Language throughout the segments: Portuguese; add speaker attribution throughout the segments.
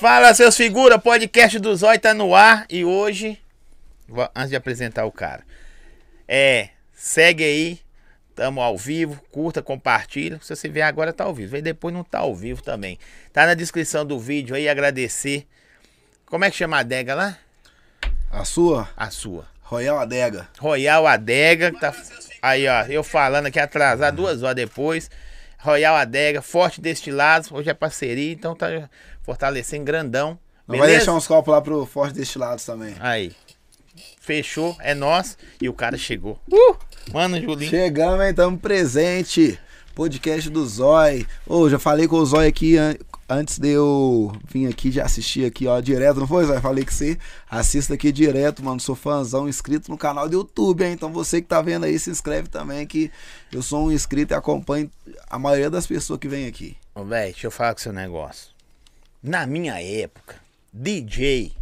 Speaker 1: Fala, seus figuras, podcast do Zói tá no ar e hoje, va- antes de apresentar o cara, é, segue aí, tamo ao vivo, curta, compartilha, se você vier agora tá ao vivo, e depois não tá ao vivo também. Tá na descrição do vídeo aí, agradecer. Como é que chama a adega lá?
Speaker 2: A sua?
Speaker 1: A sua.
Speaker 2: Royal Adega.
Speaker 1: Royal Adega, que tá aí ó, eu falando aqui atrasar duas horas depois. Royal Adega, forte destilados, hoje é parceria, então tá fortalecendo grandão.
Speaker 2: Nós Vai deixar uns copos lá pro Forte Destilados também.
Speaker 1: Aí. Fechou, é nós. E o cara chegou. Uh! Mano, Julinho.
Speaker 2: Chegamos, hein? Tamo presente. Podcast do Zói. Ô, já falei com o Zói aqui an- antes de eu vir aqui, já assisti aqui, ó, direto, não foi, Zói? Falei que você assista aqui direto, mano. Sou fãzão, inscrito no canal do YouTube, hein? Então você que tá vendo aí, se inscreve também, que eu sou um inscrito e acompanho a maioria das pessoas que vem aqui.
Speaker 1: Ô, Véi, deixa eu falar com seu negócio. Na minha época, DJ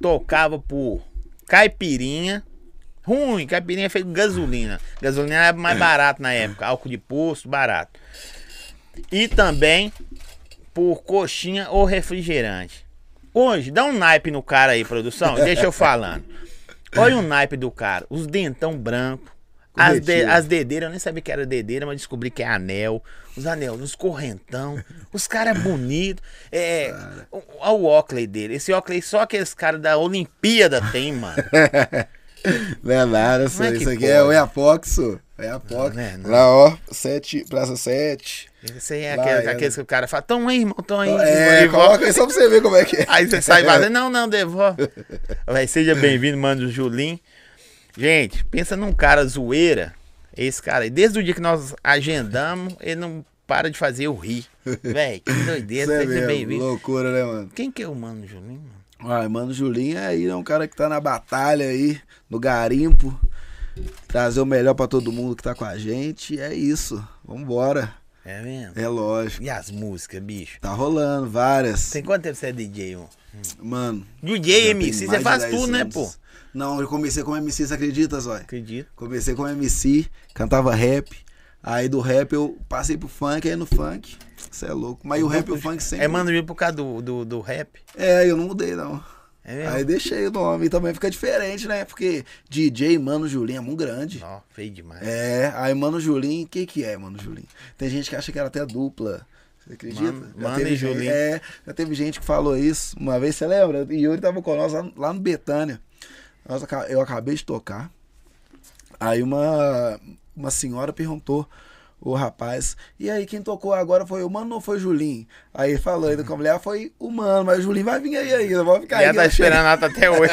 Speaker 1: tocava por caipirinha. Ruim, caipirinha feito com gasolina. Gasolina era mais barato na época. Álcool de poço, barato. E também por coxinha ou refrigerante. Hoje, dá um naipe no cara aí, produção. Deixa eu falando. Olha o naipe do cara. Os dentão branco. As, de,
Speaker 2: Corretivo.
Speaker 1: as dedeiras, eu nem sabia que era dedeira, mas descobri que é anel. Os anel, os correntão. Os caras bonitos. É, o- olha o Oakley dele. Esse Oakley só aqueles caras da Olimpíada tem, mano.
Speaker 2: Não é nada,
Speaker 1: Não
Speaker 2: senhor.
Speaker 1: é que
Speaker 2: Isso aqui
Speaker 1: pode.
Speaker 2: é o Iapox, senhor. É Iapox.
Speaker 1: Não é, não.
Speaker 2: Lá, ó, sete, Praça 7.
Speaker 1: Esse aí é
Speaker 2: Lá,
Speaker 1: aquele,
Speaker 2: é.
Speaker 1: aqueles que o cara fala, tão aí, irmão, tão aí.
Speaker 2: É,
Speaker 1: E volta.
Speaker 2: coloca aí só pra você ver como é que é.
Speaker 1: Aí você sai vazando, não, não, devolve. Vai, seja bem-vindo, mano, do Julim. Gente, pensa num cara zoeira, esse cara aí. Desde o dia que nós agendamos, ele não para de fazer eu rir. Véi, que
Speaker 2: Isso
Speaker 1: doideira,
Speaker 2: é
Speaker 1: seja
Speaker 2: mesmo,
Speaker 1: bem-vindo.
Speaker 2: loucura, né, mano?
Speaker 1: Quem que é o mano Julim, mano?
Speaker 2: Ai, mano, o Julinho aí é um cara que tá na batalha aí, no garimpo. Trazer o melhor pra todo mundo que tá com a gente. É isso. Vambora.
Speaker 1: É mesmo?
Speaker 2: É lógico.
Speaker 1: E as músicas, bicho?
Speaker 2: Tá rolando várias.
Speaker 1: Tem quanto tempo você é DJ, mano?
Speaker 2: Mano. já
Speaker 1: DJ,
Speaker 2: tem
Speaker 1: MC, você
Speaker 2: mais de
Speaker 1: faz
Speaker 2: 10
Speaker 1: tudo, né,
Speaker 2: anos.
Speaker 1: pô?
Speaker 2: Não, eu comecei como MC, você acredita, Zóia?
Speaker 1: Acredito.
Speaker 2: Comecei como MC, cantava rap. Aí do rap eu passei pro funk, aí no funk. Você é louco. Mas o rap e o funk sempre.
Speaker 1: É mano Julim por causa do, do, do rap?
Speaker 2: É, eu não mudei, não.
Speaker 1: É mesmo?
Speaker 2: Aí deixei o nome. E também fica diferente, né? Porque DJ, mano, Julinho é muito grande.
Speaker 1: Ó, feio demais.
Speaker 2: É, aí Mano Julinho, o que que é Mano Julinho? Tem gente que acha que era até dupla. Você acredita?
Speaker 1: Mano-
Speaker 2: Já
Speaker 1: Mano
Speaker 2: teve
Speaker 1: e
Speaker 2: gente-
Speaker 1: Julinho.
Speaker 2: É, já teve gente que falou isso uma vez, você lembra? E Yuri tava com nós lá, lá no Betânia. Nós aca- eu acabei de tocar. Aí uma, uma senhora perguntou o rapaz, e aí quem tocou agora foi o Mano ou foi o Julinho? Aí ele falou, ainda com a mulher, "Ah, foi o Mano, mas o Julinho vai vir aí ainda, vamos ficar aí.
Speaker 1: Já
Speaker 2: que
Speaker 1: tá
Speaker 2: eu chego."
Speaker 1: esperando a nota até hoje.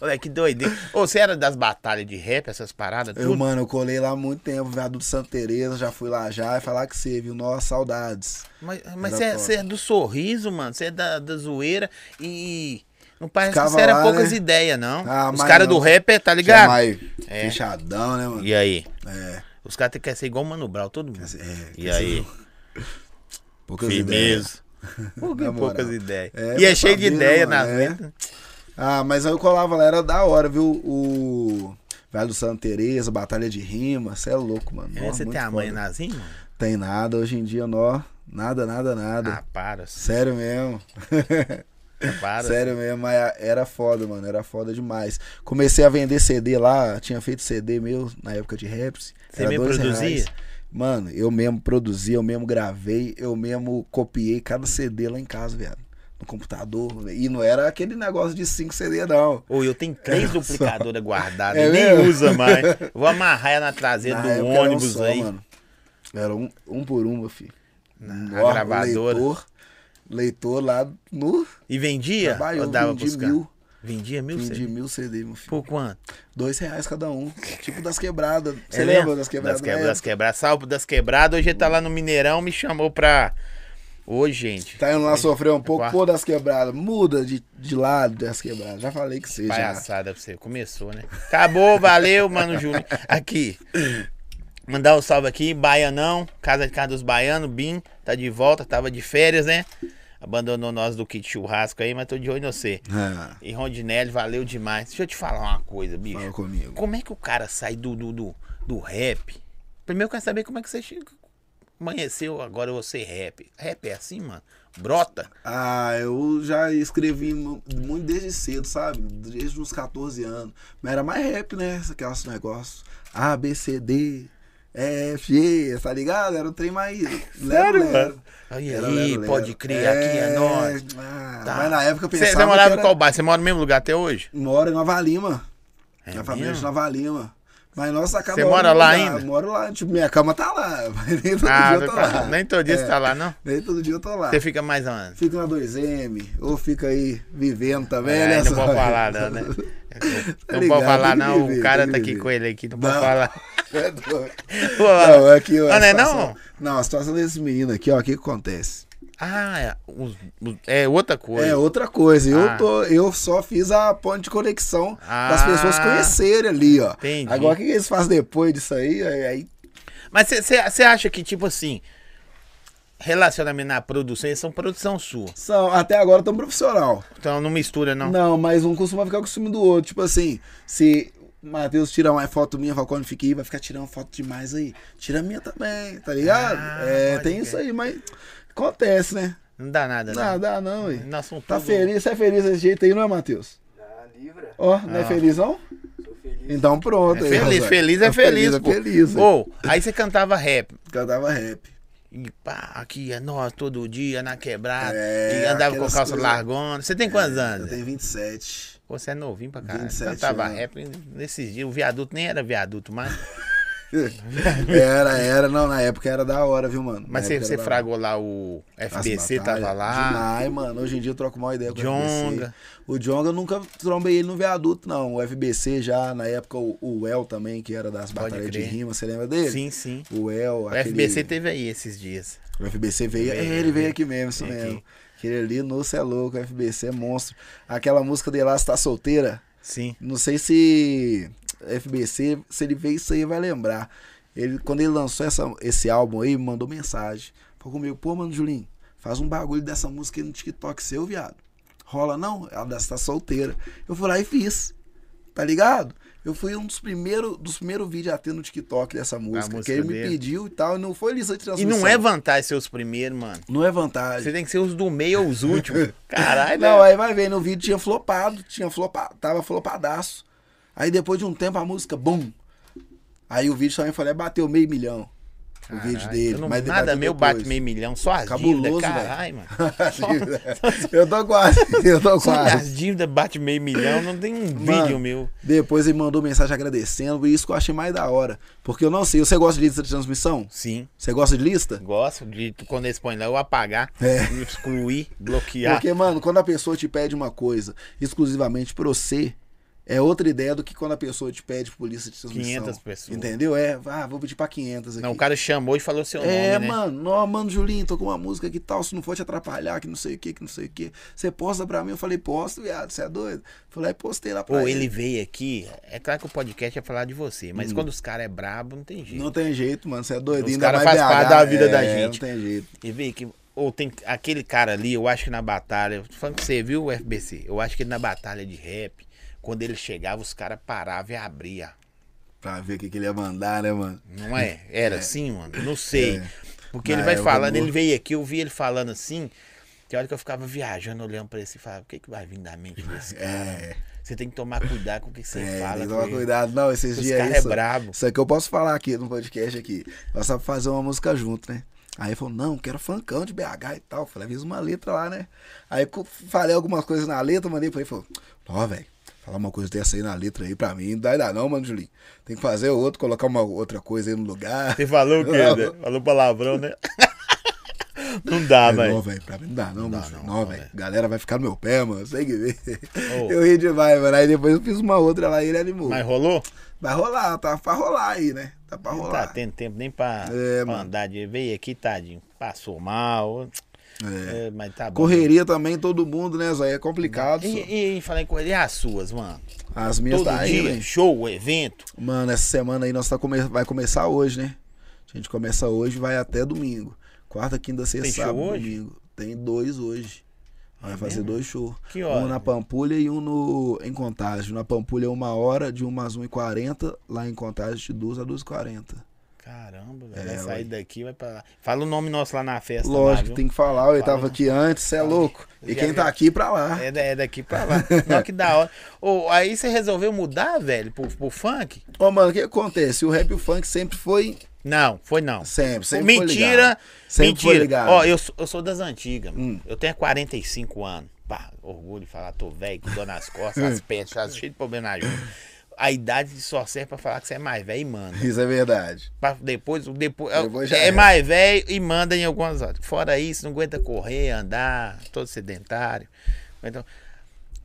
Speaker 1: Olha que doideira. Ô, você era das batalhas de rap, essas paradas?
Speaker 2: Eu,
Speaker 1: Tudo?
Speaker 2: mano, eu colei lá há muito tempo, viaduto Santa Teresa, já fui lá já, e falar que você, viu? Nossa, saudades.
Speaker 1: Mas, mas
Speaker 2: Era
Speaker 1: você, é,
Speaker 2: top.
Speaker 1: você é do sorriso, mano. Você é da, da zoeira e. Não parece
Speaker 2: Ficava
Speaker 1: que você era
Speaker 2: lá,
Speaker 1: poucas
Speaker 2: né?
Speaker 1: ideias, não.
Speaker 2: Ah,
Speaker 1: Os
Speaker 2: mas
Speaker 1: caras do
Speaker 2: não.
Speaker 1: rap, é, tá
Speaker 2: Já
Speaker 1: ligado?
Speaker 2: mais fechadão, né, mano?
Speaker 1: E aí?
Speaker 2: É,
Speaker 1: Os caras querem ser igual o Mano Brown, todo mundo.
Speaker 2: é,
Speaker 1: E aí?
Speaker 2: poucas ideias.
Speaker 1: Firmeza. Por que
Speaker 2: Na moral.
Speaker 1: poucas ideias?
Speaker 2: É,
Speaker 1: e é
Speaker 2: mas
Speaker 1: cheio de
Speaker 2: sabia, né,
Speaker 1: ideia
Speaker 2: mano?
Speaker 1: nas
Speaker 2: É.
Speaker 1: letras.
Speaker 2: Ah, mas aí eu colava lá, era da hora, viu? O Viaduto Santa Teresa, Batalha de Rima, você é louco, mano.
Speaker 1: É,
Speaker 2: Nossa,
Speaker 1: você
Speaker 2: muito
Speaker 1: tem a mãe
Speaker 2: foda.
Speaker 1: nas rimas?
Speaker 2: Tem nada, hoje em dia, nó, nada, nada, nada.
Speaker 1: Ah, para.
Speaker 2: Sério mesmo.
Speaker 1: Para.
Speaker 2: Sério mesmo, mas era foda, mano. Era foda demais. Comecei a vender CD lá, tinha feito CD meu na época de raps.
Speaker 1: Você
Speaker 2: era
Speaker 1: mesmo
Speaker 2: dois
Speaker 1: produzia?
Speaker 2: reais. Mano, eu mesmo produzi, eu mesmo gravei, eu mesmo copiei cada CD lá em casa, velho. No computador. E não era aquele negócio de cinco CD, não.
Speaker 1: Ou eu tenho três duplicadoras guardadas,
Speaker 2: É
Speaker 1: nem
Speaker 2: mesmo?
Speaker 1: usa mais. Vou amarrar ela na traseira
Speaker 2: Na
Speaker 1: do
Speaker 2: época era um
Speaker 1: ônibus
Speaker 2: só,
Speaker 1: aí.
Speaker 2: mano. Era um, um por um, meu filho.
Speaker 1: Na
Speaker 2: Ó,
Speaker 1: gravadora.
Speaker 2: Leitor, leitor lá no
Speaker 1: E vendia?
Speaker 2: trabalho.
Speaker 1: Ou
Speaker 2: Eu
Speaker 1: dava
Speaker 2: vendi
Speaker 1: pros
Speaker 2: mil.
Speaker 1: caras? Vendia mil?
Speaker 2: Vendi
Speaker 1: Vendia.
Speaker 2: mil CD, meu filho.
Speaker 1: Por quanto?
Speaker 2: Dois reais cada um. Tipo das quebradas. Você
Speaker 1: É
Speaker 2: lembra
Speaker 1: mesmo?
Speaker 2: das quebradas?
Speaker 1: Das, quebra- das quebradas. Salve das quebradas. Hoje ele tá lá no Mineirão, me chamou pra. Hoje, gente.
Speaker 2: Tá indo lá sofrer um pouco,
Speaker 1: É, Quarto.
Speaker 2: pô, das quebradas. Muda de, de lado das quebradas. Já falei que você já.
Speaker 1: Palhaçada pra você. Começou, né? Acabou, valeu, mano Júlio. Aqui. Mandar um salve aqui, Baianão, Casa de Casa dos Baianos, Bim, tá de volta, tava de férias, né? Abandonou nós do kit churrasco aí, mas tô de olho em você.
Speaker 2: Ah,
Speaker 1: E Rondinelli, valeu demais. Deixa eu te falar uma coisa, bicho.
Speaker 2: fala comigo.
Speaker 1: Como é que o cara sai do, do, do, do rap? Primeiro eu quero saber como é que você chega. amanheceu, agora eu vou ser rap. Rap é assim, mano? Brota.
Speaker 2: Ah, eu já escrevi mu- muito desde cedo, sabe? Desde uns 14 anos. Mas era mais rap, né? Aquelas negócios. A, B, C, D, E, F, G, tá ligado? Era um trem mais.
Speaker 1: Sério,
Speaker 2: lero, lero.
Speaker 1: mano? Aí,
Speaker 2: Era
Speaker 1: aí,
Speaker 2: lero, lero.
Speaker 1: pode crer, aqui é nóis.
Speaker 2: ah,
Speaker 1: Tá.
Speaker 2: Mas na época eu
Speaker 1: Você-
Speaker 2: pensava.
Speaker 1: Você morava
Speaker 2: que
Speaker 1: em
Speaker 2: era...
Speaker 1: qual bairro? Você mora no mesmo lugar até hoje?
Speaker 2: Moro em Nova Lima.
Speaker 1: É
Speaker 2: minha família é de
Speaker 1: mesmo?
Speaker 2: Nova Lima. Mas nossa a casa.
Speaker 1: Você mora lá ainda?
Speaker 2: Eu moro lá. Tipo, minha cama tá lá. Mas nem todo
Speaker 1: Ah,
Speaker 2: dia eu tô
Speaker 1: tá-
Speaker 2: lá.
Speaker 1: nem todo dia
Speaker 2: É,
Speaker 1: você tá lá, não?
Speaker 2: Nem todo dia eu tô lá.
Speaker 1: Você fica mais onde?
Speaker 2: Fica na 2M, ou fica aí vivendo também,
Speaker 1: É,
Speaker 2: né?
Speaker 1: não
Speaker 2: só?
Speaker 1: pode falar, não, né?
Speaker 2: Tá
Speaker 1: Não
Speaker 2: ligado,
Speaker 1: pode falar,
Speaker 2: tem que
Speaker 1: não.
Speaker 2: viver,
Speaker 1: O cara
Speaker 2: tem
Speaker 1: tá
Speaker 2: que
Speaker 1: aqui
Speaker 2: viver.
Speaker 1: com ele aqui, não pode
Speaker 2: Não.
Speaker 1: falar.
Speaker 2: É doido.
Speaker 1: Pô,
Speaker 2: Não, é que.
Speaker 1: Não,
Speaker 2: a
Speaker 1: não é
Speaker 2: situação-
Speaker 1: não?
Speaker 2: Não, a situação desse menino aqui, ó, o que que acontece?
Speaker 1: Ah, é, os- os- é outra coisa.
Speaker 2: É outra coisa.
Speaker 1: Ah.
Speaker 2: Eu, tô, eu só fiz a ponte de conexão para as
Speaker 1: Ah.
Speaker 2: pessoas conhecerem ali, ó.
Speaker 1: Entendi.
Speaker 2: Agora, o que que eles fazem depois disso aí? Aí- aí
Speaker 1: Mas você acha que, tipo assim, relacionamento na produção, eles são produção sua.
Speaker 2: são, até agora, tão profissional.
Speaker 1: Então não mistura, não.
Speaker 2: Não. mas um costuma ficar com o ciúme do outro. Tipo assim, se o Matheus tirar uma foto minha, fala, quando fica aí, vai ficar tirando foto demais aí. Tira a minha também, tá ligado?
Speaker 1: Ah,
Speaker 2: é,
Speaker 1: pode
Speaker 2: tem
Speaker 1: crer.
Speaker 2: isso aí, mas acontece, né?
Speaker 1: Não dá nada,
Speaker 2: Não,
Speaker 1: não. um
Speaker 2: dá não, ué.
Speaker 1: Nós somos
Speaker 2: Tá
Speaker 1: tudo-
Speaker 2: feliz, você é feliz desse jeito aí, não é, Matheus?
Speaker 3: Ah, Libra,
Speaker 2: Ó, não é
Speaker 1: Ah.
Speaker 2: feliz não?
Speaker 3: sou feliz.
Speaker 2: Então pronto.
Speaker 1: É
Speaker 2: aí,
Speaker 1: feliz,
Speaker 2: Rosário.
Speaker 1: feliz é feliz, pô.
Speaker 2: É feliz, ué.
Speaker 1: Ou, aí você cantava rap.
Speaker 2: Cantava rap.
Speaker 1: E pá, aqui é nós todo dia, na quebrada.
Speaker 2: É,
Speaker 1: e andava com
Speaker 2: aquelas
Speaker 1: calça
Speaker 2: coisas- É,
Speaker 1: largona. Você tem quantos anos?
Speaker 2: Eu tenho 27.
Speaker 1: Pô, Você é novinho pra caralho.
Speaker 2: 27
Speaker 1: Cantava
Speaker 2: anos.
Speaker 1: rap nesses dias. O viaduto nem era viaduto mais.
Speaker 2: era, era, não, na época era da hora, viu, mano?
Speaker 1: Mas você, você fragou lá o FBC, tava lá.
Speaker 2: Ai, mano, hoje em dia eu troco uma ideia com o
Speaker 1: Djonga.
Speaker 2: FBC. O Jonga eu nunca trombei ele no viaduto, não. O FBC já, na época, o, o El também, que era das
Speaker 1: Pode
Speaker 2: batalhas de
Speaker 1: crer.
Speaker 2: rima, você lembra dele?
Speaker 1: Sim, sim.
Speaker 2: O El,
Speaker 1: O FBC teve aí esses dias.
Speaker 2: O FBC veio.
Speaker 1: Veio,
Speaker 2: é, ele
Speaker 1: veio.
Speaker 2: veio aqui mesmo, isso
Speaker 1: Veio
Speaker 2: mesmo.
Speaker 1: aqui.
Speaker 2: Aquele ali, nossa, é louco, o FBC é monstro. Aquela música dele lá, está solteira.
Speaker 1: Sim.
Speaker 2: Não sei se FBC, se ele vê isso aí, vai lembrar. Ele, quando ele lançou essa, esse álbum aí, mandou mensagem. Falou comigo, pô, mano, Julinho, faz um bagulho dessa música aí no TikTok seu, viado. Rola não? Ela dessa tá solteira. Eu fui lá e fiz. Tá ligado? Eu fui um dos primeiros dos primeiros vídeos a ter no TikTok dessa música.
Speaker 1: música
Speaker 2: que ele me
Speaker 1: dele.
Speaker 2: pediu e tal. E não foi lição de
Speaker 1: E
Speaker 2: transmissão.
Speaker 1: não é vantagem ser os primeiros, mano.
Speaker 2: Não é vantagem.
Speaker 1: Você tem que ser os do meio ou os últimos. Caralho,
Speaker 2: Não, é
Speaker 1: né?
Speaker 2: aí vai ver, no vídeo tinha flopado, tinha flopado, tava flopadaço. Aí depois de um tempo a música, bum! Aí o vídeo também falei, bateu meio milhão. O
Speaker 1: Caralho,
Speaker 2: vídeo dele.
Speaker 1: eu não-
Speaker 2: mas
Speaker 1: nada
Speaker 2: bateu
Speaker 1: meu
Speaker 2: depois.
Speaker 1: bate meio milhão, só as
Speaker 2: Cabuloso,
Speaker 1: dívidas. Caralho, mano.
Speaker 2: eu tô quase, eu tô
Speaker 1: Só
Speaker 2: quase.
Speaker 1: as dívidas bate meio milhão, não tem um
Speaker 2: Mano,
Speaker 1: vídeo meu.
Speaker 2: Depois ele mandou mensagem agradecendo, e isso que eu achei mais da hora. Porque eu não sei, você gosta de lista de transmissão?
Speaker 1: Sim,
Speaker 2: Você gosta de lista?
Speaker 1: gosto de quando eles põem lá, eu apagar,
Speaker 2: É.
Speaker 1: excluir, bloquear.
Speaker 2: Porque, mano, quando a pessoa te pede uma coisa exclusivamente pra você, é outra ideia do que quando a pessoa te pede por lista de transmissão.
Speaker 1: 500 pessoas.
Speaker 2: Entendeu? É, ah, vou pedir pra 500 aqui.
Speaker 1: Não, o cara chamou e falou seu
Speaker 2: é,
Speaker 1: nome, né?
Speaker 2: mano, ó, mano, Julinho, tô com uma música que tal, se não for te atrapalhar, que não sei o que, que não sei o que. Você posta pra mim? Eu falei, posto, viado, você é doido? Falei, aí postei lá pra
Speaker 1: Ou ele veio aqui, é claro que o podcast é falar de você,
Speaker 2: Hum.
Speaker 1: mas quando os caras é brabo, não tem jeito.
Speaker 2: Não tem jeito, mano, você é doido.
Speaker 1: Os
Speaker 2: ainda
Speaker 1: cara
Speaker 2: mais
Speaker 1: faz
Speaker 2: BH,
Speaker 1: parte da vida
Speaker 2: é,
Speaker 1: da gente.
Speaker 2: Não tem jeito.
Speaker 1: E vê que. Ou tem aquele cara ali, eu acho que na batalha. eu Tô falando pra você, viu, FBC? Eu acho que na batalha de rap, quando ele chegava, os caras paravam e abriam.
Speaker 2: Pra ver o que, que ele ia mandar, né, mano?
Speaker 1: Não é? Era assim, mano? Não sei.
Speaker 2: É.
Speaker 1: Porque ele
Speaker 2: Ah,
Speaker 1: vai
Speaker 2: é, o
Speaker 1: falando,
Speaker 2: Ramon.
Speaker 1: ele veio aqui, eu vi ele falando assim. Tem hora que eu ficava viajando, olhando pra ele e falava, o que, que vai vir da mente desse cara?
Speaker 2: É.
Speaker 1: Você tem que tomar cuidado com o que você
Speaker 2: É,
Speaker 1: fala.
Speaker 2: tem que
Speaker 1: com
Speaker 2: tomar
Speaker 1: ele.
Speaker 2: cuidado. Não, esses
Speaker 1: Os
Speaker 2: dias
Speaker 1: cara
Speaker 2: aí.
Speaker 1: é
Speaker 2: só-
Speaker 1: brabo.
Speaker 2: Isso aqui eu posso falar aqui no podcast aqui. Nós só fazer uma música junto, né? Aí ele falou, não, quero funkão de BH e tal. Falei, avisa uma letra lá, né? Aí co- falei algumas coisas na letra, mandei pra ele. Falou, ó, velho, falar uma coisa dessa aí na letra aí pra mim, não dá, dá não, mano, Julinho. Tem que fazer outro, colocar uma outra coisa aí no lugar.
Speaker 1: Você falou o quê?
Speaker 2: Não.
Speaker 1: né? Falou palavrão, né? não dá,
Speaker 2: Falei,
Speaker 1: velho.
Speaker 2: Não, velho, pra mim não dá, não, mano.
Speaker 1: não,
Speaker 2: Não,
Speaker 1: não,
Speaker 2: velho.
Speaker 1: velho.
Speaker 2: Galera vai ficar no meu pé, mano. Sei que ver.
Speaker 1: Ô.
Speaker 2: Eu ri demais, mano. Aí depois eu fiz uma outra lá e ele animou.
Speaker 1: Mas rolou?
Speaker 2: Vai rolar, tá pra rolar aí, né? Tá pra
Speaker 1: Tá
Speaker 2: rolar.
Speaker 1: tendo tempo nem pra,
Speaker 2: É,
Speaker 1: pra
Speaker 2: mano.
Speaker 1: andar de veio aqui, tadinho. Passou mal.
Speaker 2: É.
Speaker 1: é, mas tá bom.
Speaker 2: Correria também, todo mundo, né, Zé? É complicado. só.
Speaker 1: E, e, e falei com ele, e as suas, mano?
Speaker 2: As minhas
Speaker 1: Todo
Speaker 2: tá aí,
Speaker 1: dia,
Speaker 2: velho.
Speaker 1: show, evento.
Speaker 2: Mano, essa semana aí nós tá come... vai começar hoje, né? A gente começa hoje e vai até domingo. Quarta, quinta, sexta,
Speaker 1: Tem show
Speaker 2: sábado,
Speaker 1: hoje? É
Speaker 2: domingo. Tem dois hoje. Vai fazer dois shows.
Speaker 1: Que hora?
Speaker 2: um na Pampulha e um no em Contagem. Na Pampulha é uma hora, de 1 às 1h40. Lá em Contagem de 2 a 2h40.
Speaker 1: Caramba, velho. vai
Speaker 2: É,
Speaker 1: sair
Speaker 2: ué.
Speaker 1: daqui, vai pra lá. Fala o nome nosso lá na festa. lá,
Speaker 2: Lógico,
Speaker 1: viu?
Speaker 2: tem que falar. Eu
Speaker 1: Fala.
Speaker 2: tava aqui antes, você é louco. E
Speaker 1: Já
Speaker 2: quem
Speaker 1: vi.
Speaker 2: tá aqui pra lá.
Speaker 1: É, da- é daqui pra lá. Não, que da hora. Ô, aí você resolveu mudar, velho, pro, pro funk?
Speaker 2: Ô, mano, o que acontece? O rap e o funk sempre foi.
Speaker 1: Não, foi não.
Speaker 2: Sempre, sempre foi
Speaker 1: mentira,
Speaker 2: ligado. Sempre foi
Speaker 1: mentira.
Speaker 2: ligado.
Speaker 1: Ó, eu, sou- eu sou das antigas, mano.
Speaker 2: Hum.
Speaker 1: Eu tenho 45 anos. Pá, orgulho de falar, tô velho, com dor nas costas, as pernas, tá cheio de problema na junta. A idade só serve pra falar que você é mais velho e manda.
Speaker 2: Isso é verdade.
Speaker 1: Pra depois, depois,
Speaker 2: Depois já
Speaker 1: é,
Speaker 2: era.
Speaker 1: mais velho e manda em algumas horas. Fora isso, não aguenta correr, andar, todo sedentário. Então,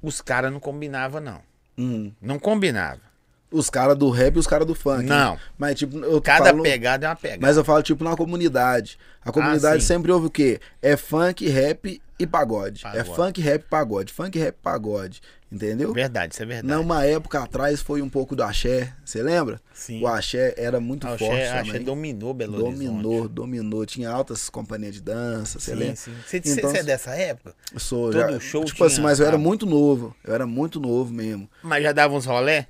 Speaker 1: os caras não combinavam, não.
Speaker 2: Hum.
Speaker 1: Não combinava.
Speaker 2: Os caras do rap e os caras do funk. né?
Speaker 1: Não.
Speaker 2: Mas, tipo, eu
Speaker 1: Cada
Speaker 2: falo-
Speaker 1: pegada é uma pegada.
Speaker 2: Mas eu falo, tipo, na comunidade. A comunidade
Speaker 1: Ah, sim.
Speaker 2: sempre ouve o quê? É funk, rap e pagode. É
Speaker 1: Pagode.
Speaker 2: funk, rap, pagode. Funk, rap, pagode. Entendeu?
Speaker 1: Verdade, isso é verdade.
Speaker 2: Numa época atrás foi um pouco do axé. Você lembra?
Speaker 1: Sim.
Speaker 2: O axé era é muito
Speaker 1: a Axé,
Speaker 2: forte
Speaker 1: é, a Axé
Speaker 2: também.
Speaker 1: dominou Belo
Speaker 2: dominou,
Speaker 1: Horizonte.
Speaker 2: dominou. Tinha altas companhias de dança, você lembra?
Speaker 1: Você
Speaker 2: Então,
Speaker 1: é dessa época?
Speaker 2: eu sou,
Speaker 1: todo
Speaker 2: já,
Speaker 1: show
Speaker 2: tipo
Speaker 1: tinha-
Speaker 2: assim, mas eu era
Speaker 1: ah.
Speaker 2: muito novo. Eu era muito novo mesmo.
Speaker 1: Mas já dava uns rolé?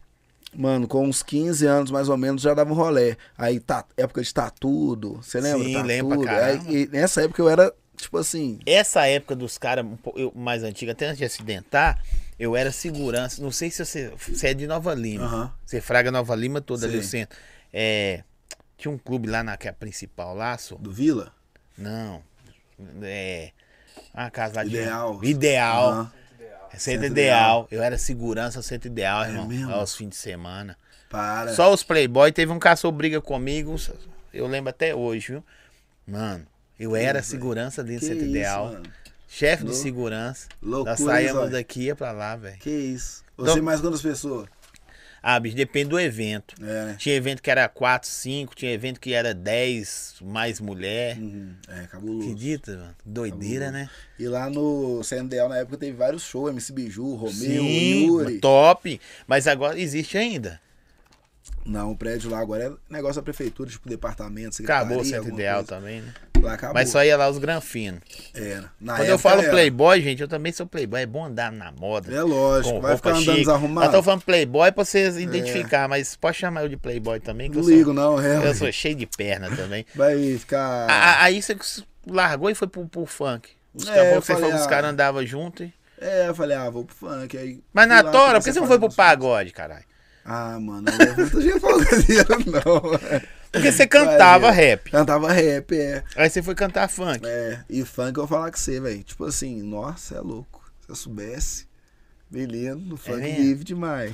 Speaker 2: Mano, com uns 15 anos mais ou menos já dava um rolé. Aí tá, época de tatudo, você lembra?
Speaker 1: Sim,
Speaker 2: Tatudo.
Speaker 1: lembro pra
Speaker 2: Aí,
Speaker 1: caramba.
Speaker 2: e nessa época eu era, tipo assim,
Speaker 1: Essa época dos caras um po- eu- mais antigos, até antes de acidentar, eu era segurança. Não sei se você, você é de Nova Lima.
Speaker 2: Aham.
Speaker 1: Você fraga Nova Lima toda ali no
Speaker 2: Sim.
Speaker 1: centro. É, tinha um clube lá na que é a principal, Laço.
Speaker 2: do Vila.
Speaker 1: Não. É. Uma casa lá de.
Speaker 2: Ideal.
Speaker 1: Ideal.
Speaker 2: Aham.
Speaker 3: Ideal.
Speaker 1: Centro,
Speaker 2: Centro É
Speaker 1: ideal. Eu era segurança centro ideal, irmão.
Speaker 2: mesmo?
Speaker 1: Aos fins de semana.
Speaker 2: Para.
Speaker 1: É. Só os playboy. Teve um caçou briga comigo. Eu lembro até hoje, viu? Mano, eu era segurança dentro do
Speaker 2: que isso,
Speaker 1: centro ideal.
Speaker 2: mano.
Speaker 1: Chefe
Speaker 2: Lou-
Speaker 1: de segurança.
Speaker 2: loucura,
Speaker 1: Nós saímos
Speaker 2: hein, Zóio?
Speaker 1: daqui e ia pra lá, velho.
Speaker 2: Que isso. Você
Speaker 1: Então-
Speaker 2: mais quantas pessoas?
Speaker 1: Ah, bicho, depende do evento.
Speaker 2: É, né?
Speaker 1: Tinha evento que era 4, 5, tinha evento que era 10, mais mulher.
Speaker 2: Uhum. É, cabuloso.
Speaker 1: Acredita, mano?
Speaker 2: Tá
Speaker 1: Doideira, né?
Speaker 2: E lá no CNDL na época teve vários shows, MC Biju, Romeu,
Speaker 1: Sim,
Speaker 2: Yuri.
Speaker 1: top. Mas agora existe ainda.
Speaker 2: Não, o prédio lá agora é negócio da prefeitura, tipo departamento, secretaria.
Speaker 1: Acabou o centro
Speaker 2: alguma
Speaker 1: ideal
Speaker 2: coisa.
Speaker 1: também, né?
Speaker 2: Lá acabou. é
Speaker 1: Mas só ia lá os granfinos.
Speaker 2: Era. Na
Speaker 1: Quando eu
Speaker 2: época
Speaker 1: falo
Speaker 2: era.
Speaker 1: playboy, gente, eu também sou playboy. É bom andar na moda.
Speaker 2: É lógico,
Speaker 1: com
Speaker 2: vai
Speaker 1: roupa
Speaker 2: ficar andando
Speaker 1: chique.
Speaker 2: desarrumado.
Speaker 1: Mas tô falando playboy pra vocês identificar, mas pode chamar eu de playboy também. Que
Speaker 2: Não
Speaker 1: eu sou-
Speaker 2: ligo, não, é.
Speaker 1: Eu sou Ah, cheio de perna também.
Speaker 2: Vai ficar.
Speaker 1: A- a- Aí você largou e foi pro, pro funk. Os
Speaker 2: Ah. É,
Speaker 1: caboclos,
Speaker 2: eu
Speaker 1: você
Speaker 2: falei,
Speaker 1: falou que os
Speaker 2: ah,
Speaker 1: caras andavam junto. e-
Speaker 2: É, eu falei, ah, vou pro funk. Aí,
Speaker 1: Mas na
Speaker 2: fui lá,
Speaker 1: tora, por que
Speaker 2: comecei
Speaker 1: você
Speaker 2: a
Speaker 1: não foi pro
Speaker 2: fazer
Speaker 1: pagode, caralho?
Speaker 2: uns- Ah, mano, eu não tô já falando isso, não.
Speaker 1: Porque você cantava
Speaker 2: Mas, é,
Speaker 1: rap.
Speaker 2: Cantava rap, é.
Speaker 1: Aí você foi cantar funk.
Speaker 2: É, e funk eu vou falar com você, velho. Tipo assim, nossa, é louco. Se eu soubesse, menino, no funk
Speaker 1: É mesmo?
Speaker 2: vive demais.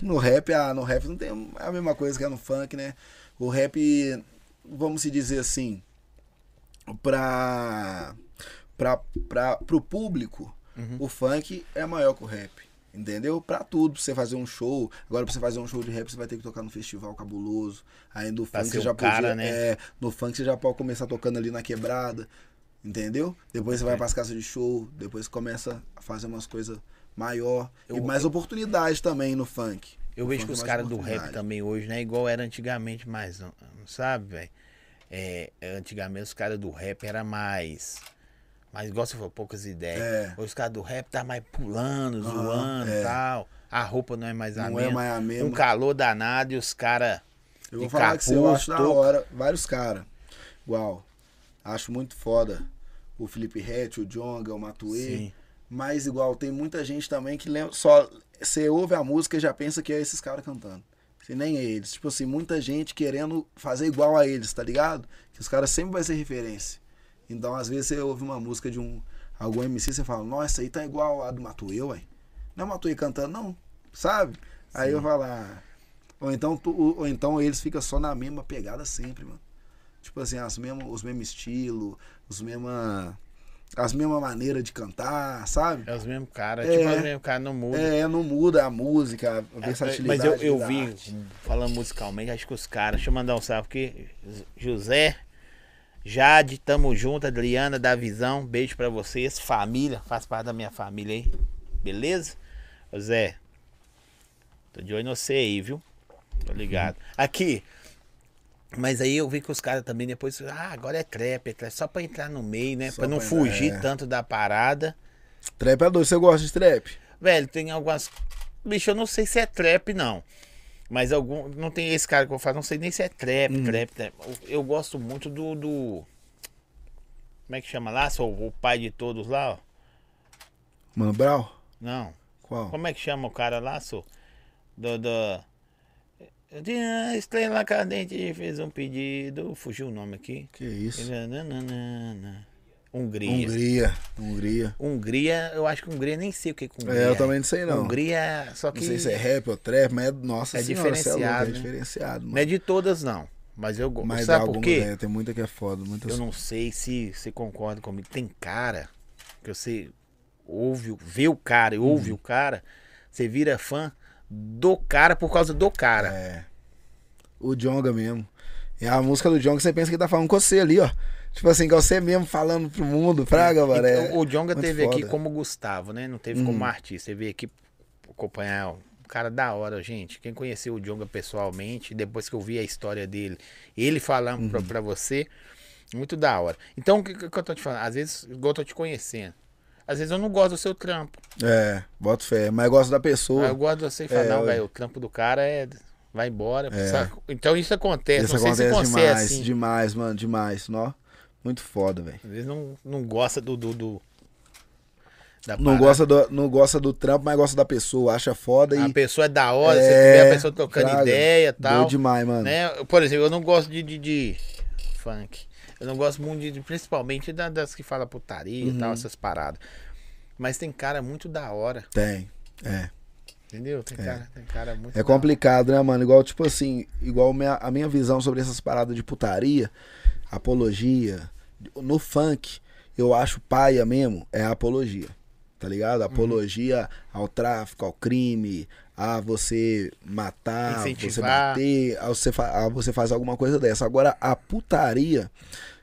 Speaker 2: No rap, ah, no rap não tem a mesma coisa que é no funk, né? O rap, vamos se dizer assim, pra, pra, pra, pro público,
Speaker 1: Uhum.
Speaker 2: o funk é maior que o rap. Entendeu? Pra tudo, pra você fazer um show. Agora, pra você fazer um show de rap, você vai ter que tocar no festival cabuloso. Aí do
Speaker 1: Pra
Speaker 2: funk
Speaker 1: ser
Speaker 2: você já
Speaker 1: um cara,
Speaker 2: podia,
Speaker 1: né?
Speaker 2: é, no funk você já pode começar tocando ali na quebrada, entendeu? Depois
Speaker 1: É.
Speaker 2: você vai pras casas de show, depois começa a fazer umas coisas maior e
Speaker 1: Eu-
Speaker 2: mais oportunidade também no funk.
Speaker 1: Eu
Speaker 2: No
Speaker 1: vejo
Speaker 2: funk
Speaker 1: que
Speaker 2: é
Speaker 1: os
Speaker 2: mais
Speaker 1: caras do rap
Speaker 2: oportunidade.
Speaker 1: também hoje não é igual era antigamente mais, não, não sabe, velho? É, antigamente os caras do rap era mais. Mas igual você falou, poucas ideias.
Speaker 2: É.
Speaker 1: Hoje os caras do rap tá mais pulando,
Speaker 2: Aham,
Speaker 1: zoando e
Speaker 2: é.
Speaker 1: tal. A roupa não é mais a
Speaker 2: Não é
Speaker 1: mesma.
Speaker 2: mais a mesma.
Speaker 1: Um calor danado e os caras.
Speaker 2: Eu vou
Speaker 1: de
Speaker 2: falar que você, eu acho da
Speaker 1: capuz, touca.
Speaker 2: hora vários caras. Uau, acho muito foda o Felipe Rett, o Jonga, o Matuê.
Speaker 1: Sim.
Speaker 2: Mas igual, tem muita gente também que lembra, só você ouve a música e já pensa que é esses caras cantando. Se nem é eles. Tipo assim, muita gente querendo fazer igual a eles, tá ligado? Que os caras sempre vai ser referência. Então, às vezes, você ouve uma música de um algum MC, você fala, nossa, aí tá igual a do Matuê, ué. Não é o Matuê cantando, não. Sabe? Aí eu falo, ah. Ou então, tu- ou então eles ficam só na mesma pegada sempre, mano. Tipo assim, as mesmas, os mesmos estilos, os mesma, as mesmas maneiras de cantar, sabe?
Speaker 1: É os mesmos caras.
Speaker 2: É.
Speaker 1: Tipo, os mesmos caras não mudam.
Speaker 2: É, não muda a música, a versatilidade.
Speaker 1: É, Mas eu, eu
Speaker 2: da
Speaker 1: vi,
Speaker 2: arte.
Speaker 1: falando musicalmente, acho que os caras. Deixa eu mandar um salve aqui. José, Jade, tamo junto. Adriana, da Visão, beijo pra vocês. Família, faz parte da minha família aí. Beleza? Ô, Zé, tô de olho no você aí, viu? Tô ligado.
Speaker 2: Uhum.
Speaker 1: Aqui. Mas aí eu vi que os caras também depois. Ah, agora é trap, é trap. Só pra entrar no meio, né?
Speaker 2: Só
Speaker 1: pra não
Speaker 2: pra-
Speaker 1: fugir
Speaker 2: é.
Speaker 1: tanto da parada.
Speaker 2: Trap é doido, você gosta de trap?
Speaker 1: Velho, tem algumas. Bicho, eu não sei se é trap, não. Mas algum. Não tem esse cara que eu faço, não sei nem se é trap,
Speaker 2: Hum.
Speaker 1: trap, trap. Eu- Eu gosto muito do. do- como é que chama lá? Sou o pai de todos lá, ó.
Speaker 2: Mano Brau?
Speaker 1: Não.
Speaker 2: Qual?
Speaker 1: Como é que chama o cara lá, sou? Do. do... Eu tinha a estrela cadente, fez um pedido. Fugiu o nome aqui.
Speaker 2: Que isso?
Speaker 1: Nananana. Hungria. Hungria.
Speaker 2: Hungria. Hungria.
Speaker 1: eu acho que Hungria nem sei o que que Hungria.
Speaker 2: É, eu também não sei não.
Speaker 1: Hungria, só que
Speaker 2: Não sei se é rap ou trap, mas é, nossa
Speaker 1: É
Speaker 2: senhora, cê louco,
Speaker 1: diferenciado,
Speaker 2: é
Speaker 1: né?
Speaker 2: diferenciado. Mano.
Speaker 1: não é de todas não, mas eu gosto.
Speaker 2: Mas
Speaker 1: Sabe
Speaker 2: algumas,
Speaker 1: por quê?
Speaker 2: é, tem muita que é foda, muitas.
Speaker 1: Eu não sei se você concorda comigo. Tem cara que você ouve, o- vê o cara e
Speaker 2: Uhum.
Speaker 1: ouve o cara, você vira fã do cara por causa do cara.
Speaker 2: É. O Jonga mesmo. E a música do Jonga, você pensa que tá falando com você ali, ó. Tipo assim, que é você mesmo falando pro mundo, praga, mano. é
Speaker 1: Então, o Jonga
Speaker 2: muito
Speaker 1: teve aqui
Speaker 2: foda. Hum.
Speaker 1: como Gustavo, né? Não teve como artista. Ele veio aqui acompanhar um cara da hora, gente. Quem conheceu o Jonga pessoalmente, depois que eu vi a história dele, ele falando
Speaker 2: Uhum.
Speaker 1: pra, pra você, muito da hora. Então, o que, que eu tô te falando? Às vezes, igual eu tô te conhecendo. Às vezes eu não gosto do seu trampo.
Speaker 2: É, boto fé. Mas gosto da
Speaker 1: Aí
Speaker 2: pessoa.
Speaker 1: eu gosto de você e falo,
Speaker 2: É,
Speaker 1: não,
Speaker 2: eu-
Speaker 1: velho, o trampo do cara é. Vai embora. saca? Então isso acontece.
Speaker 2: Isso
Speaker 1: não sei se
Speaker 2: acontece
Speaker 1: você é
Speaker 2: demais,
Speaker 1: assim.
Speaker 2: demais, mano, demais. Nó. Muito foda, velho.
Speaker 1: Às vezes não, não gosta do. do, do- da
Speaker 2: Não
Speaker 1: parada.
Speaker 2: gosta, do, não gosta do trampo, mas gosta da pessoa. Acha foda
Speaker 1: A
Speaker 2: e.
Speaker 1: pessoa é da hora, você
Speaker 2: É,
Speaker 1: vê a pessoa trocando
Speaker 2: fraga.
Speaker 1: ideia e tal.
Speaker 2: Doido demais, mano.
Speaker 1: né? Eu, Por exemplo, eu não gosto de, de, de funk. Eu não gosto muito, de, principalmente da- das que falam putaria e
Speaker 2: Uhum.
Speaker 1: tal, essas paradas. Mas tem cara muito da hora,
Speaker 2: Tem. É.
Speaker 1: entendeu? Tem, cara, tem cara muito.
Speaker 2: É
Speaker 1: da hora.
Speaker 2: complicado, né, mano? Igual, tipo assim, igual minha- a minha visão sobre essas paradas de putaria, apologia, no funk, eu acho paia mesmo, é a apologia. Tá ligado?
Speaker 1: Uhum.
Speaker 2: Apologia ao tráfico, ao crime, a você matar, você
Speaker 1: Incentivar.
Speaker 2: bater, a você, fa- a você fazer alguma coisa dessa. Agora, a putaria,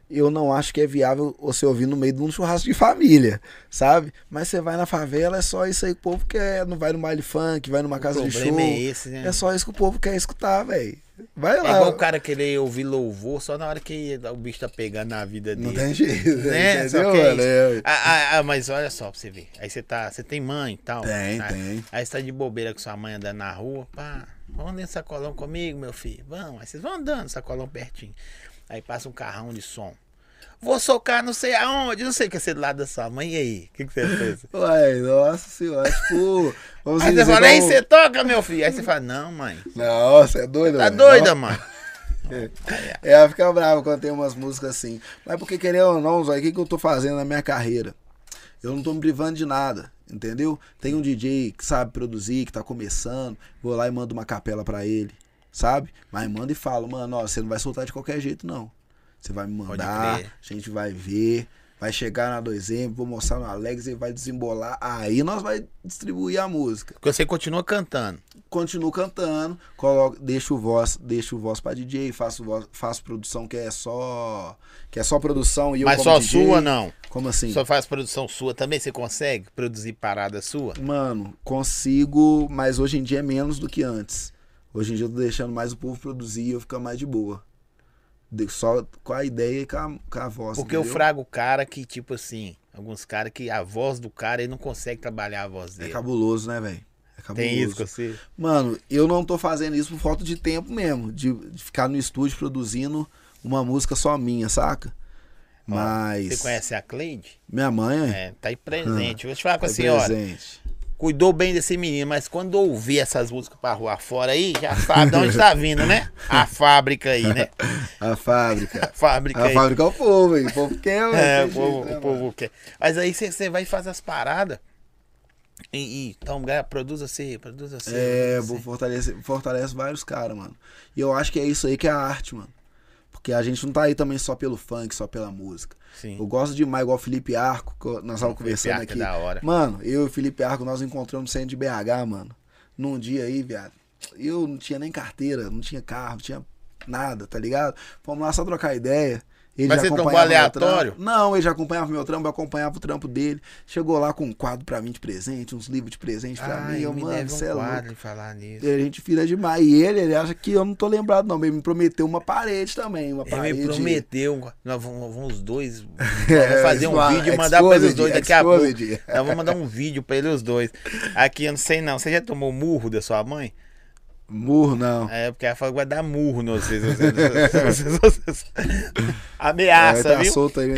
Speaker 2: eu não acho que é viável você ouvir no meio de um churrasco de família, sabe? Mas você vai na favela, é só isso aí que o povo quer. Não vai no baile funk, vai numa
Speaker 1: O
Speaker 2: casa de show.
Speaker 1: problema é esse, né?
Speaker 2: É só isso que o povo quer escutar, velho. Vai
Speaker 1: É
Speaker 2: lá.
Speaker 1: igual o cara querer ouvir louvor só na hora que o bicho tá pegando na vida dele.
Speaker 2: Não tem jeito,
Speaker 1: né? Só
Speaker 2: entendeu,
Speaker 1: que é
Speaker 2: mano?
Speaker 1: isso.
Speaker 2: É.
Speaker 1: Ah, ah, ah, mas olha só pra você ver. Aí você tá. Você tem mãe e tal?
Speaker 2: Tem,
Speaker 1: né?
Speaker 2: tem.
Speaker 1: Aí você tá de bobeira com sua mãe andando na rua. Pá, vamos dentro do sacolão comigo, meu filho. Vamos. Aí vocês vão andando, sacolão pertinho. Aí passa um carrão de som. Vou socar não sei aonde, não sei o que é ser do lado da sua mãe. E aí? O que, que você fez?
Speaker 2: Ué, nossa senhora, tipo. Vamos
Speaker 1: Aí você
Speaker 2: dizer
Speaker 1: fala, aí
Speaker 2: como-
Speaker 1: você toca, meu filho. Aí você fala, não, mãe.
Speaker 2: Não, você é doido,
Speaker 1: Tá
Speaker 2: velho.
Speaker 1: doida, mãe?
Speaker 2: É, Ela fica brava quando tem umas músicas assim. Mas porque querendo ou não, Zóio, o que, que eu tô fazendo na minha carreira? Eu não tô me privando de nada, entendeu? Tem um DJ que sabe produzir, que tá começando, vou lá e mando uma capela pra ele, sabe? Mas manda e falo, mano, ó, você não vai soltar de qualquer jeito, não. Você vai me mandar,
Speaker 1: crer.
Speaker 2: a gente vai ver, vai chegar na 2M, vou mostrar no Alex, ele vai desembolar, aí nós vai distribuir a música
Speaker 1: Porque você continua cantando.
Speaker 2: continuo cantando, coloco, deixo o voz, deixo o voz pra DJ, faço voz, faço produção que é só que é só produção e eu
Speaker 1: mas
Speaker 2: como
Speaker 1: só
Speaker 2: DJ.
Speaker 1: sua, não.
Speaker 2: Como assim?
Speaker 1: Só faz produção sua também? Você consegue produzir parada sua?
Speaker 2: Mano, consigo, mas hoje em dia é menos do que antes. Hoje em dia eu tô deixando mais o povo produzir e eu ficar mais de boa. De- Só com a ideia e com a, com a voz.
Speaker 1: Porque eu
Speaker 2: entendeu?
Speaker 1: frago o cara que, tipo assim, alguns caras que a voz do cara ele não consegue trabalhar a voz
Speaker 2: É
Speaker 1: dele.
Speaker 2: cabuloso, né, velho? É cabuloso.
Speaker 1: Tem isso que eu sei.
Speaker 2: Mano, eu não tô fazendo isso por falta de tempo mesmo, de, de ficar no estúdio produzindo uma música só minha, saca?
Speaker 1: Ó,
Speaker 2: Mas.
Speaker 1: Você conhece a Cleide?
Speaker 2: Minha mãe é,
Speaker 1: É, tipo assim, tá aí presente. Vou te falar com a
Speaker 2: é
Speaker 1: senhora.
Speaker 2: presente.
Speaker 1: Cuidou bem desse menino, mas quando ouvir essas músicas pra rua fora aí, já sabe de onde tá vindo, né? A fábrica aí, né?
Speaker 2: A fábrica.
Speaker 1: A fábrica
Speaker 2: a
Speaker 1: aí.
Speaker 2: fábrica é o povo, hein? O povo quer, velho.
Speaker 1: É, o
Speaker 2: Tem
Speaker 1: povo,
Speaker 2: jeito, né,
Speaker 1: o povo quer. Mas aí você vai e faz as paradas. E, e então, galera, produza você, produza você.
Speaker 2: É, vou fortalecer, fortalece vários caras, mano. E eu acho que é isso aí que é a arte, mano. Porque a gente não tá aí também só pelo funk, só pela música.
Speaker 1: Sim.
Speaker 2: Eu gosto demais, igual o Felipe Arco, que eu- nós estávamos conversando
Speaker 1: Arco é
Speaker 2: aqui.
Speaker 1: da hora.
Speaker 2: Mano, eu e o Felipe Arco, nós encontramos no centro de BH, mano. Num dia aí, viado. Eu não tinha nem carteira, não tinha carro, não tinha nada, tá ligado? Fomos lá só trocar ideia. Ele
Speaker 1: Mas
Speaker 2: já
Speaker 1: você trombou
Speaker 2: acompanhava meu
Speaker 1: aleatório?
Speaker 2: trampo. Não, ele já acompanhava meu trampo, eu acompanhava o trampo dele. Chegou lá com um quadro pra mim de presente, uns livros de presente pra
Speaker 1: Ai,
Speaker 2: mim. Eu,
Speaker 1: me
Speaker 2: mano,
Speaker 1: deve um
Speaker 2: você é louco.
Speaker 1: quadro em falar nisso.
Speaker 2: E a gente vira demais. E ele, ele acha que eu não tô lembrado, não. Ele me prometeu uma parede também. Uma
Speaker 1: Ele
Speaker 2: parede.
Speaker 1: me prometeu. um- Nós vamos, vamos os dois. Nós
Speaker 2: É,
Speaker 1: vamos fazer um
Speaker 2: isso,
Speaker 1: vídeo e mandar para eles
Speaker 2: Exposed,
Speaker 1: dois daqui a pouco.
Speaker 2: Exposed.
Speaker 1: Nós vamos mandar um vídeo para eles os dois. Aqui, eu não sei não. Você já tomou murro da sua mãe?
Speaker 2: Murro, não.
Speaker 1: É, porque ela falou que vai dar murro em vocês. vocês- vocês- vocês- Ameaça,
Speaker 2: É, tá
Speaker 1: viu?
Speaker 2: solto aí na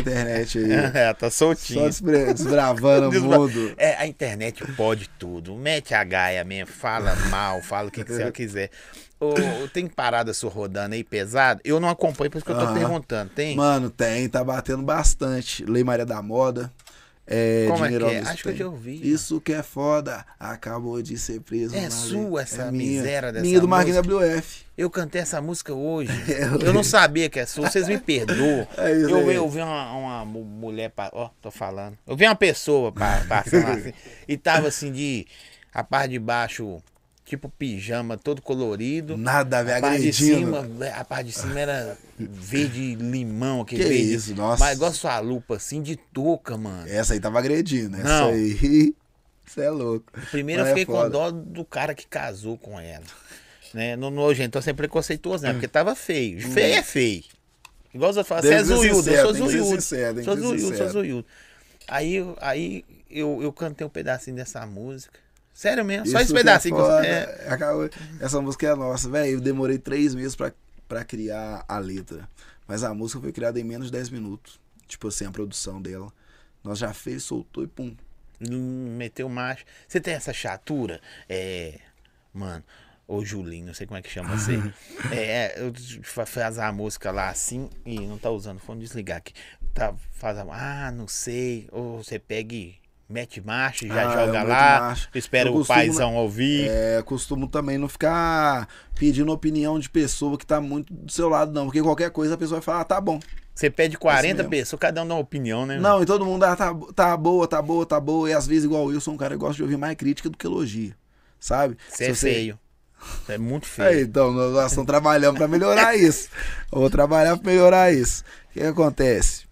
Speaker 2: internet aí.
Speaker 1: É, tá
Speaker 2: Só
Speaker 1: soltinho.
Speaker 2: desbra- desbravando o
Speaker 1: Desbra-
Speaker 2: mundo.
Speaker 1: É, a internet pode tudo. Mete a gaia mesmo, fala mal, fala o que, que você quiser. Ô, ô, tem parada sua rodando aí pesada? Eu não acompanho, por isso que eu tô
Speaker 2: Aham.
Speaker 1: perguntando. Tem?
Speaker 2: Mano, tem, tá batendo bastante. Lei Maria da Moda. É,
Speaker 1: Como é
Speaker 2: dinheiro
Speaker 1: que é?
Speaker 2: ao mesmo
Speaker 1: Acho que eu
Speaker 2: tempo.
Speaker 1: já ouvi.
Speaker 2: Isso que é foda. Acabou de ser preso.
Speaker 1: É
Speaker 2: na lei.
Speaker 1: sua essa
Speaker 2: minha.
Speaker 1: miséria dessa
Speaker 2: Minha do Marquinhos WF.
Speaker 1: Eu cantei essa música hoje.
Speaker 2: Eu-
Speaker 1: Eu não sabia que é sua, vocês me perdoam.
Speaker 2: É isso
Speaker 1: eu,
Speaker 2: aí.
Speaker 1: eu vi uma, uma mu- mulher, pa- ó, tô falando. Eu vi uma pessoa pa- passando assim, e tava assim de, a parte de baixo, tipo pijama, todo colorido.
Speaker 2: Nada, me
Speaker 1: A parte de cima, é,
Speaker 2: agredindo.
Speaker 1: a parte de cima era verde limão, aquele
Speaker 2: Que
Speaker 1: verde.
Speaker 2: isso, nossa.
Speaker 1: Mas igual sua lupa, assim, de touca, mano.
Speaker 2: Essa aí tava agredindo. Essa
Speaker 1: Não.
Speaker 2: aí. Você é louco.
Speaker 1: Primeiro eu
Speaker 2: Mas é
Speaker 1: fiquei com
Speaker 2: foda.
Speaker 1: dó do cara que casou com ela. Né? Não, não, gente, tô sem preconceituoso,
Speaker 2: Hum.
Speaker 1: né? Porque tava feio. Feio é feio. Igual você fala, você
Speaker 2: Tem
Speaker 1: é
Speaker 2: que ser
Speaker 1: zoiudo, eu
Speaker 2: sincero,
Speaker 1: sou
Speaker 2: tem que ser
Speaker 1: zoiudo.
Speaker 2: sincero, tem que
Speaker 1: Sou
Speaker 2: ser
Speaker 1: zoiudo, sou
Speaker 2: sincero.
Speaker 1: zoiudo. Aí, eu- aí eu, eu cantei um pedacinho dessa música. Sério mesmo, só
Speaker 2: Isso
Speaker 1: esse
Speaker 2: que é
Speaker 1: pedacinho. que eu-
Speaker 2: foda.
Speaker 1: é,
Speaker 2: Acabou- Essa música é nossa, velho. Eu demorei três meses pra, pra criar a letra. Mas a música foi criada em menos de 10 minutos. Tipo assim, a produção dela. Nós já fez, soltou e pum.
Speaker 1: Hum, Meteu macho. Você tem essa chatura? É. Mano. Ô Julinho, não sei como é que chama você. é, eu fa- faz a música lá assim. e não tá usando o fone, desligar aqui. Tá, faz a. Ah, não sei. Ou você pega e mete macho, já
Speaker 2: Ah,
Speaker 1: joga
Speaker 2: eu meto
Speaker 1: lá.
Speaker 2: macho.
Speaker 1: Espera
Speaker 2: Eu
Speaker 1: o
Speaker 2: costumo-
Speaker 1: paizão ouvir.
Speaker 2: É, costumo também não ficar pedindo opinião de pessoa que tá muito do seu lado, não. Porque qualquer coisa a pessoa vai falar, ah, tá bom.
Speaker 1: Você pede 40
Speaker 2: mesmo.
Speaker 1: pessoas, cada um dá uma opinião, né?
Speaker 2: Não, e todo mundo, ah, tá, tá boa, tá boa, tá boa. E às vezes, igual eu, sou um cara que gosta de ouvir mais crítica do que elogio. Sabe?
Speaker 1: Você
Speaker 2: Se
Speaker 1: é feio. Você é muito feio.
Speaker 2: É, então, nós nós estamos trabalhando para melhorar isso. Vou trabalhar para melhorar isso. O que, que acontece?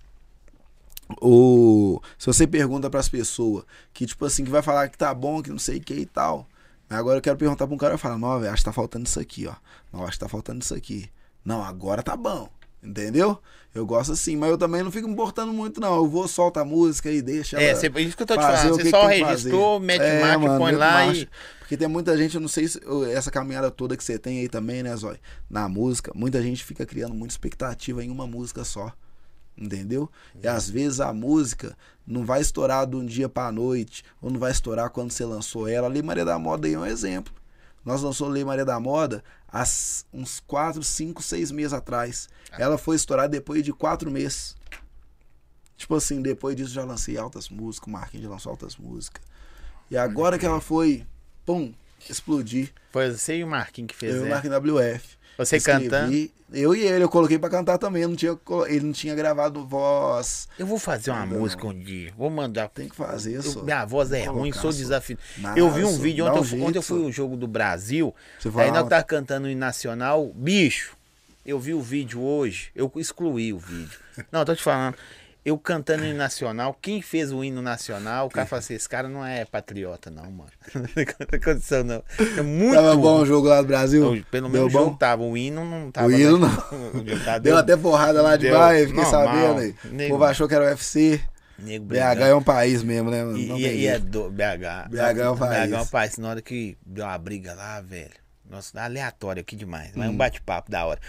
Speaker 2: O, se você pergunta para as pessoas que, tipo assim, que vai falar que tá bom, que não sei o que e tal. Agora eu quero perguntar para um cara e falar: Não, velho, acho que tá faltando isso aqui, ó. Não, acho que tá faltando isso aqui. Não, agora tá bom. Entendeu? Eu gosto assim, mas eu também não fico me importando muito, não. Eu vou, solta a música e deixa.
Speaker 1: É,
Speaker 2: ela-
Speaker 1: cê- isso que eu tô te
Speaker 2: fazer
Speaker 1: falando.
Speaker 2: o
Speaker 1: Você
Speaker 2: que
Speaker 1: só
Speaker 2: que tem que
Speaker 1: registrou,
Speaker 2: fazer.
Speaker 1: mete
Speaker 2: É,
Speaker 1: macho,
Speaker 2: mano,
Speaker 1: põe
Speaker 2: mete
Speaker 1: lá
Speaker 2: macho.
Speaker 1: e.
Speaker 2: Porque tem muita gente, eu não sei se ô, essa caminhada toda que você tem aí também, né, Zói? Na música, muita gente fica criando muita expectativa em uma música só. Entendeu? E
Speaker 1: Uhum.
Speaker 2: às vezes a música não vai estourar de um dia pra noite, ou não vai estourar quando você lançou ela. A Lei Maria da Moda aí é um exemplo. Nós lançamos Lei Maria da Moda há s- uns 4, 5, 6 meses atrás.
Speaker 1: Ah.
Speaker 2: Ela foi estourar depois de 4 meses. Tipo assim, depois disso já lancei altas músicas, o Marquinhos já lançou altas músicas. E agora que ela foi, pum, explodir.
Speaker 1: Foi você e o Marquinhos que fez,
Speaker 2: Eu e o
Speaker 1: né?
Speaker 2: Marquinhos WF.
Speaker 1: Você
Speaker 2: Escrevi,
Speaker 1: cantando.
Speaker 2: Eu e ele, eu coloquei pra cantar também. eu não tinha, colo- ele não tinha gravado voz.
Speaker 1: Eu vou fazer uma
Speaker 2: Ainda
Speaker 1: música um dia. Vou mandar.
Speaker 2: Tem que fazer
Speaker 1: Eu-
Speaker 2: isso.
Speaker 1: minha voz é
Speaker 2: Colocar,
Speaker 1: ruim, sou
Speaker 2: só.
Speaker 1: desafinado.
Speaker 2: Não,
Speaker 1: Eu vi um
Speaker 2: só.
Speaker 1: vídeo
Speaker 2: Dá
Speaker 1: ontem,
Speaker 2: um
Speaker 1: eu fui-
Speaker 2: jeito,
Speaker 1: ontem eu fui
Speaker 2: só.
Speaker 1: no jogo do Brasil.
Speaker 2: Você foi
Speaker 1: Aí
Speaker 2: lá
Speaker 1: nós tava cantando em Nacional. Bicho, eu vi o vídeo hoje, eu excluí o vídeo. Não, tô te falando. Eu cantando em Nacional, quem fez o hino nacional, o cara falou assim: esse cara não é patriota, não, mano. Não tem condição, não. É muito.
Speaker 2: Tava bom o jogo lá do Brasil?
Speaker 1: Eu- pelo
Speaker 2: Deu
Speaker 1: menos o
Speaker 2: bom?
Speaker 1: jogo tava. O hino não tava.
Speaker 2: O hino
Speaker 1: né?
Speaker 2: não.
Speaker 1: O hino tava-
Speaker 2: Deu até porrada lá de
Speaker 1: Deu.
Speaker 2: baixo, fiquei
Speaker 1: Normal.
Speaker 2: sabendo aí. O
Speaker 1: Nego-
Speaker 2: povo achou que era UFC.
Speaker 1: Nego
Speaker 2: BH é um país mesmo, né, mano?
Speaker 1: E,
Speaker 2: Não
Speaker 1: e-
Speaker 2: tem
Speaker 1: e
Speaker 2: jeito.
Speaker 1: é do BH.
Speaker 2: BH é o país.
Speaker 1: BH é o país. Na hora que deu uma briga lá, velho. Nossa, tá aleatório aqui demais.
Speaker 2: Hum.
Speaker 1: Mas um bate-papo da hora.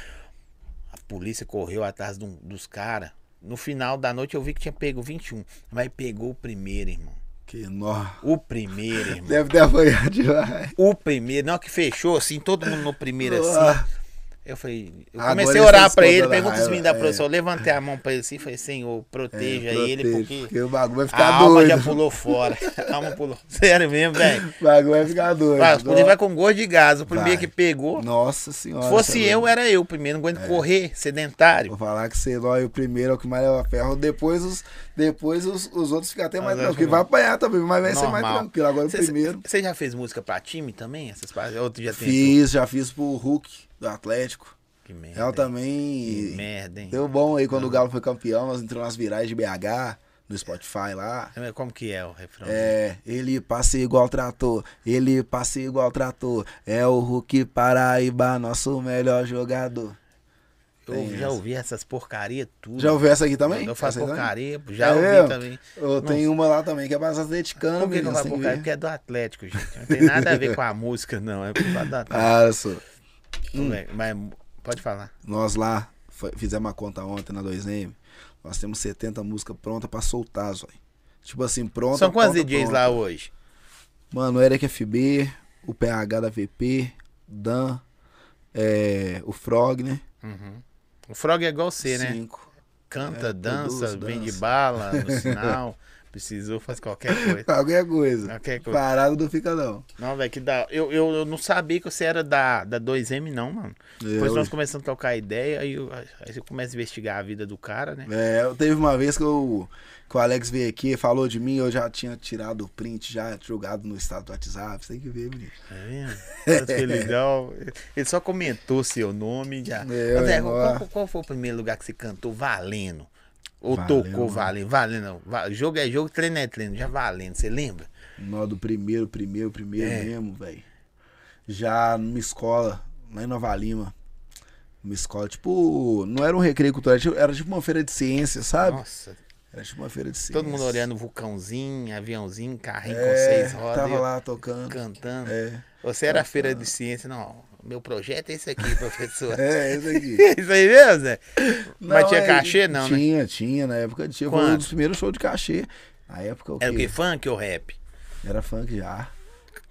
Speaker 1: A polícia correu atrás de um- dos caras. No final da noite eu vi que tinha pego 21. Mas pegou o primeiro, irmão.
Speaker 2: Que nó.
Speaker 1: O primeiro, irmão.
Speaker 2: Deve ter apanhado demais.
Speaker 1: O primeiro. Na hora que fechou, assim, todo mundo no primeiro, assim.
Speaker 2: Ah,
Speaker 1: Eu falei. Eu
Speaker 2: Agora
Speaker 1: comecei a
Speaker 2: ele
Speaker 1: orar
Speaker 2: se
Speaker 1: pra
Speaker 2: esconde
Speaker 1: ele.
Speaker 2: da
Speaker 1: Pergunta se
Speaker 2: raiva,
Speaker 1: me dá
Speaker 2: é.
Speaker 1: proteção. Eu levantei a mão pra ele assim e falei: Senhor, proteja ele,
Speaker 2: protejo,
Speaker 1: porque.
Speaker 2: o bagulho vai ficar
Speaker 1: A alma
Speaker 2: doido.
Speaker 1: já pulou fora. A alma pulou. Sério mesmo, velho.
Speaker 2: O bagulho vai ficar doido.
Speaker 1: Ah, o Pudim
Speaker 2: Nó.
Speaker 1: vai com gosto de gás. O primeiro
Speaker 2: Vai.
Speaker 1: que pegou.
Speaker 2: Nossa É. senhora.
Speaker 1: Se fosse
Speaker 2: tá
Speaker 1: eu,
Speaker 2: doido.
Speaker 1: era eu. Primeiro, não aguento correr, sedentário.
Speaker 2: Vou falar que você dói o primeiro é o que mais leva ferro. Depois os, depois os, os outros ficam até mais
Speaker 1: Mas Ah, acho
Speaker 2: tranquilos. Porque vai apanhar também, mas vai ser mais
Speaker 1: Normal.
Speaker 2: tranquilo. Agora o primeiro.
Speaker 1: Você já fez música pra time também? Essas paradas? Outro já tem.
Speaker 2: Fiz, já fiz pro Hulk do Atlético.
Speaker 1: Que merda.
Speaker 2: Ela
Speaker 1: hein? Que
Speaker 2: também.
Speaker 1: merda, hein?
Speaker 2: Deu bom aí quando o Galo foi campeão. Nós entramos nas virais de BH, no Spotify lá.
Speaker 1: Como que é o refrão?
Speaker 2: É, ele passa igual trator, ele passa igual trator. É o Hulk Paraíba, nosso melhor jogador.
Speaker 1: Eu
Speaker 2: Tem
Speaker 1: já
Speaker 2: essa.
Speaker 1: ouvi essas porcarias tudo.
Speaker 2: Já ouviu essa aqui também?
Speaker 1: Eu faço
Speaker 2: Essa aí também?
Speaker 1: porcaria, já
Speaker 2: É
Speaker 1: ouvi
Speaker 2: mesmo?
Speaker 1: também.
Speaker 2: Eu tenho uma lá também que é bastante atleticana.
Speaker 1: Por que que eu
Speaker 2: menino,
Speaker 1: faço
Speaker 2: você tem que
Speaker 1: porcaria?
Speaker 2: ver.
Speaker 1: Porque é do Atlético, gente. Não tem nada a ver com a música, não. É por causa do Atlético.
Speaker 2: Cara, sou. Ah,
Speaker 1: velho. Mas pode falar.
Speaker 2: Nós lá fa- fizemos uma conta ontem na 2M. Nós temos 70 músicas prontas pra soltar, Zói. Tipo assim, pronta.
Speaker 1: São quantos
Speaker 2: pronta,
Speaker 1: DJs
Speaker 2: pronta.
Speaker 1: lá hoje?
Speaker 2: Mano, o Eric FB, o PH da VP, Dan, é, o Frogner.
Speaker 1: Uhum. O Frog é igual você, né?
Speaker 2: Cinco.
Speaker 1: Canta,
Speaker 2: É,
Speaker 1: dança,
Speaker 2: produz,
Speaker 1: vende
Speaker 2: dança.
Speaker 1: bala no sinal. Precisou, faz qualquer coisa.
Speaker 2: Qualquer coisa.
Speaker 1: Qualquer coisa.
Speaker 2: Parado não fica, não.
Speaker 1: Não, velho, que da. Eu, eu, eu não sabia que você era da, da 2M, não, mano. Depois
Speaker 2: Eu-
Speaker 1: nós começamos a trocar ideia, aí, eu, aí você começa a investigar a vida do cara, né?
Speaker 2: É, eu- teve uma vez que, eu, que o Alex veio aqui, falou de mim, eu já tinha tirado o print, já jogado no estado do WhatsApp, você tem que ver, menino.
Speaker 1: Tá vendo? Todo felizão. Ele só comentou seu nome já.
Speaker 2: É,
Speaker 1: Mas, é,
Speaker 2: eu-
Speaker 1: qual, qual foi o primeiro lugar que você cantou valendo? Ou
Speaker 2: Valendo,
Speaker 1: tocou
Speaker 2: né?
Speaker 1: valendo? Valendo, não. Va- Jogo é jogo, treino é treino, já valendo, você lembra?
Speaker 2: Nó do primeiro, primeiro, primeiro
Speaker 1: É.
Speaker 2: mesmo, velho. Já numa escola, lá em Nova Lima. Uma escola, tipo, não era um recreio cultural, tipo- era tipo uma feira de ciência, sabe?
Speaker 1: Nossa,
Speaker 2: Era tipo uma feira de ciência.
Speaker 1: todo mundo olhando vulcãozinho, aviãozinho, carrinho com
Speaker 2: é,
Speaker 1: seis rodas.
Speaker 2: Tava
Speaker 1: eu
Speaker 2: lá tocando.
Speaker 1: Cantando.
Speaker 2: É.
Speaker 1: Você era feira de ciência, não. Meu projeto é esse aqui, professor.
Speaker 2: É, esse aqui.
Speaker 1: Isso aí mesmo, Zé? Mas
Speaker 2: Não,
Speaker 1: tinha
Speaker 2: é,
Speaker 1: cachê, não, né?
Speaker 2: Tinha, tinha, na época tinha. Foi um
Speaker 1: Quanto?
Speaker 2: dos primeiros shows de cachê. Na época o quê?
Speaker 1: Era o que? Funk ou rap?
Speaker 2: Era funk já.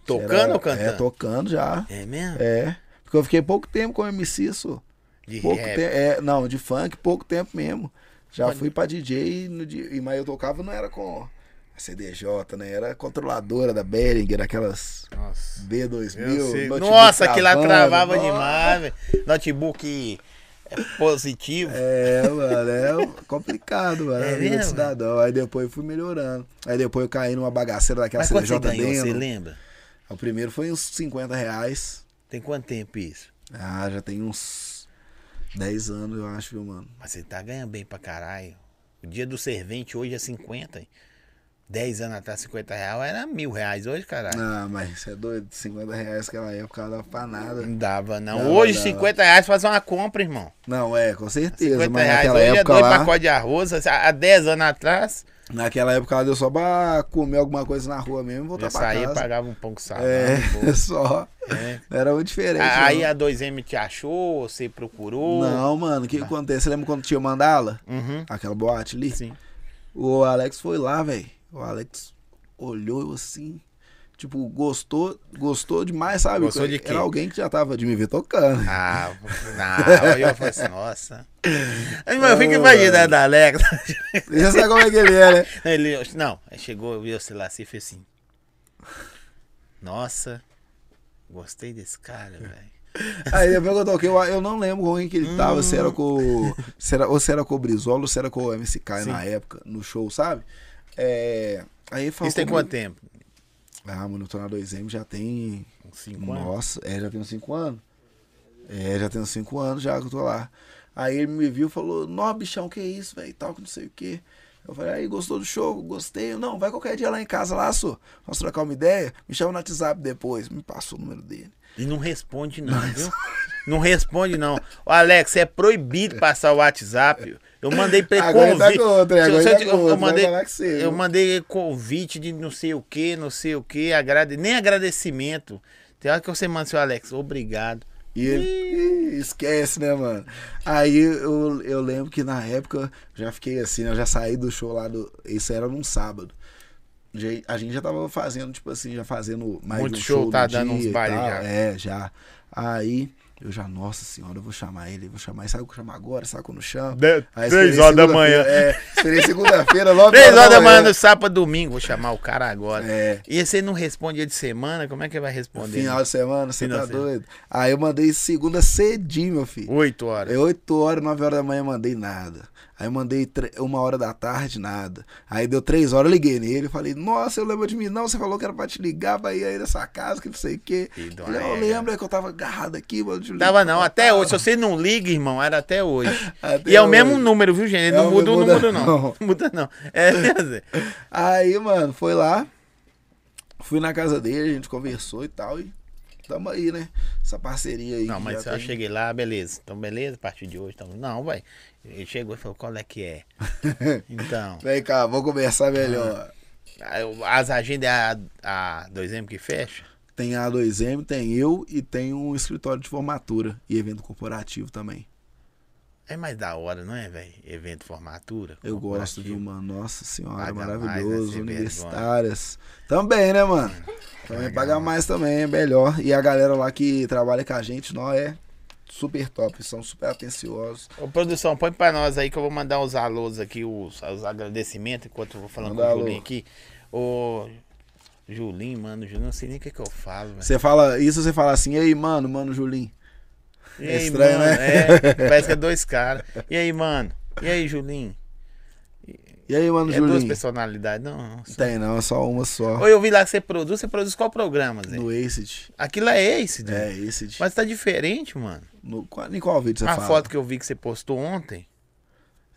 Speaker 1: Tocando
Speaker 2: Era-
Speaker 1: ou cantando?
Speaker 2: É, tocando já.
Speaker 1: É mesmo?
Speaker 2: É. Porque eu fiquei pouco tempo com MC, isso.
Speaker 1: De
Speaker 2: Pouco
Speaker 1: rap.
Speaker 2: tempo. É, não, de funk, pouco tempo mesmo. Já
Speaker 1: Pode-
Speaker 2: fui pra DJ, e no dia, e- mas eu tocava não era com a CDJ, né? Era controladora da Behringer, aquelas
Speaker 1: Nossa. Eu sei.
Speaker 2: B2000. notebook
Speaker 1: Nossa, aquilo lá
Speaker 2: travando.
Speaker 1: travava
Speaker 2: Nossa.
Speaker 1: demais, velho. Notebook é, positivo.
Speaker 2: É, mano, é complicado, mano.
Speaker 1: É
Speaker 2: É vida de
Speaker 1: mesmo?
Speaker 2: cidadão. Aí depois eu fui melhorando. Aí depois eu caí numa bagaceira daquela
Speaker 1: Mas quanto você
Speaker 2: CDJ
Speaker 1: ganhou, você
Speaker 2: dentro.
Speaker 1: lembra?
Speaker 2: O primeiro foi uns 50 reais.
Speaker 1: Tem quanto tempo isso?
Speaker 2: Ah, já tem uns 10 anos, eu acho, viu, mano.
Speaker 1: Mas você tá ganhando bem pra caralho. O dia do servente hoje é 50. hein? 10 anos atrás, 50 reais era mil reais hoje, caralho.
Speaker 2: Ah, mas você é doido, 50 reais naquela época não dava pra nada.
Speaker 1: Não dava, não.
Speaker 2: Dava,
Speaker 1: hoje,
Speaker 2: dava.
Speaker 1: 50 reais faz uma compra, irmão.
Speaker 2: Não, é, com certeza,
Speaker 1: 50
Speaker 2: mas
Speaker 1: reais
Speaker 2: naquela
Speaker 1: hoje é
Speaker 2: época
Speaker 1: dois
Speaker 2: lá,
Speaker 1: pacotes de arroz. assim, Há 10 anos atrás,
Speaker 2: naquela época lá deu só pra comer alguma coisa na rua mesmo e voltar
Speaker 1: eu
Speaker 2: pra
Speaker 1: saía,
Speaker 2: casa.
Speaker 1: pagava um pão com salão. um
Speaker 2: É,
Speaker 1: pouco,
Speaker 2: só.
Speaker 1: né?
Speaker 2: Não era muito diferente.
Speaker 1: Aí
Speaker 2: não.
Speaker 1: a 2M te achou, você procurou.
Speaker 2: Não, mano,
Speaker 1: Ah.
Speaker 2: o que acontece? Você lembra quando tinha o mandala?
Speaker 1: Uhum.
Speaker 2: Aquela boate ali?
Speaker 1: Sim.
Speaker 2: O Alex foi lá, velho. O Alex olhou eu assim. Tipo, gostou, gostou demais, sabe?
Speaker 1: Gostou de quê?
Speaker 2: Era alguém que já tava de me ver tocando.
Speaker 1: Ah, não, aí eu falei assim, nossa. Aí, mas eu fico imaginando a Alex.
Speaker 2: Você sabe como é que ele é, né?
Speaker 1: Ele, não, aí chegou, eu vi o celular assim e fez assim. Nossa, gostei desse cara, velho.
Speaker 2: Aí depois que eu toquei, eu, eu não lembro com quem que ele tava, se
Speaker 1: Hum.
Speaker 2: era com. Se era, ou se era com o Brizola ou se era com o MC Caio na época, no show, sabe? É. Aí ele falou.
Speaker 1: Isso tem
Speaker 2: comigo-
Speaker 1: quanto tempo?
Speaker 2: Ah, mano, eu tô na 2M já tem
Speaker 1: Uns cinco anos?
Speaker 2: Nossa, é, já tem uns 5 anos. É, já tem uns 5 anos já que eu tô lá. Aí ele me viu e falou, nó, bichão, que isso, velho, tal, que não sei o quê. Eu falei, aí, gostou do show? Gostei. Eu, Não, vai qualquer dia lá em casa, lá, só. Vamos trocar uma ideia? Me chama no WhatsApp depois. Me passou o número dele.
Speaker 1: E não responde não, viu? Não responde não. Ô, Alex, é proibido passar o WhatsApp. Eu mandei pra ele
Speaker 2: Agora tá
Speaker 1: convite.
Speaker 2: com outra,
Speaker 1: Se
Speaker 2: agora
Speaker 1: você-
Speaker 2: tá com
Speaker 1: eu- eu
Speaker 2: outra,
Speaker 1: mandei-
Speaker 2: vai falar que você,
Speaker 1: Eu
Speaker 2: viu?
Speaker 1: mandei convite de não sei o que, não sei o que, agrade... nem agradecimento. Tem hora que você manda seu Alex, obrigado.
Speaker 2: E ele, Ih, esquece, né, mano? Aí eu, eu lembro que na época eu já fiquei assim, né? Eu já saí do show lá do. Isso era num sábado. Já- a gente já tava fazendo, tipo assim, já fazendo mais
Speaker 1: Muito
Speaker 2: um
Speaker 1: show,
Speaker 2: show,
Speaker 1: tá
Speaker 2: no
Speaker 1: dando
Speaker 2: dia
Speaker 1: uns
Speaker 2: e
Speaker 1: bailes
Speaker 2: tal.
Speaker 1: já.
Speaker 2: É, já. Aí eu já, nossa senhora, eu vou chamar ele, eu vou chamar ele. Sabe o que eu chamo agora? Sabe quando eu chamo?
Speaker 1: De-
Speaker 2: Aí
Speaker 1: três
Speaker 2: esperei
Speaker 1: horas da manhã.
Speaker 2: segunda-feira, É, esperei segunda-feira, logo.
Speaker 1: Três horas da manhã no sábado pra domingo, vou chamar o cara agora.
Speaker 2: É.
Speaker 1: E você não responde dia de semana, como é que vai responder?
Speaker 2: Final de semana, você tá
Speaker 1: Final-feira.
Speaker 2: doido? Aí eu mandei segunda cedinho, meu filho.
Speaker 1: Oito horas.
Speaker 2: É 8 horas, 9 horas da manhã, mandei nada. Aí eu mandei 1 hora da tarde, nada. Aí deu 3 horas, eu liguei nele e falei, nossa, eu lembro de mim, não, você falou que era pra te ligar pra ir aí nessa casa, que não sei o quê.
Speaker 1: Que dó,
Speaker 2: Ele, eu
Speaker 1: né,
Speaker 2: lembro, é que eu tava agarrado aqui, mano. te
Speaker 1: Tava
Speaker 2: ligar,
Speaker 1: não,
Speaker 2: tá,
Speaker 1: até
Speaker 2: tá.
Speaker 1: hoje. Se você não liga, irmão, era até hoje.
Speaker 2: Até
Speaker 1: e é o
Speaker 2: hoje.
Speaker 1: mesmo número, viu, gente? Ele
Speaker 2: É,
Speaker 1: não
Speaker 2: o
Speaker 1: muda o
Speaker 2: meu muda
Speaker 1: número, não. Não
Speaker 2: não.
Speaker 1: muda, não. É, quer dizer,
Speaker 2: Aí, mano, foi lá, fui na casa dele, a gente conversou e tal, e Tamo aí, né? Essa parceria aí.
Speaker 1: Não,
Speaker 2: que
Speaker 1: mas
Speaker 2: já
Speaker 1: eu
Speaker 2: tem-
Speaker 1: cheguei lá, beleza. Então, beleza, a partir de hoje. Então, não, vai. Ele chegou e falou, qual é que é? Então,
Speaker 2: Vem cá, vamos conversar
Speaker 1: Ah.
Speaker 2: melhor.
Speaker 1: aí eu- as agendas é a, a 2M que fecha?
Speaker 2: Tem a 2M, tem eu e tem um escritório de formatura e evento corporativo também.
Speaker 1: É mais da hora, não é, velho? Evento, formatura.
Speaker 2: Eu gosto de
Speaker 1: corporativo.
Speaker 2: uma, nossa senhora,
Speaker 1: Paga mais, né,
Speaker 2: maravilhoso,
Speaker 1: sem
Speaker 2: universitárias. Também, né, mano? Também pagar mais também, é melhor. E a galera lá que trabalha com a gente, não é super top, são super atenciosos.
Speaker 1: Ô, produção, põe pra nós aí que eu vou mandar os alôs aqui, os, os agradecimentos, enquanto eu vou falando
Speaker 2: Manda
Speaker 1: com o
Speaker 2: alô.
Speaker 1: Julinho aqui. Ô, Julinho, mano, Julinho, não sei nem o que, que eu falo, velho.
Speaker 2: Você fala isso, você fala assim, ei, mano, mano, Julinho.
Speaker 1: E
Speaker 2: É
Speaker 1: aí,
Speaker 2: estranho,
Speaker 1: mano?
Speaker 2: né?
Speaker 1: É, parece que é dois caras. E aí, mano? E aí, Julinho?
Speaker 2: E aí, mano,
Speaker 1: É duas
Speaker 2: Julinho?
Speaker 1: personalidades, não. não sei.
Speaker 2: Tem não, é só uma só.
Speaker 1: Ô, eu vi lá que você produz, você produz qual programa, Zé?
Speaker 2: No Acid.
Speaker 1: Aquilo é esse, Zé.
Speaker 2: É, Acid.
Speaker 1: Mas tá diferente, mano.
Speaker 2: No, qual- em qual vídeo você
Speaker 1: a
Speaker 2: fala?
Speaker 1: foto que eu vi que você postou ontem.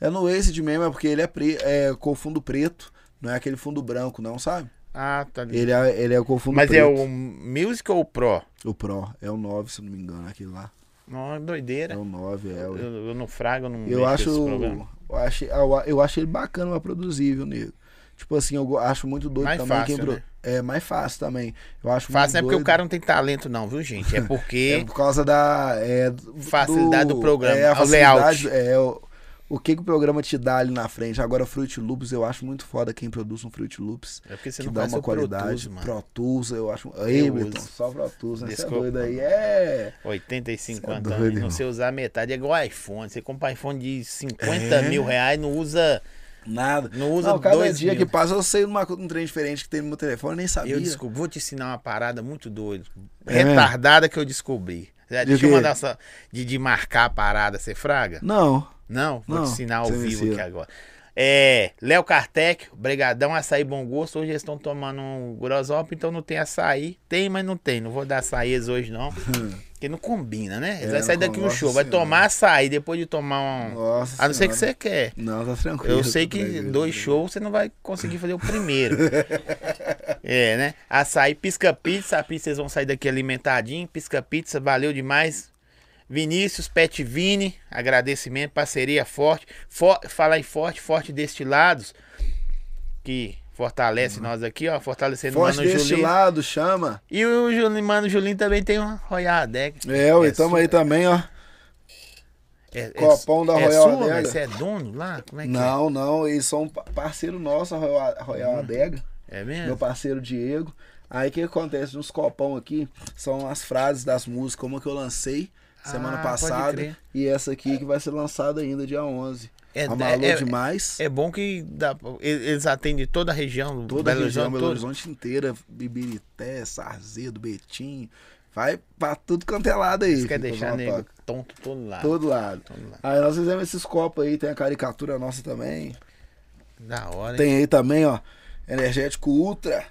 Speaker 2: É no Acid mesmo, é porque ele é, pre... é com fundo preto, não é aquele fundo branco, não, sabe?
Speaker 1: Ah, tá ligado.
Speaker 2: Ele é, ele é com fundo
Speaker 1: Mas
Speaker 2: preto.
Speaker 1: é o Music ou o Pro?
Speaker 2: O Pro, é o 9, se eu não me engano, aquele lá.
Speaker 1: Não, é
Speaker 2: É
Speaker 1: doideira.
Speaker 2: o 9, é
Speaker 1: Eu,
Speaker 2: o.
Speaker 1: eu não frago, eu não mexo
Speaker 2: Eu
Speaker 1: com
Speaker 2: acho. um
Speaker 1: esse programa.
Speaker 2: Eu acho, eu- eu acho ele bacana pra produzir, viu, nego? Tipo assim, eu go- acho muito doido
Speaker 1: Mais
Speaker 2: também
Speaker 1: fácil,
Speaker 2: quem pro-
Speaker 1: né?
Speaker 2: É mais fácil também. Eu acho
Speaker 1: Fácil não é
Speaker 2: muito
Speaker 1: porque o
Speaker 2: doido.
Speaker 1: cara não tem talento, não, viu, gente? É
Speaker 2: É
Speaker 1: porque.
Speaker 2: por causa da. é, do-
Speaker 1: Facilidade do programa,
Speaker 2: É, a
Speaker 1: o
Speaker 2: facilidade. É, o, o que, que o programa te dá ali na frente. Agora, Fruit Loops, eu acho muito foda quem produz um Fruit Loops.
Speaker 1: É, porque você
Speaker 2: que
Speaker 1: não
Speaker 2: dá
Speaker 1: faz
Speaker 2: uma
Speaker 1: uma
Speaker 2: qualidade.
Speaker 1: qualidade, mano.
Speaker 2: Pro Tools, eu acho. Ei,
Speaker 1: Eu
Speaker 2: Milton,
Speaker 1: uso.
Speaker 2: só Pro Tools, né? Você é
Speaker 1: Desculpa.
Speaker 2: doido aí. É.
Speaker 1: 85
Speaker 2: Cê é
Speaker 1: anos.
Speaker 2: doido,
Speaker 1: não
Speaker 2: irmão.
Speaker 1: sei usar metade. É igual iPhone. Você compra iPhone de 50
Speaker 2: É.
Speaker 1: mil reais, não usa.
Speaker 2: Nada.
Speaker 1: Não usa
Speaker 2: não, cada
Speaker 1: dois
Speaker 2: dia
Speaker 1: mil.
Speaker 2: que passa eu sei numa, co- um trem diferente que tem no meu telefone, eu nem sabia.
Speaker 1: Eu descobri, vou te ensinar uma parada muito doida.
Speaker 2: É mesmo?
Speaker 1: retardada que eu descobri. É,
Speaker 2: De
Speaker 1: Deixa eu
Speaker 2: quê?
Speaker 1: mandar essa. De, de marcar a parada, você fraga?
Speaker 2: Não.
Speaker 1: Não, vou
Speaker 2: Não,
Speaker 1: te ensinar ao
Speaker 2: você me
Speaker 1: vivo
Speaker 2: ensina.
Speaker 1: aqui agora. É, Léo Kartek, Bregadão, Açaí Bom Gosto. Hoje eles estão tomando um grosopa, então não tem açaí. Tem, mas não tem. Não vou dar açaí eles hoje, não. Porque não combina, né? Eles
Speaker 2: É,
Speaker 1: vão sair
Speaker 2: não
Speaker 1: daqui um
Speaker 2: combina,
Speaker 1: show. Vai
Speaker 2: senhora.
Speaker 1: tomar açaí depois de tomar um.
Speaker 2: Nossa.
Speaker 1: A não ser que
Speaker 2: Senhora.
Speaker 1: você quer.
Speaker 2: Não, tá tranquilo.
Speaker 1: Eu sei
Speaker 2: tá
Speaker 1: que
Speaker 2: tranquilo.
Speaker 1: dois shows você não vai conseguir fazer o primeiro. é, né? Açaí, pisca pizza. A pizza vocês vão sair daqui alimentadinho. Pisca pizza, valeu demais. Vinícius, Pet Vini, agradecimento, parceria forte. For, falar em forte, forte destilados, que fortalece nós aqui, ó. Fortalecendo o
Speaker 2: Uhum. Forte
Speaker 1: Mano
Speaker 2: deste
Speaker 1: Julinho.
Speaker 2: lado, chama.
Speaker 1: E o Julinho, Mano Julinho também tem uma Royal Adega.
Speaker 2: É, ué,
Speaker 1: É
Speaker 2: tamo
Speaker 1: sua-
Speaker 2: aí também, ó.
Speaker 1: É, é-
Speaker 2: Copão da
Speaker 1: é
Speaker 2: Royal
Speaker 1: sua,
Speaker 2: Adega.
Speaker 1: mas Você é dono lá? Como é que
Speaker 2: Não, não, eles são um pa- parceiro nosso, a Royal, a Royal Adega.
Speaker 1: é? É
Speaker 2: Meu
Speaker 1: mesmo?
Speaker 2: parceiro Diego. Aí o que acontece? Nos copão aqui são as frases das músicas, como que eu lancei semana
Speaker 1: Ah, pode
Speaker 2: passada.
Speaker 1: crer.
Speaker 2: E essa aqui que vai ser lançada ainda dia 11.
Speaker 1: É-
Speaker 2: Amalou
Speaker 1: é- é-
Speaker 2: demais.
Speaker 1: É bom que dá- eles atendem toda a região,
Speaker 2: Toda a região, Belo
Speaker 1: todo.
Speaker 2: Horizonte inteira, Bibirité, Sarzedo, Betim, vai pra tudo canto é lado aí.
Speaker 1: Você quer
Speaker 2: filho,
Speaker 1: deixar
Speaker 2: fazer
Speaker 1: nego Ah,
Speaker 2: uma toca.
Speaker 1: tonto todo lado.
Speaker 2: Todo lado. Aí nós fizemos esses copos aí, tem a caricatura nossa também.
Speaker 1: Da hora, hein?
Speaker 2: Tem aí também, ó, energético ultra.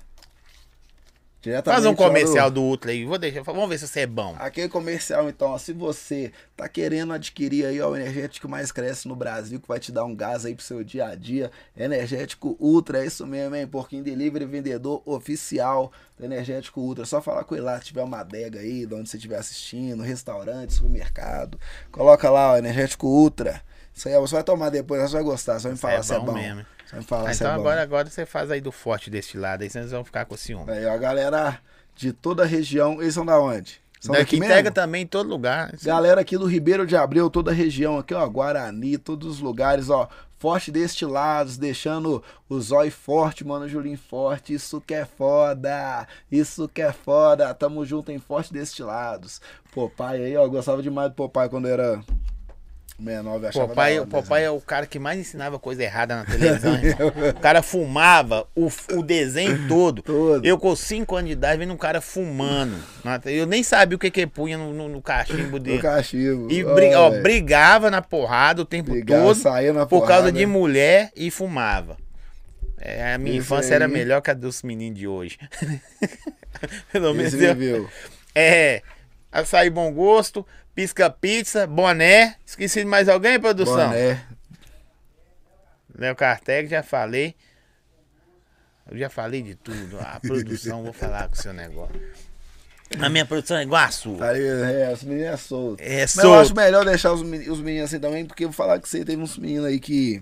Speaker 2: Diretamente,
Speaker 1: Faz um
Speaker 2: ó,
Speaker 1: comercial
Speaker 2: do-
Speaker 1: do Ultra aí. Vou deixar, vamos ver se você é bom.
Speaker 2: Aquele comercial, então, ó, se você tá querendo adquirir aí ó, o energético que mais cresce no Brasil, que vai te dar um gás aí pro seu dia a dia, energético ultra, é isso mesmo, hein? Porquinho Delivery, vendedor oficial do energético ultra. É Só falar com ele lá, se tiver uma adega aí, de onde você estiver assistindo, restaurante, supermercado, coloca lá, ó, energético ultra. Isso aí, ó, você vai tomar depois, você vai gostar, você vai me
Speaker 1: Isso é
Speaker 2: falar se é
Speaker 1: bom
Speaker 2: bom.
Speaker 1: mesmo, hein?
Speaker 2: Você vai me falar
Speaker 1: Ah,
Speaker 2: se
Speaker 1: então
Speaker 2: é bom.
Speaker 1: agora, agora você faz aí do forte deste lado, aí vocês vão ficar com ciúme.
Speaker 2: Aí, ó, a galera de toda a região, eles são da onde? São
Speaker 1: Daqui
Speaker 2: mesmo?
Speaker 1: pega também em todo lugar.
Speaker 2: Galera aqui do Ribeiro de Abreu, toda a região aqui, ó, Guarani, todos os lugares, ó, forte destilados, deixando o zói forte, mano, Julinho forte, isso que é foda, isso que é foda, tamo junto em forte destilados. Popai aí, ó, eu gostava demais do Popai quando eu era menor, eu achava
Speaker 1: Papai,
Speaker 2: da
Speaker 1: o
Speaker 2: hora, né?
Speaker 1: papai é o cara que mais ensinava coisa errada na televisão, é irmão. O cara fumava o, o desenho todo.
Speaker 2: Todo.
Speaker 1: Eu com 5 anos de idade vendo um cara fumando. na te- Eu nem sabia o que que punha no, no, no cachimbo
Speaker 2: do
Speaker 1: dele.
Speaker 2: cachimbo.
Speaker 1: E bri- ó,
Speaker 2: velho.
Speaker 1: brigava na porrada o tempo
Speaker 2: Brigava,
Speaker 1: todo
Speaker 2: saía na
Speaker 1: por causa
Speaker 2: porrada. né?
Speaker 1: de mulher e fumava. É, a minha
Speaker 2: Isso
Speaker 1: infância era
Speaker 2: aí.
Speaker 1: melhor que a dos meninos de hoje. Pelo menos
Speaker 2: Esse
Speaker 1: eu-
Speaker 2: viveu.
Speaker 1: É. Açaí Bom Gosto, Pisca Pizza, Boné. Esqueci de mais alguém, produção?
Speaker 2: Boné.
Speaker 1: Léo Carteg, já falei. Eu já falei de tudo. A produção, vou falar com o seu negócio. A minha produção é igual a sua.
Speaker 2: Tá ligado? É, os meninos é solto.
Speaker 1: É
Speaker 2: Mas eu acho
Speaker 1: solto.
Speaker 2: melhor deixar os meni- os meninos assim também, porque eu vou falar que você teve uns meninos aí que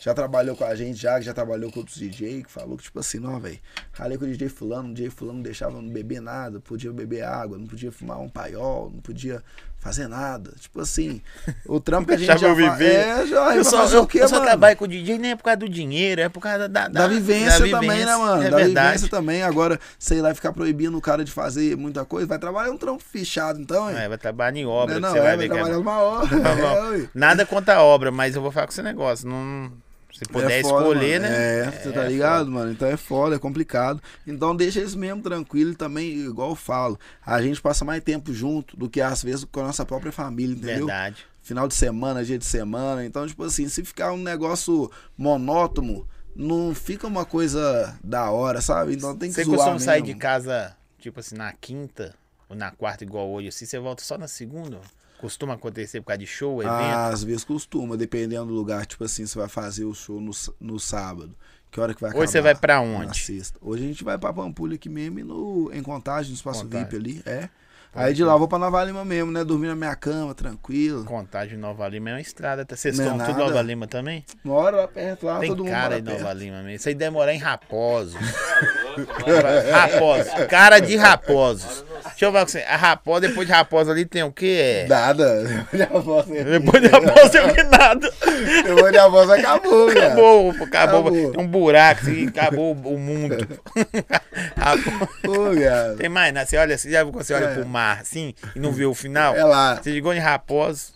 Speaker 2: já trabalhou com a gente, já, que já trabalhou com outros DJ, que falou que, tipo assim, não, velho, ralei com o DJ fulano, o DJ fulano não deixava não beber nada, podia beber água, não podia fumar um paiol, não podia fazer nada. Tipo assim, o trampo que a gente já
Speaker 1: Deixava eu
Speaker 2: fa-
Speaker 1: viver.
Speaker 2: É, já,
Speaker 1: Eu só,
Speaker 2: fazer
Speaker 1: eu,
Speaker 2: o quê,
Speaker 1: eu só
Speaker 2: mano?
Speaker 1: trabalho com DJ nem é por causa do dinheiro, é por causa da,
Speaker 2: Da, vivência
Speaker 1: da
Speaker 2: também, né,
Speaker 1: vivência,
Speaker 2: mano?
Speaker 1: É
Speaker 2: da
Speaker 1: verdade.
Speaker 2: vivência também. Agora, sei lá, ficar proibindo o cara de fazer muita coisa, vai trabalhar um trampo fechado, então, hein?
Speaker 1: É, vai trabalhar em
Speaker 2: Não
Speaker 1: obra,
Speaker 2: é
Speaker 1: que
Speaker 2: não,
Speaker 1: você
Speaker 2: é,
Speaker 1: vai
Speaker 2: vai
Speaker 1: ver que é
Speaker 2: trabalhar
Speaker 1: bom.
Speaker 2: uma hora.
Speaker 1: Tá bom.
Speaker 2: É, ui.
Speaker 1: Nada contra a obra, mas eu vou falar com esse negócio. Não, se puder
Speaker 2: É foda,
Speaker 1: escolher,
Speaker 2: mano.
Speaker 1: né?
Speaker 2: É, você tá ligado, mano? Então é foda, é complicado. Então deixa eles mesmo tranquilo e também, igual eu falo, a gente passa mais tempo junto do que às vezes com a nossa própria família, entendeu?
Speaker 1: Verdade.
Speaker 2: Final de semana, dia de semana. Então, tipo assim, se ficar um negócio monótono, não fica uma coisa da hora, sabe? Então tem que
Speaker 1: Você
Speaker 2: zoar
Speaker 1: costuma
Speaker 2: mesmo.
Speaker 1: sair de casa, tipo assim, na quinta ou na quarta, igual hoje, assim, você volta só na segunda? Costuma acontecer por causa de show, evento?
Speaker 2: Às vezes costuma, dependendo do lugar. Tipo assim, você vai fazer o show no, s- no sábado. Que hora que vai acabar?
Speaker 1: Hoje você vai pra
Speaker 2: Na
Speaker 1: onde?
Speaker 2: sexta. Hoje a gente vai pra Pampulha aqui mesmo, e no, em Contagem, no Espaço
Speaker 1: Contagem.
Speaker 2: VIP ali. É. Aí de lá eu vou pra Nova Lima mesmo, né? Dormir na minha cama, tranquilo.
Speaker 1: Contagem Nova Lima é uma estrada. tá? Vocês
Speaker 2: Não é
Speaker 1: estão tudo
Speaker 2: nada.
Speaker 1: Nova Lima também?
Speaker 2: Uma hora lá perto, lá
Speaker 1: Tem
Speaker 2: todo mundo
Speaker 1: cara
Speaker 2: mora
Speaker 1: de Nova
Speaker 2: perto.
Speaker 1: Lima mesmo. Isso aí demorar em Raposo.
Speaker 3: Agora
Speaker 1: Raposos, cara de raposos. Deixa eu falar com você. A raposa, depois de raposa ali tem o quê? É?
Speaker 2: Nada. Minha voz, é né?
Speaker 1: Depois de raposa tem o que nada.
Speaker 2: Depois minha voz acabou, cara.
Speaker 1: Acabou, acabou.
Speaker 2: Acabou.
Speaker 1: Tem um buraco, assim, acabou o mundo. Rapo-
Speaker 2: Pô, cara.
Speaker 1: Tem mais, né? Você olha assim, já viu quando você olha
Speaker 2: É.
Speaker 1: pro mar assim e não vê o final?
Speaker 2: É lá.
Speaker 1: Você ligou em raposos.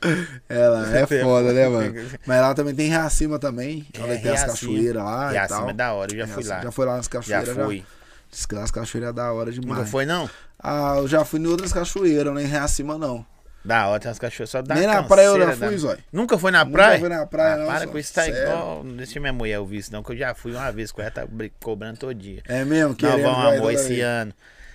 Speaker 2: É lá. É
Speaker 1: Tem-
Speaker 2: foda, né,
Speaker 1: tem-
Speaker 2: mano? Mas lá também tem Reacima também. Ela tem as
Speaker 1: Riacima.
Speaker 2: cachoeiras lá e
Speaker 1: Riacima
Speaker 2: tal.
Speaker 1: assim. é da hora, eu já fui lá.
Speaker 2: Já foi né? lá nas
Speaker 1: Já
Speaker 2: cachoeiras.
Speaker 1: fui.
Speaker 2: Diz que lá as cachoeiras é da hora demais.
Speaker 1: Nunca foi, não?
Speaker 2: Ah, eu já fui em outras cachoeiras, nem em Reacima, não.
Speaker 1: Da hora, tem umas cachorras só da
Speaker 2: Nem na praia eu já
Speaker 1: canseira né? da-
Speaker 2: fui, zói.
Speaker 1: Nunca foi na
Speaker 2: Nunca
Speaker 1: praia?
Speaker 2: fui na praia, não,
Speaker 1: Para
Speaker 2: só.
Speaker 1: com isso, tá
Speaker 2: Sério.
Speaker 1: igual. Não deixa minha mulher ouvir isso, não, que eu já fui uma vez, com ela tá bri- cobrando todo dia.
Speaker 2: É mesmo?
Speaker 1: Não,
Speaker 2: Querendo,
Speaker 1: vamos,
Speaker 2: vai
Speaker 1: amor,
Speaker 2: toda
Speaker 1: esse
Speaker 2: vez.
Speaker 1: ano.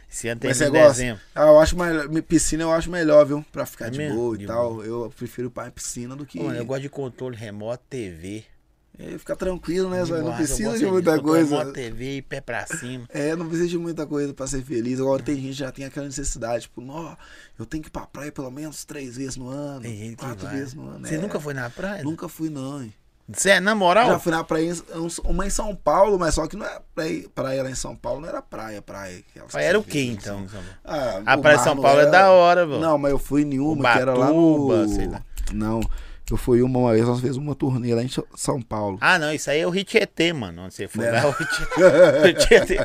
Speaker 1: Esse ano tem
Speaker 2: Mas você
Speaker 1: em
Speaker 2: gosta?
Speaker 1: dezembro.
Speaker 2: Ah, eu acho melhor. mi- Piscina eu acho melhor, viu? Pra ficar
Speaker 1: É
Speaker 2: de
Speaker 1: mesmo?
Speaker 2: boa e
Speaker 1: De
Speaker 2: tal. Eu prefiro pra piscina do que.
Speaker 1: Mano, eu gosto de controle remoto, TV.
Speaker 2: É, ficar tranquilo, né, Zóio? Não
Speaker 1: Nossa, eu
Speaker 2: precisa
Speaker 1: gosto
Speaker 2: de muita
Speaker 1: controle
Speaker 2: coisa.
Speaker 1: Remoto, TV e pé pra cima.
Speaker 2: É, não precisa de muita coisa pra ser feliz. Agora tem gente que já tem aquela necessidade, tipo, ó, eu tenho que ir pra praia pelo menos três vezes no ano,
Speaker 1: Tem gente que
Speaker 2: quatro
Speaker 1: vai.
Speaker 2: vezes no ano.
Speaker 1: Você
Speaker 2: é.
Speaker 1: nunca foi na praia?
Speaker 2: Nunca fui, não. hein?
Speaker 1: Você é na moral?
Speaker 2: Já fui na praia, em- uma em São Paulo, mas só que não é praia, praia lá em São Paulo, não era praia, praia. aquelas
Speaker 1: Praia era o quê,
Speaker 2: coisas assim.
Speaker 1: então?
Speaker 2: Ah,
Speaker 1: A
Speaker 2: o
Speaker 1: praia de
Speaker 2: mar
Speaker 1: São
Speaker 2: não
Speaker 1: Paulo é
Speaker 2: era-
Speaker 1: da hora, mano.
Speaker 2: Não, mas eu fui em uma que era lá
Speaker 1: Ubatuba,
Speaker 2: no...
Speaker 1: sei lá.
Speaker 2: Não, eu fui uma, uma vez, nós fizemos uma turnê lá em Sa- São Paulo.
Speaker 1: Ah, não, isso aí é o Ritetê, mano. Onde você foi
Speaker 2: Né?
Speaker 1: lá, o Ritetê.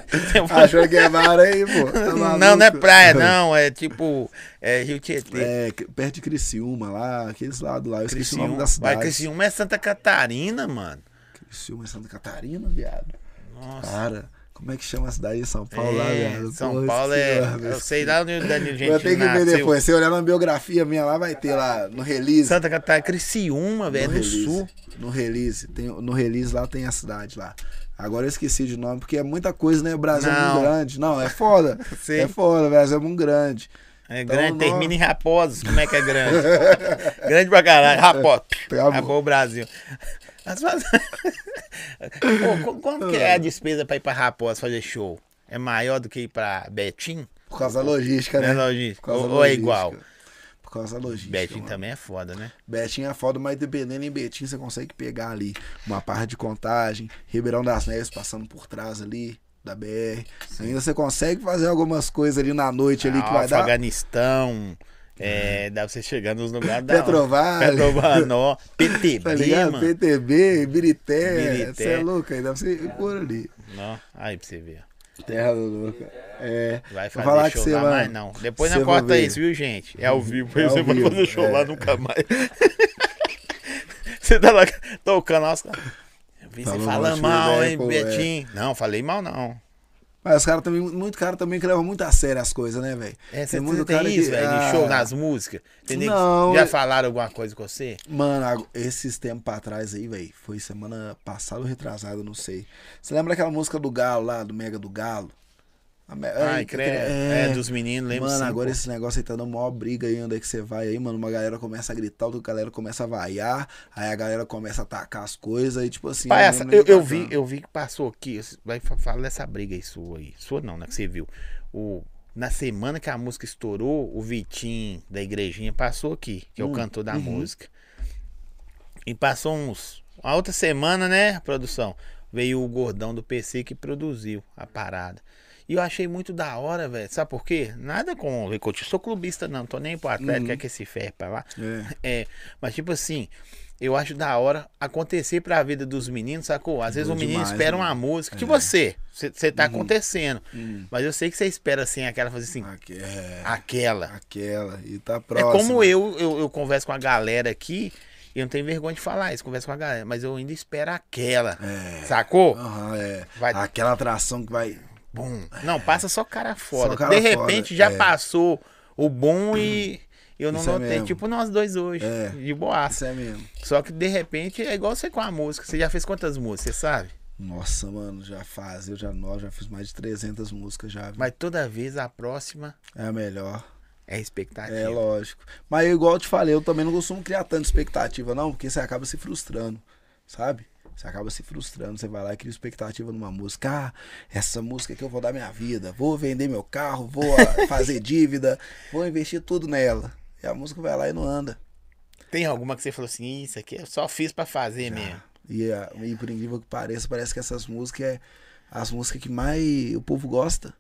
Speaker 2: Achou que é mar aí, pô? Tá maluco?
Speaker 1: Ah, então não, não é praia, não. É tipo. É Rio Tietê.
Speaker 2: É, que- perto de Criciúma, lá, aqueles lados lá. Eu esqueci o nome
Speaker 1: Criciúma.
Speaker 2: da
Speaker 1: Vai,
Speaker 2: cidade.
Speaker 1: Criciúma é Santa Catarina, mano.
Speaker 2: Criciúma, em Santa Catarina, viado.
Speaker 1: Nossa.
Speaker 2: Para. Como é que chama a cidade em São Paulo lá,
Speaker 1: É,
Speaker 2: viado?
Speaker 1: São
Speaker 2: Pô,
Speaker 1: Paulo é.
Speaker 2: esqueci o nome.
Speaker 1: Eu sei lá onde o Danilo Gentili
Speaker 2: Vou ter que ver
Speaker 1: nasceu.
Speaker 2: depois. Se olhar na biografia minha lá, vai ter lá no release.
Speaker 1: Santa Catarina, Criciúma, velho, é no
Speaker 2: release,
Speaker 1: sul.
Speaker 2: No release. Tem, no release lá tem a cidade lá. Agora eu esqueci de nome, porque é muita coisa, né? O Brasil é
Speaker 1: Não.
Speaker 2: muito grande. Não, é foda.
Speaker 1: Sei.
Speaker 2: é foda, o Brasil é muito grande.
Speaker 1: É
Speaker 2: Então,
Speaker 1: grande,
Speaker 2: nó-
Speaker 1: termina em Raposos. Como é que é grande? grande pra caralho, Raposos.
Speaker 2: Acabou.
Speaker 1: Acabou o Brasil. Mas faz- Pô, qu- quanto que é a despesa pra ir pra Raposos fazer show? É maior do que ir pra Betim?
Speaker 2: Por causa da logística, né?
Speaker 1: Né, logística?
Speaker 2: Por causa da
Speaker 1: Ou- ou é igual?
Speaker 2: Por causa da logística.
Speaker 1: Betim
Speaker 2: mano.
Speaker 1: também é foda, né?
Speaker 2: Betim é foda, mas dependendo em Betim, você consegue pegar ali uma parte de contagem, Ribeirão das Neves passando por trás ali da BR. Ainda você consegue fazer algumas coisas ali na noite ali que vai dar.
Speaker 1: Afeganistão. É, dá pra você chegar nos lugares da.
Speaker 2: Petrovale.
Speaker 1: Petrovanó. PTB,
Speaker 2: Tá ligado?
Speaker 1: mano.
Speaker 2: PTB, Birité,
Speaker 1: Birité.
Speaker 2: você é louco, ainda você ir por ali.
Speaker 1: Nó, Aí pra você ver.
Speaker 2: Terra do louco. É.
Speaker 1: Vai
Speaker 2: Vou
Speaker 1: fazer
Speaker 2: falar que
Speaker 1: show
Speaker 2: você
Speaker 1: lá,
Speaker 2: vai-
Speaker 1: mas não. Depois
Speaker 2: você
Speaker 1: não
Speaker 2: vai
Speaker 1: corta
Speaker 2: ver.
Speaker 1: isso, viu, gente? É ao vivo.
Speaker 2: É
Speaker 1: aí
Speaker 2: ao
Speaker 1: você vai
Speaker 2: vivo,
Speaker 1: fazer show
Speaker 2: é.
Speaker 1: lá nunca mais. você tá lá tocando lá. os caras, Eu vi você
Speaker 2: Falou
Speaker 1: falando
Speaker 2: mal,
Speaker 1: mal,
Speaker 2: né,
Speaker 1: hein,
Speaker 2: pô, é.
Speaker 1: Betinho. Não, falei mal, não.
Speaker 2: Mas os caras também, muito cara também que leva muito a sério as coisas, né, velho?
Speaker 1: É, você
Speaker 2: muito
Speaker 1: tem, isso, velho,
Speaker 2: ah,
Speaker 1: no show, nas músicas. Tem nego que
Speaker 2: Não, é-
Speaker 1: já
Speaker 2: eu-
Speaker 1: falaram alguma coisa com você?
Speaker 2: Mano, ag- esses tempos pra trás aí, velho, foi semana passada ou retrasada, não sei. Você lembra aquela música do Galo lá, do Mega do Galo? A me-
Speaker 1: Ai,
Speaker 2: é,
Speaker 1: credo.
Speaker 2: é,
Speaker 1: É, dos meninos, lembro
Speaker 2: Mano,
Speaker 1: sim,
Speaker 2: agora
Speaker 1: pô.
Speaker 2: esse negócio aí tá dando maior briga aí, onde é que você vai aí, mano. Uma galera começa a gritar, outra galera começa a vaiar, aí a galera começa a atacar as coisas e tipo assim.
Speaker 1: Pai,
Speaker 2: eu
Speaker 1: essa-
Speaker 2: lembro
Speaker 1: eu,
Speaker 2: de
Speaker 1: eu
Speaker 2: bacana.
Speaker 1: vi, eu vi que passou aqui. Vai falar dessa briga aí sua aí. Sua não, né? Que você viu. O Na semana que a música estourou, o Vitinho da igrejinha passou aqui, que é o cantor da música. E passou uns. A outra semana, né, produção? Veio o gordão do PC que produziu a parada. E eu achei muito da hora, velho. Sabe por quê? Nada com o Ricotinho. Sou clubista, não. Tô nem pro Atlético, é que esse ferro pra lá.
Speaker 2: É.
Speaker 1: É, mas tipo assim, eu acho da hora acontecer pra vida dos meninos, sacou? Às vezes
Speaker 2: Bom
Speaker 1: o menino
Speaker 2: demais, Uhum.
Speaker 1: espera
Speaker 2: né?
Speaker 1: uma música, tipo você, você tá acontecendo, mas eu sei que você espera assim, aquela fazer assim,
Speaker 2: Aquela.
Speaker 1: aquela.
Speaker 2: Aquela. E tá
Speaker 1: É
Speaker 2: próximo.
Speaker 1: como eu, eu, eu converso com a galera aqui, e eu não tenho vergonha de falar isso, converso com a galera, mas eu ainda espero aquela,
Speaker 2: É.
Speaker 1: sacou?
Speaker 2: Aham, é.
Speaker 1: Vai-
Speaker 2: Aquela atração que vai.
Speaker 1: Bom, não, passa só cara foda.
Speaker 2: Só cara
Speaker 1: de
Speaker 2: foda,
Speaker 1: repente já
Speaker 2: é.
Speaker 1: passou o bom e eu não
Speaker 2: Isso é
Speaker 1: notei,
Speaker 2: mesmo.
Speaker 1: tipo nós dois hoje,
Speaker 2: É.
Speaker 1: de boaça.
Speaker 2: Isso é mesmo.
Speaker 1: Só que de repente é igual você com a música. Você já fez quantas músicas, você sabe?
Speaker 2: Nossa, mano, já faz, eu já nós, já fiz mais de 300 músicas já. viu?
Speaker 1: Mas toda vez a próxima
Speaker 2: É a melhor.
Speaker 1: é expectativa.
Speaker 2: É, lógico. Mas eu, igual eu te falei, eu também não costumo criar tanta expectativa, não, porque você acaba se frustrando, sabe? Você acaba se frustrando, você vai lá e cria expectativa numa música. Ah, essa música que eu vou dar minha vida, vou vender meu carro, vou ah, fazer dívida, vou investir tudo nela. E a música vai lá e não anda.
Speaker 1: Tem alguma que você falou assim, isso aqui eu só fiz pra fazer mesmo.
Speaker 2: E, ah, e por incrível que pareça, parece que essas músicas é as músicas que mais o povo gosta.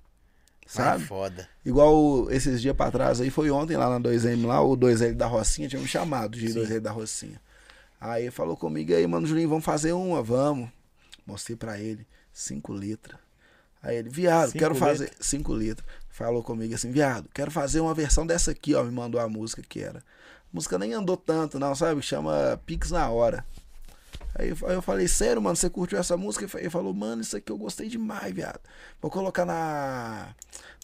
Speaker 1: Sabe?
Speaker 2: Sabe?
Speaker 1: é foda.
Speaker 2: Igual o- esses dias pra trás aí, foi ontem lá na 2M lá, o 2L da Rocinha, tinha me chamado de 2L da Rocinha. Aí ele falou comigo aí, mano, Julinho, vamos fazer uma, vamos. Mostrei pra ele, cinco letras. Aí ele, viado,
Speaker 1: Cinco
Speaker 2: quero fazer. Cinco letras. Falou comigo assim, viado, quero fazer uma versão dessa aqui, ó. Me mandou a música que era. A música nem andou tanto, não, sabe? Chama Pix na hora. Aí eu, aí eu falei, sério, mano, você curtiu essa música? Ele fa- Ele falou, mano, isso aqui eu gostei demais, viado. Vou colocar na,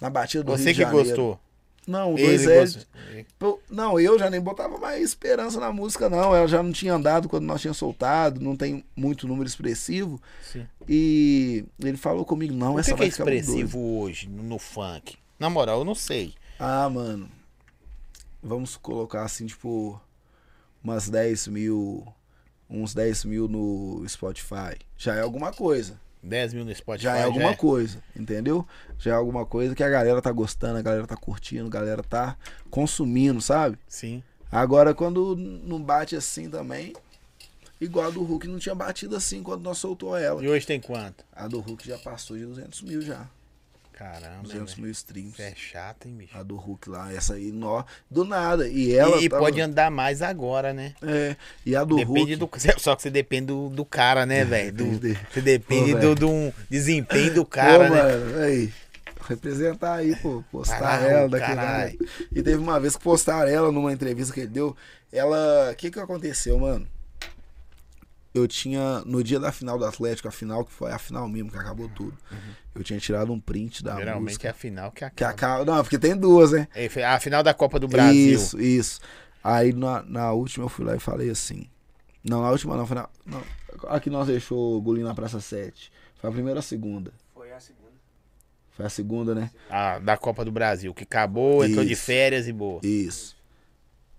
Speaker 2: na batida do
Speaker 1: Você
Speaker 2: Rio de
Speaker 1: que
Speaker 2: Janeiro. Um,
Speaker 1: gostou.
Speaker 2: Não, o
Speaker 1: Ele
Speaker 2: 2L.
Speaker 1: gostou.
Speaker 2: é, Pô, Não, eu já nem botava mais esperança na música, não. Ela já não tinha andado quando nós tínhamos soltado, não tem muito número expressivo.
Speaker 1: Sim.
Speaker 2: E ele falou comigo, não,
Speaker 1: O
Speaker 2: essa
Speaker 1: que, que é
Speaker 2: vai ficar muito doida.
Speaker 1: expressivo hoje no, no funk? Na moral, eu não sei.
Speaker 2: Ah, mano. Vamos colocar assim, tipo, umas 10 mil. Uns 10 mil no Spotify. Já é alguma coisa.
Speaker 1: 10 mil no Spotify.
Speaker 2: Já é alguma coisa, entendeu? Já é alguma coisa que a galera tá gostando, a galera tá curtindo, a galera tá consumindo, sabe?
Speaker 1: Sim.
Speaker 2: Agora, quando não bate assim também, igual a do Hulk não tinha batido assim quando nós soltou ela.
Speaker 1: E hoje tem quanto?
Speaker 2: A do Hulk já passou de 200 mil já.
Speaker 1: Caramba.
Speaker 2: 200
Speaker 1: velho.
Speaker 2: mil streams.
Speaker 1: Você é chato, hein, bicho?
Speaker 2: A do Hulk lá, essa aí, nó, do nada. E ela. tá
Speaker 1: e e
Speaker 2: tava-
Speaker 1: pode andar mais agora, né?
Speaker 2: É, e a do
Speaker 1: Depende
Speaker 2: Hulk. É,
Speaker 1: do, só que você depende do, do cara, né, velho? Do-
Speaker 2: depende.
Speaker 1: Você depende
Speaker 2: Pô,
Speaker 1: do,
Speaker 2: velho.
Speaker 1: de um desempenho do cara,
Speaker 2: pô,
Speaker 1: né?
Speaker 2: mano, aí. Representar aí, pô. Postar
Speaker 1: Caralho,
Speaker 2: ela daquele
Speaker 1: caralho.
Speaker 2: lado. E teve uma vez que postaram ela numa entrevista que ele deu. Ela. O que que aconteceu, mano? Eu tinha. No dia da final do Atlético, a final, que foi a final mesmo, que acabou tudo. Eu tinha tirado um print da
Speaker 1: Uhum. Geralmente
Speaker 2: música.
Speaker 1: é a final que
Speaker 2: Que
Speaker 1: acaba.
Speaker 2: acaba. Não, porque tem duas, né?
Speaker 1: É, foi A final da Copa do Brasil.
Speaker 2: Isso, isso. Aí na, na última eu fui lá e falei assim. Não, na última não, foi na. Não, a que nós deixou o Gulim na Praça 7. Foi a primeira ou a segunda?
Speaker 3: Foi a segunda.
Speaker 2: Foi a segunda, né?
Speaker 1: A, da Copa do Brasil, que acabou, entrou de
Speaker 2: Isso.
Speaker 1: férias e boa.
Speaker 2: Isso.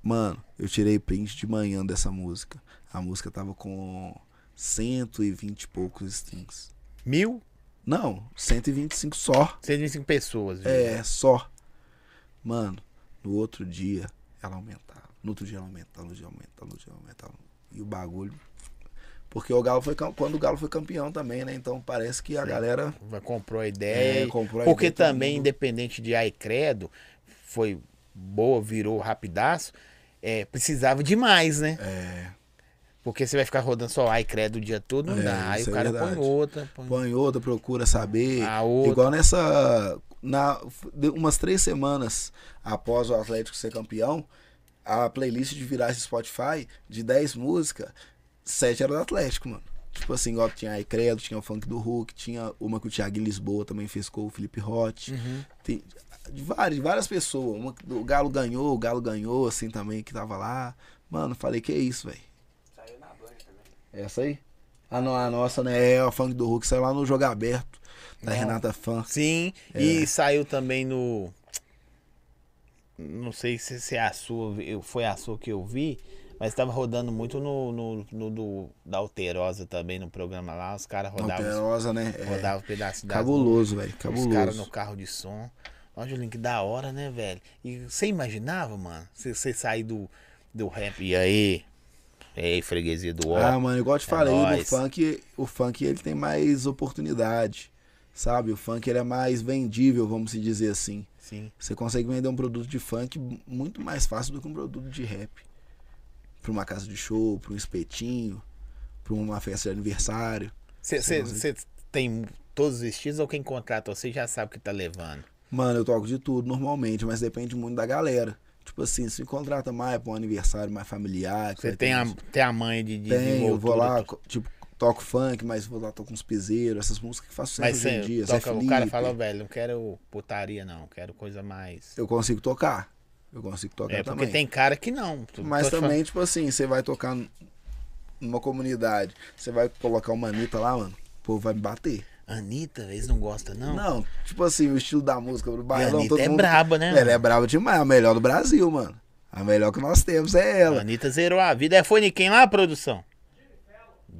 Speaker 2: Mano, eu tirei print de manhã dessa música. A música tava com 120 e poucos strings.
Speaker 1: Mil,
Speaker 2: Não, 125 só.
Speaker 1: 125 pessoas, viu?
Speaker 2: É, só. Mano, no outro dia ela aumentava. No outro dia ela aumentava, no outro dia aumentava, no outro dia aumentava. E o bagulho. Porque o Galo foi cam- quando o Galo foi campeão também, né? Então parece que a galera.
Speaker 1: Comprou a ideia.
Speaker 2: É, comprou a
Speaker 1: porque
Speaker 2: ideia, todo
Speaker 1: também,
Speaker 2: mundo.
Speaker 1: independente de Ai Credo, foi boa, virou rapidaço. É, precisava de mais, né?
Speaker 2: É,
Speaker 1: Porque você vai ficar rodando só Ai Credo o dia todo, não
Speaker 2: É,
Speaker 1: dá. Aí
Speaker 2: isso
Speaker 1: o
Speaker 2: é
Speaker 1: cara põe
Speaker 2: verdade.
Speaker 1: outra. Põe...
Speaker 2: põe outra, procura saber.
Speaker 1: A outra.
Speaker 2: Igual nessa. Na, de- umas três semanas após o Atlético ser campeão, a playlist de viragem Spotify, de 10 músicas, 7 era do Atlético, mano. Tipo assim, igual tinha a Credo, tinha o funk do Hulk, tinha uma que o Thiago em Lisboa também fez com o Felipe Rotti.
Speaker 1: Uhum.
Speaker 2: Tem de várias, de várias pessoas. Uma, que o Galo ganhou, o Galo ganhou, assim também, que tava lá. Mano, falei, que isso, velho.
Speaker 3: Saiu na Band também.
Speaker 2: É Essa aí? Ah, não, a nossa, né? É, o funk do Hulk saiu lá no Jogo Aberto, da Renata Fã.
Speaker 1: Sim,
Speaker 2: É.
Speaker 1: e saiu também no. Não sei se, se é a sua, eu- foi a sua que eu vi, mas estava rodando muito no, no, no do, da Alterosa também, no programa lá. Os caras rodavam
Speaker 2: Alterosa, né? É.
Speaker 1: rodava um pedaço da.
Speaker 2: Cabuloso, velho,
Speaker 1: Os caras no
Speaker 2: cabuloso.
Speaker 1: carro de som. Ó, Julinho, que da hora, né, velho? E você imaginava, mano? Você- Você sair do, do rap. E aí? Ei, freguesia do ó.
Speaker 2: Ah, mano, igual eu te
Speaker 1: É
Speaker 2: falei, no
Speaker 1: nóis.
Speaker 2: funk, o funk ele tem mais oportunidade, sabe? O funk ele é mais vendível, vamos se dizer assim.
Speaker 1: Sim.
Speaker 2: Você consegue vender um produto de funk muito mais fácil do que um produto de rap. Pra uma casa de show, pra um espetinho, pra uma festa de aniversário. Sim, sim.
Speaker 1: Você tem todos os estilos ou quem contrata você já sabe o que tá levando?
Speaker 2: Mano, eu toco de tudo normalmente, mas depende muito da galera. Tipo assim, se contrata mais pra um aniversário mais familiar. que
Speaker 1: Você
Speaker 2: vai
Speaker 1: tem
Speaker 2: ter
Speaker 1: a,
Speaker 2: uns-
Speaker 1: tem a mãe de, de
Speaker 2: Tem, eu vou
Speaker 1: desenvoltura,
Speaker 2: lá,
Speaker 1: tu-
Speaker 2: co- tipo, toco funk, mas vou lá, toco uns piseiros, essas músicas que faço sempre
Speaker 1: Mas
Speaker 2: hoje em
Speaker 1: você
Speaker 2: dia.
Speaker 1: toca, o
Speaker 2: Zé
Speaker 1: cara
Speaker 2: é Felipe.
Speaker 1: fala, "Ô, velho, não quero putaria, não. Quero coisa mais.
Speaker 2: Eu consigo tocar. Eu consigo tocar
Speaker 1: É, porque
Speaker 2: também.
Speaker 1: tem cara que não. Tu-
Speaker 2: Mas
Speaker 1: tô te
Speaker 2: também, tipo assim, você vai tocar n- numa comunidade, você vai colocar uma Anitta lá, mano, o povo vai me bater.
Speaker 1: falando, Anitta, eles não gostam, não.
Speaker 2: Não, tipo assim, o estilo da música do
Speaker 1: E a
Speaker 2: bailão,
Speaker 1: Anitta
Speaker 2: todo
Speaker 1: é
Speaker 2: mundo...
Speaker 1: braba, né?
Speaker 2: Ela é
Speaker 1: mano?
Speaker 2: brava demais, a melhor do Brasil, mano. A melhor que nós temos é
Speaker 1: A
Speaker 2: ela.
Speaker 1: Anitta zerou a vida. É, foi de quem lá, produção?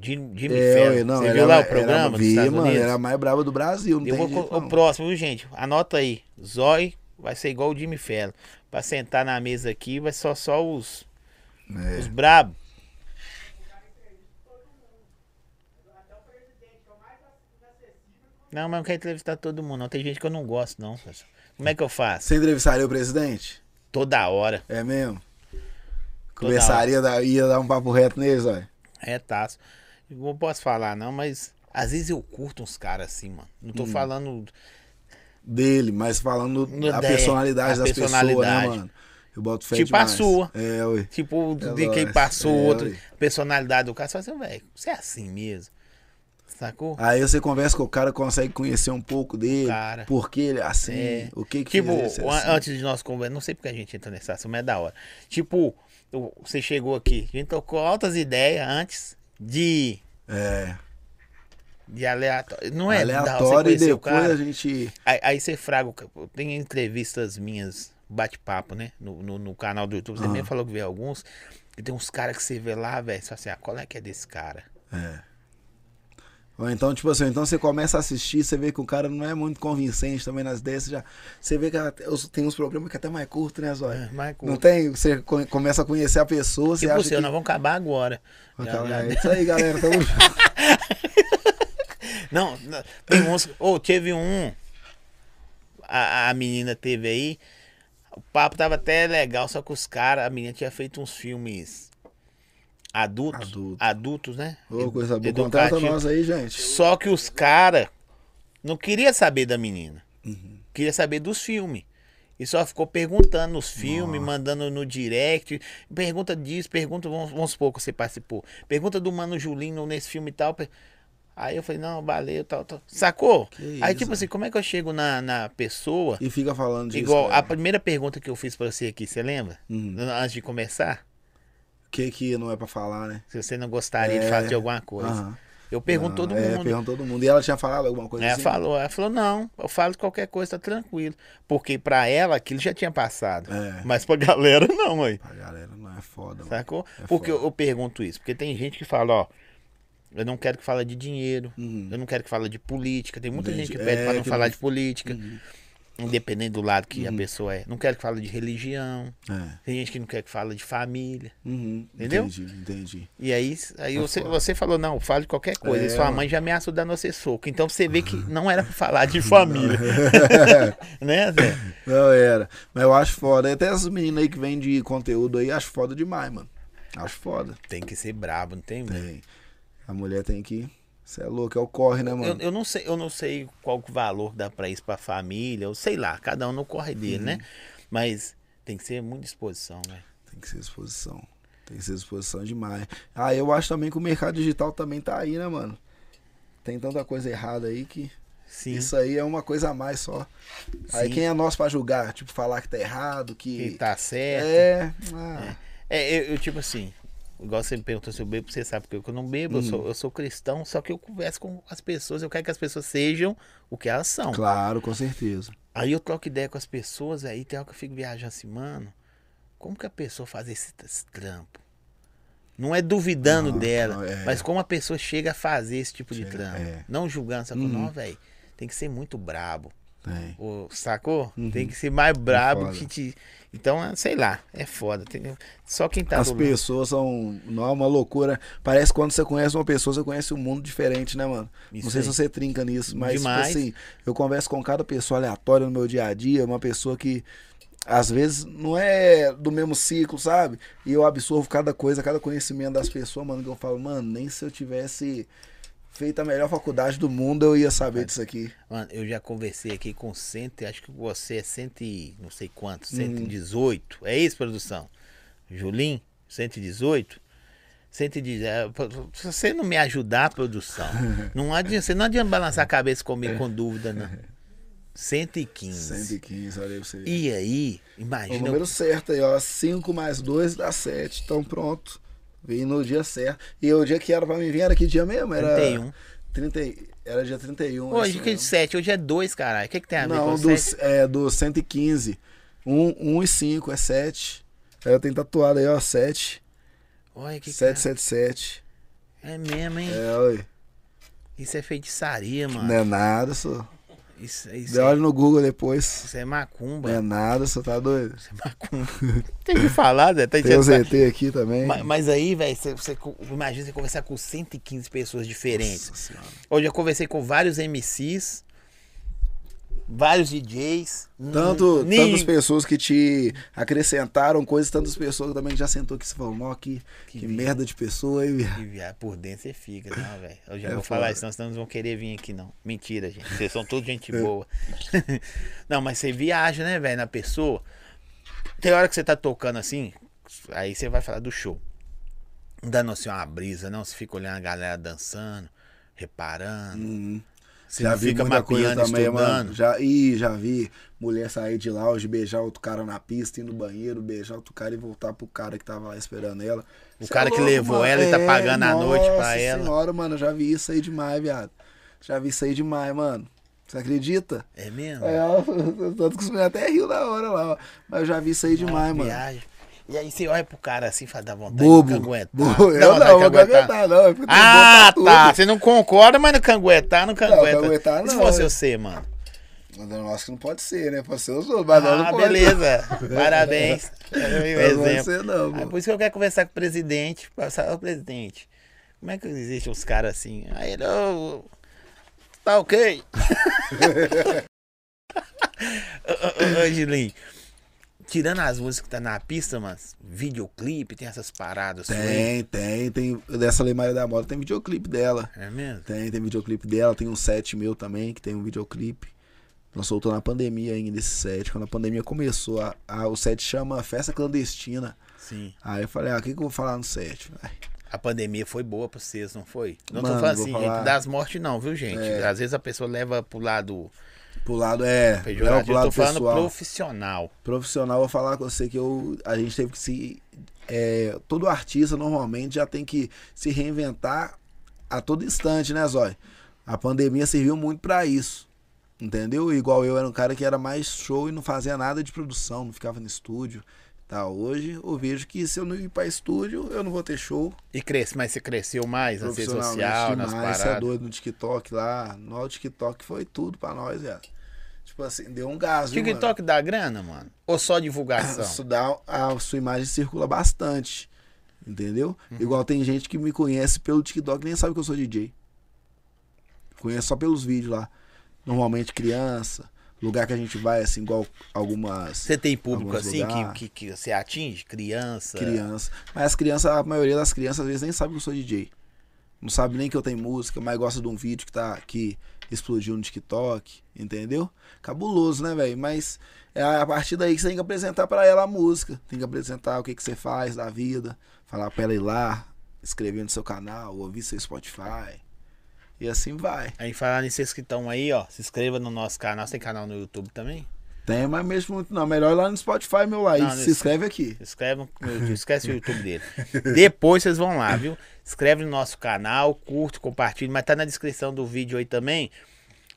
Speaker 1: Jim- Jimmy
Speaker 2: É,
Speaker 1: Fallon.
Speaker 2: eu- não,
Speaker 1: Você
Speaker 2: ela,
Speaker 1: viu lá
Speaker 2: ela-
Speaker 1: o programa
Speaker 2: ela,
Speaker 1: dos
Speaker 2: vi,
Speaker 1: Estados
Speaker 2: mano,
Speaker 1: Unidos?
Speaker 2: ela é a mais brava do Brasil, não
Speaker 1: Eu
Speaker 2: tem
Speaker 1: vou
Speaker 2: jeito,
Speaker 1: co- o
Speaker 2: não.
Speaker 1: próximo, viu, gente? Anota aí. Zói vai ser igual o Jimmy Fallon. Pra sentar na mesa aqui, vai só só os,
Speaker 2: É.
Speaker 1: os brabos. Não, mas eu não quero entrevistar todo mundo, não. Tem gente que eu não gosto, não. parça. Como é que eu faço?
Speaker 2: Você entrevistaria o presidente?
Speaker 1: Toda hora.
Speaker 2: É mesmo? Conversaria, da- ia dar um papo reto neles, olha.
Speaker 1: É taço. Não posso falar, não, mas às vezes eu curto uns caras assim, mano. Não
Speaker 2: Hum.
Speaker 1: tô falando.
Speaker 2: Dele, mas falando
Speaker 1: Não
Speaker 2: da
Speaker 1: tem,
Speaker 2: personalidade
Speaker 1: a
Speaker 2: das pessoas, né,
Speaker 1: personalidade.
Speaker 2: mano? Eu boto fé
Speaker 1: Tipo
Speaker 2: demais.
Speaker 1: a sua.
Speaker 2: É, ué.
Speaker 1: Tipo,
Speaker 2: É
Speaker 1: de quem
Speaker 2: lógico,
Speaker 1: passou
Speaker 2: é,
Speaker 1: outro,
Speaker 2: ué.
Speaker 1: personalidade do cara, você fala assim, velho, você é assim mesmo. Sacou?
Speaker 2: Aí você conversa com o cara, consegue conhecer um pouco dele,
Speaker 1: Cara.
Speaker 2: por que ele é assim,
Speaker 1: É.
Speaker 2: o que que
Speaker 1: tipo,
Speaker 2: fez ele ser
Speaker 1: o-
Speaker 2: assim.
Speaker 1: antes de nós conversar, não sei porque a gente entra nessa ação, mas é da hora. Tipo, o- você chegou aqui, a gente tocou altas ideias antes de,
Speaker 2: É,
Speaker 1: de aleatório. Não é da hora, você
Speaker 2: aleatório e
Speaker 1: conhecer o
Speaker 2: depois
Speaker 1: cara.
Speaker 2: a gente...
Speaker 1: Aí, aí você fraga. o ca- Tem entrevistas minhas, bate-papo, né? No, no, no canal do YouTube. Você
Speaker 2: Aham.
Speaker 1: mesmo falou que vê alguns. E tem uns caras que você vê lá, velho. Você fala assim, ah, qual é que é desse cara?
Speaker 2: É. Ou então, tipo assim, então você começa a assistir, você vê que o cara não é muito convincente também nas ideias, você já... Você vê que até- os- tem uns programas que é até mais curto, né, Zóia?
Speaker 1: É, mais curto.
Speaker 2: Não tem? Você co- começa a conhecer a pessoa, você
Speaker 1: E por seu, né?"
Speaker 2: acha que...
Speaker 1: tipo nós vamos acabar agora.
Speaker 2: Ah,
Speaker 1: Já-
Speaker 2: cara,
Speaker 1: já-
Speaker 2: é isso aí, galera, tamo junto.
Speaker 1: Não, não, tem uns. Ou teve um. A, a menina teve aí. O papo tava até legal, só que os caras, a menina tinha feito uns filmes adultos.
Speaker 2: Adulto.
Speaker 1: Adultos, né?
Speaker 2: Ô, coisa boa, contrata
Speaker 1: Educativo.
Speaker 2: nós aí, gente.
Speaker 1: Só que
Speaker 2: Uhum.
Speaker 1: os caras não queria saber da menina.
Speaker 2: Uhum.
Speaker 1: Queria saber dos filmes. E só ficou perguntando nos filmes, mandando no direct. Pergunta disso, pergunta, vamos, vamos supor que você participou. Pergunta do Mano Julinho nesse filme e tal. pe- Aí eu falei, não, valeu, tal, tal. Sacou?
Speaker 2: Que
Speaker 1: Aí,
Speaker 2: isso,
Speaker 1: tipo assim, como é que eu chego na, na pessoa?
Speaker 2: E fica falando disso,
Speaker 1: igual
Speaker 2: cara.
Speaker 1: a primeira pergunta que eu fiz pra você aqui, você lembra?
Speaker 2: Hum.
Speaker 1: Antes de começar?
Speaker 2: O que que não é pra falar, né?
Speaker 1: Se você não gostaria de
Speaker 2: É.
Speaker 1: falar de alguma coisa.
Speaker 2: Aham.
Speaker 1: Eu pergunto
Speaker 2: Não,
Speaker 1: todo
Speaker 2: é,
Speaker 1: mundo. É,
Speaker 2: pergunta todo mundo. E ela tinha falado alguma coisa
Speaker 1: Ela
Speaker 2: assim?
Speaker 1: Né? falou, ela falou, não, eu falo qualquer coisa, tá tranquilo. Porque pra ela aquilo já tinha passado.
Speaker 2: É.
Speaker 1: Mas pra galera não, aí.
Speaker 2: A galera não é foda, mano.
Speaker 1: Sacou?
Speaker 2: É
Speaker 1: porque eu,
Speaker 2: foda.
Speaker 1: eu pergunto isso, porque tem gente que fala, ó, eu não quero que fala de dinheiro, eu não quero que fala de política. Tem muita
Speaker 2: Uhum. Entendi.
Speaker 1: gente que pede
Speaker 2: É,
Speaker 1: pra não
Speaker 2: que
Speaker 1: falar
Speaker 2: não- Uhum.
Speaker 1: de política, independente do lado que a pessoa é. Não quero que fale de religião.
Speaker 2: É.
Speaker 1: Tem gente que não quer que fala de família.
Speaker 2: Uhum,
Speaker 1: Entendeu?
Speaker 2: Entendi, entendi.
Speaker 1: E aí, aí
Speaker 2: Tá
Speaker 1: você,
Speaker 2: foda.
Speaker 1: você falou, não, fale qualquer coisa.
Speaker 2: É,
Speaker 1: e sua
Speaker 2: mano.
Speaker 1: mãe já ameaçou dar você soco. Então você vê que não era pra falar de família. né, Zé?
Speaker 2: Não era. Mas eu acho foda. E Até essas meninas aí que vêm de conteúdo aí, acho foda demais, mano. Acho foda.
Speaker 1: Tem que ser brabo, não tem? mano?
Speaker 2: Tem. A mulher tem que. Você é louco, é o corre, né,
Speaker 1: Eu,
Speaker 2: mano?
Speaker 1: eu não sei, eu não sei qual que o valor que dá pra isso pra família, ou sei lá, cada um no corre dele, né?
Speaker 2: Uhum.
Speaker 1: Mas tem que ser muita disposição, né?
Speaker 2: Tem que ser exposição. Tem que ser exposição demais. Ah, eu acho também que o mercado digital também tá aí, né, mano? Tem tanta coisa errada aí que.
Speaker 1: Sim.
Speaker 2: Isso aí é uma coisa a mais só. Aí
Speaker 1: Sim.
Speaker 2: quem é nós pra julgar? Tipo, falar que tá errado, que.
Speaker 1: Que tá certo. É,
Speaker 2: É. ah,
Speaker 1: eu, eu, tipo assim, igual você me perguntou se eu bebo, você sabe que eu que eu não bebo, eu,
Speaker 2: Hum.
Speaker 1: sou, eu sou cristão, só que eu converso com as pessoas, eu quero que as pessoas sejam o que elas são.
Speaker 2: Claro, com certeza.
Speaker 1: Aí eu troco ideia com as pessoas, aí tem hora que eu fico viajando assim, mano, como que a pessoa faz esse, esse trampo? Não é duvidando
Speaker 2: Não,
Speaker 1: dela,
Speaker 2: não, é.
Speaker 1: mas como a pessoa chega a fazer esse tipo de
Speaker 2: Chega,
Speaker 1: trampo.
Speaker 2: é.
Speaker 1: Não julgando, sacou? Não, velho, tem que ser muito brabo.
Speaker 2: Tem.
Speaker 1: O, sacou? Tem que ser mais brabo
Speaker 2: Uhum. É foda.
Speaker 1: que te. Então, é, sei lá, é foda. tem- Só quem tá
Speaker 2: As
Speaker 1: do lado.
Speaker 2: pessoas são. Não, é uma loucura. Parece que quando você conhece uma pessoa, você conhece um mundo diferente, né, mano?
Speaker 1: Isso
Speaker 2: não sei
Speaker 1: aí.
Speaker 2: se você trinca nisso, mas tipo
Speaker 1: Demais.
Speaker 2: assim, eu converso com cada pessoa aleatória no meu dia a dia, uma pessoa que às vezes não é do mesmo ciclo, sabe? E eu absorvo cada coisa, cada conhecimento das pessoas, mano, que eu falo, mano, nem se eu tivesse feito a melhor faculdade do mundo, eu ia saber disso aqui.
Speaker 1: Mano, eu já conversei aqui com cento, acho que você é cento e não sei quanto,
Speaker 2: Hum.
Speaker 1: 118. É isso, produção? Julim, 118? 118. É, Se você não me ajudar, produção, não adianta, você não adianta balançar a cabeça comigo
Speaker 2: É.
Speaker 1: com dúvida, não. 115.
Speaker 2: 115, olha aí pra você. ver.
Speaker 1: E aí,
Speaker 2: O
Speaker 1: imagina.
Speaker 2: número certo aí, ó. 5 mais 2 dá 7. Então pronto. Vim no dia certo. E o dia que era pra mim vir era que dia mesmo? Era
Speaker 1: 31.
Speaker 2: 30, e- era dia 31.
Speaker 1: Hoje
Speaker 2: isso
Speaker 1: que é
Speaker 2: mesmo.
Speaker 1: 7, hoje é 2, caralho. O que, que tem a ver
Speaker 2: Não,
Speaker 1: com
Speaker 2: do,
Speaker 1: 7?
Speaker 2: é, do 115. 1 um, e 5 é 7. Aí Eu tenho tatuado aí, ó. 7.
Speaker 1: Olha que, que é.
Speaker 2: 777.
Speaker 1: é mesmo, hein?
Speaker 2: É, oi.
Speaker 1: Isso é feitiçaria, mano.
Speaker 2: Não é nada, só.
Speaker 1: Isso, isso,
Speaker 2: Dê
Speaker 1: é,
Speaker 2: olho no Google depois.
Speaker 1: isso é macumba.
Speaker 2: Não é nada, só tá doido.
Speaker 1: Você macumba. Tem que falar, Zé. Tá
Speaker 2: Tem o
Speaker 1: entendendo?
Speaker 2: ZT aqui também.
Speaker 1: Ma- Mas, aí, velho, você, você co- imagina você conversar com 115 pessoas diferentes.
Speaker 2: Nossa Senhora.
Speaker 1: Hoje eu conversei com vários MCs, vários DJs.
Speaker 2: Tanto,
Speaker 1: Ni-
Speaker 2: tantas pessoas que te acrescentaram coisas, tantas pessoas também que já sentou aqui e falou, "Nó, que, que,
Speaker 1: Que
Speaker 2: merda de pessoa, hein, viado?"
Speaker 1: E, viado, Por dentro você fica, não, velho. Eu já
Speaker 2: É
Speaker 1: vou
Speaker 2: foda.
Speaker 1: falar isso, senão senão eles não vão querer vir aqui, não. Mentira, gente. Vocês são todos gente boa. não, mas você viaja, né, velho, na pessoa. Tem hora que você tá tocando assim, aí você vai falar do show. Não dá não ser uma brisa, não. Você fica olhando a galera dançando, reparando. Você
Speaker 2: Uhum. já
Speaker 1: não
Speaker 2: vi
Speaker 1: fica
Speaker 2: muita coisa
Speaker 1: mapeando,
Speaker 2: também, mano.
Speaker 1: estudando.
Speaker 2: Já, ih, já vi mulher sair de lounge, beijar outro cara na pista, ir no banheiro, beijar outro cara e voltar pro cara que tava lá esperando ela.
Speaker 1: O
Speaker 2: Cê é
Speaker 1: cara que levou ela e tá pagando a noite pra
Speaker 2: nossa
Speaker 1: ela.
Speaker 2: senhora, mano, eu já vi isso aí demais, viado. Já vi isso aí demais, mano. Você acredita?
Speaker 1: É mesmo?
Speaker 2: É, ó, tanto que os meninos até riu na hora lá, ó. Mas eu já vi isso aí demais, mano.
Speaker 1: Viagem. E aí você olha pro cara assim, faz da vontade.
Speaker 2: Bobo.
Speaker 1: Não aguentar.
Speaker 2: Bobo. Eu não, vou aguentar, não. Eu fico tendo
Speaker 1: Ah,
Speaker 2: bobo pra
Speaker 1: tá.
Speaker 2: tudo.
Speaker 1: Você não concorda, mas tá, não canguetar, não cangueta.
Speaker 2: canguetar
Speaker 1: E se
Speaker 2: não,
Speaker 1: fosse
Speaker 2: é.
Speaker 1: você, mano?
Speaker 2: Mas eu não acho que não pode ser, né? Pode ser os outros, mas nós não
Speaker 1: ah,
Speaker 2: pode.
Speaker 1: beleza. Parabéns. É
Speaker 2: Nós
Speaker 1: um
Speaker 2: não pode
Speaker 1: exemplo.
Speaker 2: ser, não,
Speaker 1: Ah,
Speaker 2: pô.
Speaker 1: por isso que eu quero conversar com o presidente. Passar, ô, presidente, como é que existem uns caras assim? Aí ele, ô, tá ok. Ô, ô, ô, ô, Gilim, tirando as músicas que tá na pista, mano, videoclipe, tem essas paradas. assim, suas?
Speaker 2: Tem, tem, tem. Dessa Lei Maria da Moda tem videoclipe dela.
Speaker 1: É mesmo?
Speaker 2: Tem, tem videoclipe dela. Tem um set meu também, que tem um videoclipe. Nós soltou na pandemia ainda esse set. Quando a pandemia começou, a, a- o set chama Festa Clandestina.
Speaker 1: Sim.
Speaker 2: Aí eu falei, ah, o que, que eu vou falar no set? Ai,
Speaker 1: A pandemia foi boa pra vocês, não foi? Não
Speaker 2: Mano,
Speaker 1: tô falando
Speaker 2: vou
Speaker 1: assim,
Speaker 2: falar-
Speaker 1: gente, das mortes não, viu, gente? Às vezes a pessoa leva pro lado
Speaker 2: Pro lado, é. Leva
Speaker 1: pejorativo,
Speaker 2: pro
Speaker 1: eu
Speaker 2: lado
Speaker 1: tô falando
Speaker 2: pessoal.
Speaker 1: profissional.
Speaker 2: profissional, eu vou falar com você que eu, a gente teve que se. é, todo artista normalmente já tem que se reinventar a todo instante, né, Zói? A pandemia serviu muito pra isso. Entendeu? Igual eu era um cara que era mais show e não fazia nada de produção, não ficava no estúdio. Tá, hoje eu vejo que se eu não ir pra estúdio, eu não vou ter show.
Speaker 1: E cresce, mas você cresceu mais na rede
Speaker 2: Profissionalmente
Speaker 1: social, nas
Speaker 2: demais, cê é
Speaker 1: paradas.
Speaker 2: doido no TikTok lá. No TikTok foi tudo pra nós, velho. Tipo assim, deu um gás, viu, mano?
Speaker 1: TikTok dá grana, mano? Ou só divulgação?
Speaker 2: Isso dá, a sua imagem circula bastante. Entendeu? Igual tem gente que me conhece pelo TikTok e nem sabe que eu sou DJ. Conhece só pelos vídeos lá. Normalmente criança, lugar que a gente vai, assim, igual algumas
Speaker 1: Você tem público
Speaker 2: Alguns
Speaker 1: assim
Speaker 2: lugar.
Speaker 1: que, que, que você atinge? Criança?
Speaker 2: crianças. Mas as crianças, a maioria das crianças, às vezes, nem sabe que eu sou DJ. Não sabe nem que eu tenho música, mas gosta de um vídeo que tá que explodiu no TikTok, entendeu? Cabuloso, né, velho? Mas é a partir daí que você tem que apresentar pra ela a música. Tem que apresentar o que, que você faz da vida, falar pra ela ir lá, inscrever no seu canal, ouvir seu Spotify. E assim vai.
Speaker 1: Aí falando em vocês que estão aí, ó, se inscreva no nosso canal. Você tem canal no YouTube também?
Speaker 2: Tem, mas mesmo muito não. Melhor ir lá no Spotify, meu lá. e
Speaker 1: Não,
Speaker 2: se
Speaker 1: nesse-
Speaker 2: inscreve aqui.
Speaker 1: Se inscreve no no YouTube, esquece o YouTube dele. Depois vocês vão lá, viu? Inscreve no nosso canal, curte, compartilha, mas tá na descrição do vídeo aí também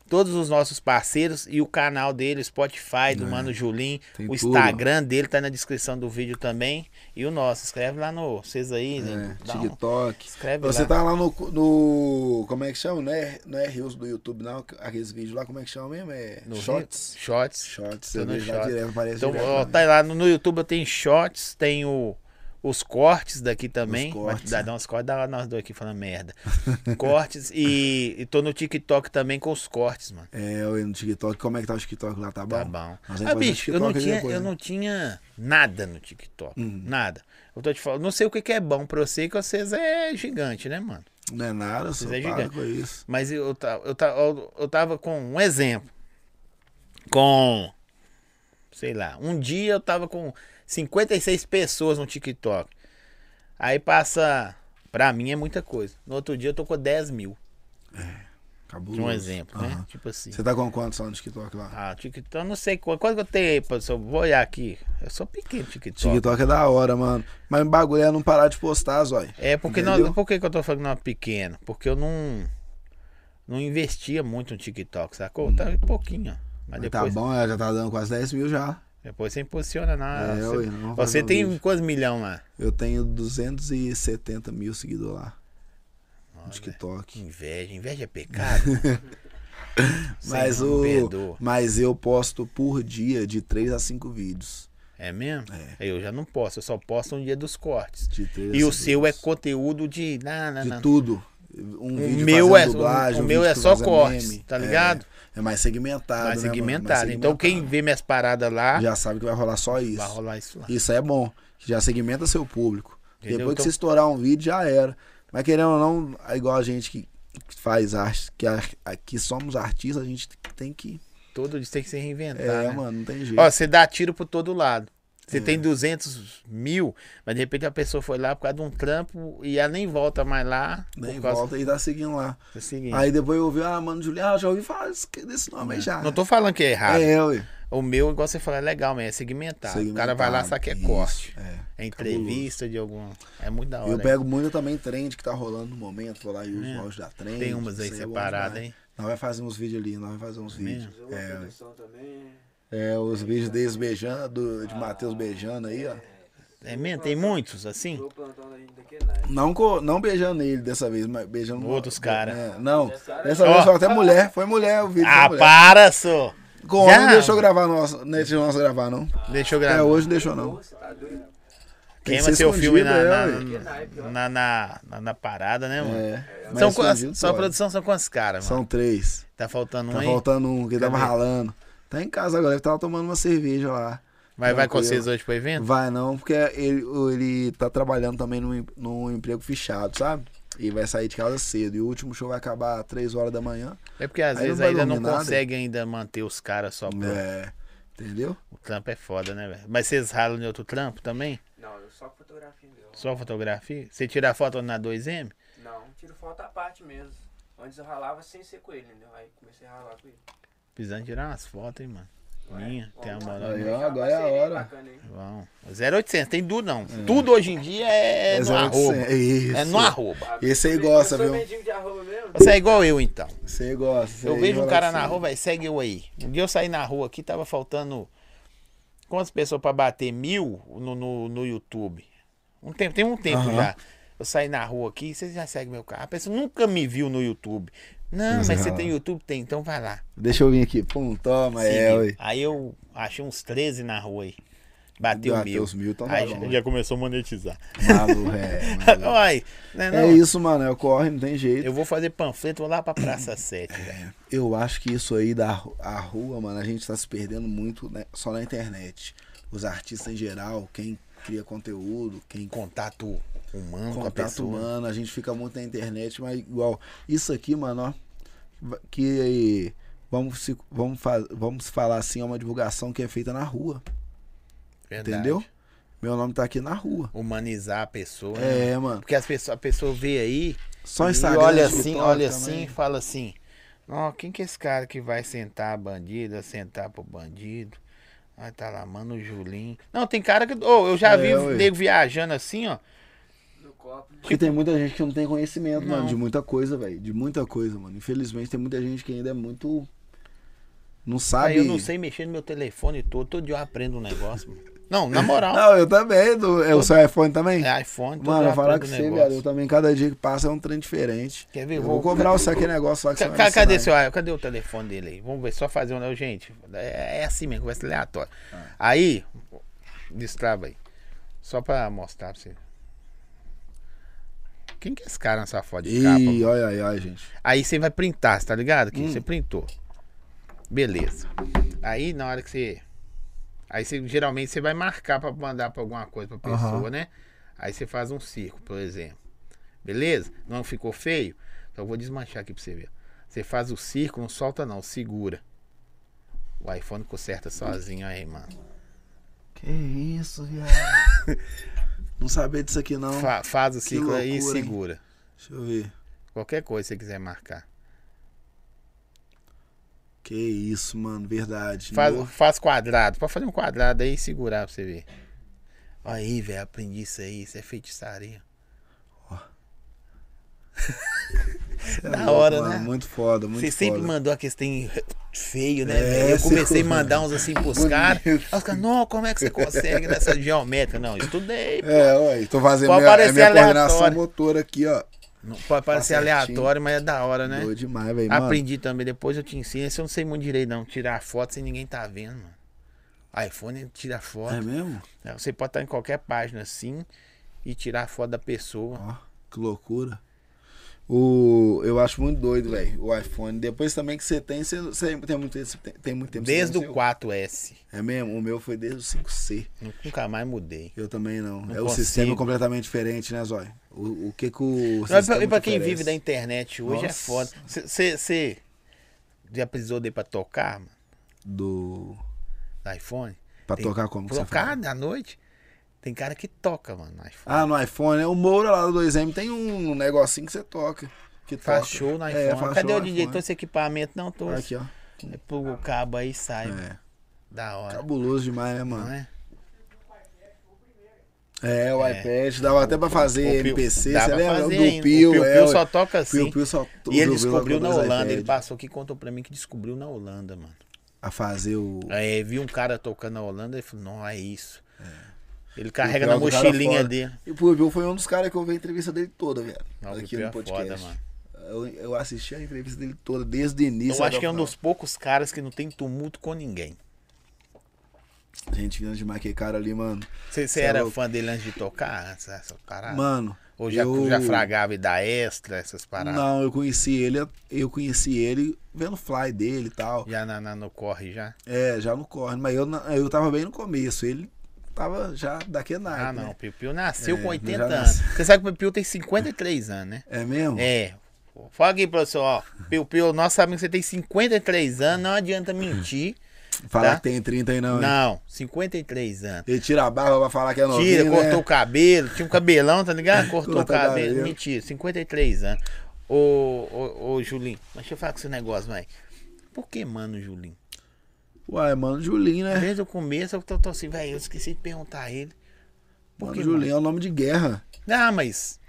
Speaker 1: todos os nossos parceiros e o canal dele, Spotify, do Mano Julim.
Speaker 2: É, Tem
Speaker 1: O
Speaker 2: tudo.
Speaker 1: Instagram dele tá na descrição do vídeo também. E o nosso. Escreve lá no. Vocês aí, né?
Speaker 2: É,
Speaker 1: Dá um-
Speaker 2: TikTok.
Speaker 1: Escreve
Speaker 2: Você
Speaker 1: lá.
Speaker 2: tá lá no, no. Como é que chama? Não é, não é Reels do YouTube, não. Aqueles vídeos lá, como é que chama mesmo? É
Speaker 1: no
Speaker 2: Shots?
Speaker 1: Shorts.
Speaker 2: Shorts,
Speaker 1: Tô
Speaker 2: eu
Speaker 1: no
Speaker 2: vejo lá
Speaker 1: Shorts.
Speaker 2: direto, parece
Speaker 1: Então,
Speaker 2: direto
Speaker 1: ó,
Speaker 2: pra mim.
Speaker 1: tá lá no, no YouTube, eu tenho shorts, tenho os cortes daqui também.
Speaker 2: Os
Speaker 1: Vai
Speaker 2: cortes,
Speaker 1: dar, dar uns cortes, dá lá nós dois aqui falando merda. cortes e, e tô no TikTok também com os cortes, mano.
Speaker 2: É, eu ia no TikTok. Como é que tá o TikTok lá? Tá bom?
Speaker 1: Tá bom.
Speaker 2: Nós vamos
Speaker 1: Ah,
Speaker 2: fazer
Speaker 1: bicho, eu não,
Speaker 2: TikTok
Speaker 1: tinha,
Speaker 2: depois,
Speaker 1: eu
Speaker 2: né?
Speaker 1: não tinha nada no TikTok.
Speaker 2: Uhum.
Speaker 1: Nada. Eu tô te falando, não sei o que, que é bom pra você, que vocês é gigante, né, mano?
Speaker 2: Não é nada, eu só
Speaker 1: Vocês é
Speaker 2: para
Speaker 1: gigante.
Speaker 2: com isso.
Speaker 1: Mas eu, ta- eu, ta- eu, eu tava com um exemplo. Com. Sei lá. Um dia eu tava com 56 pessoas no TikTok. Aí passa. Pra mim é muita coisa. No outro dia eu tô com 10 mil.
Speaker 2: Acabou.
Speaker 1: Um exemplo, né? Tipo assim.
Speaker 2: Você tá com quanto só no TikTok lá?
Speaker 1: Ah, TikTok, eu não sei quanto. Quanto que eu tenho aí, professor? Vou olhar aqui. Eu sou pequeno TikTok.
Speaker 2: TikTok é da hora, mano. Mas o bagulho é não parar de postar, Zói.
Speaker 1: É, porque
Speaker 2: Entendeu?
Speaker 1: nós, por que, que eu tô falando uma pequena? Porque eu não. Não investia muito no TikTok, sacou? Tá pouquinho, ó. Mas
Speaker 2: Mas tá
Speaker 1: depois
Speaker 2: bom, ela já tá dando quase 10 mil já.
Speaker 1: Depois você impulsiona na.
Speaker 2: É,
Speaker 1: você
Speaker 2: ué, não vai
Speaker 1: você
Speaker 2: dar um
Speaker 1: tem
Speaker 2: vídeo.
Speaker 1: quantos milhão lá?
Speaker 2: Eu tenho 270 mil seguidores lá. No
Speaker 1: Que
Speaker 2: TikTok.
Speaker 1: inveja, inveja é pecado. né?
Speaker 2: Mas,
Speaker 1: Senhor, me
Speaker 2: o,
Speaker 1: perdoa.
Speaker 2: mas eu posto por dia de 3 a 5 vídeos.
Speaker 1: É mesmo? Eu já não posso, eu só posto um dia dos cortes.
Speaker 2: De três
Speaker 1: E
Speaker 2: a
Speaker 1: o
Speaker 2: cinco
Speaker 1: seu é né?
Speaker 2: vídeos.
Speaker 1: conteúdo de. Não, não,
Speaker 2: De
Speaker 1: não.
Speaker 2: tudo. Um
Speaker 1: O
Speaker 2: vídeo
Speaker 1: meu
Speaker 2: fazendo
Speaker 1: é- o-
Speaker 2: dublagem,
Speaker 1: o
Speaker 2: um
Speaker 1: meu
Speaker 2: vídeo
Speaker 1: é
Speaker 2: que
Speaker 1: só
Speaker 2: faz
Speaker 1: cortes,
Speaker 2: meme.
Speaker 1: tá
Speaker 2: É,
Speaker 1: ligado?
Speaker 2: É, mais segmentado.
Speaker 1: Mais
Speaker 2: né, mano?
Speaker 1: segmentado.
Speaker 2: Mais
Speaker 1: Então quem
Speaker 2: segmentado.
Speaker 1: vê minhas paradas lá,
Speaker 2: Já sabe que vai rolar só isso.
Speaker 1: vai rolar isso lá.
Speaker 2: Isso é bom. Já segmenta seu público.
Speaker 1: Entendeu?
Speaker 2: Depois que
Speaker 1: Então-
Speaker 2: você estourar um vídeo, já era. Mas querendo ou não, é igual a gente que faz arte, que a- aqui somos artistas, a gente tem que.
Speaker 1: Todo isso tem que se reinventar.
Speaker 2: É,
Speaker 1: né?
Speaker 2: mano, É. não tem jeito.
Speaker 1: Ó, você dá tiro por todo lado. Você tem 200 mil, mas de repente a pessoa foi lá por causa de um trampo e ela nem volta mais lá.
Speaker 2: Nem
Speaker 1: por causa
Speaker 2: volta e tá seguindo lá.
Speaker 1: do seguinte.
Speaker 2: Aí depois eu ouvi, ah, mano, Juliano, já ouvi falar desse, desse nome aí já. né?
Speaker 1: Não tô falando que é errado.
Speaker 2: É, ué.
Speaker 1: O meu, igual você falou, é legal, mas é segmentado. O cara
Speaker 2: Segmentado,
Speaker 1: vai lá, sabe que é
Speaker 2: isso,
Speaker 1: corte.
Speaker 2: é.
Speaker 1: É entrevista de algum. É muito da hora.
Speaker 2: Eu
Speaker 1: hein? É.
Speaker 2: pego muito também trend que tá rolando no momento. Vou lá e uso o áudio da trend.
Speaker 1: Tem umas aí
Speaker 2: isso é bom
Speaker 1: separadas,
Speaker 2: demais.
Speaker 1: hein?
Speaker 2: Nós vai fazer uns vídeos ali, nós vai fazer uns vídeos.
Speaker 3: Usou uma
Speaker 2: É, ué.
Speaker 3: produção também.
Speaker 2: é, os vídeos deles beijando, do- de Matheus beijando aí, ó.
Speaker 1: É mesmo? Tem muitos, assim?
Speaker 3: Usou o plantão da gente daqui, né?
Speaker 2: Não, co- não beijando ele dessa vez, mas beijando
Speaker 1: Outros
Speaker 2: uma-
Speaker 1: cara.
Speaker 2: é, não, dessa
Speaker 1: Ó.
Speaker 2: vez foi até mulher. Foi mulher o vídeo.
Speaker 1: Ah,
Speaker 2: foi mulher.
Speaker 1: para, só!
Speaker 2: Com homem
Speaker 1: Já.
Speaker 2: não deixou gravar nosso, não deixou nós gravar, não.
Speaker 1: Deixa eu
Speaker 2: Até
Speaker 1: gravar.
Speaker 2: hoje não deixou, não.
Speaker 3: Você tá
Speaker 2: É,
Speaker 3: doido?
Speaker 2: tem que
Speaker 1: Queima
Speaker 2: ser
Speaker 1: seu filme na,
Speaker 2: escondido,
Speaker 1: na,
Speaker 2: é,
Speaker 1: na, na, na- na parada, né, mano?
Speaker 2: É. mas
Speaker 1: São co-
Speaker 2: escondido
Speaker 1: só a
Speaker 2: pode.
Speaker 1: produção são quantos caras, mano?
Speaker 2: São três.
Speaker 1: Tá faltando um
Speaker 2: Tá
Speaker 1: aí.
Speaker 2: faltando um que tava
Speaker 1: Cadê?
Speaker 2: ralando. Tá em casa agora, ele tava tomando uma cerveja lá.
Speaker 1: Mas vai com
Speaker 2: Tranquilo.
Speaker 1: vocês hoje pro evento?
Speaker 2: Vai não, porque ele, ele tá trabalhando também num, em- num emprego fechado, sabe? E vai sair de casa cedo. E o último show vai acabar às três horas da manhã.
Speaker 1: É porque às
Speaker 2: Aí não
Speaker 1: vezes
Speaker 2: vai
Speaker 1: ainda não
Speaker 2: dormir nada.
Speaker 1: consegue ainda manter os caras só. pro-
Speaker 2: É. Entendeu?
Speaker 1: O trampo é foda, né, velho? Mas vocês ralam em outro trampo também?
Speaker 3: Não, eu só fotografia mesmo.
Speaker 1: Só fotografia? Você tira foto na 2M?
Speaker 3: Não, tiro foto à parte mesmo. Antes eu ralava sem ser com ele, entendeu? Aí comecei a ralar com ele. um
Speaker 1: Precisando tirar umas fotos, hein, mano. Minha, tem a moral.
Speaker 2: Aí,
Speaker 1: né?
Speaker 2: ó, agora é a hora.
Speaker 1: Bom, 0800, tem tudo não. Tudo hoje em dia é, no
Speaker 2: 0800,
Speaker 1: arroba.
Speaker 2: é isso.
Speaker 1: É no arroba.
Speaker 2: Esse aí gosta,
Speaker 3: eu sou
Speaker 2: viu?
Speaker 3: mendigo de arroba mesmo?
Speaker 1: Você é igual eu, então.
Speaker 2: Você gosta. você
Speaker 1: Eu vejo um
Speaker 2: gosta. assim.
Speaker 1: cara na rua, vai, segue eu aí. Um dia eu saí na rua aqui, tava faltando quantas pessoas pra bater? Mil no, no, no YouTube. Um tempo, tem um tempo
Speaker 2: Aham.
Speaker 1: já. Eu saí na rua aqui, vocês já seguem meu carro. A pessoa nunca me viu no YouTube. Não, mas você
Speaker 2: Ah.
Speaker 1: tem YouTube? Tem, então vai lá.
Speaker 2: Deixa eu vir aqui. Pum, toma, é,
Speaker 1: Seguiu.
Speaker 2: ui.
Speaker 1: aí eu achei uns 13 na rua aí. Bateu
Speaker 2: Bateu
Speaker 1: mil.
Speaker 2: os mil, então tá
Speaker 1: aí
Speaker 2: bom,
Speaker 1: já,
Speaker 2: né?
Speaker 1: já começou a monetizar.
Speaker 2: Malu, é. malu.
Speaker 1: Uai, né, não?
Speaker 2: É isso, mano. É o corre, não tem jeito.
Speaker 1: Eu vou fazer panfleto, vou lá pra Praça 7, velho.
Speaker 2: Eu acho que isso aí da ru- a rua, mano, a gente tá se perdendo muito né, só na internet. Os artistas em geral, quem cria conteúdo, quem
Speaker 1: Contato humano com a
Speaker 2: contato
Speaker 1: pessoa.
Speaker 2: humano, a gente fica muito na internet, mas igual isso aqui, mano, ó, va- que vamos se- vamos fa- vamos falar assim, é uma divulgação que é feita na rua,
Speaker 1: Verdade.
Speaker 2: entendeu? Meu nome tá aqui na rua.
Speaker 1: Humanizar a pessoa. né?
Speaker 2: É, mano.
Speaker 1: Porque as pessoa, a pessoa vê aí
Speaker 2: Só
Speaker 1: e
Speaker 2: Instagram,
Speaker 1: olha
Speaker 2: TikTok
Speaker 1: assim, olha assim
Speaker 2: também.
Speaker 1: e fala assim: Ó, quem que é esse cara que vai sentar a bandida, sentar pro bandido? Aí tá lá, mano, o Julinho. Não, tem cara que. Ô, eu já
Speaker 2: É,
Speaker 1: vi
Speaker 2: ué.
Speaker 1: nego viajando assim, ó.
Speaker 3: no copo. né?
Speaker 2: Porque tem muita gente que não tem conhecimento, mano,
Speaker 1: Não.
Speaker 2: de muita coisa, velho. De muita coisa, mano. Infelizmente tem muita gente que ainda é muito. Não sabe.
Speaker 1: Aí eu não sei mexer no meu telefone todo, todo dia eu aprendo um negócio, mano. Não, na moral.
Speaker 2: Não, eu também. do- É o seu iPhone também?
Speaker 1: É iPhone, todo
Speaker 2: Mano,
Speaker 1: dia
Speaker 2: eu
Speaker 1: eu
Speaker 2: falar
Speaker 1: aprendo
Speaker 2: com
Speaker 1: um
Speaker 2: você,
Speaker 1: negócio.
Speaker 2: velho. Eu também, cada dia que passa é um trem diferente.
Speaker 1: Quer ver?
Speaker 2: Eu
Speaker 1: Vou-
Speaker 2: vou cobrar o saque negócio lá que você vai
Speaker 1: Ca-
Speaker 2: me
Speaker 1: Cadê,
Speaker 2: ensinar,
Speaker 1: seu, cadê o telefone dele aí? Vamos ver, só fazer um. não, Gente, é, é assim mesmo, conversa aleatória.
Speaker 2: Ah.
Speaker 1: Aí, destrava aí. Só pra mostrar pra você. Quem que é esse cara nessa foto de capa?
Speaker 2: Ih, olha aí, olha, gente.
Speaker 1: Aí você vai printar, cê tá ligado?
Speaker 2: Hum.
Speaker 1: Que você printou. Beleza. Aí na hora que você. Aí você geralmente você vai marcar pra mandar pra alguma coisa pra pessoa,
Speaker 2: Aham.
Speaker 1: né? Aí você faz um circo, por exemplo. Beleza? Não ficou feio? Então eu vou desmanchar aqui pra você ver. Você faz o circo, não solta não, segura. O iPhone conserta sozinho aí, mano.
Speaker 2: Que isso, viado. não sabia disso aqui, não.
Speaker 1: Fa- faz o
Speaker 2: que
Speaker 1: ciclo aí e
Speaker 2: loucura, hein?
Speaker 1: segura.
Speaker 2: Deixa eu ver.
Speaker 1: Qualquer coisa que você quiser marcar.
Speaker 2: Que isso, mano. Verdade.
Speaker 1: Faz,
Speaker 2: Não.
Speaker 1: faz quadrado. Pode fazer um quadrado aí e segurar pra você ver. Aí, velho, aprendi isso aí. Isso é feitiçaria.
Speaker 2: Cê é
Speaker 1: da
Speaker 2: louco,
Speaker 1: hora,
Speaker 2: mano.
Speaker 1: né?
Speaker 2: Muito foda, muito
Speaker 1: Você
Speaker 2: foda.
Speaker 1: sempre mandou aqueles tem feio, né?
Speaker 2: É,
Speaker 1: velho? eu
Speaker 2: cê
Speaker 1: comecei a
Speaker 2: foi-
Speaker 1: mandar uns assim pros
Speaker 2: Bonito.
Speaker 1: caras. Aí os caras, não, como é que você consegue nessa geométrica? Não, estudei. pô.
Speaker 2: É, olha, tô fazendo
Speaker 1: Pode
Speaker 2: minha, a
Speaker 1: parecer
Speaker 2: minha coordenação
Speaker 1: aleatório. né?
Speaker 2: motora aqui, ó.
Speaker 1: Não, pode parecer
Speaker 2: Tá certinho.
Speaker 1: aleatório, mas é da hora, né?
Speaker 2: Boa demais, velho. Mano,
Speaker 1: Aprendi também. Depois eu te ensino. Esse eu não sei muito direito, não. Tirar foto sem ninguém tá vendo, mano. iPhone tira foto.
Speaker 2: É mesmo?
Speaker 1: É, Você pode estar em qualquer página assim e tirar a foto da pessoa.
Speaker 2: Ó, que loucura. O, eu acho muito doido, velho, o iPhone. Depois também que você tem, você, você tem, muito, esse- tem, tem muito tempo. que você
Speaker 1: Desde
Speaker 2: tem
Speaker 1: o
Speaker 2: seu.
Speaker 1: 4S.
Speaker 2: É mesmo? O meu foi desde o 5C.
Speaker 1: Nu- Nunca mais mudei.
Speaker 2: Eu também não.
Speaker 1: Não
Speaker 2: é o sistema
Speaker 1: consigo.
Speaker 2: completamente diferente, né, Zói? O, o que que o
Speaker 1: Não, e
Speaker 2: sistema
Speaker 1: pra, e pra quem
Speaker 2: oferece?
Speaker 1: vive da internet hoje é
Speaker 2: Nossa.
Speaker 1: foda. Você já precisou de pra tocar, mano?
Speaker 2: Do...
Speaker 1: No iPhone?
Speaker 2: Pra
Speaker 1: Tem-
Speaker 2: tocar como que você
Speaker 1: Tocar
Speaker 2: fala?
Speaker 1: na noite? Tem cara que toca, mano, no iPhone.
Speaker 2: Ah, no iPhone. é O Moura lá do 2M tem um negocinho que você toca. Que
Speaker 1: faz
Speaker 2: toca.
Speaker 1: show no
Speaker 2: É,
Speaker 1: iPhone.
Speaker 2: faz
Speaker 1: Cadê
Speaker 2: show
Speaker 1: o
Speaker 2: no
Speaker 1: DJ?
Speaker 2: iPhone.
Speaker 1: Trouxe equipamento? Não, trouxe.
Speaker 2: Aqui, ó.
Speaker 1: É, Pluga o cabo aí e sai, mano.
Speaker 2: É.
Speaker 1: Da hora.
Speaker 2: Cabuloso demais, né, mano?
Speaker 1: Não é?
Speaker 2: É, o iPad, dava até pra fazer
Speaker 1: O Pio-
Speaker 2: MPC,
Speaker 1: dá
Speaker 2: você
Speaker 1: pra
Speaker 2: lembra?
Speaker 1: fazer
Speaker 2: do
Speaker 1: ainda.
Speaker 2: Pio,
Speaker 1: o Pio,
Speaker 2: é,
Speaker 1: Pio
Speaker 2: ué.
Speaker 1: só toca assim.
Speaker 2: Pio, Pio só
Speaker 1: E ele
Speaker 2: Pio Pio lá
Speaker 1: descobriu na
Speaker 2: com dois
Speaker 1: Holanda, ele
Speaker 2: iPad,
Speaker 1: passou aqui e contou pra mim que descobriu na Holanda, mano.
Speaker 2: A fazer o.
Speaker 1: Aí vi um cara tocando na Holanda e falou, não, é isso. Ele carrega
Speaker 2: o
Speaker 1: na
Speaker 2: Pio do cara
Speaker 1: mochilinha
Speaker 2: fora.
Speaker 1: dele.
Speaker 2: E o Pio Pio foi um dos caras que eu vi a entrevista dele toda, velho.
Speaker 1: Não, o
Speaker 2: aqui
Speaker 1: Pio
Speaker 2: no
Speaker 1: é
Speaker 2: podcast.
Speaker 1: foda, mano.
Speaker 2: Eu, eu assisti a entrevista dele toda, desde o início.
Speaker 1: Eu acho que é um
Speaker 2: até o
Speaker 1: dos poucos caras que não tem tumulto com ninguém.
Speaker 2: final. Gente, vindo demais aquele cara ali, mano.
Speaker 1: Você
Speaker 2: Cê é
Speaker 1: era
Speaker 2: louco.
Speaker 1: fã dele antes de tocar? Ah, Essa, essa parada?
Speaker 2: Mano.
Speaker 1: Ou já,
Speaker 2: eu...
Speaker 1: já fragava e dá extra, essas paradas?
Speaker 2: Não, eu conheci ele, eu conheci ele vendo fly dele e tal.
Speaker 1: Já na, na- no corre, já?
Speaker 2: É, já no corre. Mas eu, na- eu tava bem no começo. Ele tava já daqui a nada. né?
Speaker 1: Ah, não. O Piu Piu nasceu
Speaker 2: É,
Speaker 1: com
Speaker 2: já
Speaker 1: 80 anos.
Speaker 2: nasce.
Speaker 1: Você sabe que o Piu Piu tem 53 anos, né?
Speaker 2: É mesmo?
Speaker 1: É. Fala aqui, professor. Ó, Piu Piu, nós sabemos que você tem 53 anos, não adianta mentir.
Speaker 2: Falar
Speaker 1: tá?
Speaker 2: que tem 30 aí não. hein?
Speaker 1: Não, 53 anos.
Speaker 2: Ele tira a barba pra falar que é novinho,
Speaker 1: Tira,
Speaker 2: né?
Speaker 1: cortou o cabelo, tinha um cabelão, tá ligado? Cortou o
Speaker 2: Cortou o
Speaker 1: cabelo.
Speaker 2: cabelo.
Speaker 1: Mentira, 53 anos. Ô, ô, ô, Julinho, mas deixa eu falar com esse negócio, vai. Por que, mano, Julinho?
Speaker 2: Uai, mano, Julinho, né?
Speaker 1: Desde o começo eu tô, tô assim, velho, eu esqueci de perguntar a ele. Por
Speaker 2: Mano,
Speaker 1: que,
Speaker 2: Julinho é o nome de guerra.
Speaker 1: Ah, mas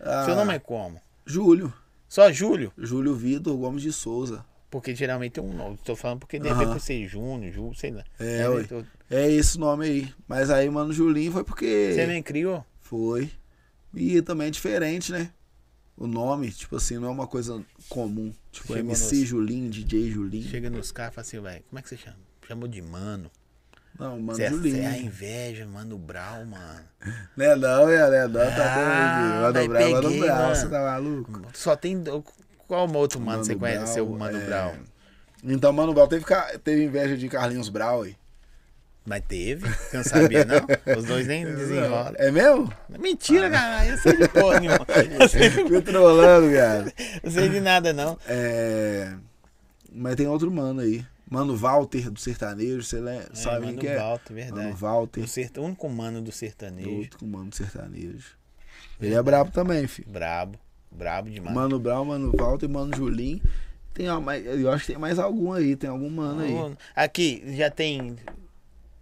Speaker 2: Ah,
Speaker 1: seu nome é como?
Speaker 2: Júlio.
Speaker 1: Só Júlio?
Speaker 2: Júlio Vitor Gomes de Souza.
Speaker 1: Porque geralmente tem um nome. Tô falando porque deve
Speaker 2: Aham.
Speaker 1: ver com ser Júnior, Júlio, sei lá.
Speaker 2: É,
Speaker 1: Deve
Speaker 2: ué.
Speaker 1: ter-
Speaker 2: É esse nome aí. Mas aí, mano, Julinho foi porque.
Speaker 1: Você nem criou?
Speaker 2: Foi. E também é diferente, né? O nome, tipo assim, não é uma coisa comum. Tipo,
Speaker 1: Chegou
Speaker 2: MC
Speaker 1: nos-
Speaker 2: Julinho, DJ Julinho.
Speaker 1: Chega nos caras e fala assim, velho, como é que você chama? Chamou de mano.
Speaker 2: Não, mano,
Speaker 1: Você é,
Speaker 2: Julinho.
Speaker 1: cê é a inveja, mano, Brau, mano.
Speaker 2: Né não, é, né não,
Speaker 1: Ah,
Speaker 2: tá doido.
Speaker 1: daí
Speaker 2: Mano Brau, Mano
Speaker 1: peguei,
Speaker 2: Brau,
Speaker 1: mano.
Speaker 2: você tá maluco?
Speaker 1: Só tem. do- Qual um outro mano,
Speaker 2: Mano
Speaker 1: você conhece?
Speaker 2: Brown,
Speaker 1: seu Mano
Speaker 2: é.
Speaker 1: Brown.
Speaker 2: Então, Mano Brau teve, ca- teve inveja de Carlinhos Brau aí.
Speaker 1: Mas teve? Você não sabia, não? Os dois nem desenrolam.
Speaker 2: É mesmo?
Speaker 1: Mentira, cara. Eu sei de porra nenhuma. Eu sei,
Speaker 2: Me trolando, cara.
Speaker 1: eu sei de nada, não.
Speaker 2: É... Mas tem outro mano aí. Mano Walter do Sertanejo, você le-
Speaker 1: É,
Speaker 2: sabe quem
Speaker 1: mano
Speaker 2: que é?
Speaker 1: Walter, verdade.
Speaker 2: Mano Walter,
Speaker 1: O serta- o único mano do sertanejo.
Speaker 2: outro com mano do Sertanejo. Ele é brabo também, filho.
Speaker 1: Brabo. Brabo demais.
Speaker 2: Mano Brown, Mano Walter, Mano Julinho. Tem, a- mas eu acho que tem mais algum aí, tem algum mano aí.
Speaker 1: Aqui, já tem.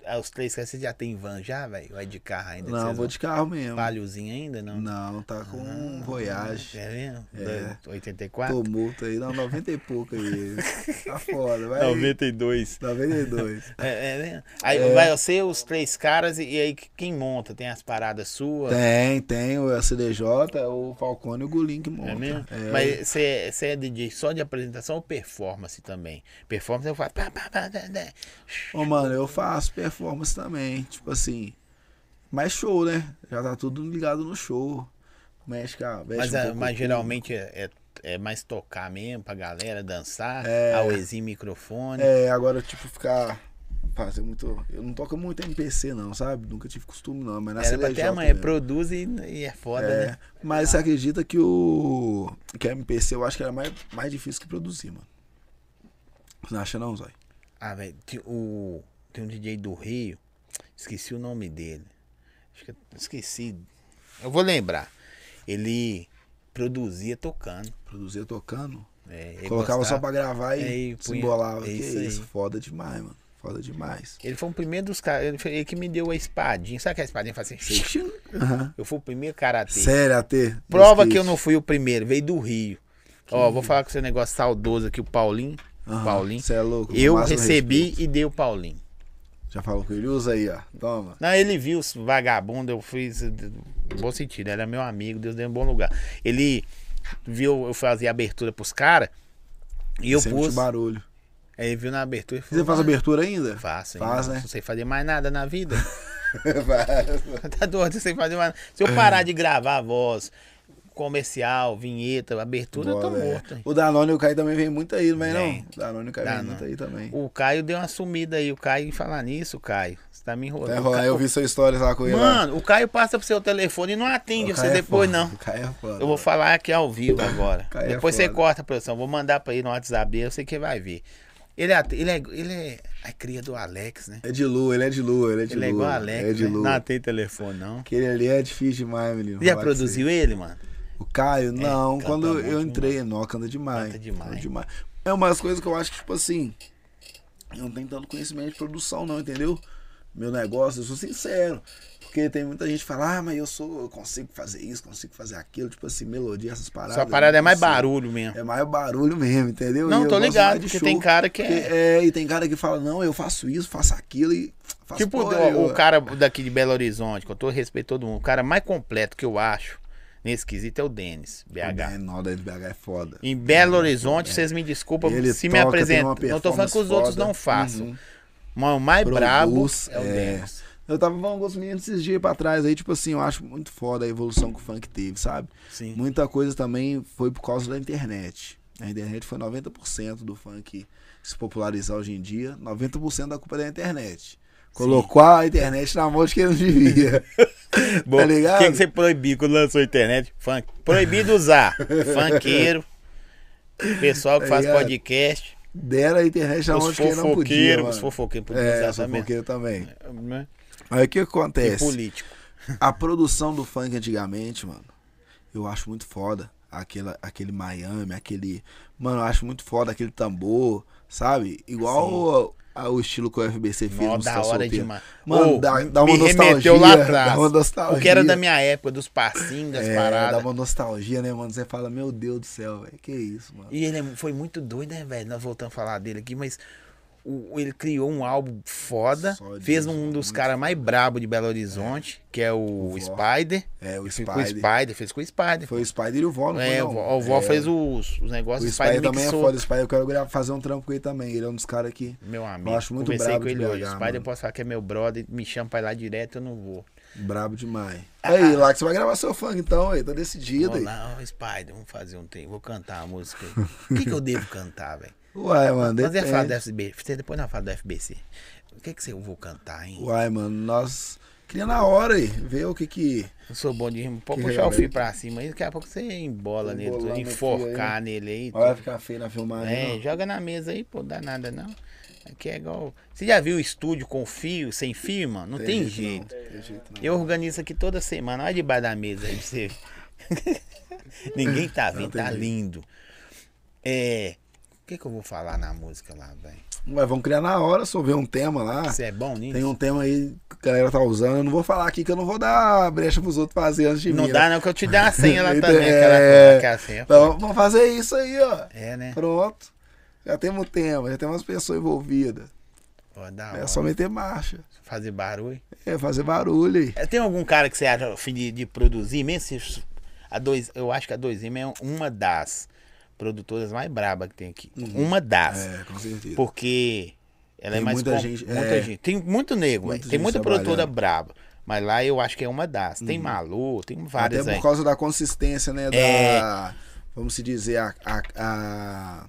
Speaker 1: Ah, Os três caras, você já tem van já, velho? Ou é de carro ainda? que
Speaker 2: Não,
Speaker 1: vocês
Speaker 2: vou
Speaker 1: vão-
Speaker 2: de carro mesmo.
Speaker 1: Palhozinho ainda, não?
Speaker 2: Não, tá com um Voyage.
Speaker 1: É mesmo?
Speaker 2: É.
Speaker 1: Dois- 84?
Speaker 2: Tô multa aí, não, 90 e pouco aí. Tá foda, vai.
Speaker 1: 92.
Speaker 2: 92.
Speaker 1: É, é mesmo? Aí vai você, os três caras, e, e aí que- quem monta? Tem as paradas suas?
Speaker 2: Tem, tem o SDJ, o Falcone e o Gulim que monta.
Speaker 1: É mesmo?
Speaker 2: É.
Speaker 1: Mas você você é DJ só de apresentação ou performance também? Performance eu faço. Pá, pá, pá, dá, dá.
Speaker 2: Ô, mano, eu faço performance também, tipo assim. Mas show, né? Já tá tudo ligado no show. Mexe, cara, mexe
Speaker 1: Mas,
Speaker 2: um
Speaker 1: ah,
Speaker 2: pouco
Speaker 1: mas
Speaker 2: com-
Speaker 1: geralmente é, é- é mais tocar mesmo pra galera dançar,
Speaker 2: É.
Speaker 1: auezinho, microfone.
Speaker 2: É, agora, tipo, ficar. Fazer muito. Eu não toco muito MPC, não, sabe? Nunca tive costume, não. Mas na
Speaker 1: Era pra
Speaker 2: CDJ
Speaker 1: até amanhã,
Speaker 2: mesmo.
Speaker 1: produz e, e é foda,
Speaker 2: É,
Speaker 1: né?
Speaker 2: mas você acredita que o. Que a MPC eu acho que era mais, mais difícil que produzir, mano. Você não acha não, Zói?
Speaker 1: Ah, velho, tem o- tem um DJ do Rio, esqueci o nome dele. Acho que eu esqueci. Eu vou lembrar. Ele produzia tocando.
Speaker 2: Produzia tocando.
Speaker 1: né? Ele
Speaker 2: colocava só
Speaker 1: gostava.
Speaker 2: pra gravar
Speaker 1: É,
Speaker 2: e
Speaker 1: e
Speaker 2: se
Speaker 1: punha-
Speaker 2: embolava.
Speaker 1: é
Speaker 2: que
Speaker 1: isso
Speaker 2: isso,
Speaker 1: aí.
Speaker 2: foda demais, mano. Foda demais.
Speaker 1: Ele foi o primeiro dos caras. Ele, foi- ele que me deu a espadinha. Sabe que a espadinha faz assim?
Speaker 2: Aham.
Speaker 1: Eu fui o primeiro karatê.
Speaker 2: Sério, AT. no
Speaker 1: Prova
Speaker 2: skate.
Speaker 1: que eu não fui o primeiro, veio do Rio. Ó, vou falar com esse negócio saudoso aqui, o Paulinho.
Speaker 2: Aham,
Speaker 1: Paulinho.
Speaker 2: Cê é louco.
Speaker 1: Eu
Speaker 2: máximo
Speaker 1: recebi
Speaker 2: respeito.
Speaker 1: e dei o Paulinho.
Speaker 2: Já falou com ele, usa aí, ó. Toma.
Speaker 1: Não, ele viu os vagabundos, eu fiz. eh, no Bom sentido, era meu amigo, Deus deu um bom lugar. Ele viu eu fazer abertura pros caras e eu
Speaker 2: Sente o
Speaker 1: pus.
Speaker 2: barulho.
Speaker 1: Aí ele viu na abertura e falou.
Speaker 2: Você faz
Speaker 1: "Ah,
Speaker 2: abertura ainda?
Speaker 1: Faço, hein?
Speaker 2: Faz, né?
Speaker 1: Não sei fazer mais nada na vida.
Speaker 2: Faz.
Speaker 1: tá doido, sem fazer mais nada. Se eu parar de gravar a voz, comercial, vinheta, abertura, eu tô
Speaker 2: Bora, é.
Speaker 1: morto. hein?
Speaker 2: O Danone e o Caio também vem muito aí, não vem não?
Speaker 1: Vem.
Speaker 2: Danone e o Caio vem
Speaker 1: Danone.
Speaker 2: muito aí também.
Speaker 1: O Caio deu uma sumida aí. O Caio, falar nisso, Caio, você tá me enrolando.
Speaker 2: Tá
Speaker 1: O
Speaker 2: enrolando,
Speaker 1: Caio-
Speaker 2: eu vi sua história lá com ele. lá.
Speaker 1: Mano, o Caio passa pro seu telefone e não atende
Speaker 2: O
Speaker 1: você
Speaker 2: Caio é
Speaker 1: depois,
Speaker 2: foda,
Speaker 1: não.
Speaker 2: O Caio é foda.
Speaker 1: Eu vou falar aqui ao vivo agora.
Speaker 2: Caio é
Speaker 1: Depois você
Speaker 2: foda.
Speaker 1: corta, produção. Vou mandar pra ele no WhatsApp dele, eu sei que ele vai ver. Ele é, at- ele é, ele é a cria do Alex, né?
Speaker 2: É de lua, ele é de lua, ele é de
Speaker 1: Ele
Speaker 2: lua.
Speaker 1: é igual a Alex,
Speaker 2: É de
Speaker 1: né?
Speaker 2: lua.
Speaker 1: Não atende telefone, não.
Speaker 2: Aquele ali é difícil demais, menino.
Speaker 1: Já
Speaker 2: Falar pra você.
Speaker 1: produziu ele, mano?
Speaker 2: O Caio, não.
Speaker 1: canta
Speaker 2: Quando eu
Speaker 1: muito né?
Speaker 2: entrei, nó, canta demais.
Speaker 1: Canta demais.
Speaker 2: É umas coisas que eu acho que, tipo assim, eu não tenho tanto conhecimento de produção, não, entendeu? Meu negócio, eu sou sincero. Porque tem muita gente que fala, ah, mas eu sou, eu consigo fazer isso, consigo fazer aquilo, tipo assim, melodia, essas paradas.
Speaker 1: Sua
Speaker 2: eu
Speaker 1: parada
Speaker 2: não
Speaker 1: é mais
Speaker 2: consigo.
Speaker 1: barulho mesmo.
Speaker 2: É mais barulho mesmo, entendeu?
Speaker 1: Não,
Speaker 2: E eu
Speaker 1: tô
Speaker 2: gosto
Speaker 1: ligado,
Speaker 2: mais de
Speaker 1: porque
Speaker 2: show,
Speaker 1: tem cara que é-
Speaker 2: porque- é. E tem cara que fala, não, eu faço isso, faço aquilo e faço
Speaker 1: Tipo
Speaker 2: porra
Speaker 1: o- o,
Speaker 2: nenhuma.
Speaker 1: cara daqui de Belo Horizonte, que eu tô respeito todo mundo. O cara mais completo que eu acho nesse quesito é o Denis, BH.
Speaker 2: É, não, o BH é foda.
Speaker 1: Em Belo Horizonte, vocês me desculpam
Speaker 2: Ele
Speaker 1: se me
Speaker 2: toca, tem
Speaker 1: apresentam.
Speaker 2: uma
Speaker 1: Não tô falando que os
Speaker 2: performance
Speaker 1: outros
Speaker 2: foda.
Speaker 1: não façam.
Speaker 2: Uhum.
Speaker 1: Mas o mais brabo
Speaker 2: Produz,
Speaker 1: é o
Speaker 2: é.
Speaker 1: Denis.
Speaker 2: Eu tava falando com os meninos esses dias pra trás aí, tipo assim, eu acho muito foda a evolução que o funk teve, sabe?
Speaker 1: Sim.
Speaker 2: Muita coisa também foi por causa da internet. A internet foi 90% do funk se popularizar hoje em dia, 90% da culpa é da internet. Colocou a internet na mão de quem não devia.
Speaker 1: Bom,
Speaker 2: tá ligado?
Speaker 1: Quem que você proibiu quando lançou a internet? Funk. Proibido usar. Funkeiro. Pessoal que
Speaker 2: Tá
Speaker 1: faz
Speaker 2: ligado? Então,
Speaker 1: podcast.
Speaker 2: Deram a internet na mão
Speaker 1: Os
Speaker 2: de quem não podia.
Speaker 1: fofoqueiros.
Speaker 2: mano.
Speaker 1: Os fofoqueiros podiam
Speaker 2: É,
Speaker 1: usar
Speaker 2: os
Speaker 1: também.
Speaker 2: fofoqueiros também.
Speaker 1: Né?
Speaker 2: Aí o que
Speaker 1: E
Speaker 2: acontece?
Speaker 1: político.
Speaker 2: A produção do funk antigamente, mano, eu acho muito foda. Aquela, aquele Miami, aquele. Mano, eu acho muito foda aquele tambor, sabe? Igual a- a- o estilo que o FBC fez
Speaker 1: Nó,
Speaker 2: no
Speaker 1: da
Speaker 2: Tá
Speaker 1: hora
Speaker 2: Solteiro.
Speaker 1: demais.
Speaker 2: Mano,
Speaker 1: Ô,
Speaker 2: dá, dá uma
Speaker 1: me
Speaker 2: nostalgia.
Speaker 1: remeteu lá atrás.
Speaker 2: Dá uma nostalgia.
Speaker 1: O que era da minha época, dos passinhos, das
Speaker 2: é, Dá
Speaker 1: paradas.
Speaker 2: uma nostalgia, né, mano? Você fala, meu Deus do céu, velho. Que isso, mano.
Speaker 1: E ele é- foi muito doido, né, velho? Nós voltamos a falar dele aqui, mas o- ele criou um álbum foda,
Speaker 2: Só Deus,
Speaker 1: fez um
Speaker 2: mano,
Speaker 1: dos
Speaker 2: muito
Speaker 1: caras mais brabo de Belo Horizonte, que é o,
Speaker 2: O Vó.
Speaker 1: Spider.
Speaker 2: É, o
Speaker 1: Ele fez com o
Speaker 2: Spider.
Speaker 1: Spider, fez com o Spider.
Speaker 2: Foi o Spider e o Vó, não foi?
Speaker 1: é, o
Speaker 2: não?
Speaker 1: Vó- o Vó
Speaker 2: É,
Speaker 1: fez os, os negócios,
Speaker 2: O
Speaker 1: o Spider,
Speaker 2: Spider também é
Speaker 1: mixou.
Speaker 2: foda. O Spider, eu quero gra- fazer um trampo com ele também. Ele é um dos caras que.
Speaker 1: Meu amigo,
Speaker 2: Eu acho muito
Speaker 1: conversei
Speaker 2: brabo
Speaker 1: com
Speaker 2: de
Speaker 1: ele hoje.
Speaker 2: BH,
Speaker 1: O Spider,
Speaker 2: mano.
Speaker 1: eu posso falar que é meu brother, me chama pra ir lá direto, eu não vou.
Speaker 2: Brabo demais. Aí, lá que você vai gravar seu funk então, aí, tá
Speaker 1: Ah.
Speaker 2: decidido
Speaker 1: Vamos
Speaker 2: aí.
Speaker 1: lá, ó, Spider, vamos fazer um tempo, vou cantar a música. O que, que eu devo cantar, velho?
Speaker 2: Uai, mano,
Speaker 1: Nós ia falar do
Speaker 2: depende.
Speaker 1: FBC, você depois nós fala do FBC. O que que você- eu vou cantar, hein?
Speaker 2: Uai, mano, nós queria na hora aí, ver o que que...
Speaker 1: Eu sou bom de rima. Pode
Speaker 2: Que
Speaker 1: puxar o
Speaker 2: realmente.
Speaker 1: fio pra cima aí, daqui a pouco você embola nele,
Speaker 2: Embolando
Speaker 1: tu-
Speaker 2: aqui
Speaker 1: enforcar nele aí.
Speaker 2: Mas vai
Speaker 1: tudo.
Speaker 2: ficar feio na filmagem,
Speaker 1: É,
Speaker 2: não.
Speaker 1: joga na mesa aí, pô, dá nada não. Aqui é igual. Você já viu o estúdio com fio, sem fio, mano? Não tem, jeito.
Speaker 2: Não, tem jeito, não.
Speaker 1: Eu organizo aqui toda semana, olha debaixo da mesa aí pra você. Ninguém tá
Speaker 2: Não
Speaker 1: vendo,
Speaker 2: tem
Speaker 1: tá
Speaker 2: jeito.
Speaker 1: lindo. É. O que, que eu vou falar na música lá, velho?
Speaker 2: Mas vamos criar na hora, só ver um tema lá.
Speaker 1: Isso é bom nisso?
Speaker 2: Tem um tema aí que a galera tá usando. Eu não vou falar aqui que eu não vou dar brecha pros outros fazer antes de
Speaker 1: Não
Speaker 2: mim.
Speaker 1: dá, né?
Speaker 2: né?
Speaker 1: não, que eu te dei a senha lá
Speaker 2: Então,
Speaker 1: também.
Speaker 2: é.
Speaker 1: Aquela, aquela senha.
Speaker 2: Então vamos fazer isso aí, ó.
Speaker 1: É, né?
Speaker 2: Pronto. Já temos um tema, já temos umas pessoas envolvidas.
Speaker 1: Pô, da
Speaker 2: É
Speaker 1: hora.
Speaker 2: só meter marcha.
Speaker 1: Fazer barulho.
Speaker 2: É fazer barulho aí.
Speaker 1: É, Tem algum cara que você acha afim de, de produzir mesmo? Se- A dois, eu acho que a 2M é uma das produtoras mais braba que tem aqui. Uma das.
Speaker 2: É, com certeza.
Speaker 1: Porque ela é
Speaker 2: Tem
Speaker 1: mais
Speaker 2: muita
Speaker 1: com-
Speaker 2: gente,
Speaker 1: muita
Speaker 2: é.
Speaker 1: gente. Tem muito nego,
Speaker 2: Muita
Speaker 1: velho. tem
Speaker 2: gente é.
Speaker 1: muita produtora
Speaker 2: trabalhando.
Speaker 1: braba. Mas lá eu acho que é uma das. Tem Malu, tem várias
Speaker 2: Uhum.
Speaker 1: aí.
Speaker 2: Até por causa da consistência, né? Da.
Speaker 1: É.
Speaker 2: Vamos se dizer, a, a- a-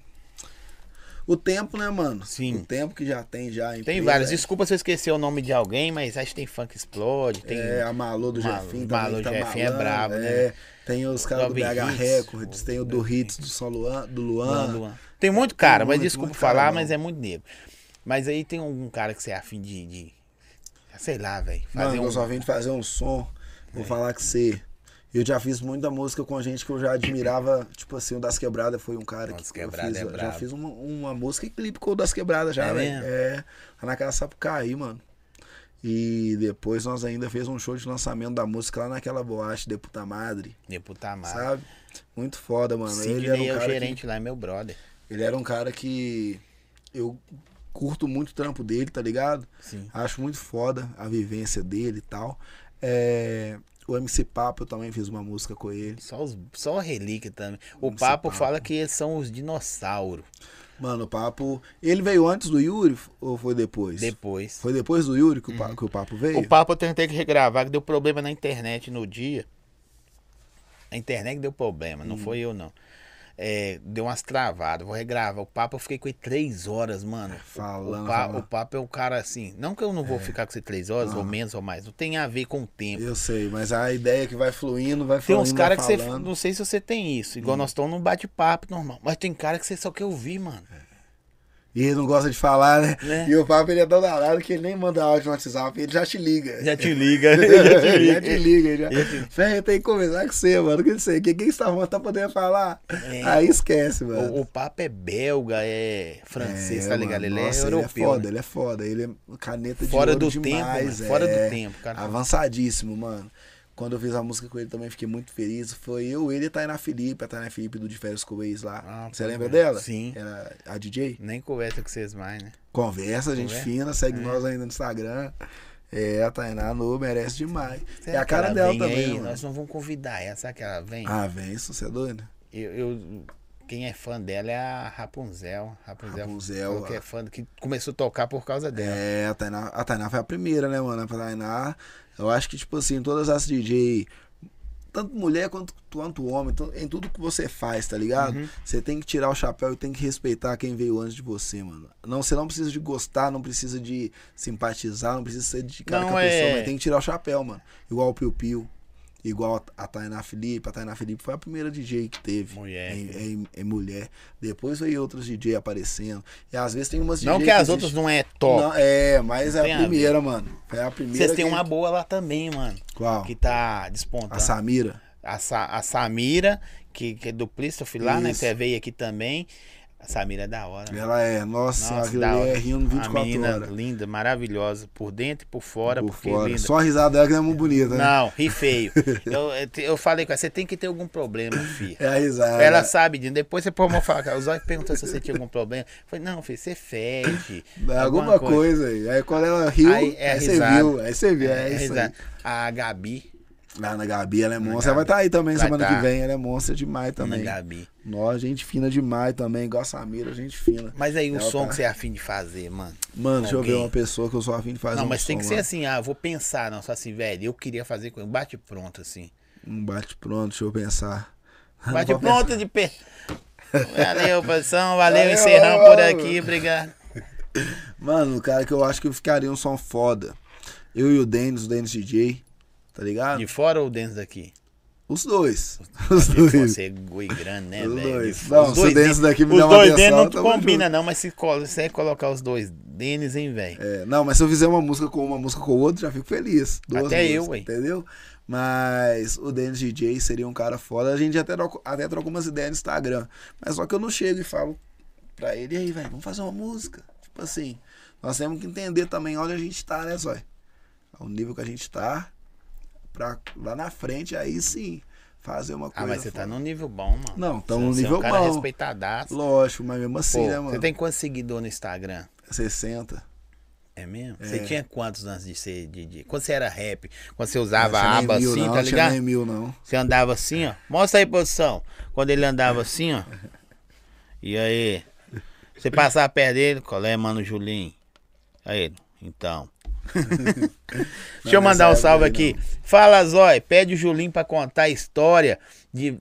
Speaker 2: O tempo, né, mano?
Speaker 1: Sim.
Speaker 2: O tempo que já tem já. a
Speaker 1: Tem
Speaker 2: empresa,
Speaker 1: várias.
Speaker 2: é.
Speaker 1: Desculpa se eu esqueci o nome de alguém, mas acho que tem Funk Explode, tem
Speaker 2: É, a Malô do
Speaker 1: Malu-
Speaker 2: Jefim também.
Speaker 1: Malu
Speaker 2: que tá
Speaker 1: Jefim é
Speaker 2: malando,
Speaker 1: brabo, né?
Speaker 2: é. Tem os caras do
Speaker 1: Love
Speaker 2: BH
Speaker 1: Hits,
Speaker 2: Records,
Speaker 1: o-
Speaker 2: tem o do Hits do São Luan, do Luan.
Speaker 1: Luan, Luan. Tem muito cara, mas
Speaker 2: É, muito,
Speaker 1: desculpa
Speaker 2: muito cara
Speaker 1: falar,
Speaker 2: mesmo.
Speaker 1: mas é muito negro. Mas aí tem algum cara que você é afim de. de- sei lá, velho. Fazer
Speaker 2: Mano, eu só
Speaker 1: um.
Speaker 2: vim fazer um som. Vou falar que você. Eu já fiz muita música com gente que eu já admirava. Tipo assim, o Das Quebradas foi um cara
Speaker 1: Das
Speaker 2: que eu
Speaker 1: Quebradas
Speaker 2: fiz.
Speaker 1: é
Speaker 2: eu já
Speaker 1: brabo.
Speaker 2: fiz uma, uma música e clipe com o Das Quebradas já,
Speaker 1: É
Speaker 2: velho.
Speaker 1: mesmo?
Speaker 2: É. Lá na Casa Sapucaí, mano. E depois nós ainda fez um show de lançamento da música lá naquela boate de puta madre,
Speaker 1: Deputar Mara.
Speaker 2: sabe? Muito foda, mano. ele era
Speaker 1: Sidney é
Speaker 2: um
Speaker 1: o
Speaker 2: cara que-
Speaker 1: gerente lá, é meu brother.
Speaker 2: ele era um cara que eu curto muito o trampo dele, tá ligado?
Speaker 1: Sim.
Speaker 2: Acho muito foda a vivência dele e tal. É, o MC Papo, eu também fiz uma música com ele.
Speaker 1: Só, os, só relíquia também. O
Speaker 2: Vamos ser
Speaker 1: papo
Speaker 2: papo.
Speaker 1: fala que eles são os dinossauros.
Speaker 2: Mano, o Papo. Ele veio antes do Yuri ou foi depois?
Speaker 1: Depois.
Speaker 2: Foi depois do Yuri que o, Pa- que o Papo veio?
Speaker 1: Uhum. O papo eu tentei regravar, que deu problema na internet no dia. A internet que deu problema,
Speaker 2: Hum.
Speaker 1: não foi eu não. É, deu umas travadas, vou regravar. O papo eu fiquei com ele três horas, mano.
Speaker 2: Falando,
Speaker 1: o, pa-
Speaker 2: falando. É.
Speaker 1: o papo é um cara assim. Não que eu não vou ficar com você três horas, ou menos ou mais. Não tem a ver com o tempo.
Speaker 2: Eu sei, mas a ideia que vai fluindo, vai
Speaker 1: Tem
Speaker 2: fluindo.
Speaker 1: uns
Speaker 2: vai
Speaker 1: caras que você.
Speaker 2: falando. Hum.
Speaker 1: Não sei se você tem isso. Igual nós estamos num bate-papo normal. Mas tem cara que você só quer ouvir, mano.
Speaker 2: E ele não gosta de falar, né?
Speaker 1: Né?
Speaker 2: E o Papo, ele é tão danado que ele nem manda áudio no WhatsApp, ele já te liga.
Speaker 1: Já te liga.
Speaker 2: já
Speaker 1: já te
Speaker 2: já
Speaker 1: liga.
Speaker 2: te liga, já. Ferre, tem que conversar com você, mano. Que não sei, o que que você tá falando, tá podendo falar? Aí esquece, mano.
Speaker 1: É. O, o papo é belga, é francês, tá ligado?
Speaker 2: mano,
Speaker 1: ele
Speaker 2: nossa,
Speaker 1: é europeu.
Speaker 2: Ele é foda,
Speaker 1: né?
Speaker 2: ele é foda. Ele é caneta de
Speaker 1: Fora
Speaker 2: ouro
Speaker 1: do
Speaker 2: demais,
Speaker 1: tempo, mano, fora do
Speaker 2: é.
Speaker 1: tempo, cara.
Speaker 2: Avançadíssimo, mano. Quando eu fiz a música com ele também fiquei muito feliz. Foi eu, ele e a Tainá Felipe, a Tainá Felipe do De Férias com o Ex lá.
Speaker 1: Ah,
Speaker 2: Você
Speaker 1: pô,
Speaker 2: lembra
Speaker 1: mano.
Speaker 2: dela?
Speaker 1: Sim.
Speaker 2: Era a DJ?
Speaker 1: Nem conversa com vocês mais, né?
Speaker 2: Conversa, gente
Speaker 1: Conversa. É.
Speaker 2: fina, segue nós ainda no Instagram. É, a Tainá no merece demais. é a
Speaker 1: Será que
Speaker 2: cara
Speaker 1: ela
Speaker 2: dela
Speaker 1: vem
Speaker 2: também,
Speaker 1: aí? né, assim.
Speaker 2: mano.
Speaker 1: Nós não vamos convidar ela, será que ela vem?
Speaker 2: Ah, vem, isso você é doido.
Speaker 1: Eu, eu- quem é fã dela é a Rapunzel. Rapunzel,
Speaker 2: Rapunzel,
Speaker 1: falou que
Speaker 2: ó.
Speaker 1: é fã, que começou a tocar por causa dela.
Speaker 2: É, a Tainá, a Tainá foi a primeira, né, mano? A Tainá, eu acho que, tipo assim, todas as DJ, tanto mulher quanto, quanto homem, to- em tudo que você faz, tá ligado?
Speaker 1: Uhum.
Speaker 2: Você tem que tirar o chapéu e tem que respeitar quem veio antes de você, mano. Não, você não precisa de gostar, não precisa de simpatizar, não precisa ser de cara
Speaker 1: Não,
Speaker 2: com a
Speaker 1: é-
Speaker 2: pessoa, mas tem que tirar o chapéu, mano. Igual o Piu Piu. Igual a- a Tainá Felipe, a Tainá Felipe foi a primeira DJ que teve.
Speaker 1: Mulher,
Speaker 2: Em, em- em mulher. Depois veio outros DJ aparecendo. E às vezes tem umas DJ
Speaker 1: não que as
Speaker 2: existe-
Speaker 1: outras não é top.
Speaker 2: não, é, mas
Speaker 1: Não
Speaker 2: é
Speaker 1: tem
Speaker 2: a
Speaker 1: a
Speaker 2: primeira, mano. É a primeira.
Speaker 1: Vocês têm
Speaker 2: que-
Speaker 1: uma boa lá também, mano.
Speaker 2: Qual?
Speaker 1: Que tá
Speaker 2: A
Speaker 1: despontando.
Speaker 2: Samira.
Speaker 1: A, Sa- a Samira, que, que é do Plistoff lá, né?
Speaker 2: Isso.
Speaker 1: Você veio aqui também. A Samira é da hora. mano.
Speaker 2: Ela é, nossa,
Speaker 1: Nossa,
Speaker 2: aquilo
Speaker 1: da
Speaker 2: ali é
Speaker 1: hora.
Speaker 2: rindo
Speaker 1: a
Speaker 2: 24
Speaker 1: menina
Speaker 2: horas.
Speaker 1: linda, maravilhosa. Por dentro e por fora,
Speaker 2: Por
Speaker 1: porque
Speaker 2: fora.
Speaker 1: linda.
Speaker 2: Só a risada dela que não é muito bonita, né?
Speaker 1: Não, ri feio. eu, eu te- eu falei com ela, você tem que ter algum problema, filho.
Speaker 2: É a risada.
Speaker 1: Ela sabe, disso. depois você pode falar. O Zóio perguntou se você tinha algum problema. Eu falei, não, filho, você fede.
Speaker 2: Dá É alguma coisa aí. Aí quando ela riu,
Speaker 1: Aí é
Speaker 2: aí você
Speaker 1: risada.
Speaker 2: viu. Aí você viu. É,
Speaker 1: É,
Speaker 2: isso aí.
Speaker 1: exato. A Gabi. né,
Speaker 2: Lá na Gabi, ela é monstro. Ela vai estar aí também
Speaker 1: Vai
Speaker 2: semana
Speaker 1: tá.
Speaker 2: que vem. Ela é monstra demais
Speaker 1: Ana
Speaker 2: também.
Speaker 1: Gabi.
Speaker 2: Nós, gente fina demais também. Igual a Samira, gente fina.
Speaker 1: Mas aí o
Speaker 2: Ela
Speaker 1: som
Speaker 2: tá-
Speaker 1: que você é afim de fazer, mano.
Speaker 2: Mano, deixa eu ver
Speaker 1: Alguém.
Speaker 2: uma pessoa que eu sou afim de fazer
Speaker 1: não,
Speaker 2: um
Speaker 1: mas tem
Speaker 2: som,
Speaker 1: que ser
Speaker 2: mano.
Speaker 1: assim, ah, eu vou pensar, não, só assim, velho, eu queria fazer com ele, bate pronto, assim.
Speaker 2: Um bate pronto, deixa eu pensar.
Speaker 1: Bate
Speaker 2: Não vou
Speaker 1: pronto de pé. Valeu, produção, valeu,
Speaker 2: Valeu,
Speaker 1: encerramos por
Speaker 2: valeu.
Speaker 1: aqui, obrigado.
Speaker 2: Mano, o cara que eu acho que ficaria um som foda. Eu e o Denis, o Denis DJ, tá ligado?
Speaker 1: De fora ou dentro daqui?
Speaker 2: Os dois. Os dois.
Speaker 1: Você é goi grande, né,
Speaker 2: Os
Speaker 1: velho?
Speaker 2: dois.
Speaker 1: Os
Speaker 2: Não, se o Denis daqui me
Speaker 1: os
Speaker 2: dá uma
Speaker 1: dois
Speaker 2: atenção,
Speaker 1: Denis não
Speaker 2: tamo
Speaker 1: combina, não, mas se colo- você colocar os dois Denis, hein, velho?
Speaker 2: É, não, mas se eu fizer uma música com uma música com outra, já fico feliz. Duas
Speaker 1: Até eu,
Speaker 2: músicas,
Speaker 1: ué.
Speaker 2: Entendeu? Mas o Denis DJ seria um cara foda. A gente até troca, até troca umas ideias no Instagram. Mas só que eu não chego e falo pra ele, e aí, velho, vamos fazer uma música. Tipo tipo assim, nós temos que entender também onde a gente tá, né, Zói? O nível que a gente tá, pra lá na frente, aí sim, fazer uma
Speaker 1: Ah,
Speaker 2: coisa.
Speaker 1: mas você tá
Speaker 2: é foda.
Speaker 1: num nível bom, mano.
Speaker 2: Não,
Speaker 1: Você-
Speaker 2: tamo num
Speaker 1: você é
Speaker 2: nível
Speaker 1: um cara
Speaker 2: bom.
Speaker 1: respeitadaço.
Speaker 2: Lógico, mas mesmo assim,
Speaker 1: Pô,
Speaker 2: né, mano?
Speaker 1: Você tem quantos seguidores no Instagram?
Speaker 2: 60.
Speaker 1: É mesmo? Você tinha quantos antes de ser DJ? Quando você era rap? Quando você usava
Speaker 2: Tinha
Speaker 1: a
Speaker 2: nem
Speaker 1: aba
Speaker 2: mil,
Speaker 1: assim,
Speaker 2: não,
Speaker 1: tá
Speaker 2: tinha
Speaker 1: ligado?
Speaker 2: nem mil, não.
Speaker 1: Você andava assim, ó. Mostra aí a posição. Quando ele andava assim, ó. E aí? Você passava perto dele, qual é, mano, Julinho? Aí, então. Deixa eu
Speaker 2: Não, é
Speaker 1: mandar um
Speaker 2: nessa
Speaker 1: salve
Speaker 2: época aí
Speaker 1: aqui. Fala, Zói. Pede o Julinho pra contar a história de,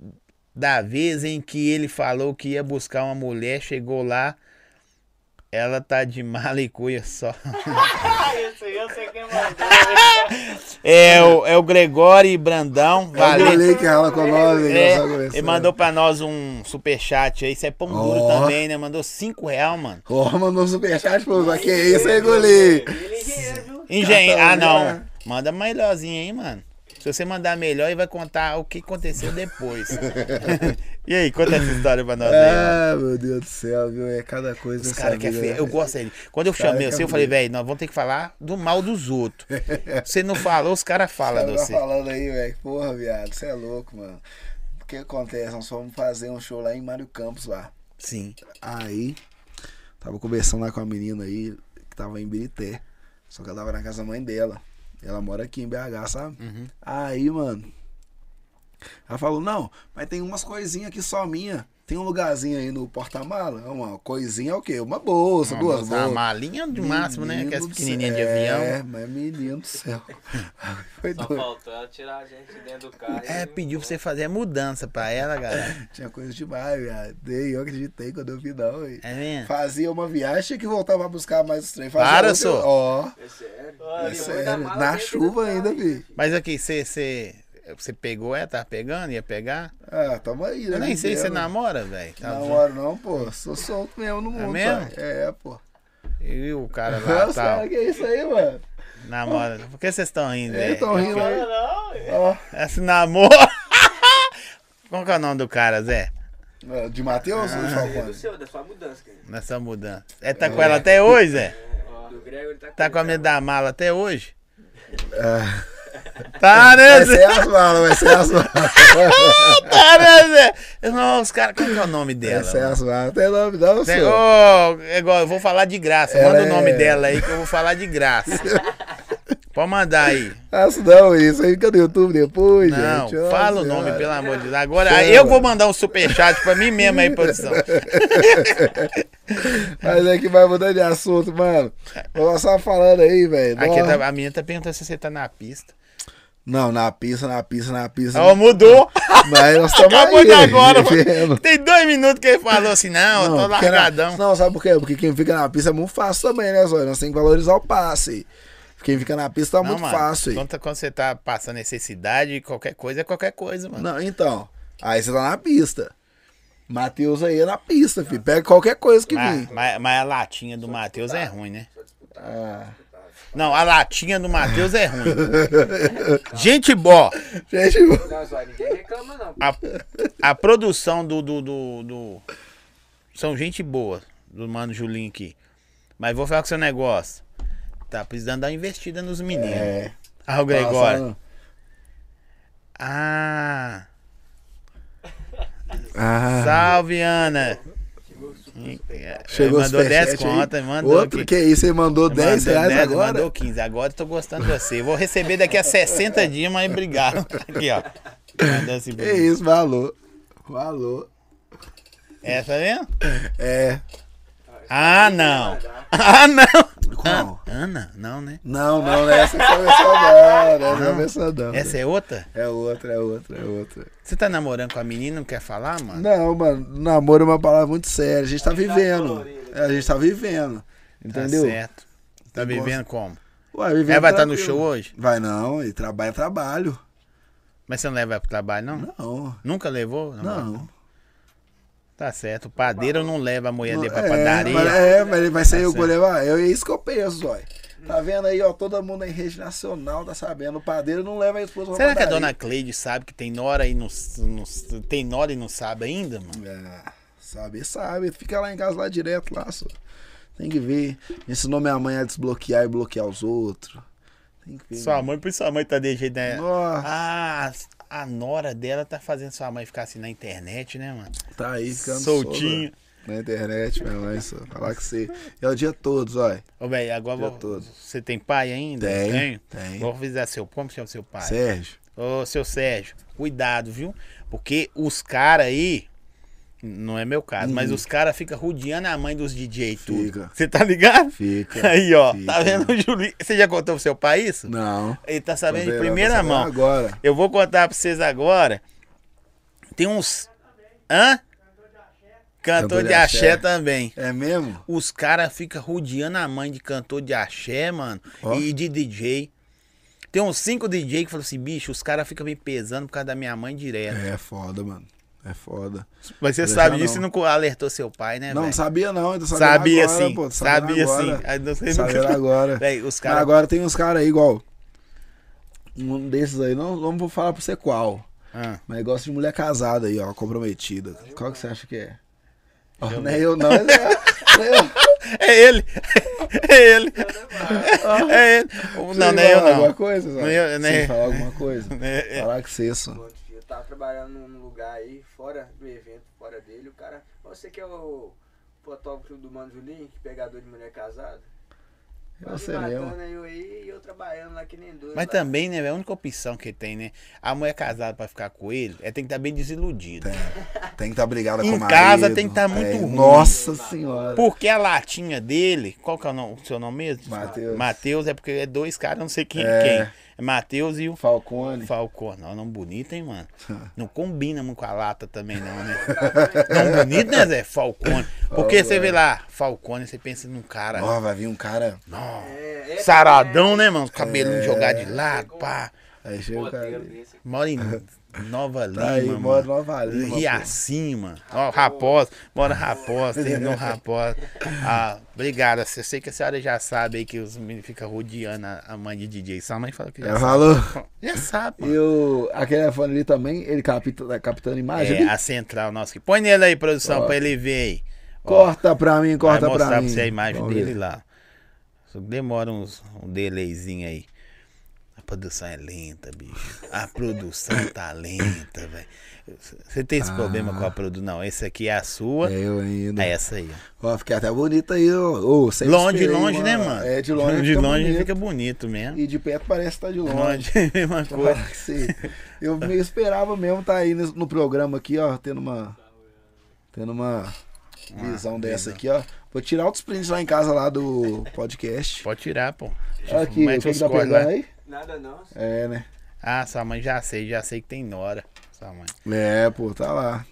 Speaker 1: da vez em que ele falou que ia buscar uma mulher, chegou lá, ela tá de mala e cuia só.
Speaker 3: Ah, isso aí eu sei quem mandou.
Speaker 1: É o, é o Gregório Brandão.
Speaker 2: Valeu.
Speaker 1: Valeu.
Speaker 2: Falei que rala com nove,
Speaker 1: É,
Speaker 2: nós vamos
Speaker 1: ele
Speaker 2: conversar.
Speaker 1: mandou pra nós um superchat aí. Isso é pão duro
Speaker 2: Ó.
Speaker 1: também, né? Mandou 5 real, mano.
Speaker 2: Ó, mandou um superchat, pô. Mas que é isso aí, Goli?
Speaker 3: Ele é engenheiro, viu?
Speaker 1: Engenheiro.
Speaker 2: Cartão,
Speaker 1: Ah, não.
Speaker 2: né?
Speaker 1: Manda melhorzinho aí, mano. Se você mandar melhor, ele vai contar o que aconteceu depois. e aí, conta essa história pra nós aí, mano.
Speaker 2: Ah, meu Deus do céu, viu? É cada coisa.
Speaker 1: Os
Speaker 2: nessa
Speaker 1: caras que é
Speaker 2: vida,
Speaker 1: feio.
Speaker 2: né?
Speaker 1: Eu gosto dele. Quando eu
Speaker 2: Cara
Speaker 1: chamei
Speaker 2: que é
Speaker 1: você, eu falei,
Speaker 2: feio.
Speaker 1: velho, nós vamos ter que falar do mal dos outros. Você não falou, os caras falam de
Speaker 2: Tava
Speaker 1: você.
Speaker 2: Tá falando aí, velho. Porra, viado, você é louco, mano. O que acontece? Nós fomos fazer um show lá em Mário Campos lá.
Speaker 1: Sim.
Speaker 2: Aí, tava conversando lá com a menina aí, que tava em Birité. Só que ela tava na casa da mãe dela. Ela mora aqui em BH, sabe?
Speaker 1: Uhum.
Speaker 2: Aí, mano. Ela falou, não, mas tem umas coisinhas aqui só minha. Tem um lugarzinho aí no porta-mala. Uma coisinha é o quê? Uma bolsa,
Speaker 1: Uma,
Speaker 2: duas
Speaker 1: uma
Speaker 2: bolsas.
Speaker 1: malinha de máximo, né?
Speaker 2: Menino
Speaker 1: Aquelas
Speaker 2: do
Speaker 1: pequenininhas de
Speaker 2: céu.
Speaker 1: avião.
Speaker 2: É, mas menino do céu. Foi
Speaker 3: Só
Speaker 2: doido.
Speaker 3: faltou ela tirar a gente dentro do carro.
Speaker 1: É,
Speaker 3: e-
Speaker 1: pediu pra você fazer a mudança pra ela, galera.
Speaker 2: Tinha coisa demais, viado. Dei, Eu acreditei quando eu vi, não. e-
Speaker 1: É mesmo?
Speaker 2: Fazia uma viagem, tinha que voltar pra buscar mais os trem. Fazia
Speaker 1: Para,
Speaker 2: outra-
Speaker 1: só.
Speaker 2: Ó.
Speaker 3: É sério.
Speaker 2: É
Speaker 3: Olha,
Speaker 2: sério,
Speaker 3: muita mala
Speaker 2: na
Speaker 3: dentro do
Speaker 2: chuva
Speaker 3: carro,
Speaker 2: ainda,
Speaker 3: hein?
Speaker 2: vi.
Speaker 1: Mas aqui, você. Você você pegou, é? Tava pegando? Ia pegar?
Speaker 2: Ah, tamo aí, né?
Speaker 1: Eu nem sei se você
Speaker 2: Entendeu?
Speaker 1: namora, velho. Tá
Speaker 2: Namoro não, pô. Sou solto mesmo no mundo,
Speaker 1: mesmo? Ah, tá.
Speaker 2: pai. É, pô.
Speaker 1: E o cara lá
Speaker 2: Nossa,
Speaker 1: tal.
Speaker 2: cara, que é isso aí, mano?
Speaker 1: Namora. Por que vocês estão rindo,
Speaker 2: Eles
Speaker 1: velho?
Speaker 2: É, tão rindo né? aí.
Speaker 3: Não, não.
Speaker 2: Ó.
Speaker 1: Esse namoro. Qual que é o nome do cara, Zé?
Speaker 2: Ah, De Matheus ou de
Speaker 3: É do
Speaker 2: Falcone?
Speaker 3: seu, da sua mudança, cara.
Speaker 1: Nessa mudança. É, tá com ela até hoje, Zé?
Speaker 3: Ó, Do Grego ele tá com
Speaker 1: Tá com a
Speaker 3: ele,
Speaker 1: medo da mala até hoje?
Speaker 2: Ah,
Speaker 1: Tá, né,
Speaker 2: Vai
Speaker 1: Zé?
Speaker 2: ser as malas, vai ser as malas.
Speaker 1: Tá, né, Zé? Não, os caras. Qual que é o nome
Speaker 2: Vai
Speaker 1: dela?
Speaker 2: ser
Speaker 1: mano?
Speaker 2: as malas. Não tem nome não,
Speaker 1: Zé,
Speaker 2: senhor.
Speaker 1: ô, é igual, eu vou falar de graça.
Speaker 2: Ela
Speaker 1: Manda o nome
Speaker 2: é-
Speaker 1: dela aí que eu vou falar de graça. Pode mandar aí.
Speaker 2: Faço não, isso aí fica no YouTube depois,
Speaker 1: Não,
Speaker 2: gente. Ó,
Speaker 1: fala o
Speaker 2: senhora.
Speaker 1: nome, pelo amor de Deus. Agora
Speaker 2: Chama.
Speaker 1: eu vou mandar um superchat pra mim mesmo aí, produção.
Speaker 2: Mas é que vai mudando de assunto, mano. Vamos só falando aí, velho.
Speaker 1: Aqui
Speaker 2: Nossa.
Speaker 1: tá- a menina tá perguntando se você tá na pista.
Speaker 2: Não, na pista, na pista, na pista.
Speaker 1: Ó, mudou.
Speaker 2: Mas nós estamos
Speaker 1: Acabou
Speaker 2: aí, né?
Speaker 1: de agora.
Speaker 2: vivendo.
Speaker 1: mano. Tem dois minutos que ele falou assim, não, eu tô
Speaker 2: porque na-
Speaker 1: largadão.
Speaker 2: Não, sabe por quê? Porque quem fica na pista é muito fácil também, né, Zóio? Nós temos que valorizar o passe. Quem fica na pista tá
Speaker 1: Não,
Speaker 2: muito
Speaker 1: mano,
Speaker 2: fácil. aí.
Speaker 1: Quando, quando você tá passando necessidade, qualquer coisa é qualquer coisa, mano.
Speaker 2: Não, então. Aí você tá na pista. Matheus aí é na pista, filho. Pega qualquer coisa que
Speaker 1: mas,
Speaker 2: vir.
Speaker 1: Ah, mas- mas a latinha do Matheus é ruim, né?
Speaker 2: Ah.
Speaker 1: Não, a latinha do Matheus é ruim. Gente boa,
Speaker 2: Gente,
Speaker 3: Não, Não, Zóia, ninguém reclama, não.
Speaker 1: a, a produção do, do, do, do- São gente boa, do Mano Julinho aqui. Mas vou falar com o seu negócio. Tá precisando dar uma investida nos meninos.
Speaker 2: é.
Speaker 1: Ah, o Gregório.
Speaker 2: Passando-
Speaker 1: Ah,
Speaker 2: Ah.
Speaker 1: salve, Ana.
Speaker 2: Chegou
Speaker 1: mandou
Speaker 2: os
Speaker 1: 10
Speaker 2: superchat aí.
Speaker 1: contas, mandou.
Speaker 2: Outro que é isso, ele mandou 10
Speaker 1: mandou
Speaker 2: reais
Speaker 1: 10,
Speaker 2: agora.
Speaker 1: Mandou 15. Agora eu tô gostando de você. Vou receber daqui a 60 dias, mas obrigado. Aqui, ó. Mandou assim pra
Speaker 2: Que
Speaker 1: mim.
Speaker 2: isso, valor. Valor.
Speaker 1: É, tá vendo?
Speaker 2: É.
Speaker 1: Ah, não. Ah, não.
Speaker 2: Qual?
Speaker 1: Ana? Não, né?
Speaker 2: Não, não, não é essa cabeça não, não é essa cabeça não.
Speaker 1: Essa é outra?
Speaker 2: É outra, é outra, é outra.
Speaker 1: Você tá namorando com a menina e não quer falar, mano?
Speaker 2: Não, mano, namoro é uma palavra muito séria. A gente tá vivendo.
Speaker 3: colorido.
Speaker 2: É, A gente tá vivendo. Entendeu?
Speaker 1: Tá certo. Tá
Speaker 2: Eu gosto.
Speaker 1: vivendo como?
Speaker 2: Ué, vivendo
Speaker 1: Ela vai estar no
Speaker 2: tranquilo.
Speaker 1: show hoje?
Speaker 2: Vai não, e trabalho é trabalho.
Speaker 1: Mas você não leva ela pro trabalho, não?
Speaker 2: Não,
Speaker 1: Nunca levou?
Speaker 2: não.
Speaker 1: Tá certo. O padeiro não leva a mulher
Speaker 2: Não,
Speaker 1: dele pra
Speaker 2: é,
Speaker 1: padaria.
Speaker 2: mas, é, mas ele vai ser
Speaker 1: Tá
Speaker 2: eu
Speaker 1: certo.
Speaker 2: que vou levar. Eu, é isso que eu penso, ó. Tá vendo aí, ó, todo mundo em rede nacional tá sabendo. O padeiro não leva a esposa pra
Speaker 1: Será que a
Speaker 2: padaria.
Speaker 1: dona Cleide sabe que tem Nora e não, s- não s- tem Nora e não sabe ainda, mano?
Speaker 2: É, sabe, sabe. Fica lá em casa lá direto, lá, só. Tem que ver. Ensinou minha mãe a desbloquear e bloquear os outros. Tem que ver. né?
Speaker 1: Sua mãe, por isso sua mãe tá de jeito, né?
Speaker 2: Nossa,
Speaker 1: Ah, a nora dela tá fazendo sua mãe ficar assim na internet, né, mano?
Speaker 2: tá aí ficando
Speaker 1: Soltinho.
Speaker 2: solta Na internet, minha mãe, só. Falar que você. É o dia todo, ó.
Speaker 1: Ô, velho, agora
Speaker 2: Dia
Speaker 1: vou-
Speaker 2: todo.
Speaker 1: você tem pai ainda?
Speaker 2: Tem, tem.
Speaker 1: Tenho. Vou avisar seu, como chama seu pai?
Speaker 2: Sérgio.
Speaker 1: Ô, seu Sérgio, cuidado, viu? Porque os caras aí, não é meu caso, mas os caras ficam rodeando a mãe dos DJ e tudo.
Speaker 2: Uhum. Fica.
Speaker 1: Você tá ligado?
Speaker 2: Fica.
Speaker 1: Aí, ó,
Speaker 2: fica.
Speaker 1: tá vendo, Julinho? Você já contou pro seu pai isso?
Speaker 2: Não.
Speaker 1: Ele tá sabendo de
Speaker 2: Tá
Speaker 1: primeira
Speaker 2: sabendo
Speaker 1: mão.
Speaker 2: Agora.
Speaker 1: Eu vou contar pra vocês agora. Tem uns. Hã? Cantor de axé também.
Speaker 2: É mesmo?
Speaker 1: Os caras ficam rodeando a mãe de cantor de axé, mano,
Speaker 2: Ó.
Speaker 1: e de DJ. Tem uns cinco DJ que falam assim, bicho, os caras ficam me pesando por causa da minha mãe direto.
Speaker 2: É foda, mano. É foda.
Speaker 1: Mas você
Speaker 2: Deixa
Speaker 1: sabe
Speaker 2: não.
Speaker 1: disso e não co- alertou seu pai, né,
Speaker 2: não, não
Speaker 1: velho?
Speaker 2: sabia não, eu tô sabendo
Speaker 1: Sabia
Speaker 2: agora,
Speaker 1: sim,
Speaker 2: pô, tô sabendo
Speaker 1: sabia
Speaker 2: agora.
Speaker 1: sim. Aí não sei
Speaker 2: Sabendo
Speaker 1: nunca-
Speaker 2: agora.
Speaker 1: Véi, os
Speaker 2: Mas
Speaker 1: caras...
Speaker 2: agora tem uns caras aí igual. Um desses aí, não, não vou falar pra você qual.
Speaker 1: Ah,
Speaker 2: Mas gosta de mulher casada aí, ó, comprometida. Qual que você acha que é? Ó,
Speaker 1: Eu
Speaker 2: nem eu não, mas é- nem eu.
Speaker 1: É ele! É ele! É ele! Não,
Speaker 2: Sem
Speaker 1: nem eu
Speaker 2: falar Alguma
Speaker 1: não.
Speaker 2: coisa, Zé?
Speaker 1: Nem eu- nem-
Speaker 2: Sem falar alguma coisa.
Speaker 1: É, é.
Speaker 2: Falar que você, só.
Speaker 3: Outro dia eu tava trabalhando num lugar aí, fora do evento, fora dele, o cara. Você que é o fotógrafo do Mano Julinho, que pegador de mulher casada?
Speaker 2: Eu
Speaker 3: Ele
Speaker 2: sei mesmo.
Speaker 3: matando eu aí e eu trabalhando lá que nem doido.
Speaker 1: Mas
Speaker 3: lá.
Speaker 1: também, né, velho, a única opção que tem, né? A mulher casada pra ficar com ele, é tem que estar bem desiludida.
Speaker 2: Tem que estar tá brigada
Speaker 1: Em
Speaker 2: com o marido. É,
Speaker 1: casa tem que tá muito ruim.
Speaker 2: Nossa senhora.
Speaker 1: Porque a latinha dele, qual que é o, nome- o seu nome mesmo?
Speaker 2: Mateus.
Speaker 1: Mateus é porque é dois caras, não sei quem.
Speaker 2: É.
Speaker 1: quem. É Mateus e o
Speaker 2: Falcone.
Speaker 1: Falcão. Não, não bonito, hein, mano? Não combina muito com a lata também, não, né? Não bonito, né, Zé? Falcone. Porque você vê lá, Falcone, você pensa num cara.
Speaker 2: é. Ó, vai vir um cara.
Speaker 1: Não.
Speaker 3: É, é,
Speaker 1: Saradão, né, mano? Cabelinho
Speaker 2: É.
Speaker 1: jogado de lado, pá.
Speaker 2: Aí chega o cara.
Speaker 3: Roteiro
Speaker 2: ali.
Speaker 3: desse aqui.
Speaker 1: Mora em Nova Lima.
Speaker 2: Tá aí, mora em
Speaker 1: mano.
Speaker 2: Nova Lima.
Speaker 1: E
Speaker 2: pô.
Speaker 1: acima. Ó, Raposa. Mora Raposa, terminou Raposa. Ah, obrigado. Eu sei que a senhora já sabe aí que os meninos ficam rodeando a- a mãe de DJ. Sua mãe fala que já
Speaker 2: Ela
Speaker 1: sabe.
Speaker 2: falou.
Speaker 1: Já sabe, mano.
Speaker 2: E o, aquele telefone ali também, ele capta, tá captando imagem.
Speaker 1: É,
Speaker 2: ali.
Speaker 1: a central nossa. que- Põe nele aí, produção,
Speaker 2: Ó.
Speaker 1: pra ele ver aí. Ó,
Speaker 2: Corta pra mim, corta
Speaker 1: Vai mostrar
Speaker 2: pra mim.
Speaker 1: você a imagem
Speaker 2: Vamos
Speaker 1: dele
Speaker 2: ver.
Speaker 1: lá. Só que demora uns, um delayzinho aí. A produção é lenta, bicho. A produção tá lenta, velho. Você tem esse problema com a produção? Não, esse aqui é a sua.
Speaker 2: Ah. É eu ainda.
Speaker 1: É essa aí. ó.
Speaker 2: Ó, fiquei até bonito aí, ó. Ô, sempre
Speaker 1: Longe, de
Speaker 2: esperei,
Speaker 1: longe, né, mano?
Speaker 2: É, de longe.
Speaker 1: De
Speaker 2: fica
Speaker 1: longe
Speaker 2: bonito.
Speaker 1: fica bonito mesmo.
Speaker 2: E de perto parece que tá de longe.
Speaker 1: Longe é a mesma
Speaker 2: Pra
Speaker 1: coisa.
Speaker 2: falar que sim. Eu meio esperava mesmo tá aí no, no programa aqui, ó, tendo uma. Tendo uma
Speaker 1: Ah,
Speaker 2: visão dessa aqui, ó. Vou tirar outros prints lá em casa lá do podcast.
Speaker 1: Pode tirar, pô.
Speaker 2: Aqui, o
Speaker 1: Mete
Speaker 2: que, que
Speaker 1: os
Speaker 2: tá
Speaker 1: cortes
Speaker 2: pegando
Speaker 1: lá.
Speaker 2: aí?
Speaker 3: Nada não.
Speaker 2: É, né?
Speaker 1: Ah, sua mãe já sei, já sei que tem Nora. Sua mãe.
Speaker 2: É, pô, tá lá.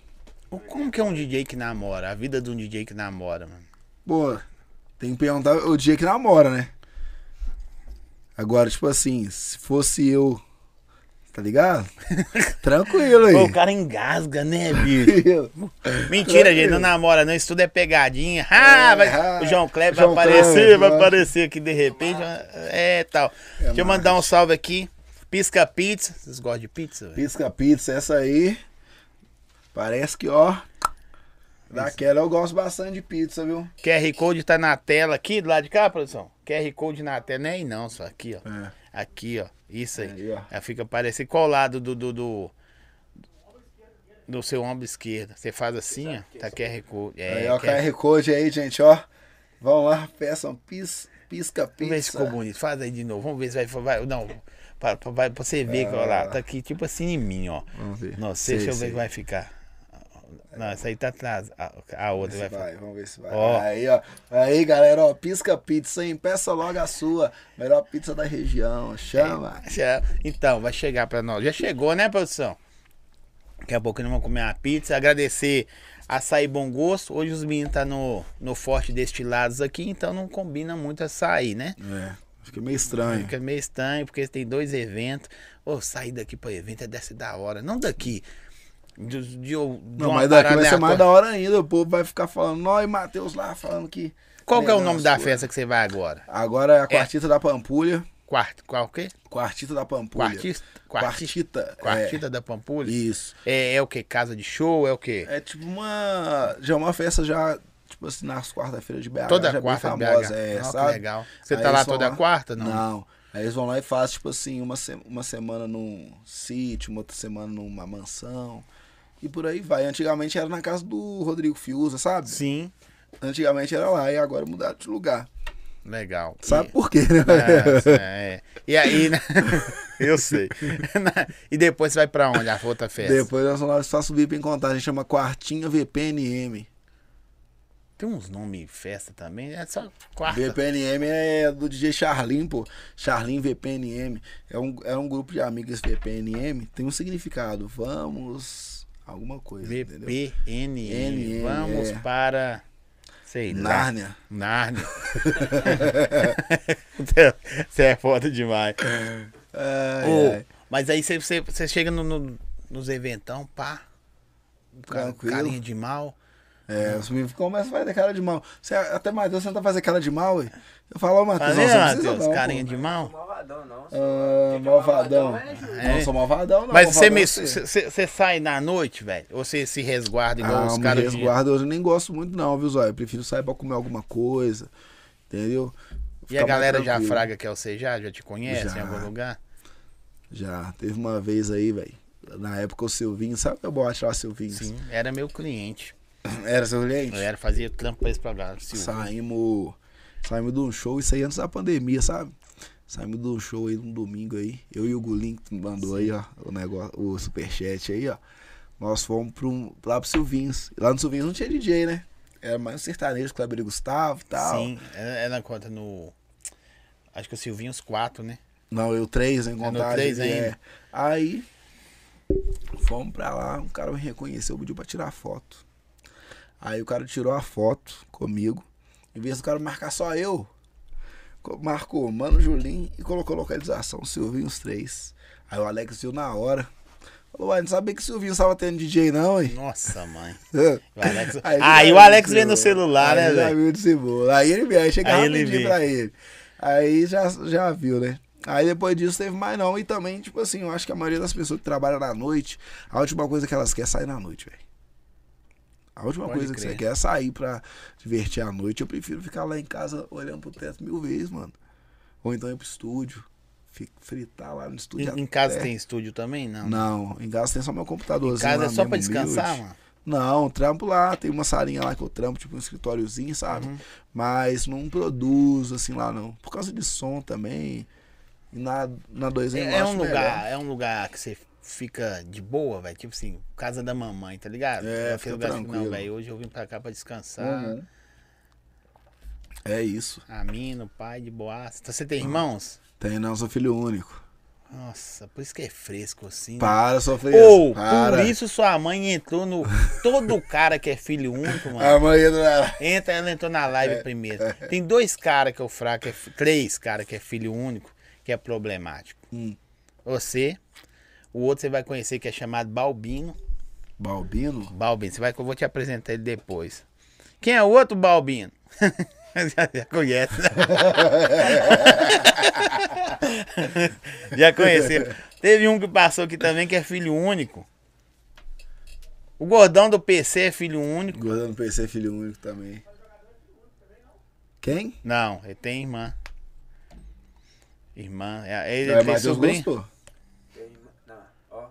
Speaker 1: O- Como que é um DJ que namora? A vida de um DJ que namora, mano.
Speaker 2: Pô, tem que perguntar o dia que namora, né? Agora, tipo assim, se fosse eu, tá ligado? Tranquilo
Speaker 1: Pô, o
Speaker 2: aí.
Speaker 1: cara engasga, né, bicho? Mentira,
Speaker 2: Tranquilo.
Speaker 1: gente, não namora, não. Isso tudo é pegadinha. Ah,
Speaker 2: É,
Speaker 1: vai-
Speaker 2: ah,
Speaker 1: o João Kleber
Speaker 2: João
Speaker 1: vai aparecer,
Speaker 2: Kleber, Ah.
Speaker 1: vai
Speaker 2: lógico.
Speaker 1: aparecer aqui de repente. É tal. Deixa eu mandar um salve aqui. Pisca Pizza. Vocês gostam de pizza? velho?
Speaker 2: Pisca pizza, essa aí. Parece que, ó. Daquela eu gosto bastante de pizza, viu?
Speaker 1: QR Code tá na tela aqui, do lado de cá, produção. QR Code na tela, nem aí não, só aqui, ó.
Speaker 2: É.
Speaker 1: Aqui, ó. Isso aí.
Speaker 2: Aí, ó.
Speaker 1: Aí fica parecendo qual lado do, do, do. do seu ombro esquerdo. Você faz assim, ó. Tá QR Code. É,
Speaker 2: aí, ó,
Speaker 1: QR
Speaker 2: QR Code aí, gente, ó. Vão lá, peçam pis, pisca
Speaker 1: Vamos ver se ficou
Speaker 2: pizza.
Speaker 1: bonito. Faz aí de novo. Vamos ver se vai. vai não, para, para, vai- pra você ver que ó lá. Tá aqui tipo assim em mim, ó.
Speaker 2: Ah. Vamos ver.
Speaker 1: Não, sei,
Speaker 2: Sei,
Speaker 1: deixa eu ver
Speaker 2: sei.
Speaker 1: que vai ficar. Não, essa aí tá atrás. A, a outra
Speaker 2: Vamos
Speaker 1: vai,
Speaker 2: ver se
Speaker 1: ficar.
Speaker 2: vai, vamos ver se vai.
Speaker 1: Ó.
Speaker 2: Aí, ó. Aí, galera, ó, pisca pizza, hein? Peça logo a sua. Melhor pizza da região. Chama.
Speaker 1: Já- Então, vai chegar pra nós. Já chegou, né, produção? Daqui a pouco nós vamos comer uma pizza. Agradecer açaí Bom Gosto. Hoje os meninos tá no, no Forte Destilados aqui, então não combina muito açaí, né?
Speaker 2: É, fica meio estranho.
Speaker 1: Fica meio estranho, porque tem dois eventos. Ô, sair daqui pra evento é dessa da hora. Não daqui. De, de, de
Speaker 2: Não,
Speaker 1: uma
Speaker 2: mas daqui vai
Speaker 1: parada
Speaker 2: ser mais
Speaker 1: aleatória.
Speaker 2: da hora ainda. O povo vai ficar falando, nós e Matheus lá, falando que.
Speaker 1: Qual que é o nome da
Speaker 2: Negócio.
Speaker 1: festa que você vai agora?
Speaker 2: Agora é a quartita da Pampulha.
Speaker 1: Quart, qual o quê?
Speaker 2: Quartita da Pampulha.
Speaker 1: Quartista? Quartista,
Speaker 2: Quartita.
Speaker 1: Quartita da Pampulha?
Speaker 2: É, isso.
Speaker 1: É, é o quê? Casa de show? É o quê?
Speaker 2: É tipo uma. Já é uma festa já. tipo, tipo assim, nas quarta-feiras de BH. já
Speaker 1: Toda
Speaker 2: é bem
Speaker 1: quarta
Speaker 2: famosa,
Speaker 1: BH.
Speaker 2: é,
Speaker 1: Ó, Ah, que
Speaker 2: sabe?
Speaker 1: legal. Você
Speaker 2: Aí
Speaker 1: tá lá
Speaker 2: eles vão
Speaker 1: toda quarta? Não.
Speaker 2: Não. Aí eles vão lá e fazem, tipo assim, uma, se- uma semana num sítio, uma outra semana numa mansão. E por aí vai. Antigamente era na casa do Rodrigo Fiuza, sabe?
Speaker 1: Sim.
Speaker 2: Antigamente era lá e agora mudaram de lugar.
Speaker 1: Legal.
Speaker 2: Sabe
Speaker 1: E-
Speaker 2: por quê, né?
Speaker 1: É, é. E aí, né? eu sei. Na- E depois você vai pra onde? A outra festa?
Speaker 2: Depois nós vamos lá só subir pra encontrar. A gente chama Quartinha VPNM.
Speaker 1: Tem uns nomes festa também, é só quarta.
Speaker 2: VPNM é do DJ Charlin, pô. Charlin VPNM. É um, é um grupo de amigas VPNM. Tem um significado. Vamos. Alguma coisa. entendeu?
Speaker 1: VPN.
Speaker 2: NN,
Speaker 1: Vamos
Speaker 2: é.
Speaker 1: para. Sei lá.
Speaker 2: Nárnia.
Speaker 1: Nárnia. Você é foda demais.
Speaker 2: Ai,
Speaker 1: Ô,
Speaker 2: ai.
Speaker 1: mas aí você, você, você chega no, no- nos eventão, pá. ca-
Speaker 2: Tranquilo.
Speaker 1: Carinha de mal.
Speaker 2: É, os meninos começam a fazer cara de mal. Você, até Matheus, você não tá fazendo cara de mal, ué? Eu falo, ô Matheus,
Speaker 1: Tá
Speaker 2: não,
Speaker 1: vendo,
Speaker 2: você não precisa
Speaker 1: Matheus?
Speaker 2: não,
Speaker 1: Carinha
Speaker 2: pô. né?"
Speaker 1: de
Speaker 3: Não
Speaker 1: mal.
Speaker 3: sou malvadão, não. sou-
Speaker 2: Ah,
Speaker 3: Quem que é
Speaker 2: malvadão.
Speaker 3: é justo.
Speaker 1: É.
Speaker 2: Não sou malvadão, não.
Speaker 1: Mas você,
Speaker 2: malvadão é
Speaker 1: me, você. você sai na noite, velho? Ou você se resguarda igual
Speaker 2: Ah,
Speaker 1: os
Speaker 2: me
Speaker 1: caras de...
Speaker 2: resguardo, eu nem gosto muito não, viu, Zóia? Eu prefiro sair pra comer alguma coisa, entendeu?
Speaker 1: E a
Speaker 2: Ficar
Speaker 1: galera
Speaker 2: mais
Speaker 1: já
Speaker 2: tranquilo.
Speaker 1: fraga que é o já? Já te conhece
Speaker 2: Já.
Speaker 1: em algum lugar?
Speaker 2: Já, teve uma vez aí, velho. Na época o Silvinho, sabe que eu boate lá, Silvinho?
Speaker 1: Sim, era meu cliente.
Speaker 2: Era seu cliente?
Speaker 1: Eu era, fazia trampo pra esse programa. Silvio.
Speaker 2: Saímos, saímos de um show, isso aí antes da pandemia, sabe? Saímos de um show aí num domingo aí. Eu e o Gulim que me mandou aí, ó, o negócio, o superchat aí, ó. Nós fomos pro, lá pro Silvinhos. Lá no Silvinhos não tinha DJ, né? Era mais um sertanejo, Kleber e Gustavo e tal.
Speaker 1: Sim, é, era, era conta no. Acho que o Silvinho, os quatro, né?
Speaker 2: Não, eu três, né? em
Speaker 1: no
Speaker 2: Contagem,
Speaker 1: três ainda?
Speaker 2: é. Aí, fomos pra lá, um cara me reconheceu, pediu pra tirar foto. Aí o cara tirou a foto comigo, em vez do cara marcar só eu, co- marcou Mano Julim e colocou localização, Silvinho os três. Aí o Alex viu na hora. Falou, uai, não sabia que o Silvinho estava tendo DJ não, hein?
Speaker 1: Nossa, mãe. O
Speaker 2: Aí,
Speaker 1: Alex...
Speaker 2: ele já
Speaker 1: Aí
Speaker 2: viu
Speaker 1: o Alex
Speaker 2: de
Speaker 1: vem no
Speaker 2: cebola.
Speaker 1: celular,
Speaker 2: Aí
Speaker 1: né,
Speaker 2: ele já
Speaker 1: velho?
Speaker 2: viu de cebola. Aí ele veio, aí chegava
Speaker 1: Aí
Speaker 2: aí
Speaker 1: ele
Speaker 2: rapidinho
Speaker 1: vê.
Speaker 2: pra ele. Aí já, já viu, né? Aí depois disso teve mais não. E também, tipo assim, eu acho que a maioria das pessoas que trabalham na noite, a última coisa que elas querem é sair na noite, velho. A última
Speaker 1: Pode
Speaker 2: coisa que
Speaker 1: crer.
Speaker 2: você quer é sair pra divertir a noite. Eu prefiro ficar lá em casa olhando pro teto mil vezes, mano. Ou então ir pro estúdio. fi- Fritar lá no
Speaker 1: Em,
Speaker 2: estúdio.
Speaker 1: em casa
Speaker 2: até-
Speaker 1: tem estúdio também? Não.
Speaker 2: é. Não, em casa tem só meu computadorzinho.
Speaker 1: Em casa
Speaker 2: lá
Speaker 1: é só pra
Speaker 2: mesmo,
Speaker 1: descansar,
Speaker 2: humilde.
Speaker 1: mano.
Speaker 2: Não, trampo lá, tem uma salinha lá que eu trampo, tipo um escritóriozinho, sabe?
Speaker 1: Uhum.
Speaker 2: Mas não produzo assim lá não. Por causa de som também. E na, na 2
Speaker 1: É, é um lugar, é um lugar que você fica de boa, velho. Tipo assim, casa da mamãe, tá ligado?
Speaker 2: É,
Speaker 1: Aquele
Speaker 2: fica
Speaker 1: lugar que fica, não,
Speaker 2: tranquilo.
Speaker 1: velho. Hoje eu vim pra cá pra descansar.
Speaker 2: Uhum. É isso.
Speaker 1: A mina, o pai de boaça. Então, você tem
Speaker 2: Uhum.
Speaker 1: irmãos?
Speaker 2: Tem não, sou filho único.
Speaker 1: Nossa, por isso que é fresco assim. né?
Speaker 2: Para, sou filho.
Speaker 1: Ou,
Speaker 2: para.
Speaker 1: por isso sua mãe entrou no. Todo cara que é filho único, mano.
Speaker 2: Amanhã não
Speaker 1: Entra, ela entrou na live primeiro. Tem dois caras que eu fraco, que é, fi- três caras que é filho único, que é problemático.
Speaker 2: Hum.
Speaker 1: Você, o outro você vai conhecer que é chamado Balbino.
Speaker 2: Balbino?
Speaker 1: Balbino, você vai que eu vou te apresentar ele depois. Quem é o outro Balbino? já, já conhece. né? já conheceu. Teve um que passou aqui também que é filho único. O gordão do PC é filho único.
Speaker 2: Gordão do PC é filho único também. Quem?
Speaker 1: Não, ele tem irmã. Irmã. é- Ele,
Speaker 2: Ah,
Speaker 1: tem
Speaker 2: Matheus
Speaker 1: sobrinho.
Speaker 2: gostou.
Speaker 3: Tem- Não, ó.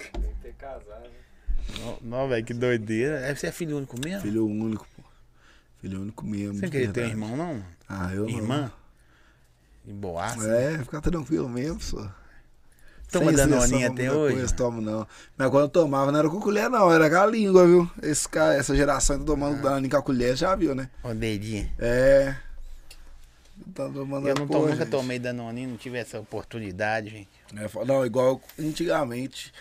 Speaker 3: Tem que ter casado. né?
Speaker 1: Não, Não, velho, que doideira. É, Você é filho único mesmo?
Speaker 2: Filho único, pô. Filho único mesmo.
Speaker 1: Você não
Speaker 2: de
Speaker 1: queria ter um
Speaker 2: verdade.
Speaker 1: irmão, não?
Speaker 2: Ah, eu não.
Speaker 1: Irmã? E boaça.
Speaker 2: É, fica tranquilo mesmo, só.
Speaker 1: Assim. Toma
Speaker 2: Sem
Speaker 1: danoninha
Speaker 2: exceção,
Speaker 1: até
Speaker 2: muita
Speaker 1: hoje,
Speaker 2: Coisa,
Speaker 1: mano.
Speaker 2: tomo não. Mas quando eu tomava, não era com colher, não, era com a língua, viu? Esse cara, essa geração que tá tomando
Speaker 1: Ah.
Speaker 2: danoninho com a colher, já viu, né?
Speaker 1: Ô, dedinho.
Speaker 2: É. Tá tomando
Speaker 1: Eu não tô,
Speaker 2: pô,
Speaker 1: nunca
Speaker 2: gente.
Speaker 1: tomei danoninho, não tive essa oportunidade, gente.
Speaker 2: É, fa- não, igual antigamente.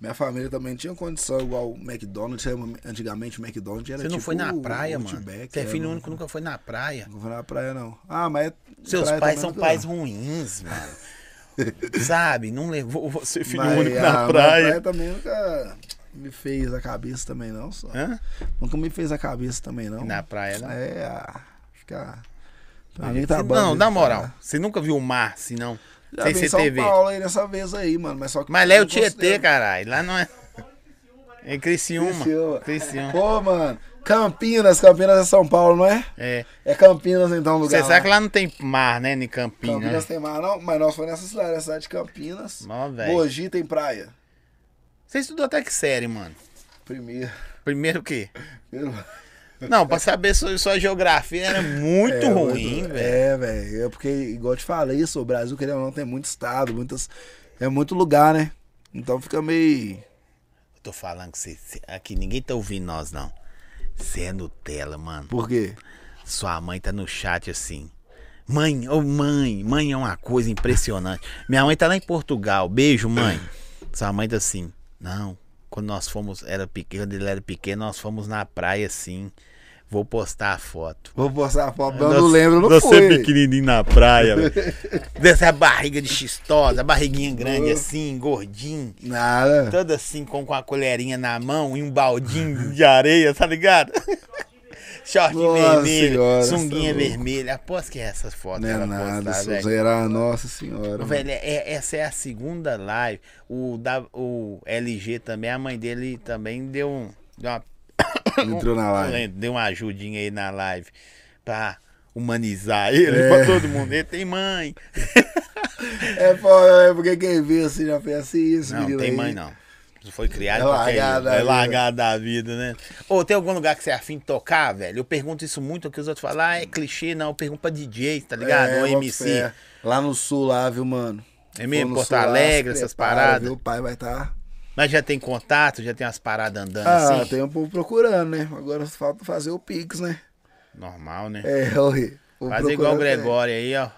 Speaker 2: Minha família também tinha condição, igual o McDonald's. era- Antigamente o McDonald's era
Speaker 1: Você não
Speaker 2: tipo
Speaker 1: foi na
Speaker 2: o
Speaker 1: praia, mano.
Speaker 2: Outback,
Speaker 1: Você é
Speaker 2: era,
Speaker 1: filho
Speaker 2: não-
Speaker 1: único, nunca foi na praia.
Speaker 2: Não foi na praia, não. Ah, mas.
Speaker 1: Seus
Speaker 2: praia
Speaker 1: pais
Speaker 2: também
Speaker 1: são
Speaker 2: nunca-
Speaker 1: pais ruins, mano. Sabe? Não levou você filho
Speaker 2: Mas,
Speaker 1: único
Speaker 2: ah,
Speaker 1: na
Speaker 2: mas
Speaker 1: praia.
Speaker 2: também nunca me fez a cabeça também, não, só.
Speaker 1: Hã?
Speaker 2: Nunca me fez a cabeça também, não.
Speaker 1: Na praia, não.
Speaker 2: É, ah, fica. Pra mim tá
Speaker 1: Você-
Speaker 2: bom.
Speaker 1: não,
Speaker 2: né?
Speaker 1: na moral. Você nunca viu o mar, assim, não?
Speaker 2: Já
Speaker 1: Sem
Speaker 2: vim
Speaker 1: ser
Speaker 2: em São
Speaker 1: TV.
Speaker 2: Paulo aí dessa vez aí, mano. Mas só que.
Speaker 1: Mas lá é o
Speaker 2: eu não
Speaker 1: Tietê,
Speaker 2: considero.
Speaker 1: caralho. Lá não é. É Criciúma.
Speaker 2: Criciúma.
Speaker 1: Criciúma.
Speaker 2: Pô, mano. Campinas, Campinas é São Paulo, não é?
Speaker 1: É.
Speaker 2: É Campinas então o lugar.
Speaker 1: Você
Speaker 2: lá.
Speaker 1: sabe que lá não tem mar, né? Em Campinas.
Speaker 2: Campinas tem mar, não? Mas nós fomos nessa cidade, na cidade de Campinas.
Speaker 1: Mó, velho.
Speaker 2: Mogi tem praia.
Speaker 1: Você estudou até que série, mano?
Speaker 2: Primeiro.
Speaker 1: Primeiro que.
Speaker 2: primeiro-
Speaker 1: Não, pra saber sua, sua geografia era muito
Speaker 2: É,
Speaker 1: ruim,
Speaker 2: muito-
Speaker 1: velho.
Speaker 2: É, velho. É porque, igual eu te falei, isso, o Brasil, querendo ou não, tem muito estado, muitas. É muito lugar, né? Então fica meio.
Speaker 1: Eu Tô falando que você. você- Aqui ninguém tá ouvindo nós, não. Você é Nutella, mano.
Speaker 2: Por quê?
Speaker 1: Sua mãe tá no chat assim. Mãe, ô mãe, mãe é uma coisa impressionante. Minha mãe tá lá em Portugal. Beijo, mãe. Sua mãe tá assim. Não, quando nós fomos, era pequeno, quando ele era pequeno, nós fomos na praia assim. Vou postar a foto.
Speaker 2: Vou postar a foto, eu não lembro, eu não
Speaker 1: Você
Speaker 2: fui.
Speaker 1: pequenininho na praia, velho. Dessa barriga de xistosa, barriguinha grande assim, gordinho.
Speaker 2: Nada.
Speaker 1: Todo assim, com, com a colherinha na mão e um baldinho de areia, tá ligado? Short
Speaker 2: Nossa
Speaker 1: vermelho,
Speaker 2: senhora,
Speaker 1: sunguinha
Speaker 2: tá louco.
Speaker 1: vermelha. Aposto que é essa foto
Speaker 2: Não
Speaker 1: que
Speaker 2: é
Speaker 1: ela
Speaker 2: nada,
Speaker 1: postar,
Speaker 2: sou
Speaker 1: velho.
Speaker 2: zerar, nossa senhora.
Speaker 1: Velho, é- é- essa é a segunda live. O, da, o LG também, a mãe dele também deu, um, deu uma
Speaker 2: mano. Entrou na live.
Speaker 1: Né, Deu uma ajudinha aí na live pra humanizar ele,
Speaker 2: É.
Speaker 1: pra todo mundo. Ele tem mãe.
Speaker 2: É, pô, é porque quem vê assim já pensa assim, isso,
Speaker 1: Não,
Speaker 2: menino.
Speaker 1: tem
Speaker 2: aí.
Speaker 1: mãe não. Isso Foi criado
Speaker 2: É
Speaker 1: pra
Speaker 2: largada
Speaker 1: quem-
Speaker 2: a
Speaker 1: é
Speaker 2: vida.
Speaker 1: largada da vida, né? Ou tem algum lugar que você é afim de tocar, velho? Eu pergunto isso muito, que os outros falam, ah, é clichê, não. Eu pergunto pra DJ, tá ligado?
Speaker 2: É,
Speaker 1: Ou
Speaker 2: boto
Speaker 1: MC.
Speaker 2: fé. Lá no sul, lá, viu, mano?
Speaker 1: É mesmo?
Speaker 2: Lá no
Speaker 1: Porto
Speaker 2: sul, lá, se
Speaker 1: Alegre, essas
Speaker 2: prepara,
Speaker 1: paradas.
Speaker 2: viu? O pai vai estar.
Speaker 1: Mas já tem contato, já tem umas paradas andando
Speaker 2: Ah,
Speaker 1: assim?
Speaker 2: tem um povo procurando, né? Agora falta fazer o Pix, né?
Speaker 1: Normal, né?
Speaker 2: É, oi. O
Speaker 1: Fazer igual o
Speaker 2: procurando, né?
Speaker 1: Gregório aí, ó.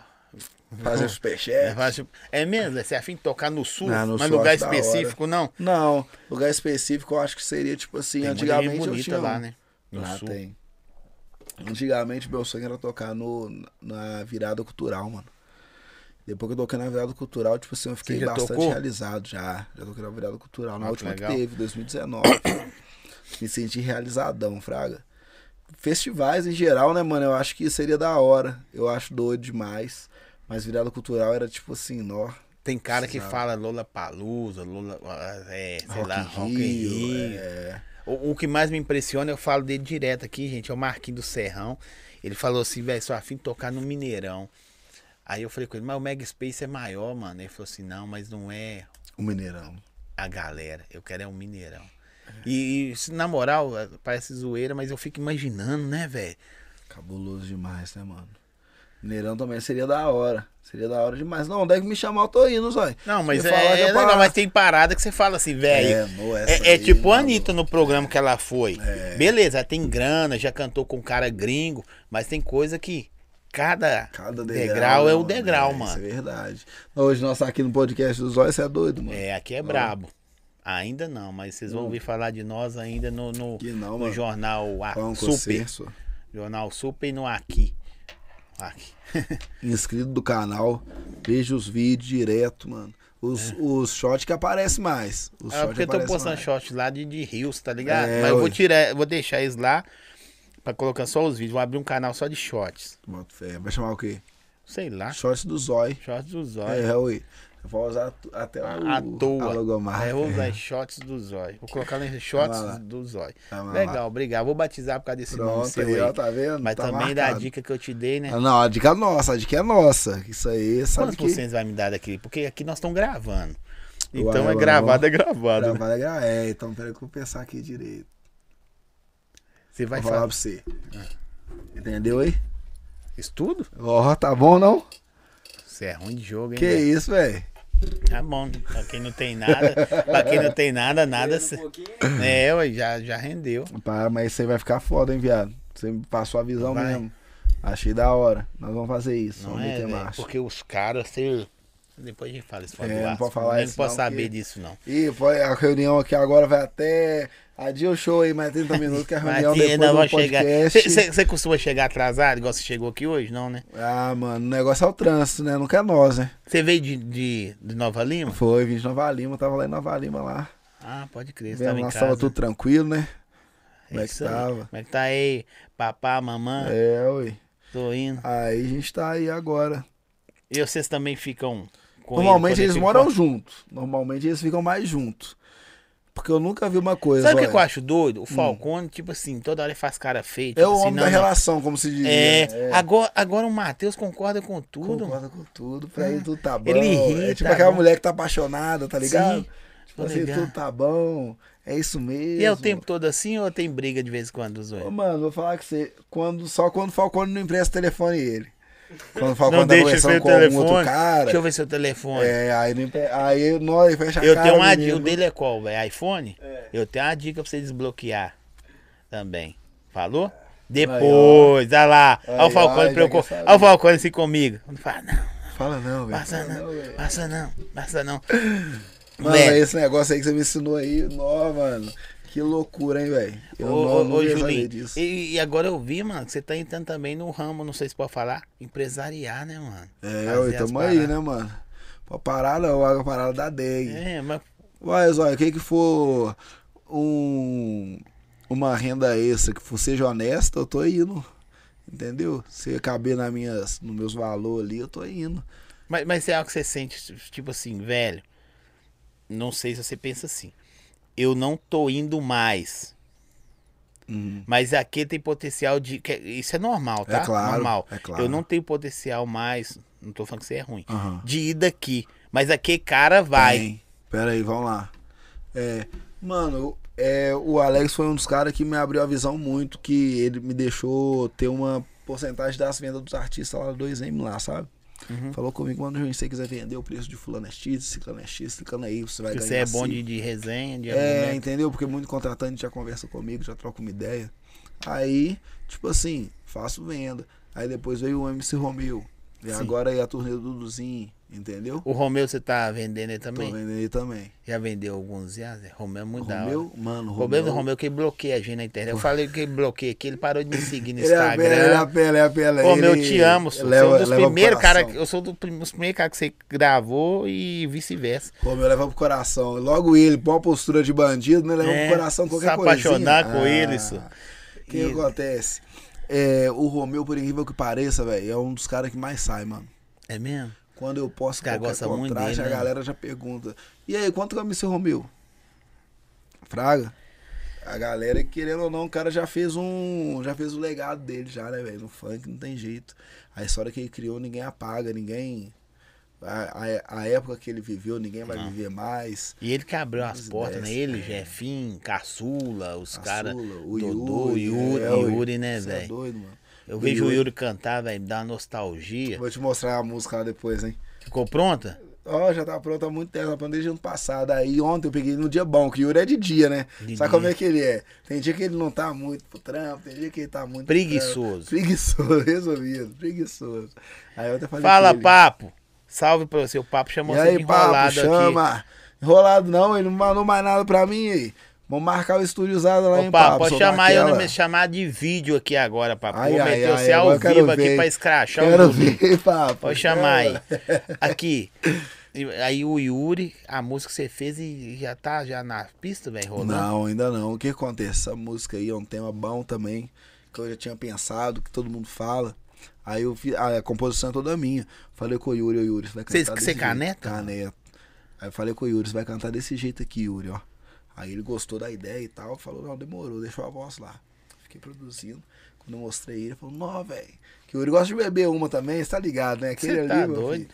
Speaker 2: Fazer o
Speaker 1: É,
Speaker 2: superchat.
Speaker 1: faz- é mesmo? Você é afim de tocar no sul,
Speaker 2: Ah, no
Speaker 1: mas
Speaker 2: sul
Speaker 1: lugar
Speaker 2: acho da hora.
Speaker 1: específico, não?
Speaker 2: Não, lugar específico eu acho que seria tipo assim,
Speaker 1: Tem muita gente
Speaker 2: antigamente eu
Speaker 1: bonita
Speaker 2: tinha
Speaker 1: lá,
Speaker 2: um-
Speaker 1: né? No
Speaker 2: Lá
Speaker 1: sul.
Speaker 2: tem. Antigamente meu sonho era tocar no, na virada cultural, mano. Depois que eu toquei na virada cultural, tipo assim, eu fiquei
Speaker 1: Você já
Speaker 2: bastante
Speaker 1: tocou?
Speaker 2: realizado já. Já toquei na virada cultural. Na
Speaker 1: Ah, que
Speaker 2: última
Speaker 1: legal.
Speaker 2: que teve, 2019. Me senti realizadão, Fraga. Festivais em geral, né, mano? Eu acho que seria da hora. Eu acho doido demais. Mas virada cultural era tipo assim, nó.
Speaker 1: Tem cara que
Speaker 2: Sabe?
Speaker 1: fala Lola Palusa, Lola, é, sei
Speaker 2: Rock
Speaker 1: lá,
Speaker 2: in
Speaker 1: Rock in Rio.
Speaker 2: é.
Speaker 1: O, o que mais me impressiona, eu falo dele direto aqui, gente, é o Marquinhos do Serrão. Ele falou assim, velho, só afim de tocar no Mineirão. Aí eu falei com ele, mas o Mega Space é maior, mano. Ele falou assim, não, mas não é
Speaker 2: O Mineirão.
Speaker 1: a galera, eu quero é o Mineirão.
Speaker 2: É.
Speaker 1: E, e se- na moral, é, parece zoeira, mas eu fico imaginando, né, velho?
Speaker 2: Cabuloso demais, né, mano? Mineirão também seria da hora. Seria da hora demais. Não, deve me chamar, eu tô indo, Zói.
Speaker 1: Não, mas
Speaker 2: Se
Speaker 1: é,
Speaker 2: eu falar,
Speaker 1: é
Speaker 2: já
Speaker 1: legal,
Speaker 2: para.
Speaker 1: mas tem parada que você fala assim, velho.
Speaker 2: É, não, essa
Speaker 1: É, é
Speaker 2: aí, É.
Speaker 1: tipo a
Speaker 2: mano.
Speaker 1: Anitta no programa que ela foi. Beleza, ela tem grana, já cantou com um cara gringo, mas tem coisa que cada,
Speaker 2: Cada
Speaker 1: degrau,
Speaker 2: degrau,
Speaker 1: é o
Speaker 2: mano,
Speaker 1: degrau,
Speaker 2: é, Isso é
Speaker 1: mano.
Speaker 2: verdade. Hoje nós tá aqui no podcast do Zói, você é doido, mano.
Speaker 1: É, aqui é brabo. Ainda não, mas vocês vão ouvir falar de nós ainda no, no,
Speaker 2: Que não,
Speaker 1: no
Speaker 2: mano.
Speaker 1: jornal A-
Speaker 2: Falam com
Speaker 1: Super.
Speaker 2: você, só.
Speaker 1: Jornal Super e no Aqui. Aqui.
Speaker 2: inscrito do canal, veja os vídeos direto, mano. Os, os shots que aparecem mais. Os
Speaker 1: É
Speaker 2: shorts
Speaker 1: porque
Speaker 2: que
Speaker 1: eu tô
Speaker 2: aparecem
Speaker 1: postando
Speaker 2: mais.
Speaker 1: shorts lá de, de rios, tá ligado?
Speaker 2: É,
Speaker 1: Mas eu vou
Speaker 2: ué.
Speaker 1: tirar, vou deixar eles lá pra colocar só os vídeos. Vou abrir um canal só de shorts.
Speaker 2: Bota fé. Vai chamar o quê?
Speaker 1: Sei lá.
Speaker 2: Shorts do Zói.
Speaker 1: Shorts dos olhos.
Speaker 2: É, uh, ui. Eu vou usar tu- até o,
Speaker 1: à
Speaker 2: a
Speaker 1: toa.
Speaker 2: logomarca.
Speaker 1: É, vou usar shots do zóio. Vou colocar nos shots
Speaker 2: Vai lá.
Speaker 1: do zóio.
Speaker 2: Vai lá.
Speaker 1: Legal, obrigado. Vou batizar por causa desse nome
Speaker 2: Tá Pronto,
Speaker 1: seu
Speaker 2: aí, ó,
Speaker 1: aí.
Speaker 2: tá vendo?
Speaker 1: Mas
Speaker 2: Tá
Speaker 1: também dá a
Speaker 2: marcado.
Speaker 1: dica que eu te dei, né?
Speaker 2: Ah, Não, a dica é nossa, a dica é nossa. Isso aí, sabe
Speaker 1: Quantos por
Speaker 2: que...
Speaker 1: cento vai me dar daqui? Porque aqui nós estamos gravando.
Speaker 2: Uai,
Speaker 1: Então é
Speaker 2: uai,
Speaker 1: gravado, é gravado. né?
Speaker 2: Gravar é gravar. É, então peraí que eu vou pensar aqui direito.
Speaker 1: Você vai É.
Speaker 2: vou falar
Speaker 1: falar
Speaker 2: pra você. Entendeu aí?
Speaker 1: isso tudo?
Speaker 2: Ó, tá bom não?
Speaker 1: Você é ruim de jogo, hein?
Speaker 2: Que
Speaker 1: velho?
Speaker 2: isso, velho.
Speaker 1: Tá bom. Pra quem não tem nada, pra quem não tem nada, nada.
Speaker 3: Um
Speaker 1: cê-
Speaker 3: pouquinho,
Speaker 1: É, ué, já, já rendeu.
Speaker 2: Pá, mas isso aí vai ficar foda, hein, viado? Você me passou a visão
Speaker 1: Vai.
Speaker 2: mesmo. Achei da hora. Nós vamos fazer isso.
Speaker 1: Não
Speaker 2: vamos
Speaker 1: é,
Speaker 2: meter
Speaker 1: velho?
Speaker 2: marcha.
Speaker 1: porque os caras, você... Depois a gente fala isso. fora
Speaker 2: É,
Speaker 1: do
Speaker 2: não
Speaker 1: ar.
Speaker 2: pode falar
Speaker 1: Eu Não
Speaker 2: isso
Speaker 1: posso
Speaker 2: não, é
Speaker 1: saber
Speaker 2: que-
Speaker 1: disso, não.
Speaker 2: Ih, foi a reunião aqui agora vai até. Adia o show aí, mais 30 minutos, que a
Speaker 1: Mas
Speaker 2: reunião
Speaker 1: sim, ainda
Speaker 2: depois
Speaker 1: vai
Speaker 2: do
Speaker 1: chegar.
Speaker 2: podcast.
Speaker 1: Você costuma chegar atrasado, igual você chegou aqui hoje, não, né?
Speaker 2: Ah, mano, o negócio é o trânsito, né? Nunca é nós, né?
Speaker 1: Você veio de, de, de Nova Lima?
Speaker 2: Foi, vim de Nova Lima, tava lá em Nova Lima lá.
Speaker 1: Ah, pode crer, você
Speaker 2: Vendo
Speaker 1: tava em
Speaker 2: lá,
Speaker 1: casa.
Speaker 2: tava tudo tranquilo, né? Como é que
Speaker 1: Isso aí.
Speaker 2: tava?
Speaker 1: Como é que tá aí? Papá, mamãe,
Speaker 2: É, ui.
Speaker 1: tô indo.
Speaker 2: Aí a gente tá aí agora.
Speaker 1: E vocês também ficam com ele
Speaker 2: Normalmente
Speaker 1: quando é
Speaker 2: eles
Speaker 1: fica
Speaker 2: moram
Speaker 1: com-
Speaker 2: juntos. Normalmente eles ficam mais juntos. Porque eu nunca vi uma coisa.
Speaker 1: Sabe o que,
Speaker 2: Zóia.
Speaker 1: que eu acho doido? O Falcone, tipo assim, toda hora ele faz cara feia. Tipo
Speaker 2: É o
Speaker 1: assim,
Speaker 2: homem
Speaker 1: não,
Speaker 2: da
Speaker 1: não.
Speaker 2: relação, como se diria.
Speaker 1: É,
Speaker 2: É.
Speaker 1: Agora, agora o Matheus concorda com tudo. mano.
Speaker 2: Concorda com tudo, pra ele tudo tá bom.
Speaker 1: Ele ri,
Speaker 2: é tipo
Speaker 1: tá
Speaker 2: aquela
Speaker 1: bom.
Speaker 2: mulher que tá apaixonada, tá ligado?
Speaker 1: Sim,
Speaker 2: tipo
Speaker 1: tô
Speaker 2: assim,
Speaker 1: ligado.
Speaker 2: tudo tá bom, é isso mesmo.
Speaker 1: E é o tempo todo assim ou tem briga de vez em quando,
Speaker 2: Ô,
Speaker 1: Zóio?
Speaker 2: mano, vou falar com você, quando, só quando o Falcone não empresta o telefone a ele. Quando o Falcone
Speaker 1: Não
Speaker 2: tá
Speaker 1: deixa
Speaker 2: conversando
Speaker 1: ver o
Speaker 2: com algum
Speaker 1: telefone.
Speaker 2: outro cara,
Speaker 1: Deixa eu ver seu telefone.
Speaker 2: é, aí, não empre... aí nós fecha a
Speaker 1: eu
Speaker 2: cara
Speaker 1: tenho uma
Speaker 2: do
Speaker 1: dica, o
Speaker 2: menino.
Speaker 1: dele é qual, velho? iPhone?
Speaker 3: É.
Speaker 1: Eu tenho uma dica pra você desbloquear também. Falou? Depois, olha lá. Olha
Speaker 2: Aí, ó,
Speaker 1: o Falcone
Speaker 2: já
Speaker 1: preocupado.
Speaker 2: quer saber.
Speaker 1: Olha o Falcone assim comigo. Não fala, não,
Speaker 2: Fala não, velho.
Speaker 1: passa
Speaker 2: Fala
Speaker 1: não,
Speaker 2: velho.
Speaker 1: passa não, passa não.
Speaker 2: Mano,
Speaker 1: Velho.
Speaker 2: esse negócio aí que você me ensinou aí, nó, mano. Que loucura, hein, velho. Eu
Speaker 1: Ô,
Speaker 2: não,
Speaker 1: ô,
Speaker 2: não
Speaker 1: ô,
Speaker 2: ia saber
Speaker 1: Julinho,
Speaker 2: disso.
Speaker 1: e, e agora eu vi, mano, que você tá entrando também no ramo, não sei se pode falar, empresariar, né, mano?
Speaker 2: É,
Speaker 1: Fazer
Speaker 2: ué,
Speaker 1: as
Speaker 2: tamo
Speaker 1: paradas.
Speaker 2: aí, né, mano? Pra parar não, a parada da DEG.
Speaker 1: É, mas
Speaker 2: Uai, Zóia, quem que for um, uma renda extra que for seja honesta, eu tô indo. Entendeu? Se caber na minhas, nos meus valores ali, eu tô indo.
Speaker 1: Mas, mas é algo que você sente, tipo assim, velho. Não sei se você pensa assim. Eu não tô indo mais.
Speaker 2: Uhum.
Speaker 1: Mas aqui tem potencial de. que- Isso é normal, tá?
Speaker 2: É claro,
Speaker 1: normal.
Speaker 2: é claro.
Speaker 1: Eu não tenho potencial mais. Não tô falando que você é ruim.
Speaker 2: Aham.
Speaker 1: De ir daqui. Mas aqui, cara, vai.
Speaker 2: Tem. Pera aí, vamos lá. É, mano, é, o Alex foi um dos caras que me abriu a visão muito, que ele me deixou ter uma porcentagem das vendas dos artistas lá do 2M lá, sabe?
Speaker 1: Uhum.
Speaker 2: Falou comigo, mano, Juninho, se você quiser vender o preço de fulano é X, ciclano é X, ciclano é Y, você vai
Speaker 1: que
Speaker 2: ganhar
Speaker 1: você é bom
Speaker 2: assim.
Speaker 1: de, de resenha, de
Speaker 2: É,
Speaker 1: argumento.
Speaker 2: entendeu? Porque muito contratante já conversa comigo, já troca uma ideia. Aí, tipo assim, faço venda. Aí depois veio o MC Romeu. E
Speaker 1: Sim.
Speaker 2: agora aí a turnê do Duduzinho, entendeu?
Speaker 1: O Romeu, você tá vendendo aí também?
Speaker 2: Tô vendo aí também.
Speaker 1: Já vendeu alguns já? Zé? Romeu é muito da hora.
Speaker 2: Romeu, mano,
Speaker 1: O
Speaker 2: Romeu.
Speaker 1: problema do Romeu é que ele bloqueia a gente na internet. Eu falei que ele bloqueia aqui, ele parou de me seguir no
Speaker 2: Ele apela,
Speaker 1: Instagram.
Speaker 2: ele apela, ele apela.
Speaker 1: Ô, meu, eu
Speaker 2: ele
Speaker 1: te amo. sou-
Speaker 2: leva-
Speaker 1: você é um dos
Speaker 2: leva pro
Speaker 1: primeiros
Speaker 2: coração.
Speaker 1: caras. Eu sou do prim- dos primeiros caras que você gravou e vice-versa.
Speaker 2: Romeu leva pro coração. Logo ele, põe uma postura de bandido, né? Leva
Speaker 1: É,
Speaker 2: pro coração qualquer Ah.
Speaker 1: se
Speaker 2: coisa.
Speaker 1: apaixonar com ele, isso.
Speaker 2: O que
Speaker 1: E-
Speaker 2: acontece? É, o Romeu, por incrível que pareça, velho, é um dos caras que mais sai, mano.
Speaker 1: É mesmo?
Speaker 2: Quando eu posso
Speaker 1: Cara,
Speaker 2: qualquer
Speaker 1: gosta muito
Speaker 2: contraste,
Speaker 1: dele,
Speaker 2: a
Speaker 1: né?
Speaker 2: galera já pergunta. E aí, quanto que é o MC Romeu? Fraga? A galera, querendo ou não, o cara já fez um. Já fez o legado dele, já, né, velho? No funk não tem jeito. A história que ele criou, ninguém apaga, ninguém. A, a, a época que ele viveu, ninguém vai viver mais.
Speaker 1: E ele que abriu as
Speaker 2: Uns
Speaker 1: portas, né?
Speaker 2: dez,
Speaker 1: Ele, Jefim, Caçula, os caras.
Speaker 2: é, Caçula,
Speaker 1: Dodô, Yuri,
Speaker 2: é,
Speaker 1: Yuri, né,
Speaker 2: cê É
Speaker 1: velho?
Speaker 2: doido, mano.
Speaker 1: Eu
Speaker 2: O
Speaker 1: vejo o Yuri cantar, velho, me dá uma nostalgia.
Speaker 2: Vou te mostrar a música lá depois, hein?
Speaker 1: Ficou pronta?
Speaker 2: Ó, já tá pronto há muito tempo, tá pronto desde ano passado. Aí ontem eu peguei no dia bom, que o Yuri é de dia, né?
Speaker 1: De
Speaker 2: Sabe como
Speaker 1: dia.
Speaker 2: é que ele é? Tem dia que ele não tá muito pro trampo, tem dia que ele tá muito. pro
Speaker 1: Preguiçoso.
Speaker 2: trampo. Preguiçoso, resolvido, preguiçoso. Aí eu até falei.
Speaker 1: Fala,
Speaker 2: com ele,
Speaker 1: papo. Salve pra você. O papo chamou
Speaker 2: E
Speaker 1: você de
Speaker 2: aí, papo,
Speaker 1: enrolado aqui.
Speaker 2: chama. Enrolado não, ele não mandou mais nada pra mim aí. Vamos marcar o estúdio usado lá
Speaker 1: Ô,
Speaker 2: em
Speaker 1: papo,
Speaker 2: papo.
Speaker 1: pode
Speaker 2: sou
Speaker 1: chamar eu não
Speaker 2: daquela.
Speaker 1: me chamar de vídeo aqui agora, papo.
Speaker 2: Ai,
Speaker 1: Vou
Speaker 2: ai,
Speaker 1: meter
Speaker 2: ai,
Speaker 1: você
Speaker 2: agora
Speaker 1: ao
Speaker 2: eu quero
Speaker 1: vivo aqui
Speaker 2: ver.
Speaker 1: pra escrachar o
Speaker 2: Quero
Speaker 1: Dudu.
Speaker 2: ver, papo.
Speaker 1: Pode chamar aí. Aqui. E- Aí o Yuri, a música que você fez e já tá já na pista, velho, rolando.
Speaker 2: Não, ainda não. O que acontece? Essa música aí é um tema bom também, que eu já tinha pensado, que todo mundo fala. Aí eu fiz, a composição é toda minha. Falei com o Yuri, ô Yuri, você vai
Speaker 1: Cês-
Speaker 2: cantar
Speaker 1: cê
Speaker 2: desse jeito.
Speaker 1: caneta?
Speaker 2: Caneta. Aí eu falei com o Yuri, você vai cantar desse jeito aqui, Yuri, ó. Aí ele gostou da ideia e tal, falou, não, demorou, deixou a voz lá. Fiquei produzindo. Quando eu mostrei ele, ele falou, não, velho. Que o Yuri gosta de beber uma também, você tá ligado, né? Aquele
Speaker 1: Cê
Speaker 2: ali,
Speaker 1: tá
Speaker 2: meu
Speaker 1: doido.
Speaker 2: filho.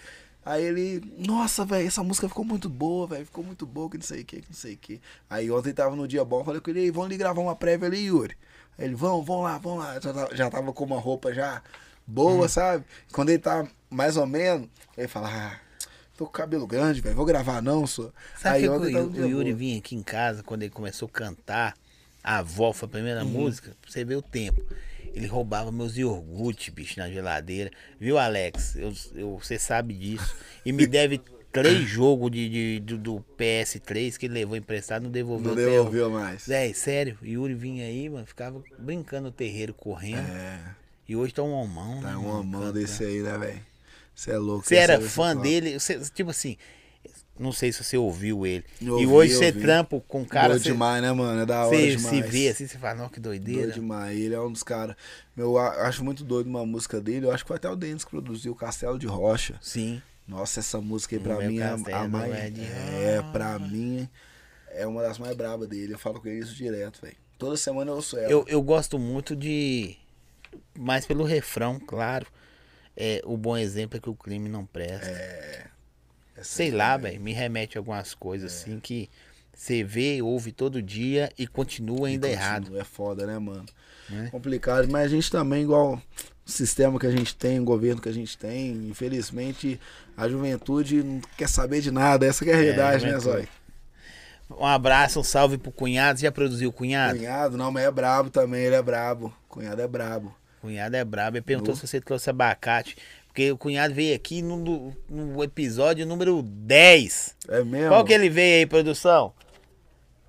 Speaker 2: Aí ele, nossa, velho, essa música ficou muito boa, velho, ficou muito boa, que não sei o que, que não sei o que. Aí ontem tava no dia bom, falei com ele, "Ei, vamos ali gravar uma prévia ali, Yuri. Aí ele, vão, vão lá, vão lá. Já tava, já tava com uma roupa já
Speaker 1: Uhum.
Speaker 2: boa, sabe? Quando ele tá mais ou menos, ele fala, ah, tô com cabelo grande, velho, vou gravar não, só.
Speaker 1: Sabe o que, que o,
Speaker 2: tava no
Speaker 1: Yu-
Speaker 2: tá um dia
Speaker 1: o Yuri
Speaker 2: bom.
Speaker 1: vinha aqui em casa quando ele começou a cantar a avó, foi a
Speaker 2: Uhum.
Speaker 1: primeira música, pra você ver o tempo. Ele roubava meus iogurte, bicho, na geladeira. Viu, Alex? Eu, eu- você sabe disso. E me deve três jogos de, de- do, do PS3 que ele levou emprestado, não devolveu
Speaker 2: Não
Speaker 1: até hoje.
Speaker 2: devolveu mais.
Speaker 1: Zé, sério, Yuri vinha aí, mano, ficava brincando no terreiro, correndo.
Speaker 2: É,
Speaker 1: E hoje tá um homão, né?
Speaker 2: tá
Speaker 1: mano,
Speaker 2: uma mão
Speaker 1: canta.
Speaker 2: desse aí, né, velho? Você é louco.
Speaker 1: Você
Speaker 2: cê
Speaker 1: era
Speaker 2: sabe esse
Speaker 1: fã
Speaker 2: papo.
Speaker 1: dele, você- tipo assim, não sei se você ouviu ele.
Speaker 2: Eu
Speaker 1: e
Speaker 2: ouvi,
Speaker 1: hoje
Speaker 2: eu
Speaker 1: você
Speaker 2: ouvi.
Speaker 1: trampa com o cara,
Speaker 2: Boa
Speaker 1: você
Speaker 2: demais, né, mano? É da hora
Speaker 1: você
Speaker 2: demais.
Speaker 1: se vê assim, você fala, não, que doideira.
Speaker 2: Doido demais. Ele é um dos caras. Eu a- acho muito doido uma música dele. Eu acho que foi até o Dennis que produziu, Castelo de Rocha.
Speaker 1: Sim.
Speaker 2: Nossa, essa música aí
Speaker 1: O
Speaker 2: pra
Speaker 1: meu
Speaker 2: mim é a- a
Speaker 1: castelo
Speaker 2: mais.
Speaker 1: é de
Speaker 2: É, pra mim. é uma das mais brabas dele. Eu falo com ele isso direto, velho. Toda semana eu ouço ela.
Speaker 1: Eu, eu gosto muito de. Mais pelo refrão, claro. É, o bom exemplo é que o crime não presta.
Speaker 2: É, Essa
Speaker 1: Sei
Speaker 2: aqui,
Speaker 1: lá,
Speaker 2: né?
Speaker 1: velho. Me remete a algumas
Speaker 2: É.
Speaker 1: coisas assim que você vê, ouve todo dia e continua ainda
Speaker 2: Continua,
Speaker 1: errado.
Speaker 2: É foda, né, mano?
Speaker 1: Né?
Speaker 2: Complicado, mas a gente também, igual o sistema que a gente tem, o governo que a gente tem, infelizmente a juventude não quer saber de nada. Essa que é a realidade, né,
Speaker 1: juventude.
Speaker 2: Zói?
Speaker 1: Um abraço, um salve pro cunhado. Você já produziu o cunhado?
Speaker 2: Cunhado, não, mas é brabo também, ele é brabo. Cunhado é brabo.
Speaker 1: Cunhado é brabo. Ele perguntou se você trouxe abacate. Porque o cunhado veio aqui no, no episódio número 10.
Speaker 2: É mesmo?
Speaker 1: Qual que ele veio aí, produção?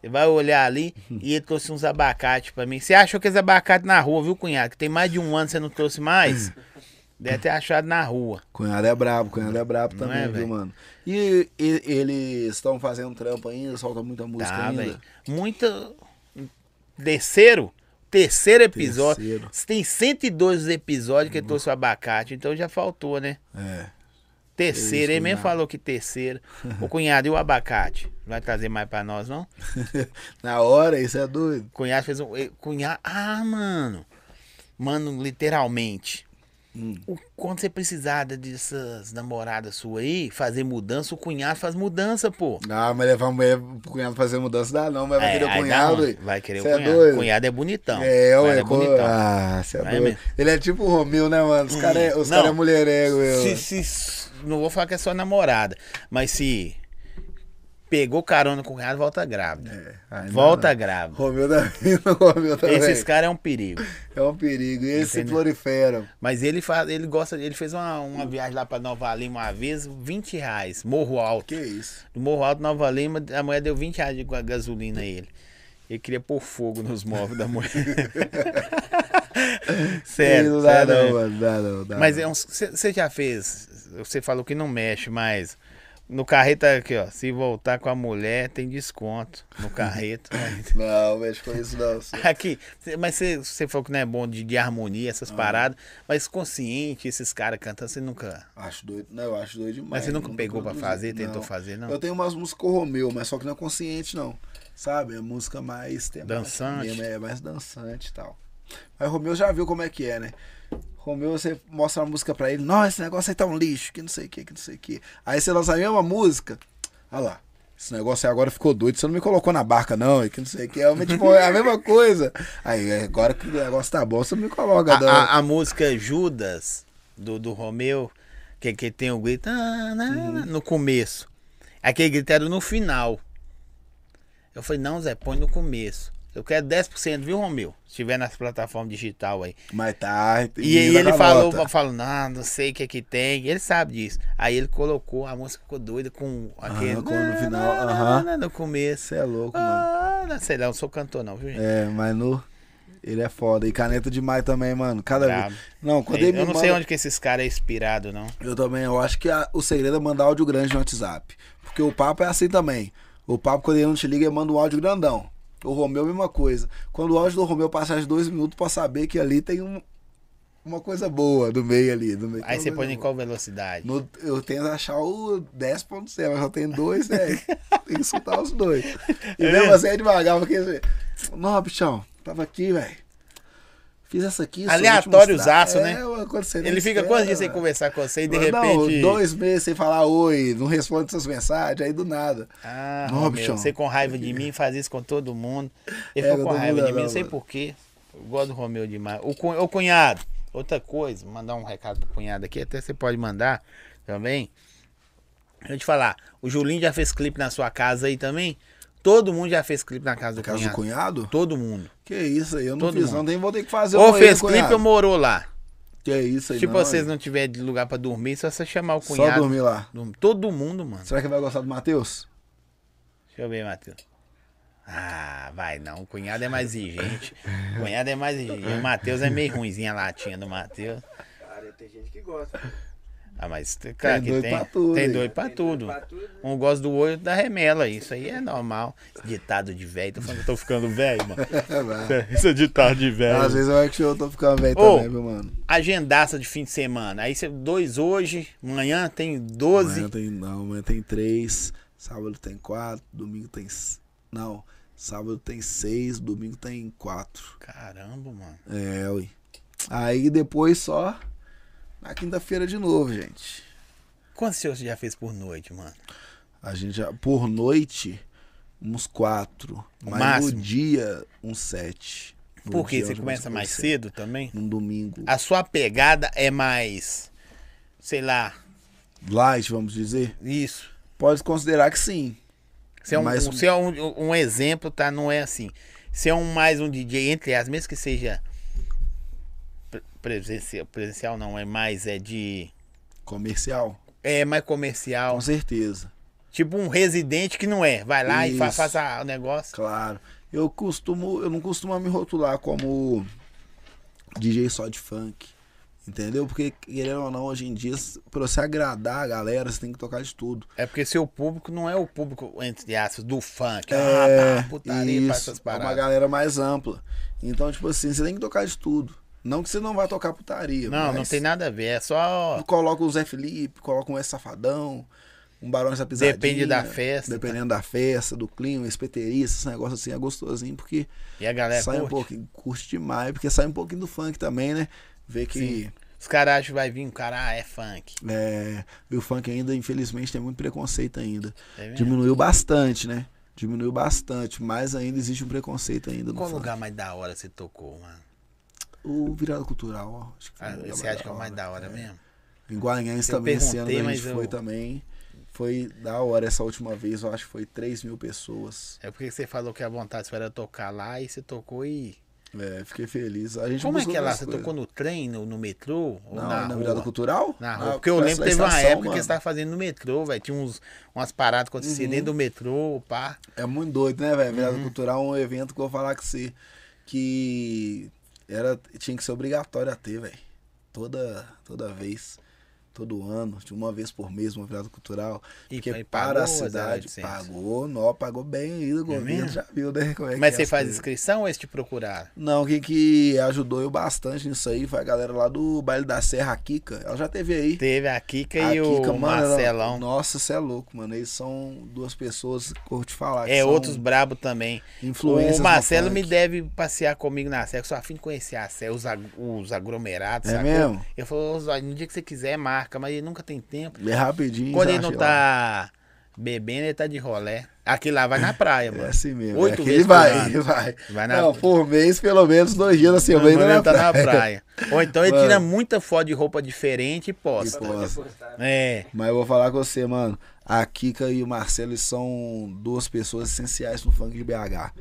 Speaker 1: Você vai olhar ali e ele trouxe uns abacates pra mim. Você achou que esse abacate na rua, viu, cunhado? Que tem mais de um ano você não trouxe mais? Deve ter achado na rua.
Speaker 2: Cunhado é brabo, cunhado é brabo
Speaker 1: Não
Speaker 2: também,
Speaker 1: é,
Speaker 2: viu,
Speaker 1: velho?
Speaker 2: mano? E, e- eles estão fazendo trampo ainda, soltam muita música
Speaker 1: Tá,
Speaker 2: ainda.
Speaker 1: velho. Muito. Terceiro? Terceiro episódio.
Speaker 2: Terceiro.
Speaker 1: Tem 102 episódios que ele trouxe o abacate, então já faltou, né?
Speaker 2: É.
Speaker 1: Terceiro,
Speaker 2: Isso,
Speaker 1: ele mesmo
Speaker 2: cunhado.
Speaker 1: falou que terceiro. O cunhado e o abacate? Não Vai trazer mais pra nós, não?
Speaker 2: Na hora, isso é doido.
Speaker 1: O cunhado fez um. eh, Cunhado. Ah, mano! Mano, literalmente.
Speaker 2: Hum.
Speaker 1: O- Quando você precisar de- dessas namoradas suas aí, fazer mudança, o cunhado faz mudança, pô.
Speaker 2: Ah, mas levar a mulher pro cunhado fazer mudança dá não, mas vai
Speaker 1: É,
Speaker 2: querer o
Speaker 1: aí dá
Speaker 2: cunhado.
Speaker 1: ruim.
Speaker 2: ué.
Speaker 1: Vai querer
Speaker 2: Cê
Speaker 1: o
Speaker 2: é
Speaker 1: cunhado.
Speaker 2: doido?
Speaker 1: o cunhado é bonitão.
Speaker 2: É,
Speaker 1: o cunhado
Speaker 2: ué,
Speaker 1: é
Speaker 2: co-
Speaker 1: bonitão.
Speaker 2: Ah, você é
Speaker 1: Não é
Speaker 2: doido.
Speaker 1: mesmo? Hum,
Speaker 2: Ele é tipo o Romeu, né, mano? Os caras é, os
Speaker 1: Não.
Speaker 2: cara é mulherengo,
Speaker 1: Se-
Speaker 2: meu.
Speaker 1: se- se- não vou falar que é sua namorada, mas se pegou carona com o cunhado, volta grávida.
Speaker 2: É, ainda
Speaker 1: volta
Speaker 2: não. Tá
Speaker 1: grávida.
Speaker 2: Romeu da vida, Romeu também.
Speaker 1: Esses caras é um perigo.
Speaker 2: É um perigo. E eles se
Speaker 1: Entendeu?
Speaker 2: proliferam.
Speaker 1: Mas ele faz, ele gosta, ele fez uma, uma viagem lá pra Nova Lima uma vez, 20 reais, Morro Alto.
Speaker 2: Que isso?
Speaker 1: Do Morro Alto, Nova Lima, a mulher deu 20 reais de ga- gasolina a ele. Ele queria pôr fogo nos móveis da mulher.
Speaker 2: Ih,
Speaker 1: sério,
Speaker 2: não dá
Speaker 1: sério.
Speaker 2: não,
Speaker 1: mesmo.
Speaker 2: mano. Dá não, dá
Speaker 1: Mas
Speaker 2: não.
Speaker 1: é um. Você já fez. Você falou que não mexe, mas. No carreta aqui, ó. Se voltar com a mulher, tem desconto. No carreta.
Speaker 2: Não, mexe com isso não. senhor.
Speaker 1: aqui. cê- Mas você falou que não é bom de, de harmonia, essas paradas. Mas consciente, esses caras cantando, você nunca.
Speaker 2: Acho doido. Não, eu acho doido demais.
Speaker 1: Mas você nunca
Speaker 2: Não tô
Speaker 1: pegou pra
Speaker 2: produzindo,
Speaker 1: fazer, tentou
Speaker 2: não.
Speaker 1: fazer, não?
Speaker 2: Eu tenho umas músicas com o Romeu, mas só que não é consciente, não. Sabe? É música mais temática
Speaker 1: Dançante.
Speaker 2: mesmo, é mais dançante e tal. Mas o Romeu já viu como é que é, né? Romeu, você mostra uma música pra ele, nossa, esse negócio aí tá um lixo, que não sei o que, que não sei o que. Aí você lança a mesma música, olha lá. Esse negócio aí agora ficou doido, você não me colocou na barca, não, e que não sei o que. É, tipo, é a mesma coisa. Aí, "É, agora que o negócio tá bom, você não me coloca, não.
Speaker 1: A, a- a música Judas, do, do Romeu, que, que tem o grito "Ah, na,
Speaker 2: Uhum.
Speaker 1: na", no começo. Aquele grito era no final. Eu falei, não, Zé, põe no começo. Eu quero 10%, viu, Romeu? Se tiver nas plataformas digital aí.
Speaker 2: Mas tá,
Speaker 1: E, aí
Speaker 2: menina
Speaker 1: ele
Speaker 2: da
Speaker 1: falou,
Speaker 2: nota.
Speaker 1: falou, não, não sei o que é que tem. Ele sabe disso. Aí ele colocou, a música ficou doida com aquele.
Speaker 2: com no final,
Speaker 1: "Na, na,
Speaker 2: aham."
Speaker 1: na", No começo.
Speaker 2: Você é louco, mano.
Speaker 1: Ah, não sei lá, eu não sou cantor, não, viu, gente?
Speaker 2: É, mas no. Ele é foda. E caneta demais também, mano. Cada
Speaker 1: Brabo.
Speaker 2: vez. Não, quando ele
Speaker 1: eu
Speaker 2: me
Speaker 1: não sei
Speaker 2: manda-
Speaker 1: onde que esses caras é inspirado, não.
Speaker 2: Eu também, eu acho que a- o segredo é mandar áudio grande no WhatsApp. Porque o papo é assim também. O papo, quando ele não te liga, ele manda um áudio grandão. O Romeu, mesma coisa. Quando o áudio do Romeu passar de dois minutos, pra saber que ali tem um- uma coisa boa do meio ali. Do meio, Então,
Speaker 1: Aí
Speaker 2: tem
Speaker 1: você
Speaker 2: uma
Speaker 1: põe
Speaker 2: coisa
Speaker 1: em
Speaker 2: boa.
Speaker 1: qual velocidade?
Speaker 2: No- eu tento achar o 10.0, mas só tem dois, né? tem que soltar os dois.
Speaker 1: É
Speaker 2: E mesmo
Speaker 1: mesmo?
Speaker 2: assim é devagar, porque. Não, bichão, tava aqui, velho. Fiz essa aqui. só vou te
Speaker 1: Aleatório
Speaker 2: mostrar."
Speaker 1: usado, né?
Speaker 2: ué, quando você nem
Speaker 1: Ele fica
Speaker 2: espera,
Speaker 1: quantos dias sem
Speaker 2: velho.
Speaker 1: conversar com você e de
Speaker 2: é, Não,
Speaker 1: repente.
Speaker 2: dois meses sem falar oi, não responde suas mensagens, aí do nada.
Speaker 1: Ah,
Speaker 2: Não,
Speaker 1: meu,
Speaker 2: bichão.
Speaker 1: você com raiva de mim, faz isso com todo mundo. Ele
Speaker 2: É,
Speaker 1: ficou
Speaker 2: todo
Speaker 1: com raiva
Speaker 2: mundo
Speaker 1: de mim,
Speaker 2: não,
Speaker 1: não sei
Speaker 2: mano.
Speaker 1: porquê. Eu gosto do Romeu demais. O, cu- o cunhado, outra coisa, mandar um recado pro cunhado aqui, até você pode mandar também. Deixa eu te falar, o Julinho já fez clipe na sua casa aí também? Todo mundo já fez clipe na casa do
Speaker 2: Caso do
Speaker 1: cunhado.
Speaker 2: cunhado?
Speaker 1: Todo mundo.
Speaker 2: Que isso aí, eu não
Speaker 1: Todo
Speaker 2: fiz,
Speaker 1: mundo.
Speaker 2: não, nem vou ter que fazer
Speaker 1: Ou
Speaker 2: um
Speaker 1: fez
Speaker 2: aí,
Speaker 1: clipe
Speaker 2: cunhado.
Speaker 1: ou morou lá.
Speaker 2: Que isso aí,
Speaker 1: Tipo,
Speaker 2: não,
Speaker 1: vocês
Speaker 2: hein?
Speaker 1: não tiverem de lugar pra dormir, só você chamar o
Speaker 2: Só
Speaker 1: cunhado.
Speaker 2: dormir lá.
Speaker 1: Dorme- Todo mundo, mano.
Speaker 2: Será que vai gostar do Matheus?
Speaker 1: Deixa eu ver, Matheus. Ah, vai não. O cunhado é mais exigente. O cunhado é mais exigente. O Matheus é meio ruimzinho a latinha do Matheus.
Speaker 3: Cara, tem gente que gosta.
Speaker 1: Ah, mas tem- claro
Speaker 2: Tem
Speaker 1: que
Speaker 2: doido
Speaker 1: tem.
Speaker 2: pra tudo,
Speaker 1: tem
Speaker 2: hein?
Speaker 1: doido pra
Speaker 3: Tem
Speaker 1: tudo.
Speaker 3: doido pra tudo, né?
Speaker 1: Um gosta do olho da remela. Isso aí é normal. Esse Ditado de velho. Tô falando que eu tô ficando velho, mano.
Speaker 2: Vai.
Speaker 1: Isso é ditado de
Speaker 2: Às
Speaker 1: velho.
Speaker 2: vezes eu acho que eu tô ficando velho
Speaker 1: Ô,
Speaker 2: também, viu, mano?
Speaker 1: Agendaça de fim de semana. Aí você dois hoje, amanhã tem 12.
Speaker 2: Amanhã tem, não, amanhã tem três, sábado tem quatro, domingo tem s- Não. Sábado tem seis, domingo tem quatro.
Speaker 1: Caramba, mano.
Speaker 2: É, ui. Aí depois só na quinta-feira de novo, gente.
Speaker 1: Quantos shows você já fez por noite, mano?
Speaker 2: A gente já, por noite, uns quatro.
Speaker 1: O
Speaker 2: Mas
Speaker 1: máximo.
Speaker 2: no dia, uns sete. No
Speaker 1: Por quê?
Speaker 2: dia,
Speaker 1: Você
Speaker 2: uns
Speaker 1: começa mais
Speaker 2: sete.
Speaker 1: cedo também?
Speaker 2: Num domingo.
Speaker 1: A sua pegada é mais. Sei lá,
Speaker 2: Light, vamos dizer?
Speaker 1: isso.
Speaker 2: Pode considerar que sim.
Speaker 1: Se é um,
Speaker 2: Mais-
Speaker 1: se é um, um exemplo, tá? Não é assim. Se é um mais um DJ, entre as mesmo que seja pre- presencial, presencial não, é mais é de.
Speaker 2: Comercial.
Speaker 1: É mais
Speaker 2: Com
Speaker 1: comercial.
Speaker 2: certeza.
Speaker 1: Tipo um residente que não é. Vai lá e fa
Speaker 2: Isso.
Speaker 1: faz a- o negócio.
Speaker 2: Claro. Eu costumo, eu não costumo me rotular como DJ só de funk. Entendeu? Porque, querendo ou não, hoje em dia, s- pra você agradar a galera, você tem que tocar de tudo.
Speaker 1: É porque seu público não é o público, entre aspas, do funk.
Speaker 2: É,
Speaker 1: ah, tá, putaria, pra
Speaker 2: isso,
Speaker 1: essas
Speaker 2: é uma
Speaker 1: paradas.
Speaker 2: galera mais ampla. Então, tipo assim, você tem que tocar de tudo. Não que você não vá tocar putaria.
Speaker 1: não, não
Speaker 2: mas
Speaker 1: tem nada a ver. É só.
Speaker 2: Coloca o Zé Felipe, coloca um S Safadão, um Barões da Pisadinha.
Speaker 1: Depende da festa, tá?
Speaker 2: Dependendo da festa, do clima, espeteria, esse negócio assim é gostosinho, porque
Speaker 1: E a galera
Speaker 2: sai um
Speaker 1: é curte.
Speaker 2: pouquinho, curte demais, porque sai um pouquinho do funk também, né? Vê que
Speaker 1: Os caras acham que vai vir um cara, ah, é funk.
Speaker 2: é, e o funk ainda, infelizmente, tem muito preconceito ainda.
Speaker 1: É mesmo?
Speaker 2: Diminuiu bastante, né? Diminuiu bastante, mas ainda existe um preconceito ainda no
Speaker 1: Qual
Speaker 2: funk.
Speaker 1: lugar mais da hora você tocou, mano?
Speaker 2: O Virado Cultural, ó. Acho que foi
Speaker 1: Ah,
Speaker 2: o lugar
Speaker 1: você acha que é o mais da hora
Speaker 2: É.
Speaker 1: mesmo?
Speaker 2: Em Guaranhães
Speaker 1: Eu
Speaker 2: também, esse ano que
Speaker 1: perguntei,
Speaker 2: a gente
Speaker 1: mas
Speaker 2: foi
Speaker 1: eu-
Speaker 2: também. Foi da hora essa última vez, eu acho que foi 3 mil pessoas.
Speaker 1: É porque você falou que a vontade sua era tocar lá e você tocou e.
Speaker 2: É, fiquei feliz. A gente
Speaker 1: Como é
Speaker 2: buscou
Speaker 1: que é lá?
Speaker 2: outras
Speaker 1: Você
Speaker 2: coisas.
Speaker 1: tocou no trem, no, no metrô? Ou
Speaker 2: Não,
Speaker 1: na,
Speaker 2: na, Virada
Speaker 1: rua?
Speaker 2: Cultural?
Speaker 1: Na
Speaker 2: Ah,
Speaker 1: rua. Porque eu
Speaker 2: perto
Speaker 1: lembro que
Speaker 2: da
Speaker 1: teve uma
Speaker 2: estação,
Speaker 1: época que
Speaker 2: mano.
Speaker 1: você tava fazendo no metrô, velho. Tinha uns, umas paradas acontecendo dentro do
Speaker 2: Uhum.
Speaker 1: metrô, pá.
Speaker 2: É muito doido, né, velho? Virada
Speaker 1: Uhum.
Speaker 2: Cultural é um evento que eu vou falar com você que era, tinha que ser obrigatório a ter, velho. Toda, toda vez, todo ano, de uma vez por mês, uma virada cultural.
Speaker 1: E
Speaker 2: Porque
Speaker 1: aí pagou
Speaker 2: para a
Speaker 1: as
Speaker 2: cidade,
Speaker 1: 0800?
Speaker 2: pagou, nó, pagou bem ainda, o governo
Speaker 1: mesmo?
Speaker 2: já viu, né? como é
Speaker 1: Mas
Speaker 2: que
Speaker 1: você
Speaker 2: é as
Speaker 1: faz
Speaker 2: coisas.
Speaker 1: inscrição ou eles te procuraram?
Speaker 2: Não, quem que ajudou eu bastante nisso aí foi a galera lá do Baile da Serra, a Kika. Ela já teve aí.
Speaker 1: Teve a Kika
Speaker 2: A
Speaker 1: e o
Speaker 2: mano, ela-
Speaker 1: Marcelão.
Speaker 2: Nossa, você é louco, mano. Eles são duas pessoas que eu vou te falar. que
Speaker 1: É,
Speaker 2: são
Speaker 1: outros brabo também.
Speaker 2: influências
Speaker 1: o
Speaker 2: no
Speaker 1: Marcelo
Speaker 2: funk.
Speaker 1: me deve passear comigo na Serra, que eu só afim de conhecer a Serra, os, ag- os aglomerados,
Speaker 2: É
Speaker 1: sacou?
Speaker 2: mesmo?
Speaker 1: Ele falou, "Ô, Zóio, no dia que você quiser, marca, mas ele nunca tem tempo.
Speaker 2: É rapidinho.
Speaker 1: Quando
Speaker 2: já
Speaker 1: ele não
Speaker 2: achei
Speaker 1: tá bebendo, ele tá de rolé. Aquele lá vai na praia,
Speaker 2: lá.
Speaker 1: mano.
Speaker 2: É assim mesmo.
Speaker 1: Oito
Speaker 2: é que ele
Speaker 1: vezes
Speaker 2: vai,
Speaker 1: por ano.
Speaker 2: ele vai.
Speaker 1: Vai na-
Speaker 2: Não, por mês, pelo menos dois dias na
Speaker 1: Não,
Speaker 2: semana. né,
Speaker 1: mas
Speaker 2: ele
Speaker 1: ele
Speaker 2: na
Speaker 1: tá na
Speaker 2: é praia.
Speaker 1: praia. Ou então ele
Speaker 2: Mano.
Speaker 1: tira muita foto de roupa diferente e
Speaker 2: E
Speaker 1: posta.
Speaker 2: posta. Nossa.
Speaker 3: Postar,
Speaker 1: É.
Speaker 2: Mas eu vou falar com você, mano. A Kika e o Marcelo eles são duas pessoas essenciais no funk de BH,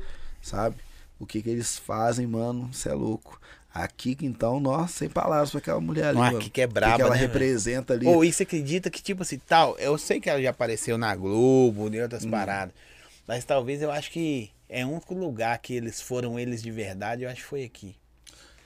Speaker 2: sabe? O que que eles fazem, mano, você é louco. A Kika, então, nossa, sem palavras pra aquela mulher ali,
Speaker 1: Não, a
Speaker 2: mano.
Speaker 1: Kika é
Speaker 2: O que
Speaker 1: braba,
Speaker 2: que ela
Speaker 1: né, velho?
Speaker 2: representa ali.
Speaker 1: Ou e você acredita que, tipo assim, tal, eu sei que ela já apareceu na Globo, em
Speaker 2: Uhum.
Speaker 1: outras paradas. Mas talvez eu acho que é o único lugar que eles foram eles de verdade, eu acho que foi aqui.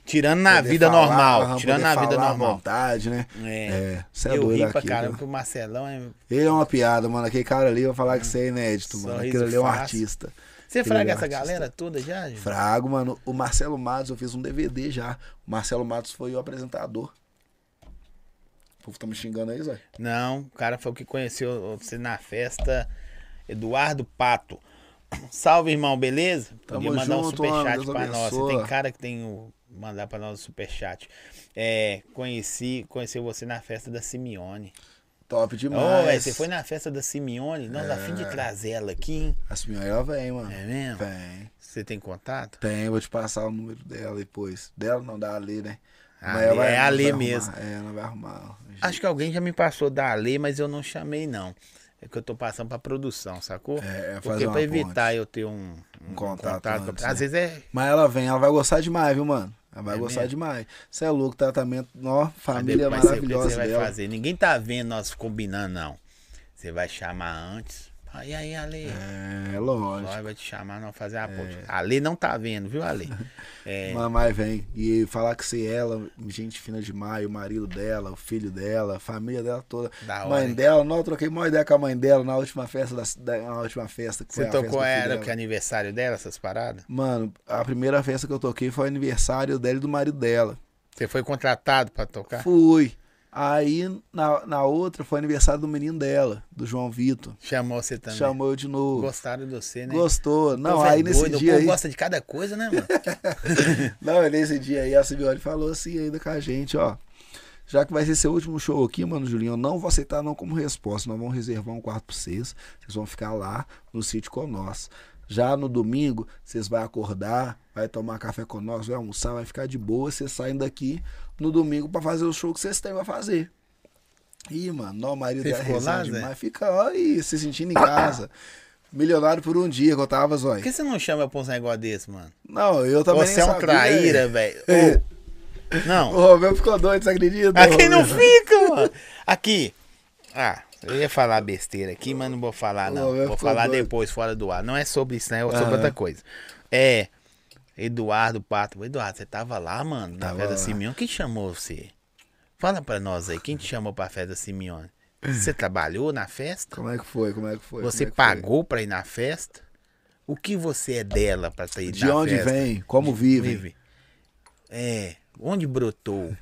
Speaker 1: Tirando na
Speaker 2: Poder
Speaker 1: vida
Speaker 2: falar, aham,
Speaker 1: normal.
Speaker 2: poder
Speaker 1: Tirando na vida
Speaker 2: falar à
Speaker 1: normal.
Speaker 2: vontade, né?
Speaker 1: É.
Speaker 2: Você é,
Speaker 1: eu
Speaker 2: doido
Speaker 1: ri
Speaker 2: a
Speaker 1: pra
Speaker 2: Kika.
Speaker 1: caramba que o Marcelão é.
Speaker 2: Ele é uma piada, mano. Aquele cara ali, eu vou falar que você é inédito, mano.
Speaker 1: Sorriso
Speaker 2: Aquele ali é um
Speaker 1: fácil.
Speaker 2: artista.
Speaker 1: Você
Speaker 2: Aquele
Speaker 1: fraga
Speaker 2: ali é um
Speaker 1: essa
Speaker 2: artista.
Speaker 1: galera toda já? Ju?
Speaker 2: Frago, mano. O Marcelo Matos, eu fiz um DVD já. O Marcelo Matos foi o apresentador. O povo tá me xingando aí, Zé?
Speaker 1: Não, o cara foi o que conheceu você na festa. Eduardo Pato. Salve, irmão, beleza?
Speaker 2: Tamo
Speaker 1: Podia mandar um
Speaker 2: junto,
Speaker 1: superchat
Speaker 2: mano, Deus
Speaker 1: pra nós. Você
Speaker 2: abençoa.
Speaker 1: tem cara que tem o. Mandar pra nós o superchat. É, conheci, conheceu você na festa da Simeone.
Speaker 2: Top
Speaker 1: Ô,
Speaker 2: demais. É.
Speaker 1: é, você foi na festa da Simeone? Nós, a fim de trazer ela aqui, hein?
Speaker 2: A senhora, ela vem, mano.
Speaker 1: É mesmo?
Speaker 2: Vem.
Speaker 1: Você tem contato?
Speaker 2: Tem, vou te passar o número dela depois. Dela não, da Ale, né?
Speaker 1: Ah,
Speaker 2: Mas ela
Speaker 1: é a
Speaker 2: ela
Speaker 1: Ale
Speaker 2: arrumar.
Speaker 1: mesmo.
Speaker 2: É, ela vai arrumar.
Speaker 1: Acho que alguém já me passou da lei, mas eu não chamei, não. É que eu tô passando pra produção, sacou?
Speaker 2: É, é fazer
Speaker 1: Porque
Speaker 2: uma
Speaker 1: pra evitar
Speaker 2: ponte.
Speaker 1: eu ter um,
Speaker 2: Um contato antes, né?
Speaker 1: Às vezes é
Speaker 2: Mas ela vem, ela vai gostar demais, viu, mano? Ela vai
Speaker 1: É
Speaker 2: gostar
Speaker 1: mesmo?
Speaker 2: demais. Você é louco, tratamento, ó,
Speaker 1: Mas
Speaker 2: família
Speaker 1: depois
Speaker 2: maravilhosa
Speaker 1: você vai
Speaker 2: dela.
Speaker 1: fazer. Ninguém tá vendo nós combinando, não. Você vai chamar antes. Aí, aí, Ale.
Speaker 2: É, lógico. É.
Speaker 1: Nós vai te chamar, nós fazer a ponte. Ale não tá vendo, viu, Ale? É,
Speaker 2: Mamãe vem. E falar que se ela, gente fina demais, o marido dela, o filho dela, a família dela toda.
Speaker 1: Da hora,
Speaker 2: mãe
Speaker 1: hein?
Speaker 2: dela, não, eu troquei uma ideia com a mãe dela na última festa da, da- na última festa que
Speaker 1: você
Speaker 2: foi a festa
Speaker 1: tocou
Speaker 2: do filho
Speaker 1: era
Speaker 2: dela.
Speaker 1: o que é aniversário dela, essas paradas?
Speaker 2: Mano, a primeira festa que eu toquei foi o aniversário dela e do marido dela.
Speaker 1: Você foi contratado pra tocar?
Speaker 2: Fui. Aí, na, na outra, foi aniversário do menino dela, do João Vitor.
Speaker 1: Chamou você também.
Speaker 2: Chamou eu de novo.
Speaker 1: Gostaram de você, né?
Speaker 2: Gostou. Não,
Speaker 1: Pô, velho
Speaker 2: aí nesse
Speaker 1: doido,
Speaker 2: dia
Speaker 1: O
Speaker 2: aí.
Speaker 1: povo gosta de cada coisa, né, mano?
Speaker 2: Não, e nesse dia aí a Simeone falou assim ainda com a gente, ó. Já que vai ser seu último show aqui, mano, Julinho, eu não vou aceitar não como resposta. Nós vamos reservar um quarto pra vocês. Vocês vão ficar lá no sítio com nós. Já no domingo, vocês vão acordar, vai tomar café com nós, vai almoçar, vai ficar de boa. Vocês saem daqui no domingo pra fazer o show que vocês têm pra fazer. Ih, mano, não, o marido
Speaker 1: Você
Speaker 2: dela
Speaker 1: ficou lá,
Speaker 2: resenha
Speaker 1: Zé?
Speaker 2: demais. Fica, ó, e se sentindo em casa. Milionário por um dia que eu tava,
Speaker 1: Por
Speaker 2: zóio.
Speaker 1: que você não chama pra uns negócios desse, mano?
Speaker 2: Não, eu também
Speaker 1: você
Speaker 2: nem
Speaker 1: é um
Speaker 2: sabia. né? É.
Speaker 1: traíra, velho. Ô, Não.
Speaker 2: O Romeu ficou doido, você acredita?
Speaker 1: Aqui É não
Speaker 2: Romeu?
Speaker 1: fica, mano. Aqui. Ah, eu ia falar besteira aqui, mas não vou falar,
Speaker 2: Ô,
Speaker 1: não.
Speaker 2: meu,
Speaker 1: Vou
Speaker 2: ficou
Speaker 1: falar
Speaker 2: doido.
Speaker 1: depois, fora do ar. Não é sobre isso, né? É sobre
Speaker 2: Aham.
Speaker 1: outra coisa. É. Eduardo Pato. Eduardo, você tava lá, mano, na
Speaker 2: Tava
Speaker 1: festa
Speaker 2: lá.
Speaker 1: da Simeone. Quem te chamou você? Fala pra nós aí, quem te chamou pra festa da Simeone? Você trabalhou na festa?
Speaker 2: Como é que foi? Como é que foi?
Speaker 1: Você
Speaker 2: Como é que
Speaker 1: pagou pra ir na festa? O que você é dela pra ter
Speaker 2: foi?
Speaker 1: ido
Speaker 2: De
Speaker 1: na
Speaker 2: onde
Speaker 1: festa?
Speaker 2: vem? Como vive?
Speaker 1: Vive. É, onde brotou?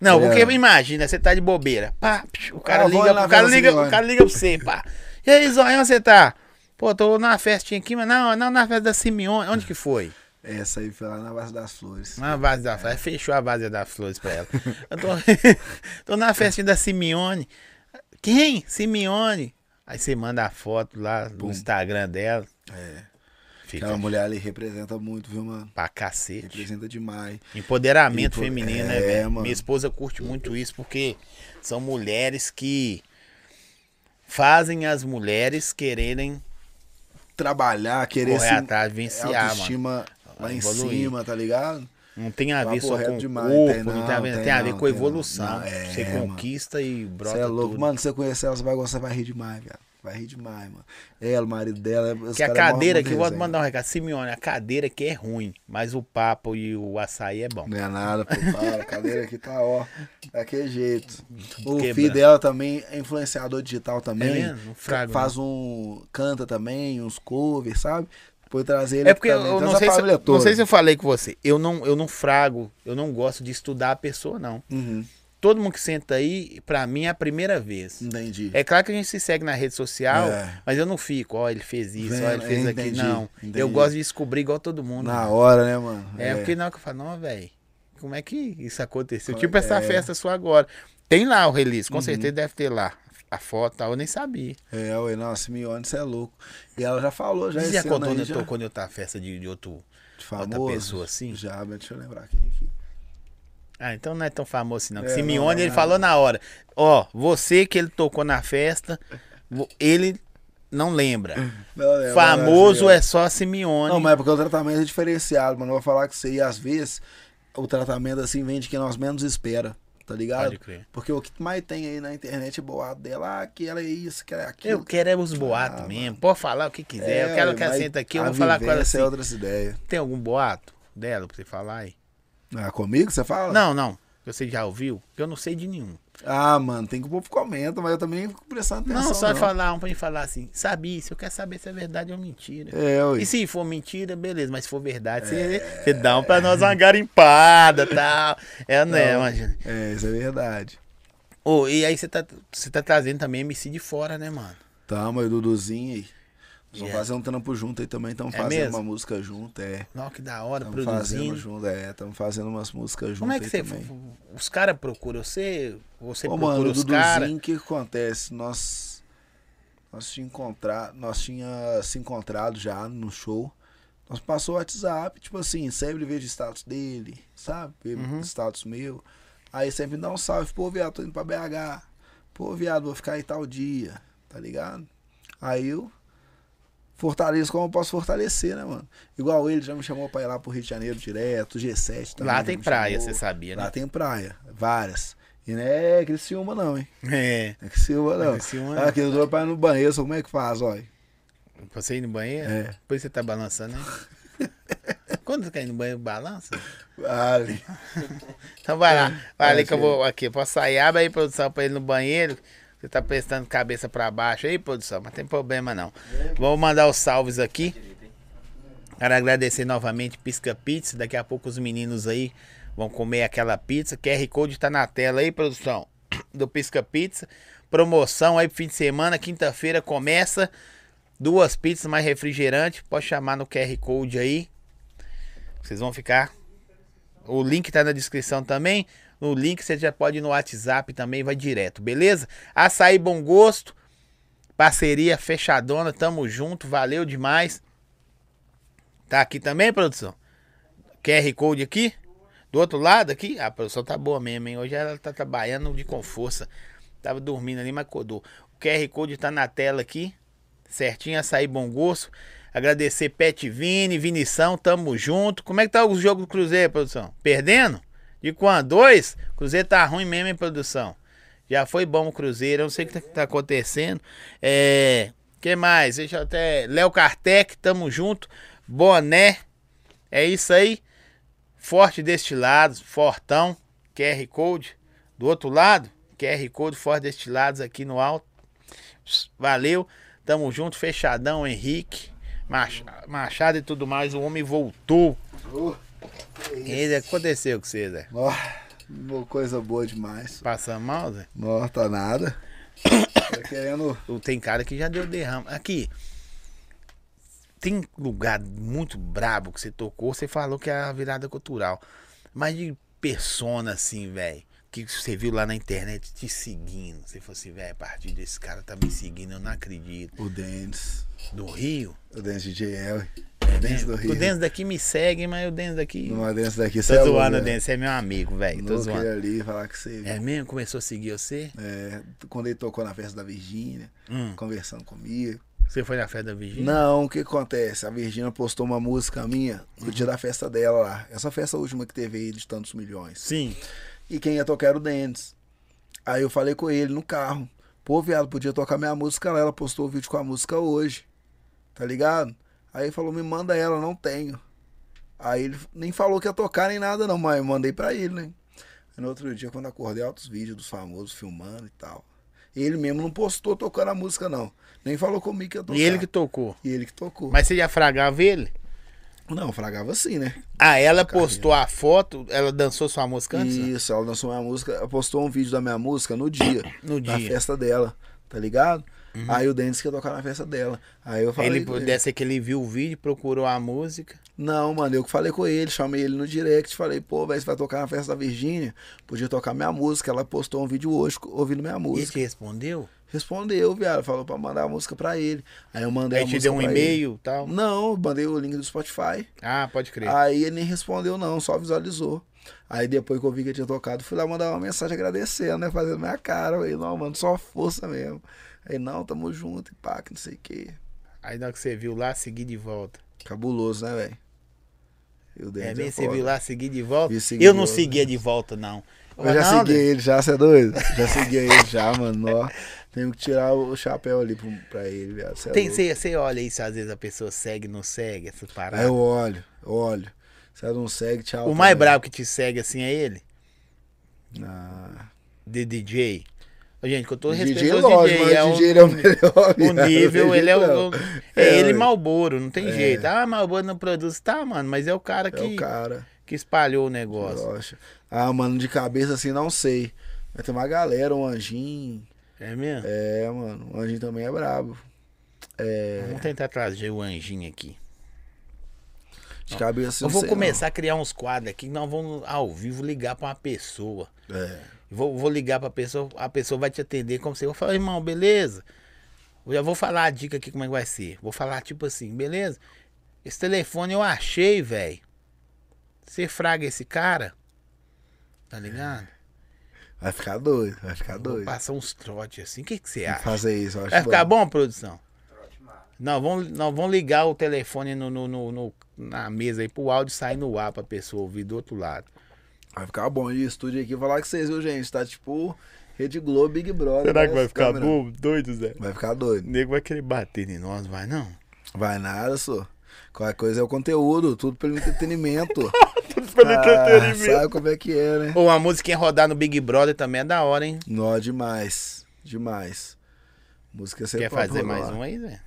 Speaker 1: Não,
Speaker 2: É.
Speaker 1: porque imagina, você tá de bobeira. Pá, psh, o cara
Speaker 2: Ah, vou
Speaker 1: liga,
Speaker 2: lá
Speaker 1: o cara
Speaker 2: ver o
Speaker 1: liga,
Speaker 2: Simeone.
Speaker 1: o cara liga pra você, pá. E aí, Zóia, onde você tá? Pô, tô numa festinha aqui, mas não, não, na festa da Simeone. Onde que foi?
Speaker 2: Essa aí foi lá na base das flores.
Speaker 1: Na Vaz da Flores. Fechou a Vaz da Flores pra ela. Eu tô, tô na festinha da Simeone. Quem? Simeone. Aí você manda a foto lá no Instagram dela.
Speaker 2: É.
Speaker 1: Fica
Speaker 2: Aquela mulher ali representa muito, viu, mano?
Speaker 1: pra cacete.
Speaker 2: Representa demais.
Speaker 1: Empoderamento
Speaker 2: Empo-
Speaker 1: feminino, né,
Speaker 2: é,
Speaker 1: velho?
Speaker 2: mano.
Speaker 1: Minha esposa curte muito isso porque são mulheres que fazem as mulheres quererem
Speaker 2: Trabalhar, querer
Speaker 1: correr
Speaker 2: se
Speaker 1: atrás,
Speaker 2: é,
Speaker 1: vencer, mano.
Speaker 2: autoestima lá em
Speaker 1: Evoluir.
Speaker 2: cima, tá ligado?
Speaker 1: Não tem a ver
Speaker 2: papo
Speaker 1: só
Speaker 2: reto
Speaker 1: com o
Speaker 2: demais,
Speaker 1: corpo,
Speaker 2: tem
Speaker 1: não,
Speaker 2: não,
Speaker 1: tem a ver,
Speaker 2: tem
Speaker 1: tem a ver
Speaker 2: não,
Speaker 1: com a
Speaker 2: tem não.
Speaker 1: evolução.
Speaker 2: Não, é,
Speaker 1: você
Speaker 2: mano.
Speaker 1: conquista e brota
Speaker 2: Você é louco,
Speaker 1: tudo.
Speaker 2: mano. Se você conhecer ela, você vai gostar, vai rir demais, velho. Vai rir demais, mano. Ela, o marido dela. os
Speaker 1: Que a
Speaker 2: cara é mó-
Speaker 1: cadeira,
Speaker 2: muito
Speaker 1: que eu vou
Speaker 2: resenha.
Speaker 1: mandar um recado, Simeone, a cadeira que é ruim, mas o papo e o açaí é bom.
Speaker 2: Não é nada, pô, para. A cadeira aqui tá, ó, daquele jeito. O
Speaker 1: Quebra.
Speaker 2: filho dela também é influenciador digital
Speaker 1: É
Speaker 2: também.
Speaker 1: mesmo? Um frago,
Speaker 2: faz um. canta também, uns covers, sabe? Depois trazer ele
Speaker 1: É porque eu,
Speaker 2: também.
Speaker 1: eu
Speaker 2: Então,
Speaker 1: não,
Speaker 2: essa
Speaker 1: sei se,
Speaker 2: família
Speaker 1: não sei
Speaker 2: toda.
Speaker 1: se eu falei com você. Eu não, eu não frago, eu não gosto de estudar a pessoa, não.
Speaker 2: Uhum,
Speaker 1: todo mundo que senta aí, pra mim é a primeira vez.
Speaker 2: entendi.
Speaker 1: É claro que a gente se segue na rede social,
Speaker 2: É.
Speaker 1: mas eu não fico, ó, ele fez isso, ó, ele
Speaker 2: Vendo,
Speaker 1: fez aqui.
Speaker 2: entendi,
Speaker 1: Não.
Speaker 2: entendi.
Speaker 1: Eu gosto de descobrir igual todo mundo.
Speaker 2: Na hora, né, mano?
Speaker 1: É, porque não, que eu falo, não, velho, como é que isso aconteceu?
Speaker 2: Como-
Speaker 1: tipo essa
Speaker 2: é. Uhum.
Speaker 1: festa sua agora. Tem lá o release, com certeza deve ter lá. A foto e tal, eu nem sabia.
Speaker 2: É, ué, nossa, Mione, você é louco. E ela já falou, já
Speaker 1: Você
Speaker 2: esse
Speaker 1: já
Speaker 2: ano
Speaker 1: contou
Speaker 2: aí,
Speaker 1: quando eu,
Speaker 2: já,
Speaker 1: tô, quando eu tá a festa de, de outro.
Speaker 2: de
Speaker 1: outra
Speaker 2: famoso.
Speaker 1: pessoa, assim?
Speaker 2: Já, mas deixa eu lembrar aqui. aqui.
Speaker 1: Ah, então não é tão famoso assim, não.
Speaker 2: É,
Speaker 1: Simeone,
Speaker 2: não, não,
Speaker 1: ele
Speaker 2: não.
Speaker 1: falou na hora. Ó, você que ele tocou na festa, vo- ele não lembra.
Speaker 2: Não, é, não, não,
Speaker 1: Famoso
Speaker 2: Simeone.
Speaker 1: é só Simeone.
Speaker 2: Não, mas é porque o tratamento é diferenciado, mano. Eu vou falar com você. E às vezes, o tratamento assim vem de quem nós menos espera, tá ligado?
Speaker 1: Pode crer.
Speaker 2: Porque o que mais tem aí na internet é boato dela, ah, que ela é isso, que ela é aquilo.
Speaker 1: Eu quero é os boatos
Speaker 2: Ah, É,
Speaker 1: mesmo. Pode falar o que quiser. eu quero que ela
Speaker 2: mas
Speaker 1: senta aqui, eu
Speaker 2: a
Speaker 1: vou falar com ela
Speaker 2: vivência
Speaker 1: assim.
Speaker 2: é outras ideias.
Speaker 1: Tem algum boato dela pra você falar aí?
Speaker 2: Ah, comigo você fala?
Speaker 1: Não, não. Você já ouviu? Porque eu não sei de nenhum.
Speaker 2: Ah, mano, tem que o povo comenta, mas eu também fico prestando atenção.
Speaker 1: Não, só falar um pra gente falar assim. Sabe isso, eu quero saber se é verdade ou mentira.
Speaker 2: É, ui.
Speaker 1: E se for mentira, beleza, mas se for verdade, você,
Speaker 2: É.
Speaker 1: você dá um pra nós uma garimpada e tal. É, né,
Speaker 2: Não.
Speaker 1: imagina.
Speaker 2: É, isso é verdade.
Speaker 1: Ô, e aí você tá, você tá trazendo também MC de fora, né, mano?
Speaker 2: Tamo aí, Duduzinho aí. Nós vamos
Speaker 1: Yeah.
Speaker 2: fazer um trampo junto aí também, estamos
Speaker 1: É
Speaker 2: fazendo
Speaker 1: mesmo?
Speaker 2: uma música junto, é.
Speaker 1: Não, que da hora,
Speaker 2: Estamos fazendo
Speaker 1: produzindo.
Speaker 2: junto, é, estamos fazendo umas músicas junto
Speaker 1: Como é que
Speaker 2: aí
Speaker 1: você.
Speaker 2: também.
Speaker 1: Os caras procuram você? Você
Speaker 2: Ô,
Speaker 1: procura
Speaker 2: mano,
Speaker 1: os
Speaker 2: Duduzinho,
Speaker 1: caras?
Speaker 2: o que acontece? Nós nós tinha encontrar, nós tinha se encontrado já no show. Nós passou o WhatsApp, tipo assim, sempre vejo o status dele, sabe? Vejo
Speaker 1: Uhum.
Speaker 2: o status meu. Aí sempre dá um salve, pô, viado, tô indo pra BH. Pô, viado, vou ficar aí tal dia, tá ligado? Aí eu fortaleço como eu posso fortalecer, né, mano? Igual ele já me chamou pra ir lá pro Rio de Janeiro direto, G7 também.
Speaker 1: Lá
Speaker 2: já
Speaker 1: tem
Speaker 2: me
Speaker 1: praia,
Speaker 2: chamou.
Speaker 1: você sabia,
Speaker 2: Uhum. Lá
Speaker 1: né?
Speaker 2: tem praia, várias. E não é Criciúma não, hein?
Speaker 1: É.
Speaker 2: Não é Criciúma não.
Speaker 1: É Criciúma,
Speaker 2: ah, que eu dou pra ir no banheiro, só como é que faz, ó.
Speaker 1: Você ir no banheiro?
Speaker 2: É.
Speaker 1: Depois você tá balançando, né? Quando você quer ir no banheiro, balança?
Speaker 2: Vale.
Speaker 1: Então vai lá, vai ali
Speaker 2: é,
Speaker 1: que eu vou aqui. Posso sair, abre aí, produção, pra ele no banheiro. Você tá prestando cabeça pra baixo aí, produção, mas tem problema não.
Speaker 2: É.
Speaker 1: Vamos mandar os salves aqui. Quero agradecer novamente Pisca Pizza. Daqui a pouco os meninos aí vão comer aquela pizza. QR Code tá na tela aí, produção. do Pisca Pizza. Promoção aí pro fim de semana, quinta-feira começa. Duas pizzas mais refrigerante. Pode chamar no QR Code aí. Vocês vão ficar. O link tá na descrição também. No link você já pode ir no WhatsApp também, vai direto, beleza? Açaí Bom Gosto. Parceria fechadona, tamo junto, valeu demais. Tá aqui também, produção? QR Code aqui? Do outro lado aqui? Ah, A produção tá boa mesmo, hein? Hoje ela tá trabalhando de com força. Tava dormindo ali, mas acordou. O QR Code tá na tela aqui. Certinho, açaí bom gosto. Agradecer Pet Vini, Vinição, tamo junto. Como é que tá o jogo do Cruzeiro, produção? Perdendo? De quando? Dois? Cruzeiro tá ruim mesmo, hein, produção? Já foi bom o Cruzeiro, eu não sei o que tá, tá acontecendo. É. que mais? Deixa eu até. Léo Kartek, tamo junto. Boné. É isso aí. Forte Destilados, Fortão, QR Code. Do outro lado, QR Code, Forte Destilados aqui no alto. Pss, Valeu, tamo junto, fechadão, Henrique, Mach- Machado e tudo mais. O homem voltou.
Speaker 2: Ô,
Speaker 1: Ele aconteceu com você, Zé?
Speaker 2: ó, uma coisa boa demais.
Speaker 1: Passa mal, Zé?
Speaker 2: Não tá nada. Tá querendo.
Speaker 1: Ou Tem cara que já deu derrame. Aqui. Tem lugar muito brabo que você tocou, você falou que é a virada cultural. Mas de persona assim, velho, que você viu lá na internet te seguindo. Você falou assim, velho, a partir desse cara tá me seguindo, eu não acredito.
Speaker 2: O Dennis.
Speaker 1: Do Rio?
Speaker 2: O Dennis DJ Elway. O Dennis do Rio.
Speaker 1: É, né? O Dennis daqui me segue, mas o Dennis daqui.
Speaker 2: Não é Dennis daqui,
Speaker 1: tô
Speaker 2: cê é
Speaker 1: zoando
Speaker 2: louco,
Speaker 1: o Dennis, você é meu amigo, velho. Tô
Speaker 2: Louco ele
Speaker 1: zoando.
Speaker 2: ali, falar que você.
Speaker 1: É mesmo? Começou a seguir você?
Speaker 2: É, quando ele tocou na festa da Virgínia,
Speaker 1: Hum.
Speaker 2: conversando comigo.
Speaker 1: Você foi na festa da Virgínia?
Speaker 2: Hum. Não, o que acontece? A Virgínia postou uma música minha no dia da festa dela lá. Essa festa última que teve aí de tantos milhões.
Speaker 1: Sim.
Speaker 2: E quem ia tocar era o Dennis. Aí eu falei com ele no carro. Pô, viado, podia tocar minha música lá. Ela postou o vídeo com a música hoje. Tá ligado? Aí ele falou, me manda ela, não tenho. Aí ele nem falou que ia tocar nem nada, não, mas eu mandei pra ele, né? Aí no outro dia, quando acordei, altos vídeos dos famosos filmando e tal. Ele mesmo não postou tocando a música, não. Nem falou comigo que ia tocar.
Speaker 1: E ele que tocou.
Speaker 2: E ele que tocou.
Speaker 1: Mas você já fragava ele?
Speaker 2: Não, fragava assim, né?
Speaker 1: Ah, ela postou a foto, ela dançou sua música antes? né?
Speaker 2: Isso, ela lançou minha música, ela postou um vídeo da minha música no dia.
Speaker 1: No
Speaker 2: Na
Speaker 1: dia. Uhum.
Speaker 2: festa dela, tá ligado? Aí o Dennis quer tocar na festa dela. Aí eu falei.
Speaker 1: Ele
Speaker 2: com
Speaker 1: deve ser que ele viu o vídeo, procurou a música.
Speaker 2: Não, mano, eu que falei com ele, chamei ele no direct, falei, pô, velho, você vai tocar na festa da Virgínia? Podia tocar minha música. Ela postou um vídeo hoje ouvindo minha
Speaker 1: E
Speaker 2: música.
Speaker 1: ele te respondeu?
Speaker 2: Respondeu, viado, falou pra mandar a música pra ele. Aí eu mandei
Speaker 1: Aí
Speaker 2: a
Speaker 1: te
Speaker 2: música.
Speaker 1: deu um
Speaker 2: pra
Speaker 1: e-mail e tal.
Speaker 2: ele. Hum. Não, eu mandei o link do Spotify.
Speaker 1: Ah, pode crer.
Speaker 2: Aí ele nem respondeu, não, só visualizou. Aí depois que eu vi que ele tinha tocado, fui lá mandar uma mensagem agradecendo, né? Fazendo minha cara. Eu Falei, não, mano, só força mesmo. Aí, não, tamo junto, e pá, que não sei o quê.
Speaker 1: Aí na hora que você viu lá, segui de volta.
Speaker 2: Cabuloso, né, velho? Eu dei
Speaker 1: É
Speaker 2: essa
Speaker 1: bem, você
Speaker 2: foda.
Speaker 1: viu lá, segui de volta.
Speaker 2: Vi segui
Speaker 1: Eu
Speaker 2: de
Speaker 1: não
Speaker 2: volta.
Speaker 1: seguia de volta, não.
Speaker 2: Eu já
Speaker 1: Ronaldo,
Speaker 2: segui ele, já, você é doido? Já segui ele, já, mano. Ó, tenho que tirar o chapéu ali pro- pra ele, viado. cê é
Speaker 1: Tem,
Speaker 2: louco.
Speaker 1: você, você olha isso, às vezes a pessoa segue, não segue, essa parada.
Speaker 2: Aí eu olho, eu olho. Você não segue, tchau. tá
Speaker 1: o mais
Speaker 2: também.
Speaker 1: brabo que te segue assim é ele,
Speaker 2: Ah.
Speaker 1: de DJ. Ô, Gente, que eu tô
Speaker 2: DJ,
Speaker 1: respeitando os
Speaker 2: lógico,
Speaker 1: DJ.
Speaker 2: mas
Speaker 1: é
Speaker 2: o
Speaker 1: um-
Speaker 2: DJ ele é o melhor.
Speaker 1: O
Speaker 2: viado,
Speaker 1: nível,
Speaker 2: não tem
Speaker 1: ele é
Speaker 2: jeito,
Speaker 1: o.
Speaker 2: não.
Speaker 1: É,
Speaker 2: É,
Speaker 1: ele e
Speaker 2: ué.
Speaker 1: Malboro, não tem
Speaker 2: É.
Speaker 1: jeito. Ah, Malboro não produz. Tá, mano, mas é o cara que,
Speaker 2: É o cara.
Speaker 1: que espalhou o negócio.
Speaker 2: Rocha. Ah, mano, de cabeça assim, não sei. Mas tem uma galera, um anjinho.
Speaker 1: É mesmo?
Speaker 2: É, mano, o anjinho também é brabo. É,
Speaker 1: Vamos tentar trazer o anjinho aqui.
Speaker 2: de cabeça assim,
Speaker 1: Eu
Speaker 2: não
Speaker 1: vou
Speaker 2: sei,
Speaker 1: começar a criar uns quadros aqui. que Nós vamos ao vivo ligar pra uma pessoa.
Speaker 2: não. É.
Speaker 1: Vou, vou ligar pra pessoa, a pessoa vai te atender como você. Eu vou falar, irmão, beleza? Eu já vou falar a dica aqui como é que vai ser. Vou falar tipo assim, beleza? Esse telefone eu achei, velho. Você fraga esse cara? Tá ligado?
Speaker 2: Vai ficar doido, vai ficar
Speaker 1: Vou
Speaker 2: doido.
Speaker 1: passar uns trotes assim. O que, que você acha?
Speaker 2: Fazer isso, eu acho
Speaker 1: Vai ficar
Speaker 2: bom.
Speaker 1: bom, produção?
Speaker 3: Trote mala.
Speaker 1: Nós vamos, nós vamos ligar o telefone no, no- no- no- na mesa aí pro áudio sair no ar pra pessoa ouvir do outro lado.
Speaker 2: Vai ficar bom. E o estúdio aqui, vou falar com vocês, viu, gente? Tá tipo Rede Globo, Big Brother. né, as câmeras.
Speaker 1: Doido, Zé.
Speaker 2: Vai ficar doido.
Speaker 1: nego vai querer bater em nós, vai não?
Speaker 2: Vai nada, só. Qualquer coisa é o conteúdo, tudo pelo entretenimento.
Speaker 1: Tudo
Speaker 2: ah, sabe como é que é, né?
Speaker 1: Ou a musiquinha rodar no Big Brother também é da hora, hein?
Speaker 2: Nó demais, demais. Música sempre
Speaker 1: Quer
Speaker 2: pode
Speaker 1: fazer
Speaker 2: rolar.
Speaker 1: mais um aí, Zé?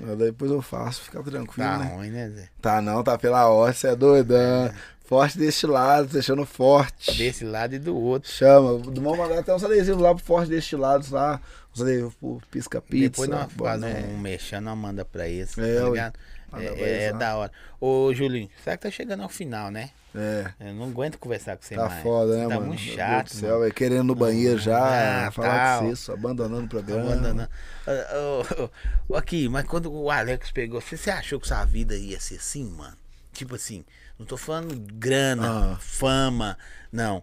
Speaker 2: Mas Depois eu faço, fica tranquilo,
Speaker 1: Tá
Speaker 2: Hum, né?
Speaker 1: ruim, né, Zé?
Speaker 2: Tá não, tá pela hora, você é doidão. Forte deste lado, deixando forte.
Speaker 1: Desse lado e do outro.
Speaker 2: Chama, do mal mandar até uns adesivos lá pro Forte Destilados lá, uns adesivos pro Pisca Pizza. né?
Speaker 1: Depois nós fazemos
Speaker 2: boné.
Speaker 1: um mexendo, nós manda pra eles.
Speaker 2: É,
Speaker 1: tá
Speaker 2: ué.
Speaker 1: ligado?
Speaker 2: Manda pra
Speaker 1: É,
Speaker 2: eles
Speaker 1: é
Speaker 2: lá.
Speaker 1: da hora. Ô, Julinho, será que tá chegando ao final, né?
Speaker 2: É,
Speaker 1: Eu não aguento conversar com você
Speaker 2: tá
Speaker 1: mais.
Speaker 2: foda,
Speaker 1: Você
Speaker 2: né,
Speaker 1: tá
Speaker 2: mano?
Speaker 1: muito
Speaker 2: Meu Deus
Speaker 1: chato.
Speaker 2: do céu, velho, querendo ir no banheiro já,
Speaker 1: Ah,
Speaker 2: falar
Speaker 1: tal.
Speaker 2: de isso, abandonando o programa.
Speaker 1: Abandonando. Tá né? Ah, ô, ô, Aqui, mas quando o Alex pegou, você, você achou que sua vida ia ser assim, mano? Tipo assim, não tô falando grana,
Speaker 2: Ah.
Speaker 1: fama, não.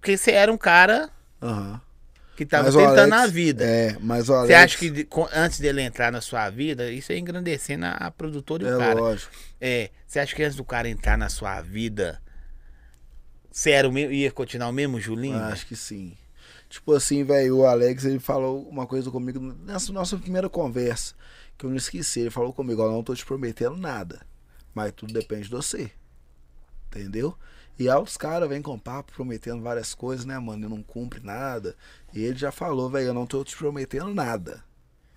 Speaker 1: Porque você era um cara
Speaker 2: Aham.
Speaker 1: que tava
Speaker 2: Mas o
Speaker 1: tentando
Speaker 2: Alex-
Speaker 1: a vida.
Speaker 2: É, mas olha.
Speaker 1: Você acha que de- co- antes dele entrar na sua vida, isso é engrandecendo a, a produtora e
Speaker 2: É
Speaker 1: o cara.
Speaker 2: lógico.
Speaker 1: É, você acha que antes do cara entrar na sua vida, você era o mesmo, ia continuar o mesmo Julinho?
Speaker 2: Ah, Acho que sim. Tipo assim, velho, o Alex, ele falou uma coisa comigo nessa nossa primeira conversa, que eu não esqueci. Ele falou comigo, ó, não tô te prometendo nada, mas tudo depende de você. Entendeu? E aí os caras vêm com papo prometendo várias coisas, né, mano, e não cumpre nada. E ele já falou, velho, eu não tô te prometendo nada,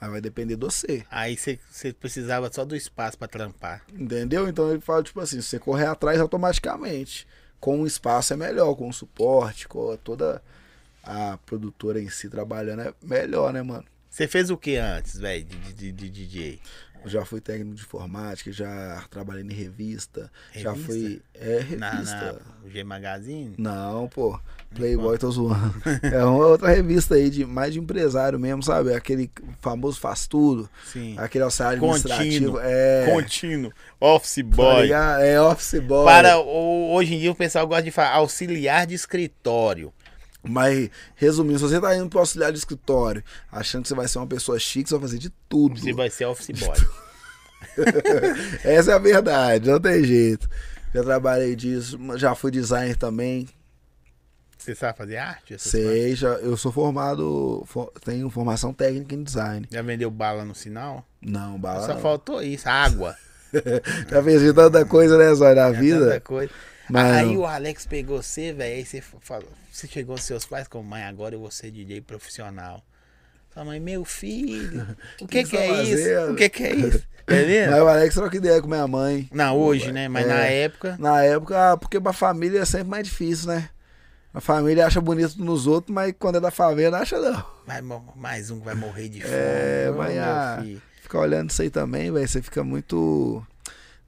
Speaker 2: mas vai depender de você.
Speaker 1: Aí você, você precisava só do espaço pra trampar.
Speaker 2: Entendeu? Então ele fala, tipo assim, se você correr atrás automaticamente. Com o espaço é melhor, com o suporte, com toda a produtora em si trabalhando é melhor, né, mano?
Speaker 1: Você fez o que antes, velho, de, de- de DJ?
Speaker 2: Eu já fui técnico de informática, já trabalhei em revista, já
Speaker 1: Revista?
Speaker 2: fui. É,
Speaker 1: Na,
Speaker 2: revista.
Speaker 1: na G Magazine?
Speaker 2: Não, pô. Playboy, tô zoando. É uma outra revista aí, de, mais de empresário mesmo, sabe? Aquele famoso faz tudo,
Speaker 1: Sim.
Speaker 2: aquele auxiliar
Speaker 1: Contínuo.
Speaker 2: administrativo. É,
Speaker 1: Contínuo. Office
Speaker 2: tá
Speaker 1: Boy.
Speaker 2: ligado? é office boy.
Speaker 1: Para o- hoje em dia o pessoal gosta de falar auxiliar de escritório.
Speaker 2: Mas, resumindo, se você tá indo pro auxiliar de escritório, achando que você vai ser uma pessoa chique, você vai fazer de tudo.
Speaker 1: Você vai ser Office Boy.
Speaker 2: Essa é a verdade, não tem jeito. Já trabalhei disso, já fui designer também.
Speaker 1: Você sabe fazer arte? essas coisas?
Speaker 2: Sei, já, eu sou formado, fo- tenho formação técnica em design.
Speaker 1: Já vendeu bala no sinal?
Speaker 2: Não, bala.
Speaker 1: Só
Speaker 2: não.
Speaker 1: faltou isso, água.
Speaker 2: Já fez de tanta coisa, né, Zóia, na
Speaker 1: É
Speaker 2: vida.
Speaker 1: tanta coisa.
Speaker 2: Mas-
Speaker 1: Aí o Alex pegou você, velho, aí você falou, você chegou aos seus pais como mãe, agora eu vou ser DJ profissional. Sua mãe, meu filho, o que que
Speaker 2: que você
Speaker 1: é
Speaker 2: tá
Speaker 1: isso?
Speaker 2: fazendo?
Speaker 1: O que que é isso? Entendeu?
Speaker 2: Mas o Alex troca ideia com minha mãe.
Speaker 1: Não, hoje, né? Mas
Speaker 2: É.
Speaker 1: na época,
Speaker 2: Na época, ah, porque pra família é sempre mais difícil, né? A família acha bonito nos outros, mas quando é da favela, não acha não.
Speaker 1: vai mo- mais um que vai morrer de fome.
Speaker 2: É,
Speaker 1: Ô,
Speaker 2: vai
Speaker 1: meu
Speaker 2: a-
Speaker 1: filho.
Speaker 2: ficar olhando isso aí também, velho, você fica muito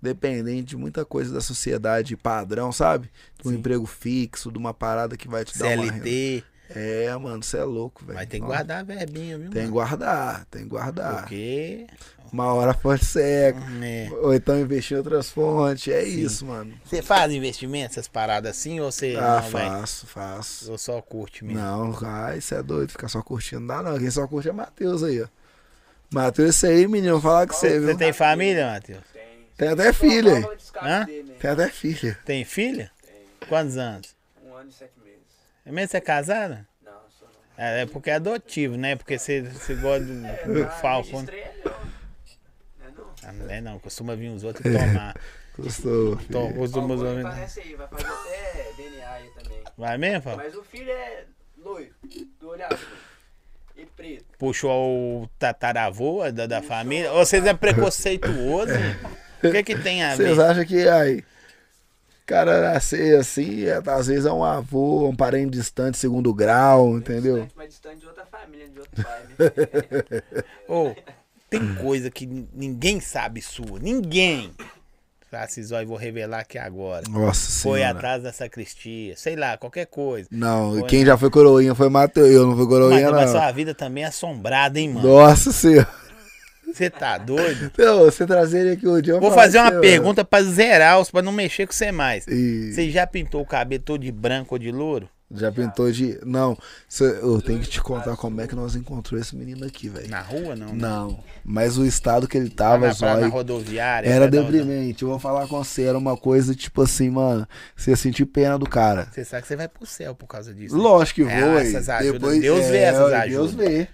Speaker 2: dependente de muita coisa da sociedade padrão, sabe? De um
Speaker 1: Sim.
Speaker 2: emprego fixo, de uma parada que vai te dar uma renda.
Speaker 1: CLT,
Speaker 2: É, mano, você é louco, velho.
Speaker 1: mas tem que
Speaker 2: Nossa,
Speaker 1: guardar a verbinha, viu?
Speaker 2: Tem que
Speaker 1: mano?
Speaker 2: guardar, tem que guardar.
Speaker 1: Porque.
Speaker 2: Uma hora pode seca,
Speaker 1: né?
Speaker 2: ou então investir em outras fontes, é isso, mano.
Speaker 1: Você faz investimento, essas paradas assim, ou você
Speaker 2: ah,
Speaker 1: não, véi?
Speaker 2: faço, faço.
Speaker 1: Ou só curte mesmo?
Speaker 2: Não, ai, você é doido, ficar só curtindo, não dá não, quem só curte é Matheus aí, ó. Matheus, isso aí, menino, vou falar com você,
Speaker 1: Você
Speaker 2: viu?
Speaker 1: tem família, Matheus?
Speaker 3: Tem.
Speaker 2: Tem até filho aí,
Speaker 1: Hã?
Speaker 3: Hã? Dele, né?
Speaker 2: tem até filho.
Speaker 1: Tem filha?
Speaker 3: Tem.
Speaker 1: Quantos anos?
Speaker 3: Um ano e sete meses.
Speaker 1: É mesmo você é casada?
Speaker 3: Não, sou não.
Speaker 1: É, é porque é adotivo, né? Porque você, você gosta do, do falco. né?
Speaker 3: Ah, é Estrela, não. é não?
Speaker 1: Ah, Não é não, costuma vir os outros e tomar.
Speaker 2: Gostou, filho.
Speaker 1: Tom, os
Speaker 3: Ó, o
Speaker 1: outros
Speaker 3: Bruno
Speaker 1: homens.
Speaker 3: parece aí, vai fazer até DNA aí também.
Speaker 1: Vai mesmo,
Speaker 2: Ah.
Speaker 1: Falco?
Speaker 3: Mas o filho é loiro, do olho azul e preto.
Speaker 1: Puxou o tataravô da, da família. Ô, Vocês é preconceituoso? O que que tem a ver?
Speaker 2: Vocês acham que aí, cara nascer assim, é, às vezes é um avô, um parente distante, segundo grau, entendeu?
Speaker 3: Distante, né? mas distante de outra família, de outro pai. Né?
Speaker 2: É,
Speaker 1: Ô, tem coisa que nin- ninguém sabe sua. Ninguém. Ah, Cisói, vou revelar aqui agora.
Speaker 2: Nossa
Speaker 1: Foi
Speaker 2: senhora.
Speaker 1: atrás da sacristia, sei lá, qualquer coisa.
Speaker 2: Não,
Speaker 1: Foi.
Speaker 2: quem já foi coroinha foi Matheus, eu não fui
Speaker 1: Mas,
Speaker 2: coroinha
Speaker 1: mas
Speaker 2: não.
Speaker 1: sua vida também é assombrada, hein, mano?
Speaker 2: Nossa senhora.
Speaker 1: Você tá doido?
Speaker 2: Não, você trazer ele aqui um dia. eu
Speaker 1: Vou
Speaker 2: falar
Speaker 1: fazer uma
Speaker 2: assim, ó.
Speaker 1: pergunta pra zerar, os- pra não mexer com você mais.
Speaker 2: E
Speaker 1: Você já pintou o cabelo todo de branco ou de louro?
Speaker 2: já pintou de. Não, cê- eu tenho que te contar como é que nós encontramos esse menino aqui, velho.
Speaker 1: Na rua, não? né?
Speaker 2: Não, mas o estado que ele
Speaker 1: Lá
Speaker 2: tava,
Speaker 1: na, praia, na
Speaker 2: zóio.
Speaker 1: rodoviária.
Speaker 2: Era
Speaker 1: cada um-
Speaker 2: deprimente, eu vou falar com você, era uma coisa tipo assim, mano, você sentir pena do cara.
Speaker 1: Você sabe que você vai pro céu por causa disso. né?
Speaker 2: Lógico que
Speaker 1: É,
Speaker 2: vou,
Speaker 1: essas
Speaker 2: aí.
Speaker 1: ajudas,
Speaker 2: depois
Speaker 1: Deus vê essas
Speaker 2: Deus
Speaker 1: ajudas.
Speaker 2: vê.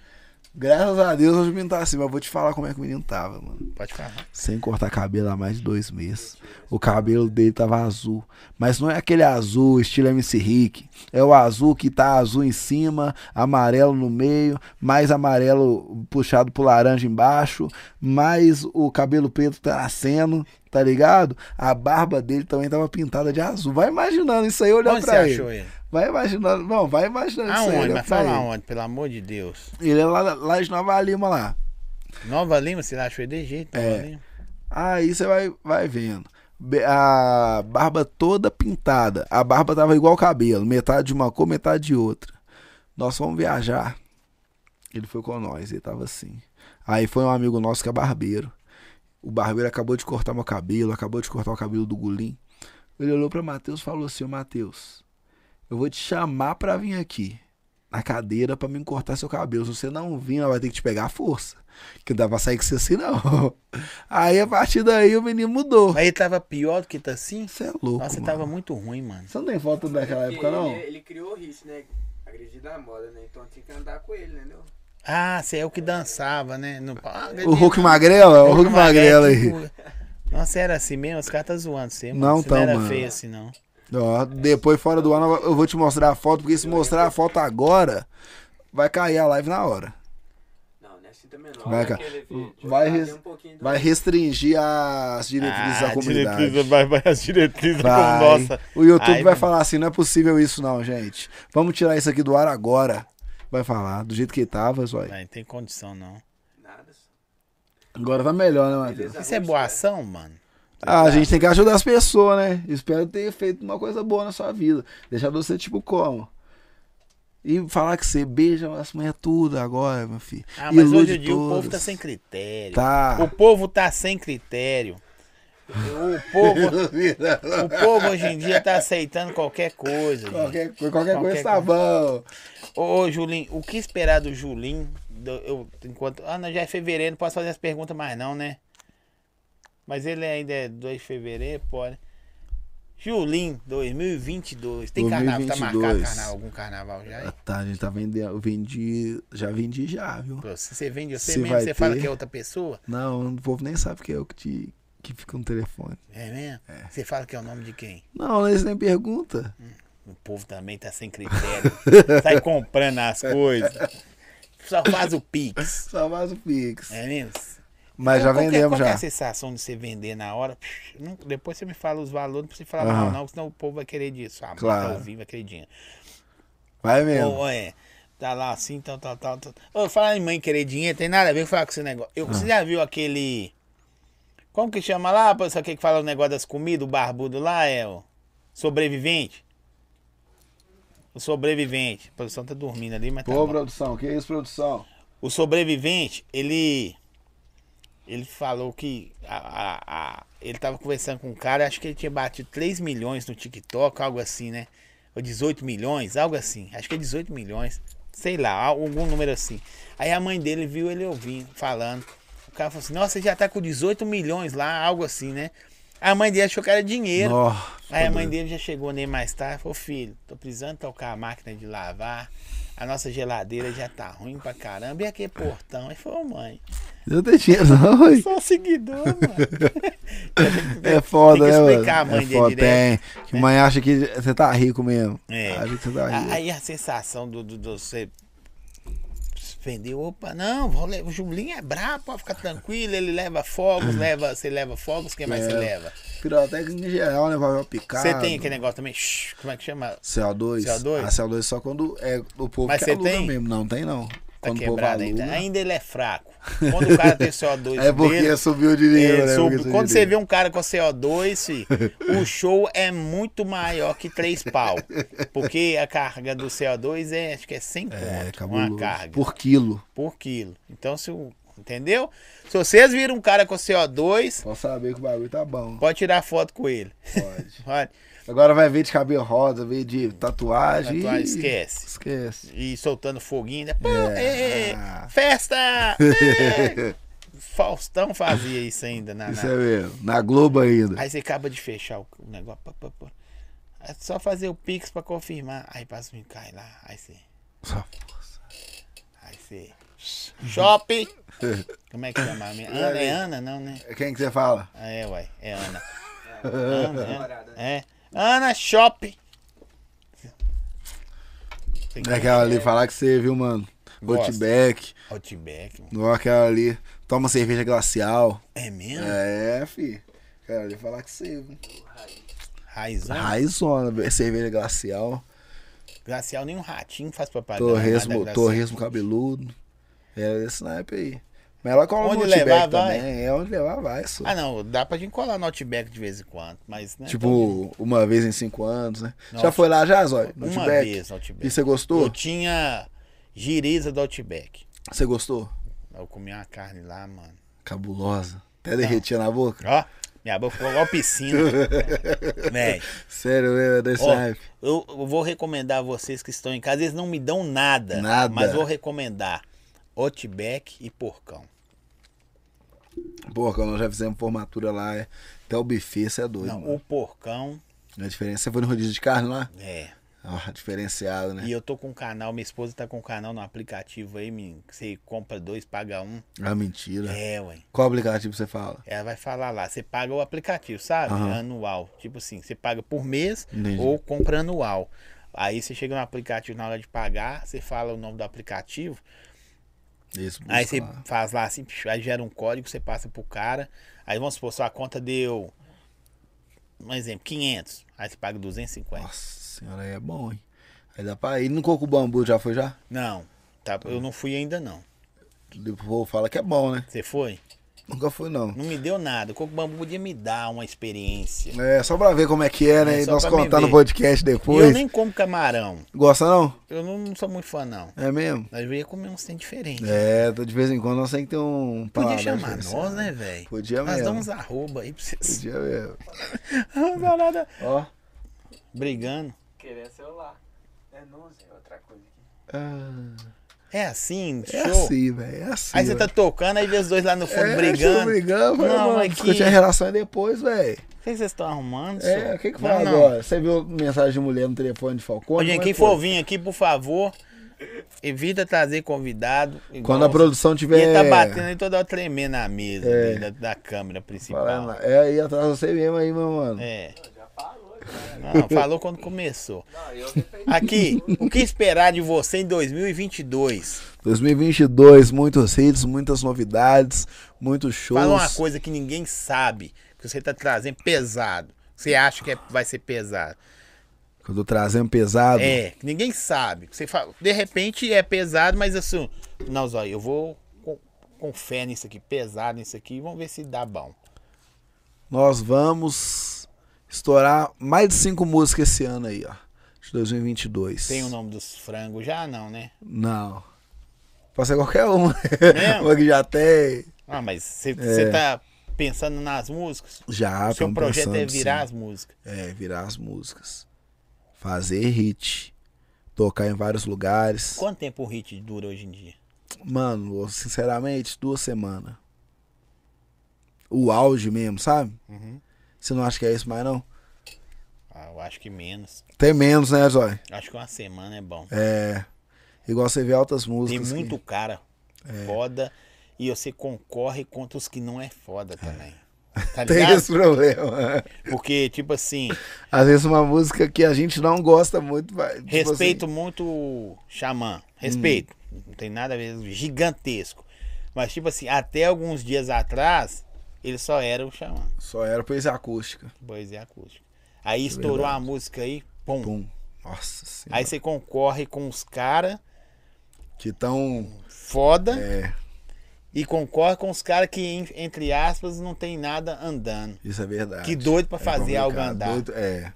Speaker 2: Graças a Deus hoje o menino tá assim, mas vou te falar como é que o menino tava, mano.
Speaker 1: Pode falar.
Speaker 2: Sem cortar cabelo há mais de dois meses. O cabelo dele tava azul. Mas não é aquele azul estilo MC Rick. É o azul que tá azul em cima, amarelo no meio, mais amarelo puxado pro laranja embaixo, mais o cabelo preto tá nascendo, tá ligado? A barba dele também tava pintada de azul. Vai imaginando isso aí, olhando
Speaker 1: Onde você
Speaker 2: pra ele.
Speaker 1: achou ele?
Speaker 2: Vai imaginando, não, vai imaginando isso aí.
Speaker 1: Aonde?
Speaker 2: olha
Speaker 1: Mas
Speaker 2: pra
Speaker 1: fala
Speaker 2: ele.
Speaker 1: aonde, pelo amor de Deus.
Speaker 2: Ele é lá, lá de Nova Lima lá.
Speaker 1: Nova Lima, você achou ele de jeito? Nova
Speaker 2: É.
Speaker 1: Lima.
Speaker 2: Aí você vai, vai vendo. Be- A barba toda pintada. A barba tava igual o cabelo. Metade de uma cor, metade de outra. Nós fomos viajar. Ele foi com nós, ele tava assim. Aí foi um amigo nosso que é barbeiro. O barbeiro acabou de cortar meu cabelo, acabou de cortar o cabelo do Gulim. Ele olhou pra Matheus e falou assim: Ô Matheus, eu vou te chamar pra vir aqui na cadeira pra me cortar seu cabelo. Se você não vir, nós vai ter que te pegar à força. Que não dá pra sair com você assim, não. Aí a partir daí o menino mudou.
Speaker 1: Mas ele tava pior do que tá assim?
Speaker 2: Você é louco.
Speaker 1: Nossa, ele
Speaker 2: mano.
Speaker 1: tava muito ruim, mano.
Speaker 2: Você não tem foto daquela
Speaker 3: Porque
Speaker 2: época, não?
Speaker 3: Ele, ele criou o hit, né? Agredir na moda, né? Então tinha que andar com ele, né? entendeu?
Speaker 1: Ah, você é o que dançava, né? No... Ah,
Speaker 2: O Hulk Magrela? O Hulk Magrela aí.
Speaker 1: Nossa, era assim mesmo? Os caras tá zoando você, mano.
Speaker 2: Não
Speaker 1: você
Speaker 2: tão,
Speaker 1: não era
Speaker 2: mano.
Speaker 1: feio assim, não.
Speaker 2: Ó, depois, fora do ano, eu vou te mostrar a foto, porque se mostrar a foto agora, vai cair a live na hora.
Speaker 3: Não, não é assim também não.
Speaker 2: Vai,
Speaker 3: Olha
Speaker 2: cara.
Speaker 3: aquele vídeo.
Speaker 2: Vai
Speaker 3: Fazer
Speaker 2: res-
Speaker 3: um pouquinho do-
Speaker 2: Vai restringir as diretrizes
Speaker 1: Ah,
Speaker 2: da comunidade.
Speaker 1: diretriz, vai, vai as diretrizes
Speaker 2: Vai.
Speaker 1: como é nossa.
Speaker 2: O YouTube
Speaker 1: Aí,
Speaker 2: vai
Speaker 1: mano.
Speaker 2: falar assim, não é possível isso não, gente. Vamos tirar isso aqui do ar agora. Vai falar, do jeito que tava, só.
Speaker 1: Não, não tem condição, não.
Speaker 3: Nada. só.
Speaker 2: Agora vai melhor, né, Matheus?
Speaker 3: Beleza.
Speaker 1: Isso é boa ação, mano?
Speaker 2: Ah, a gente tem que ajudar as pessoas, né? Espero ter feito uma coisa boa na sua vida. Deixar você tipo como? E falar que você beija as mulheres tudo agora, meu filho.
Speaker 1: Ah, mas
Speaker 2: Ilude
Speaker 1: hoje em dia o povo tá
Speaker 2: todas.
Speaker 1: sem critério.
Speaker 2: Tá.
Speaker 1: O povo tá sem critério. O povo, o povo hoje em dia tá aceitando qualquer coisa. gente.
Speaker 2: Qualquer, coisa- qualquer
Speaker 1: Qualquer
Speaker 2: coisa tá bom.
Speaker 1: Ô, ô Julinho, o que esperar do Julinho? Do- eu, enquanto, ah, não, já é fevereiro, não posso fazer as perguntas mais não, né? Mas ele ainda é 2 de fevereiro, pode. Julinho, 2022. Tem carnaval, tá marcado
Speaker 2: 2022.
Speaker 1: carnaval, algum carnaval já?
Speaker 2: Ah,
Speaker 1: aí?
Speaker 2: Tá, a gente tá vendendo. Eu vendi. Já vendi já, viu?
Speaker 1: Pô, se você vende você
Speaker 2: Se
Speaker 1: mesmo,
Speaker 2: vai
Speaker 1: você fala
Speaker 2: ter.
Speaker 1: que é outra pessoa?
Speaker 2: Não, o povo nem sabe que é eu que, te, que fica no telefone.
Speaker 1: É mesmo? Você fala que é o nome de quem?
Speaker 2: Não, eles nem perguntam.
Speaker 1: O povo também tá sem critério. Sai comprando as coisas. Só faz o Pix.
Speaker 2: Só mais o Pix.
Speaker 1: É mesmo?
Speaker 2: Mas Ah, já
Speaker 1: Qual que é-
Speaker 2: vendemos
Speaker 1: qual que é
Speaker 2: já.
Speaker 1: a sensação de você vender na hora? Psh, não- depois você me fala os valores, não precisa falar
Speaker 2: Aham.
Speaker 1: mal não, senão o povo vai querer disso. Ah,
Speaker 2: Claro.
Speaker 1: tá ouvindo, vai querer dinheiro.
Speaker 2: Vai mesmo.
Speaker 1: Ou é, tá lá assim, tal, tal, tal. tal. Ô, falar em mãe querer dinheiro, tem nada a ver com falar com esse negócio. Eu,
Speaker 2: Ah.
Speaker 1: Você já viu aquele... Como que chama lá, pô, só que que fala o negócio das comidas, o barbudo lá, é o sobrevivente? O sobrevivente. A produção tá dormindo ali, mas tá
Speaker 2: Pô,
Speaker 1: bom.
Speaker 2: produção, que isso, produção?
Speaker 1: O sobrevivente, ele. Ele falou que. a- a- a- ele tava conversando com um cara, acho que ele tinha batido 3 milhões no TikTok, algo assim, né? Ou 18 milhões, algo assim. Acho que é 18 milhões. Sei lá, algum número assim. Aí a mãe dele viu ele ouvindo, falando. O cara falou assim: Nossa, você já tá com 18 milhões lá, algo assim, né? A mãe dele achou que era dinheiro.
Speaker 2: Nó,
Speaker 1: Aí a mãe
Speaker 2: doido.
Speaker 1: dele já chegou nele mais tarde e falou, filho, tô precisando tocar a máquina de lavar, a nossa geladeira já tá ruim pra caramba, e aquele portão? Aí falou, "Ô, mãe,
Speaker 2: Eu não tenho dinheiro, não, oi.
Speaker 1: sou um seguidor, mano.
Speaker 2: É
Speaker 1: Tem
Speaker 2: foda,
Speaker 1: que
Speaker 2: né, mano?
Speaker 1: explicar a mãe
Speaker 2: é
Speaker 1: dele
Speaker 2: foda,
Speaker 1: direto, né?
Speaker 2: tem. Que mãe acha que você tá rico mesmo.
Speaker 1: É.
Speaker 2: Acha que você tá rico.
Speaker 1: A- Aí a sensação do, do, do você vendeu, opa, não, vou le- o Julinho é brabo, pode ficar tranquilo, ele leva fogos, leva, você leva fogos, quem mais você
Speaker 2: É.
Speaker 1: leva?
Speaker 2: Pirotécnica em geral, né? Papel picado.
Speaker 1: Você tem aquele negócio também, shh, como é que chama?
Speaker 2: CO2.
Speaker 1: CO2?
Speaker 2: A CO2 só quando é o povo
Speaker 1: Mas
Speaker 2: que
Speaker 1: você
Speaker 2: aluga
Speaker 1: tem?
Speaker 2: mesmo. Não, tem não.
Speaker 1: Tá
Speaker 2: quando o povo
Speaker 1: quebrado ainda.
Speaker 2: aluga-
Speaker 1: Ainda ele é fraco. Quando o cara tem CO2
Speaker 2: É porque
Speaker 1: dele,
Speaker 2: subiu o
Speaker 1: É,
Speaker 2: dinheiro,
Speaker 1: sobre-
Speaker 2: né? Porque subiu
Speaker 1: quando
Speaker 2: o
Speaker 1: você
Speaker 2: dinheiro.
Speaker 1: vê um cara com CO2, fi, o show é muito maior que três pau. Porque a carga do CO2 é, acho que é 100 conto,
Speaker 2: É,
Speaker 1: uma
Speaker 2: cabuloso.
Speaker 1: carga por...
Speaker 2: Por quilo.
Speaker 1: quilo. Então, se o, entendeu? Se vocês viram um cara com CO2,
Speaker 2: Posso saber que o bagulho tá bom.
Speaker 1: pode tirar foto com ele.
Speaker 2: Pode.
Speaker 1: Olha,
Speaker 2: Agora vai ver de cabelo rosa, ver de tatuagem.
Speaker 1: tatuagem,
Speaker 2: Ih,
Speaker 1: esquece.
Speaker 2: Esquece.
Speaker 1: E soltando foguinho, né? Pô, ê, ê,
Speaker 2: Ah.
Speaker 1: festa! ê. Faustão fazia isso ainda na,
Speaker 2: Isso
Speaker 1: na-
Speaker 2: é mesmo. Na Globo ainda.
Speaker 1: Aí você acaba de fechar o o negócio. pá, pá, pá. É só fazer o Pix pra confirmar. Aí passa um cai lá. Aí você.
Speaker 2: Só-
Speaker 1: Aí você. Shopping. Como é que chama? a minha? Ana, é Ana, não, né?
Speaker 2: Quem que você fala?
Speaker 1: Ah, É, uai, é Ana.
Speaker 3: É, namorada,
Speaker 1: É.
Speaker 3: né?
Speaker 1: Ana Shopping.
Speaker 2: Daquela é ali, falar que você viu, mano.
Speaker 1: É. Gosto.
Speaker 2: Outback,
Speaker 1: Outback, mano.
Speaker 2: igual aquela ali. Toma cerveja glacial.
Speaker 1: É mesmo?
Speaker 2: É, fi. Cara, ali falar que você viu.
Speaker 1: Raizão.
Speaker 2: Raizona, velho, cerveja glacial.
Speaker 1: Glacial, nem um ratinho faz propaganda.
Speaker 2: Torresmo,
Speaker 1: nada glacial.
Speaker 2: torresmo cabeludo. Era desse naipe aí. Mas ela um cola
Speaker 1: Onde
Speaker 2: no Outback
Speaker 1: levar,
Speaker 2: também. É onde levar, vai, só.
Speaker 1: Ah, não, dá pra gente colar no Outback de vez em quando, mas... Né, todo-
Speaker 2: tipo, uma vez em cinco anos, né?
Speaker 1: Nossa.
Speaker 2: Já foi lá já, Zóio? No
Speaker 1: uma
Speaker 2: Outback?
Speaker 1: vez no Outback.
Speaker 2: E você
Speaker 1: Eu
Speaker 2: gostou?
Speaker 1: tinha giriza do Outback.
Speaker 2: Você gostou?
Speaker 1: Eu comi uma carne lá, mano.
Speaker 2: Cabulosa.
Speaker 1: Tá.
Speaker 2: Até derretia na boca.
Speaker 1: Ó, minha boca ficou igual piscina. Véi,
Speaker 2: Sério, mesmo, é desse
Speaker 1: ó,
Speaker 2: naipe.
Speaker 1: eu, eu vou recomendar a vocês que estão em casa. Eles não me dão nada.
Speaker 2: Nada.
Speaker 1: Mas vou recomendar Outback e Porcão.
Speaker 2: Pô, quando nós já fizemos formatura lá, é- até o buffet, você é doido,
Speaker 1: Não, o
Speaker 2: mano.
Speaker 1: Porcão
Speaker 2: A diferença. Você foi no rodízio de carne lá?
Speaker 1: é...
Speaker 2: Ó, diferenciado, né?
Speaker 1: E eu tô com um canal, minha esposa tá com um canal no aplicativo aí, menino. que Você compra dois, paga um.
Speaker 2: Ah, mentira.
Speaker 1: É, ué.
Speaker 2: Qual aplicativo você fala?
Speaker 1: Ela vai falar lá, você paga o aplicativo, sabe?
Speaker 2: Aham.
Speaker 1: Anual. Tipo assim, você paga por mês
Speaker 2: Entendi.
Speaker 1: ou compra anual. Aí você chega no aplicativo, na hora de pagar, você fala o nome do aplicativo,
Speaker 2: Isso,
Speaker 1: aí
Speaker 2: busca
Speaker 1: você
Speaker 2: lá.
Speaker 1: faz lá assim, psh, aí gera um código, você passa pro cara. Aí vamos supor, sua conta deu, um exemplo, 500. Aí você paga 250.
Speaker 2: Nossa senhora, aí é bom, hein? Aí dá pra ir. No coco bambu já foi já?
Speaker 1: Não, tá, eu não fui ainda não.
Speaker 2: O povo fala que é bom, né?
Speaker 1: Você foi?
Speaker 2: Nunca fui, não.
Speaker 1: Não me deu nada. O coco bambu podia me dar uma experiência.
Speaker 2: É, só pra ver como é que é, né?
Speaker 1: É,
Speaker 2: e
Speaker 1: só
Speaker 2: nós
Speaker 1: pra me
Speaker 2: contar no
Speaker 1: ver.
Speaker 2: podcast
Speaker 1: E eu
Speaker 2: depois.
Speaker 1: nem como camarão.
Speaker 2: Gosta, não?
Speaker 1: Eu não, não sou muito fã, não.
Speaker 2: É mesmo?
Speaker 1: Nós ia comer uns trem diferente.
Speaker 2: É, de vez em quando nós tem que ter um
Speaker 1: Podia
Speaker 2: paladar
Speaker 1: chamar
Speaker 2: diferenciado.
Speaker 1: nós, né, velho?
Speaker 2: Podia
Speaker 1: Nós
Speaker 2: mesmo.
Speaker 1: damos arroba aí pra vocês.
Speaker 2: Podia mesmo.
Speaker 1: Não dá nada.
Speaker 2: Ó.
Speaker 1: Brigando.
Speaker 3: Querer celular. É não, Zé, outra coisa aqui.
Speaker 2: Ah,
Speaker 1: É assim,
Speaker 2: é
Speaker 1: show.
Speaker 2: assim, velho. É assim.
Speaker 1: aí você tá
Speaker 2: velho.
Speaker 1: tocando, aí vê os dois lá no fundo
Speaker 2: é,
Speaker 1: brigando.
Speaker 2: tio, brigando,
Speaker 1: Não,
Speaker 2: não,
Speaker 1: mas
Speaker 2: mano.
Speaker 1: que-
Speaker 2: Discutir a relação é depois, velho.
Speaker 1: O que vocês estão arrumando,
Speaker 2: É,
Speaker 1: senhor?
Speaker 2: o que que foi
Speaker 1: Não, não.
Speaker 2: agora? Você viu mensagem de mulher no telefone de Falcone?
Speaker 1: Ô, gente,
Speaker 2: Como é
Speaker 1: quem
Speaker 2: que foi?
Speaker 1: for vir aqui, por favor, evita trazer convidado. igual
Speaker 2: Quando a
Speaker 1: os-
Speaker 2: produção tiver.
Speaker 1: Ele tá batendo aí toda hora tremendo na mesa
Speaker 2: É.
Speaker 1: dele, da, da câmera principal.
Speaker 2: Falando lá. É aí atrás de você mesmo aí, meu mano.
Speaker 1: É.
Speaker 3: Já falou, já.
Speaker 1: Não, falou quando começou.
Speaker 3: Não, eu repeti.
Speaker 1: Aqui, o que esperar de você em 2022?
Speaker 2: 2022, muitos hits, muitas novidades, muitos shows.
Speaker 1: Fala uma coisa que ninguém sabe, que você tá trazendo pesado. que Você acha que é- vai ser pesado?
Speaker 2: Que eu tô trazendo pesado.
Speaker 1: É, que ninguém sabe. que Você fala, de repente é pesado, mas assim, não, Zóio, eu vou com, com fé nisso aqui, pesado nisso aqui, vamos ver se dá bom.
Speaker 2: Nós vamos estourar mais de cinco músicas esse ano aí, ó. De 2022.
Speaker 1: Tem um o nome dos frangos já? Não, né?
Speaker 2: Não. Pode ser qualquer uma.
Speaker 1: mesmo?
Speaker 2: uma que já tem.
Speaker 1: Ah, mas
Speaker 2: É.
Speaker 1: você você tá pensando nas músicas?
Speaker 2: Já,
Speaker 1: o seu
Speaker 2: tamo
Speaker 1: projeto é
Speaker 2: Ah, pensando,
Speaker 1: virar
Speaker 2: sim.
Speaker 1: as músicas.
Speaker 2: É, virar as músicas. Fazer hit. Tocar em vários lugares.
Speaker 1: Quanto tempo o hit dura hoje em dia?
Speaker 2: Mano, sinceramente, duas semanas. O auge mesmo, sabe?
Speaker 1: Uhum.
Speaker 2: Você não acha que é isso mais, não?
Speaker 1: Ah, eu acho que menos.
Speaker 2: Tem menos, né, Zói?
Speaker 1: Acho que uma semana é bom.
Speaker 2: É. Igual você vê altas
Speaker 1: Tem
Speaker 2: músicas. que- É.
Speaker 1: muito cara foda e você concorre contra os que não é foda também. Tá
Speaker 2: Tem
Speaker 1: ligado?
Speaker 2: esse problema.
Speaker 1: Porque, tipo assim,
Speaker 2: Às vezes uma música que a gente não gosta muito. Vai, tipo
Speaker 1: respeito muito o Xamã. Respeito.
Speaker 2: Hum.
Speaker 1: Não tem nada a ver. Gigantesco. Mas, tipo assim, até alguns dias atrás, ele só era o Xamã.
Speaker 2: assim, só era poesia acústica.
Speaker 1: Poesia acústica. Aí estourou a música aí, pum.
Speaker 2: É Pum. Nossa senhora.
Speaker 1: Aí você concorre com os caras
Speaker 2: Que tão.
Speaker 1: foda.
Speaker 2: É.
Speaker 1: E concorre com os caras que, en- entre aspas, não tem nada andando.
Speaker 2: Isso é verdade.
Speaker 1: Que doido pra
Speaker 2: É
Speaker 1: fazer
Speaker 2: complicado,
Speaker 1: algo andar.
Speaker 2: doido- é.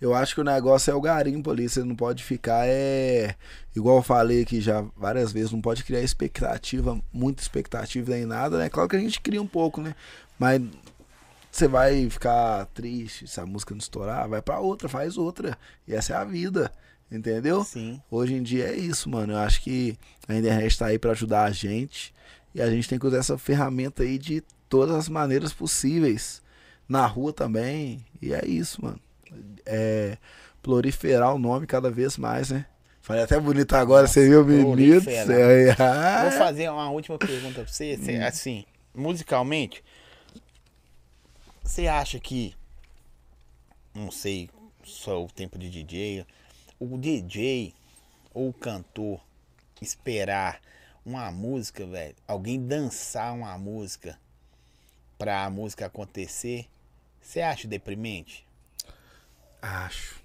Speaker 2: Eu acho que o negócio é o garimpo ali. Você não pode ficar. É. Igual eu falei aqui já várias vezes, não pode criar expectativa, muita expectativa nem nada, né? Claro que a gente cria um pouco, né? Mas você vai ficar triste se a música não estourar, vai pra outra, faz outra. E essa é a vida. Entendeu?
Speaker 1: Sim.
Speaker 2: Hoje em dia é isso, mano. Eu acho que a internet tá aí pra ajudar a gente. E a gente tem que usar essa ferramenta aí de todas as maneiras possíveis. Na rua também. E é isso, mano. É proliferar o nome cada vez mais, né? Falei até bonito agora, você viu, menino?
Speaker 1: Orifera.
Speaker 2: Cê aí, ah.
Speaker 1: Vou fazer uma última pergunta pra você. Você, assim, musicalmente, você acha que. Não sei, só o tempo de DJ. O DJ ou o cantor esperar uma música, velho. Alguém dançar uma música pra a música acontecer. Você acha deprimente?
Speaker 2: Acho.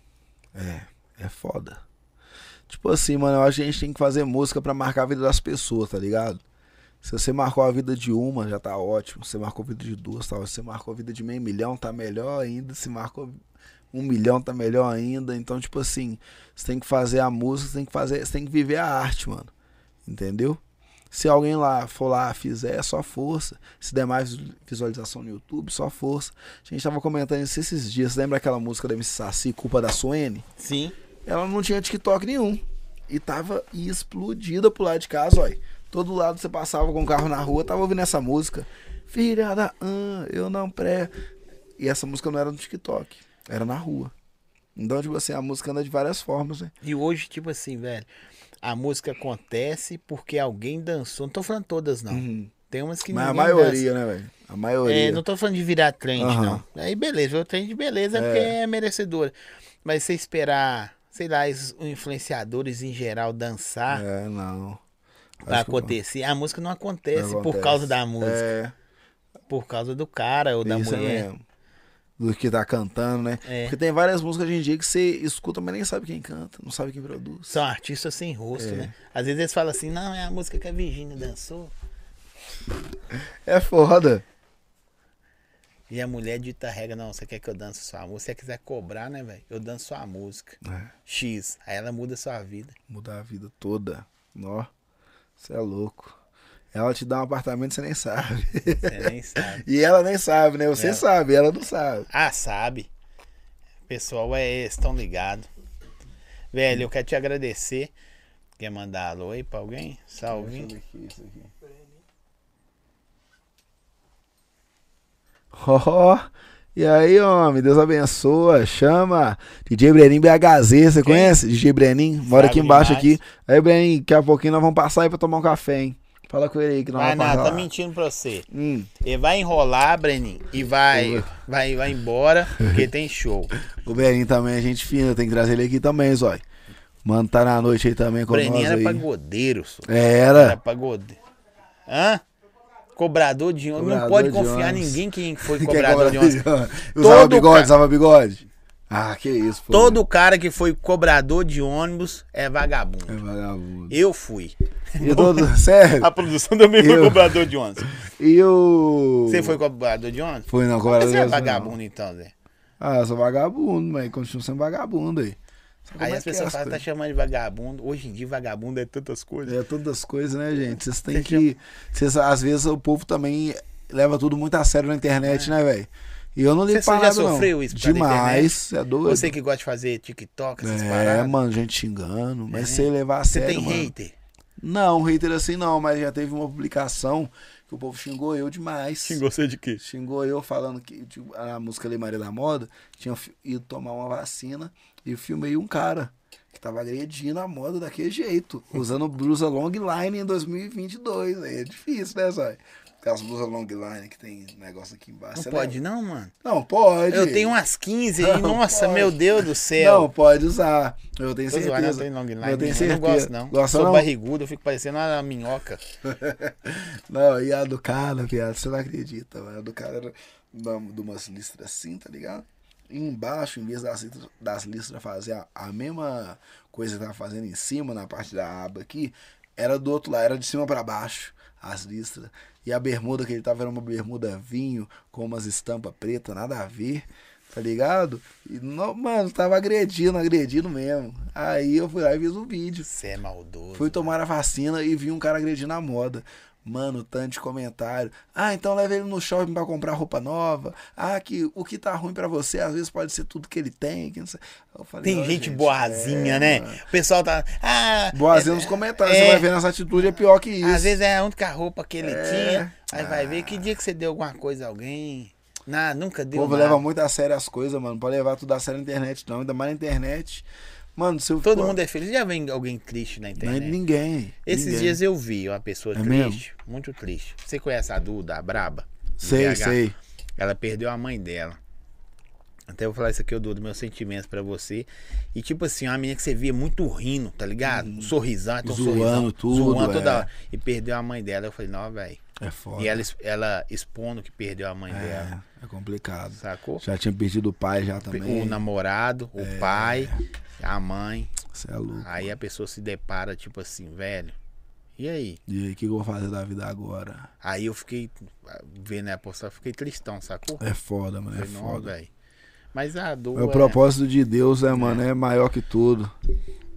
Speaker 2: É, é foda. Tipo assim, mano, eu acho que a gente tem que fazer música pra marcar a vida das pessoas, tá ligado? Se você marcou a vida de uma, já tá ótimo. Se você marcou a vida de duas, tá ótimo. Se você marcou a vida de meio milhão, tá melhor ainda. Se marcou um milhão, tá melhor ainda. Então, tipo assim, você tem que fazer a música, você tem que fazer, você tem que viver a arte, mano. Entendeu? Se alguém lá for lá, fizer, é só força. Se der mais visualização no YouTube, só força. A gente tava comentando isso esses dias. Lembra aquela música da MC Saci, Culpa da Suene?
Speaker 1: Sim.
Speaker 2: ela não tinha TikTok nenhum. E tava explodida pro lado de casa, ó. Todo lado você passava com o carro na rua, tava ouvindo essa música. Filha da An, eu não pré. E essa música não era no TikTok, era na rua. Então, tipo assim, a música anda de várias formas, né?
Speaker 1: E hoje, tipo assim, velho, a música acontece porque alguém dançou. Não tô falando todas, não. Tem umas que
Speaker 2: Uhum. Mas a
Speaker 1: ninguém dança.
Speaker 2: maioria, né, velho? A maioria.
Speaker 1: É, não tô falando de virar trend,
Speaker 2: Aham.
Speaker 1: não. Aí beleza, o trend beleza é. porque é merecedora. Mas você esperar, sei lá, os influenciadores em geral dançar
Speaker 2: É, não.
Speaker 1: pra
Speaker 2: É, Acho que eu-
Speaker 1: acontecer, a música não acontece,
Speaker 2: Não
Speaker 1: por
Speaker 2: acontece.
Speaker 1: causa da música,
Speaker 2: É,
Speaker 1: por causa do cara ou da
Speaker 2: isso é
Speaker 1: mulher.
Speaker 2: mesmo. Do que tá cantando, né?
Speaker 1: É.
Speaker 2: Porque tem várias músicas hoje em dia que você escuta, mas nem sabe quem canta, não sabe quem produz.
Speaker 1: São artistas sem rosto, né? Às vezes eles falam assim, não, é a música que a Virgínia dançou.
Speaker 2: É foda.
Speaker 1: E a mulher dita a regra, não, você quer que eu dance sua música? Se você quiser cobrar, né, velho? Eu danço sua música.
Speaker 2: É.
Speaker 1: X. Aí ela muda a sua vida.
Speaker 2: Mudar a vida toda. Nó. Você é louco. Ela te dá um apartamento, você nem sabe.
Speaker 1: Você nem sabe.
Speaker 2: e ela nem sabe, né? Você
Speaker 1: Ela-
Speaker 2: sabe, ela não sabe.
Speaker 1: Ah, sabe. Pessoal, é, estão ligados. Velho, eu quero te agradecer. Quer mandar alô aí pra alguém? Salve.
Speaker 2: Ó, ó. E aí, homem, Deus abençoa, chama DJ Brenin BHZ, você conhece? DJ Brenin,
Speaker 1: Sabe
Speaker 2: mora aqui embaixo
Speaker 1: demais.
Speaker 2: aqui. Aí, Brenin, daqui a pouquinho nós vamos passar aí pra tomar um café, hein? Fala com ele aí que nós
Speaker 1: Vai
Speaker 2: vamos passar
Speaker 1: nada, tá
Speaker 2: lá.
Speaker 1: mentindo pra você.
Speaker 2: Hum,
Speaker 1: Ele vai enrolar, Brenin, e vai, vai, vai embora, porque tem show.
Speaker 2: o Brenin também é gente fina, tem que trazer ele aqui também, Zói. Mano, tá na noite aí também com
Speaker 1: Brenin
Speaker 2: nós
Speaker 1: era
Speaker 2: aí.
Speaker 1: pagodeiro, só. Era
Speaker 2: Era.
Speaker 1: pagodeiro. Hã? Cobrador de ônibus. Não
Speaker 2: Cobrador
Speaker 1: pode
Speaker 2: de
Speaker 1: confiar em
Speaker 2: ônibus.
Speaker 1: ninguém que foi
Speaker 2: Quem
Speaker 1: cobrador de ônibus.
Speaker 2: é Usava
Speaker 1: Todo
Speaker 2: bigode,
Speaker 1: ca-
Speaker 2: usava bigode. Ah, que isso, pô.
Speaker 1: Todo cara que foi cobrador de ônibus é vagabundo.
Speaker 2: É vagabundo.
Speaker 1: Eu fui.
Speaker 2: E todo... Sério?
Speaker 1: A produção também foi
Speaker 2: Eu.
Speaker 1: cobrador de ônibus.
Speaker 2: E o...
Speaker 1: Você foi cobrador de ônibus?
Speaker 2: Foi não, cobrador
Speaker 1: Você
Speaker 2: de
Speaker 1: é
Speaker 2: ônibus, não.
Speaker 1: vagabundo então, Zé.
Speaker 2: Ah, eu sou vagabundo, mas continuo sendo vagabundo aí. Sabe como
Speaker 1: Aí
Speaker 2: é
Speaker 1: as
Speaker 2: que é
Speaker 1: pessoas
Speaker 2: as
Speaker 1: falam, tá
Speaker 2: coisas?
Speaker 1: chamando de vagabundo. Hoje em dia, vagabundo é tantas coisas.
Speaker 2: É todas as coisas, né, gente? Vocês têm
Speaker 1: Você
Speaker 2: que... Vocês, às vezes o povo também leva tudo muito a sério na internet, né, velho? E eu não ligo
Speaker 1: É. Você
Speaker 2: pra
Speaker 1: já
Speaker 2: nada, não.
Speaker 1: sofreu isso por causa da
Speaker 2: Demais, é doido.
Speaker 1: Você que gosta de fazer TikTok, essas
Speaker 2: É,
Speaker 1: paradas.
Speaker 2: mano, gente xingando. Mas
Speaker 1: É.
Speaker 2: você levar a
Speaker 1: Você
Speaker 2: sério,
Speaker 1: tem
Speaker 2: mano.
Speaker 1: hater.
Speaker 2: Não, hater assim não, mas já teve uma publicação que o povo xingou eu demais.
Speaker 1: você de quê?
Speaker 2: Xingou eu falando que tipo, a música Lei Maria da Moda tinha fi- ido tomar uma vacina e eu filmei um cara que tava agredindo a moda daquele jeito, usando blusa long line em 2022. Aí é difícil, né, Zói? Aquelas blusas long line que tem negócio aqui embaixo.
Speaker 1: Não
Speaker 2: você
Speaker 1: pode
Speaker 2: lembra?
Speaker 1: não, mano.
Speaker 2: Não, pode.
Speaker 1: Eu tenho um umas 15 aí.
Speaker 2: Não
Speaker 1: Nossa,
Speaker 2: pode.
Speaker 1: meu Deus do
Speaker 2: Não,
Speaker 1: céu.
Speaker 2: pode usar. Eu tenho
Speaker 1: Tô zoando, eu
Speaker 2: certeza.
Speaker 1: tenho né? long line.
Speaker 2: eu tenho
Speaker 1: Eu não
Speaker 2: certeza.
Speaker 1: gosto, não.
Speaker 2: Gosta
Speaker 1: Sou
Speaker 2: não?
Speaker 1: barrigudo, eu fico parecendo uma minhoca.
Speaker 2: Não, e a do cara, viado, você não acredita, mano. A do cara era uma- de umas listras assim, tá ligado? E embaixo, em vez das listras, das listras fazer a, a mesma coisa que tava fazendo em cima, na parte da aba aqui, era do outro lado, era de cima pra baixo, as listras. E a bermuda que ele tava era uma bermuda vinho, com umas estampas pretas, nada a ver, tá ligado? E, não, mano, tava agredindo, agredindo mesmo. Aí eu fui lá e fiz um vídeo.
Speaker 1: Você é maldoso.
Speaker 2: Fui tomar a vacina e vi um cara agredindo a moda. Mano, tanto de comentário. Ah, então leva ele no shopping pra comprar roupa nova. Ah, que o que tá ruim pra você, às vezes pode ser tudo que ele tem. que não sei. Eu falei,
Speaker 1: Tem
Speaker 2: "Ó,
Speaker 1: gente boazinha,
Speaker 2: é,
Speaker 1: né?
Speaker 2: mano."
Speaker 1: O pessoal tá. Ah,
Speaker 2: Boazinha
Speaker 1: é-
Speaker 2: nos comentários.
Speaker 1: é.
Speaker 2: Você vai ver nessa atitude é pior que isso.
Speaker 1: Às vezes é a única roupa que ele
Speaker 2: É.
Speaker 1: tinha. Aí vai ver
Speaker 2: Ah.
Speaker 1: que dia que você deu alguma coisa a alguém. Não, nunca
Speaker 2: o
Speaker 1: deu.
Speaker 2: povo
Speaker 1: nada.
Speaker 2: leva muito a sério as coisas, mano. Não pode levar tudo a sério na internet, não. Ainda mais na internet. Mano, se eu
Speaker 1: Todo
Speaker 2: pô,
Speaker 1: mundo é feliz. Já vem alguém triste na
Speaker 2: não é
Speaker 1: internet.
Speaker 2: ninguém.
Speaker 1: Esses
Speaker 2: ninguém.
Speaker 1: dias eu vi uma pessoa
Speaker 2: É
Speaker 1: triste, muito triste. Você conhece a Duda, a Braba? De
Speaker 2: Sei,
Speaker 1: BH?
Speaker 2: sei.
Speaker 1: Ela perdeu a mãe dela. Até vou falar isso aqui, eu dou dos meus sentimentos pra você. E tipo assim, uma menina que você via muito rindo, tá ligado? Um sorrisão, então um
Speaker 2: Zoando
Speaker 1: sorrisão,
Speaker 2: tudo,
Speaker 1: zoando toda
Speaker 2: é.
Speaker 1: hora. E perdeu a mãe dela. Eu falei, não, velho.
Speaker 2: É foda.
Speaker 1: E ela, ela expondo que perdeu a mãe dela,
Speaker 2: é, é complicado.
Speaker 1: sacou?
Speaker 2: Já tinha perdido o pai já também. É.
Speaker 1: O namorado, o pai, a mãe.
Speaker 2: Você é louco.
Speaker 1: Aí a pessoa se depara, tipo assim, velho. E aí?
Speaker 2: E aí, o que, que eu vou fazer da vida agora?
Speaker 1: Aí eu fiquei ah, vendo a postagem, fiquei tristão, sacou?
Speaker 2: É foda, mano. É
Speaker 1: Falei, não,
Speaker 2: foda.
Speaker 1: velho. Mas a dor.
Speaker 2: É o
Speaker 1: é-
Speaker 2: propósito de Deus, é, mano, é maior que tudo.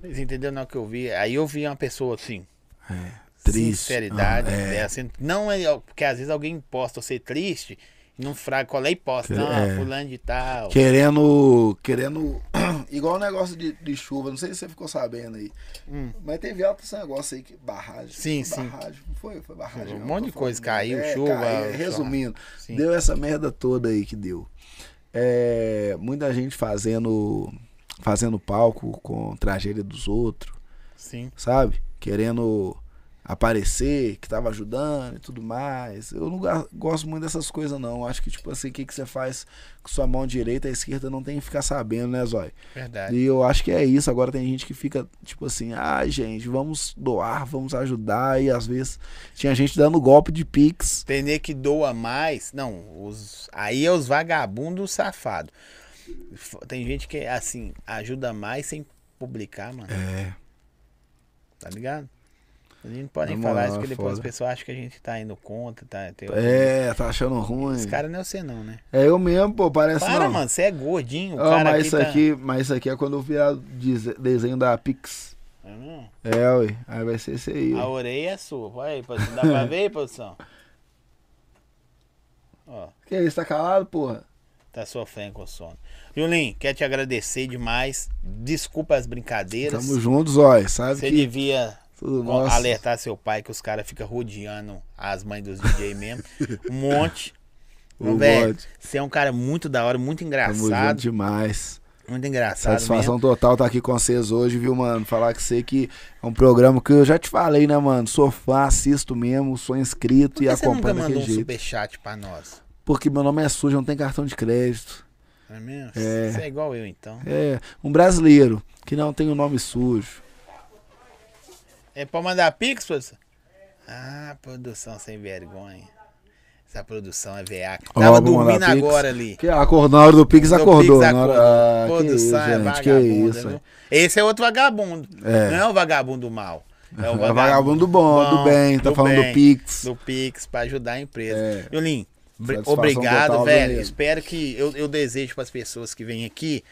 Speaker 1: Vocês entenderam não, o que eu vi? Aí eu vi uma pessoa assim,
Speaker 2: É, Triste.
Speaker 1: sinceridade,
Speaker 2: Ah, é.
Speaker 1: dela, assim, não é. Porque às vezes alguém imposta ser triste e não fraga qual é a imposta.
Speaker 2: Que-
Speaker 1: Não,
Speaker 2: é.
Speaker 1: fulano de tal.
Speaker 2: Querendo. Querendo. Igual o negócio de, de chuva, não sei se você ficou sabendo aí.
Speaker 1: Hum.
Speaker 2: Mas teve alto esse negócio aí, que barragem.
Speaker 1: Sim, sim.
Speaker 2: Barragem, não foi? Foi barragem.
Speaker 1: Um
Speaker 2: não,
Speaker 1: monte
Speaker 2: tô
Speaker 1: de coisa,
Speaker 2: falando. É,
Speaker 1: caiu, chuva,
Speaker 2: caiu,
Speaker 1: churrasco.
Speaker 2: resumindo,
Speaker 1: Sim.
Speaker 2: deu essa merda toda aí que deu. É, muita gente fazendo. Fazendo palco com tragédia dos outros,
Speaker 1: Sim.
Speaker 2: sabe? Querendo aparecer, que tava ajudando e tudo mais. Eu não ga- gosto muito dessas coisas, não. Acho que, tipo assim, o que, que você faz com sua mão direita e esquerda não tem que ficar sabendo, né, Zói?
Speaker 1: Verdade.
Speaker 2: E eu acho que é isso. Agora tem gente que fica tipo assim: ah, gente, vamos doar, vamos ajudar. E às vezes tinha gente dando golpe de pix.
Speaker 1: Entender que doa mais. Não, os, aí é os vagabundos safados. Tem gente que, assim, ajuda mais sem publicar, mano.
Speaker 2: É.
Speaker 1: Tá ligado? A gente não pode nem
Speaker 2: Na moral,
Speaker 1: falar isso, porque
Speaker 2: é
Speaker 1: depois as
Speaker 2: foda.
Speaker 1: pessoas acham que a gente tá indo contra, tá? Tem...
Speaker 2: É, tá achando ruim.
Speaker 1: Esse cara não é você não, né?
Speaker 2: É eu mesmo, pô, parece
Speaker 1: Para,
Speaker 2: não.
Speaker 1: mano, você é gordinho, o
Speaker 2: Ah,
Speaker 1: cara
Speaker 2: mas,
Speaker 1: aqui
Speaker 2: isso
Speaker 1: tá...
Speaker 2: aqui, mas isso aqui é quando eu virar dize- desenho da Pix.
Speaker 1: Ah, não.
Speaker 2: É, ui. Aí vai ser esse aí.
Speaker 1: A
Speaker 2: ó.
Speaker 1: orelha é sua. Olha aí, produção. Dá pra ver, produção? Ó,
Speaker 2: Que isso, tá calado, porra?
Speaker 1: tá sofrendo com o sono. Julinho, quero te agradecer demais. Desculpa as brincadeiras.
Speaker 2: Tamo juntos, ó. Sabe
Speaker 1: Você
Speaker 2: que
Speaker 1: devia
Speaker 2: tudo
Speaker 1: co-
Speaker 2: nosso.
Speaker 1: alertar seu pai que os caras ficam rodeando as mães dos DJ mesmo. Um monte.
Speaker 2: Um
Speaker 1: Ô, velho,
Speaker 2: monte.
Speaker 1: Você é um cara muito da hora, muito
Speaker 2: Tamo
Speaker 1: engraçado.
Speaker 2: junto demais.
Speaker 1: Muito engraçado.
Speaker 2: Satisfação
Speaker 1: mesmo.
Speaker 2: total estar aqui com vocês hoje, viu, mano? Falar que sei que é um programa que eu já te falei, né, mano? Sou fã, assisto mesmo, sou inscrito
Speaker 1: Por que
Speaker 2: e
Speaker 1: você nunca
Speaker 2: acompanho
Speaker 1: mandou
Speaker 2: daquele
Speaker 1: um
Speaker 2: jeito.
Speaker 1: superchat pra nós?
Speaker 2: Porque meu nome é sujo, não tem cartão de crédito.
Speaker 1: Não é mesmo?
Speaker 2: É.
Speaker 1: Você é igual eu, então.
Speaker 2: É, um brasileiro que não tem o nome sujo.
Speaker 1: É pra mandar pix, produção? Ah, produção sem vergonha. Essa produção é veaca.
Speaker 2: Ó,
Speaker 1: Tava
Speaker 2: vou mandar
Speaker 1: dormindo
Speaker 2: Pix.
Speaker 1: agora ali.
Speaker 2: Que acordou na hora do Pix,
Speaker 1: Do
Speaker 2: acordou.
Speaker 1: Pix
Speaker 2: na hora... Ah, que isso,
Speaker 1: Produção é
Speaker 2: gente, que
Speaker 1: vagabundo.
Speaker 2: isso.
Speaker 1: viu? Esse é outro vagabundo.
Speaker 2: É.
Speaker 1: Não é o vagabundo mal. É o
Speaker 2: É vagabundo bom, do bem, tá falando do Pix.
Speaker 1: Do Pix, pra ajudar a empresa.
Speaker 2: É.
Speaker 1: Yulim, br-
Speaker 2: Satisfação
Speaker 1: obrigado,
Speaker 2: total,
Speaker 1: velho.
Speaker 2: Danilo.
Speaker 1: Espero que. Eu, eu desejo pras pessoas que vêm aqui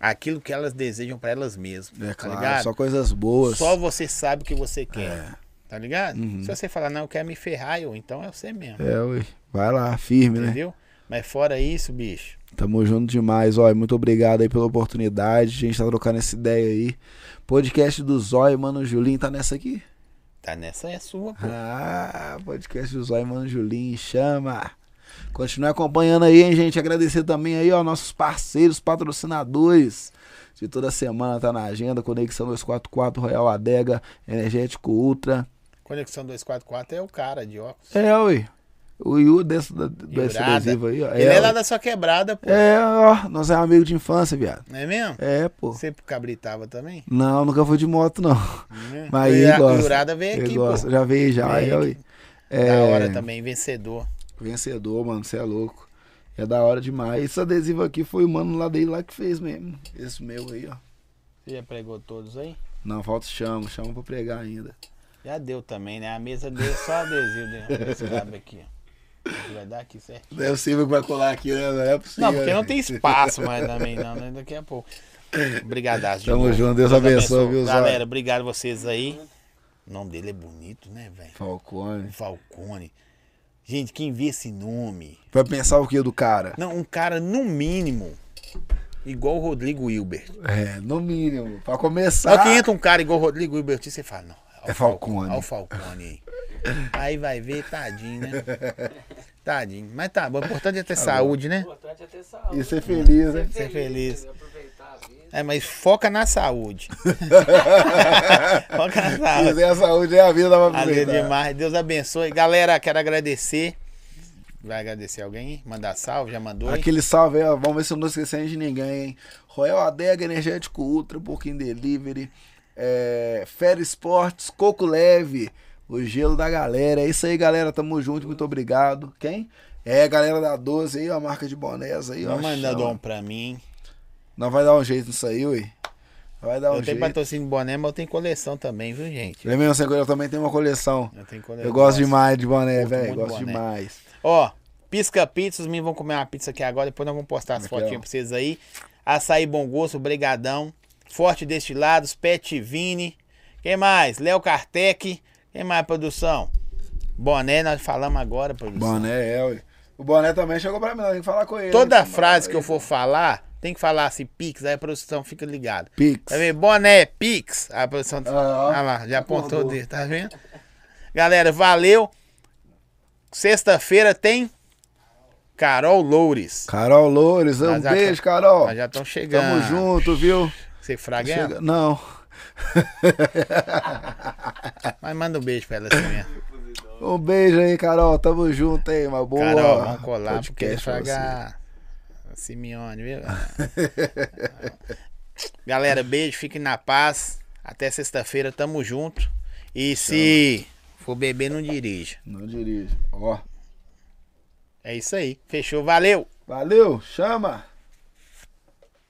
Speaker 1: aquilo que elas desejam pra elas mesmas. tá
Speaker 2: É claro,
Speaker 1: ligado?
Speaker 2: só coisas boas.
Speaker 1: Só você sabe o que você quer.
Speaker 2: É.
Speaker 1: Tá ligado?
Speaker 2: Uhum.
Speaker 1: Se você falar, não, eu quero me ferrar, eu, então é você mesmo.
Speaker 2: É, ui. Vai lá, firme, né?
Speaker 1: entendeu? Mas fora isso, bicho.
Speaker 2: Tamo junto demais, ó. Muito obrigado aí pela oportunidade. A gente tá trocando essa ideia aí. Podcast do Zóio, mano. o Julinho tá nessa aqui?
Speaker 1: Tá nessa é sua, pô.
Speaker 2: Ah, podcast do Zóio, mano. o Julinho, chama. Continue acompanhando aí, hein, gente. Agradecer também aí, ó, nossos parceiros, patrocinadores. De toda semana tá na agenda. Conexão 244, Royal Adega, Energético Ultra.
Speaker 1: Conexão 244 é o cara de óculos.
Speaker 2: É, ui. O Yu desse, da- desse
Speaker 1: Jurada.
Speaker 2: adesivo aí, ó.
Speaker 1: Ele é,
Speaker 2: ui.
Speaker 1: lá da sua quebrada, pô.
Speaker 2: É, ó. Nós é amigo de infância, viado.
Speaker 1: Não é mesmo?
Speaker 2: É, pô.
Speaker 1: Você cabritava também?
Speaker 2: Não, nunca fui de moto, não.
Speaker 1: Né?
Speaker 2: Mas
Speaker 1: E
Speaker 2: ele
Speaker 1: a
Speaker 2: gosta.
Speaker 1: Jurada veio
Speaker 2: Ele
Speaker 1: aqui,
Speaker 2: gosta.
Speaker 1: É pô.
Speaker 2: Já veio, já.
Speaker 1: Veio
Speaker 2: eu-
Speaker 1: aqui.
Speaker 2: é,
Speaker 1: Da hora tá. também, vencedor.
Speaker 2: Vencedor, mano. Você é louco. É da hora demais. Esse adesivo aqui foi o mano lá dele lá que fez mesmo. Esse meu aí, ó.
Speaker 1: Você já pregou todos aí?
Speaker 2: Não, falta o chamo. Chamo pra pregar ainda.
Speaker 1: Já deu também, né? A mesa deu só adesivo né? Esse cabo aqui, ó. Vai dar aqui certo.
Speaker 2: Não é possível que vai colar aqui, né? Não é possível.
Speaker 1: Não, porque não tem espaço mais também, não, né? Daqui a pouco. Obrigadaço,
Speaker 2: Tamo
Speaker 1: novo.
Speaker 2: junto, Deus abençoe, viu, Zóio?
Speaker 1: Galera, obrigado vocês aí. O nome dele é bonito, né, velho?
Speaker 2: Falcone.
Speaker 1: Falcone. Gente, quem vê esse nome?
Speaker 2: Vai pensar o que do cara?
Speaker 1: Não, um cara, no mínimo, igual o Rodrigo Hilbert.
Speaker 2: É, no mínimo. Pra começar.
Speaker 1: Só que entra um cara igual o Rodrigo Hilbert e você fala, não.
Speaker 2: É Falcone.
Speaker 1: Olha o Falcone aí. Aí vai ver, tadinho, né? Tadinho. Mas tá bom, o importante é ter saúde, né?
Speaker 3: importante é ter saúde.
Speaker 2: E ser feliz, né?
Speaker 1: Ser feliz.
Speaker 3: Aproveitar a vida.
Speaker 1: É, mas foca na saúde. foca na
Speaker 2: Se
Speaker 1: saúde.
Speaker 2: quiser a saúde é a vida, dá pra
Speaker 1: Valeu
Speaker 2: aproveitar.
Speaker 1: demais. Deus abençoe. Galera, quero agradecer. Vai agradecer alguém? Mandar salve, já mandou. hein?
Speaker 2: Aquele salve aí, ó. Vamos ver se eu não tô esquecendo de ninguém, hein? Royal Adega, Energético Ultra, um Pouquinho Delivery, é... Fera Esportes, Coco Leve, o gelo da galera. É isso aí, galera. Tamo junto, muito obrigado. Quem? É, galera da 12 aí, ó, a marca de bonés aí, ó.
Speaker 1: Não manda
Speaker 2: chama.
Speaker 1: dom pra mim.
Speaker 2: Nós vai dar um jeito nisso aí, ui. Vai dar um
Speaker 1: eu tenho
Speaker 2: jeito.
Speaker 1: patrocínio de boné, mas eu tenho coleção também, viu, gente?
Speaker 2: É mesmo, eu também tenho uma coleção.
Speaker 1: Eu tenho coleção.
Speaker 2: Eu gosto demais de boné,
Speaker 1: Curto
Speaker 2: velho.
Speaker 1: muito
Speaker 2: Gosto
Speaker 1: boné.
Speaker 2: demais.
Speaker 1: Ó, pisca pizza, os meninos vão comer uma pizza aqui agora, depois nós vamos postar as
Speaker 2: Aqui, ó.
Speaker 1: fotinhas pra vocês aí. Açaí Bom Gosto, Brigadão, Forte Destilados, Pet Vini, quem mais? Léo Kartek, quem mais, produção? Boné, nós falamos agora, produção.
Speaker 2: Boné, é, ui. O boné também chegou pra mim, nós tem que falar com ele.
Speaker 1: Toda
Speaker 2: Tem
Speaker 1: frase
Speaker 2: falar
Speaker 1: que eu for falar, tem que falar assim, Pix, aí a produção fica ligada.
Speaker 2: com ele. Pix.
Speaker 1: Tá vendo? Boné, Pix. A produção.
Speaker 2: Ah,
Speaker 1: ah lá, já apontou o
Speaker 2: acordou.
Speaker 1: dedo, tá vendo? Galera, valeu. Sexta-feira tem Carol Loures.
Speaker 2: Carol Loures, um
Speaker 1: Nós já
Speaker 2: beijo,
Speaker 1: tá-
Speaker 2: Carol.
Speaker 1: Nós já estão chegando.
Speaker 2: Tamo junto, viu?
Speaker 1: Você fraga
Speaker 2: Chega-
Speaker 1: ela?
Speaker 2: Não.
Speaker 1: Mas manda um beijo pra ela assim mesmo.
Speaker 2: Um beijo aí, Carol. Tamo junto aí, uma boa.
Speaker 1: Carol, vamos colar, porque
Speaker 2: podcast pra
Speaker 1: fraga. Simeone, viu? Galera, beijo, fiquem na paz. Até sexta-feira, tamo junto. E se for beber, não dirija.
Speaker 2: você. Não dirige. Ó.
Speaker 1: É isso aí. Fechou, valeu!
Speaker 2: Valeu, chama.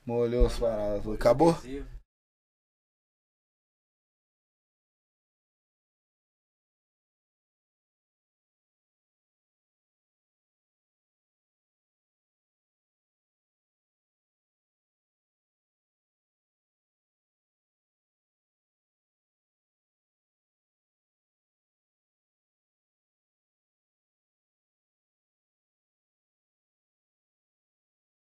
Speaker 2: Molhou as paradas. Acabou?
Speaker 3: Adesivo.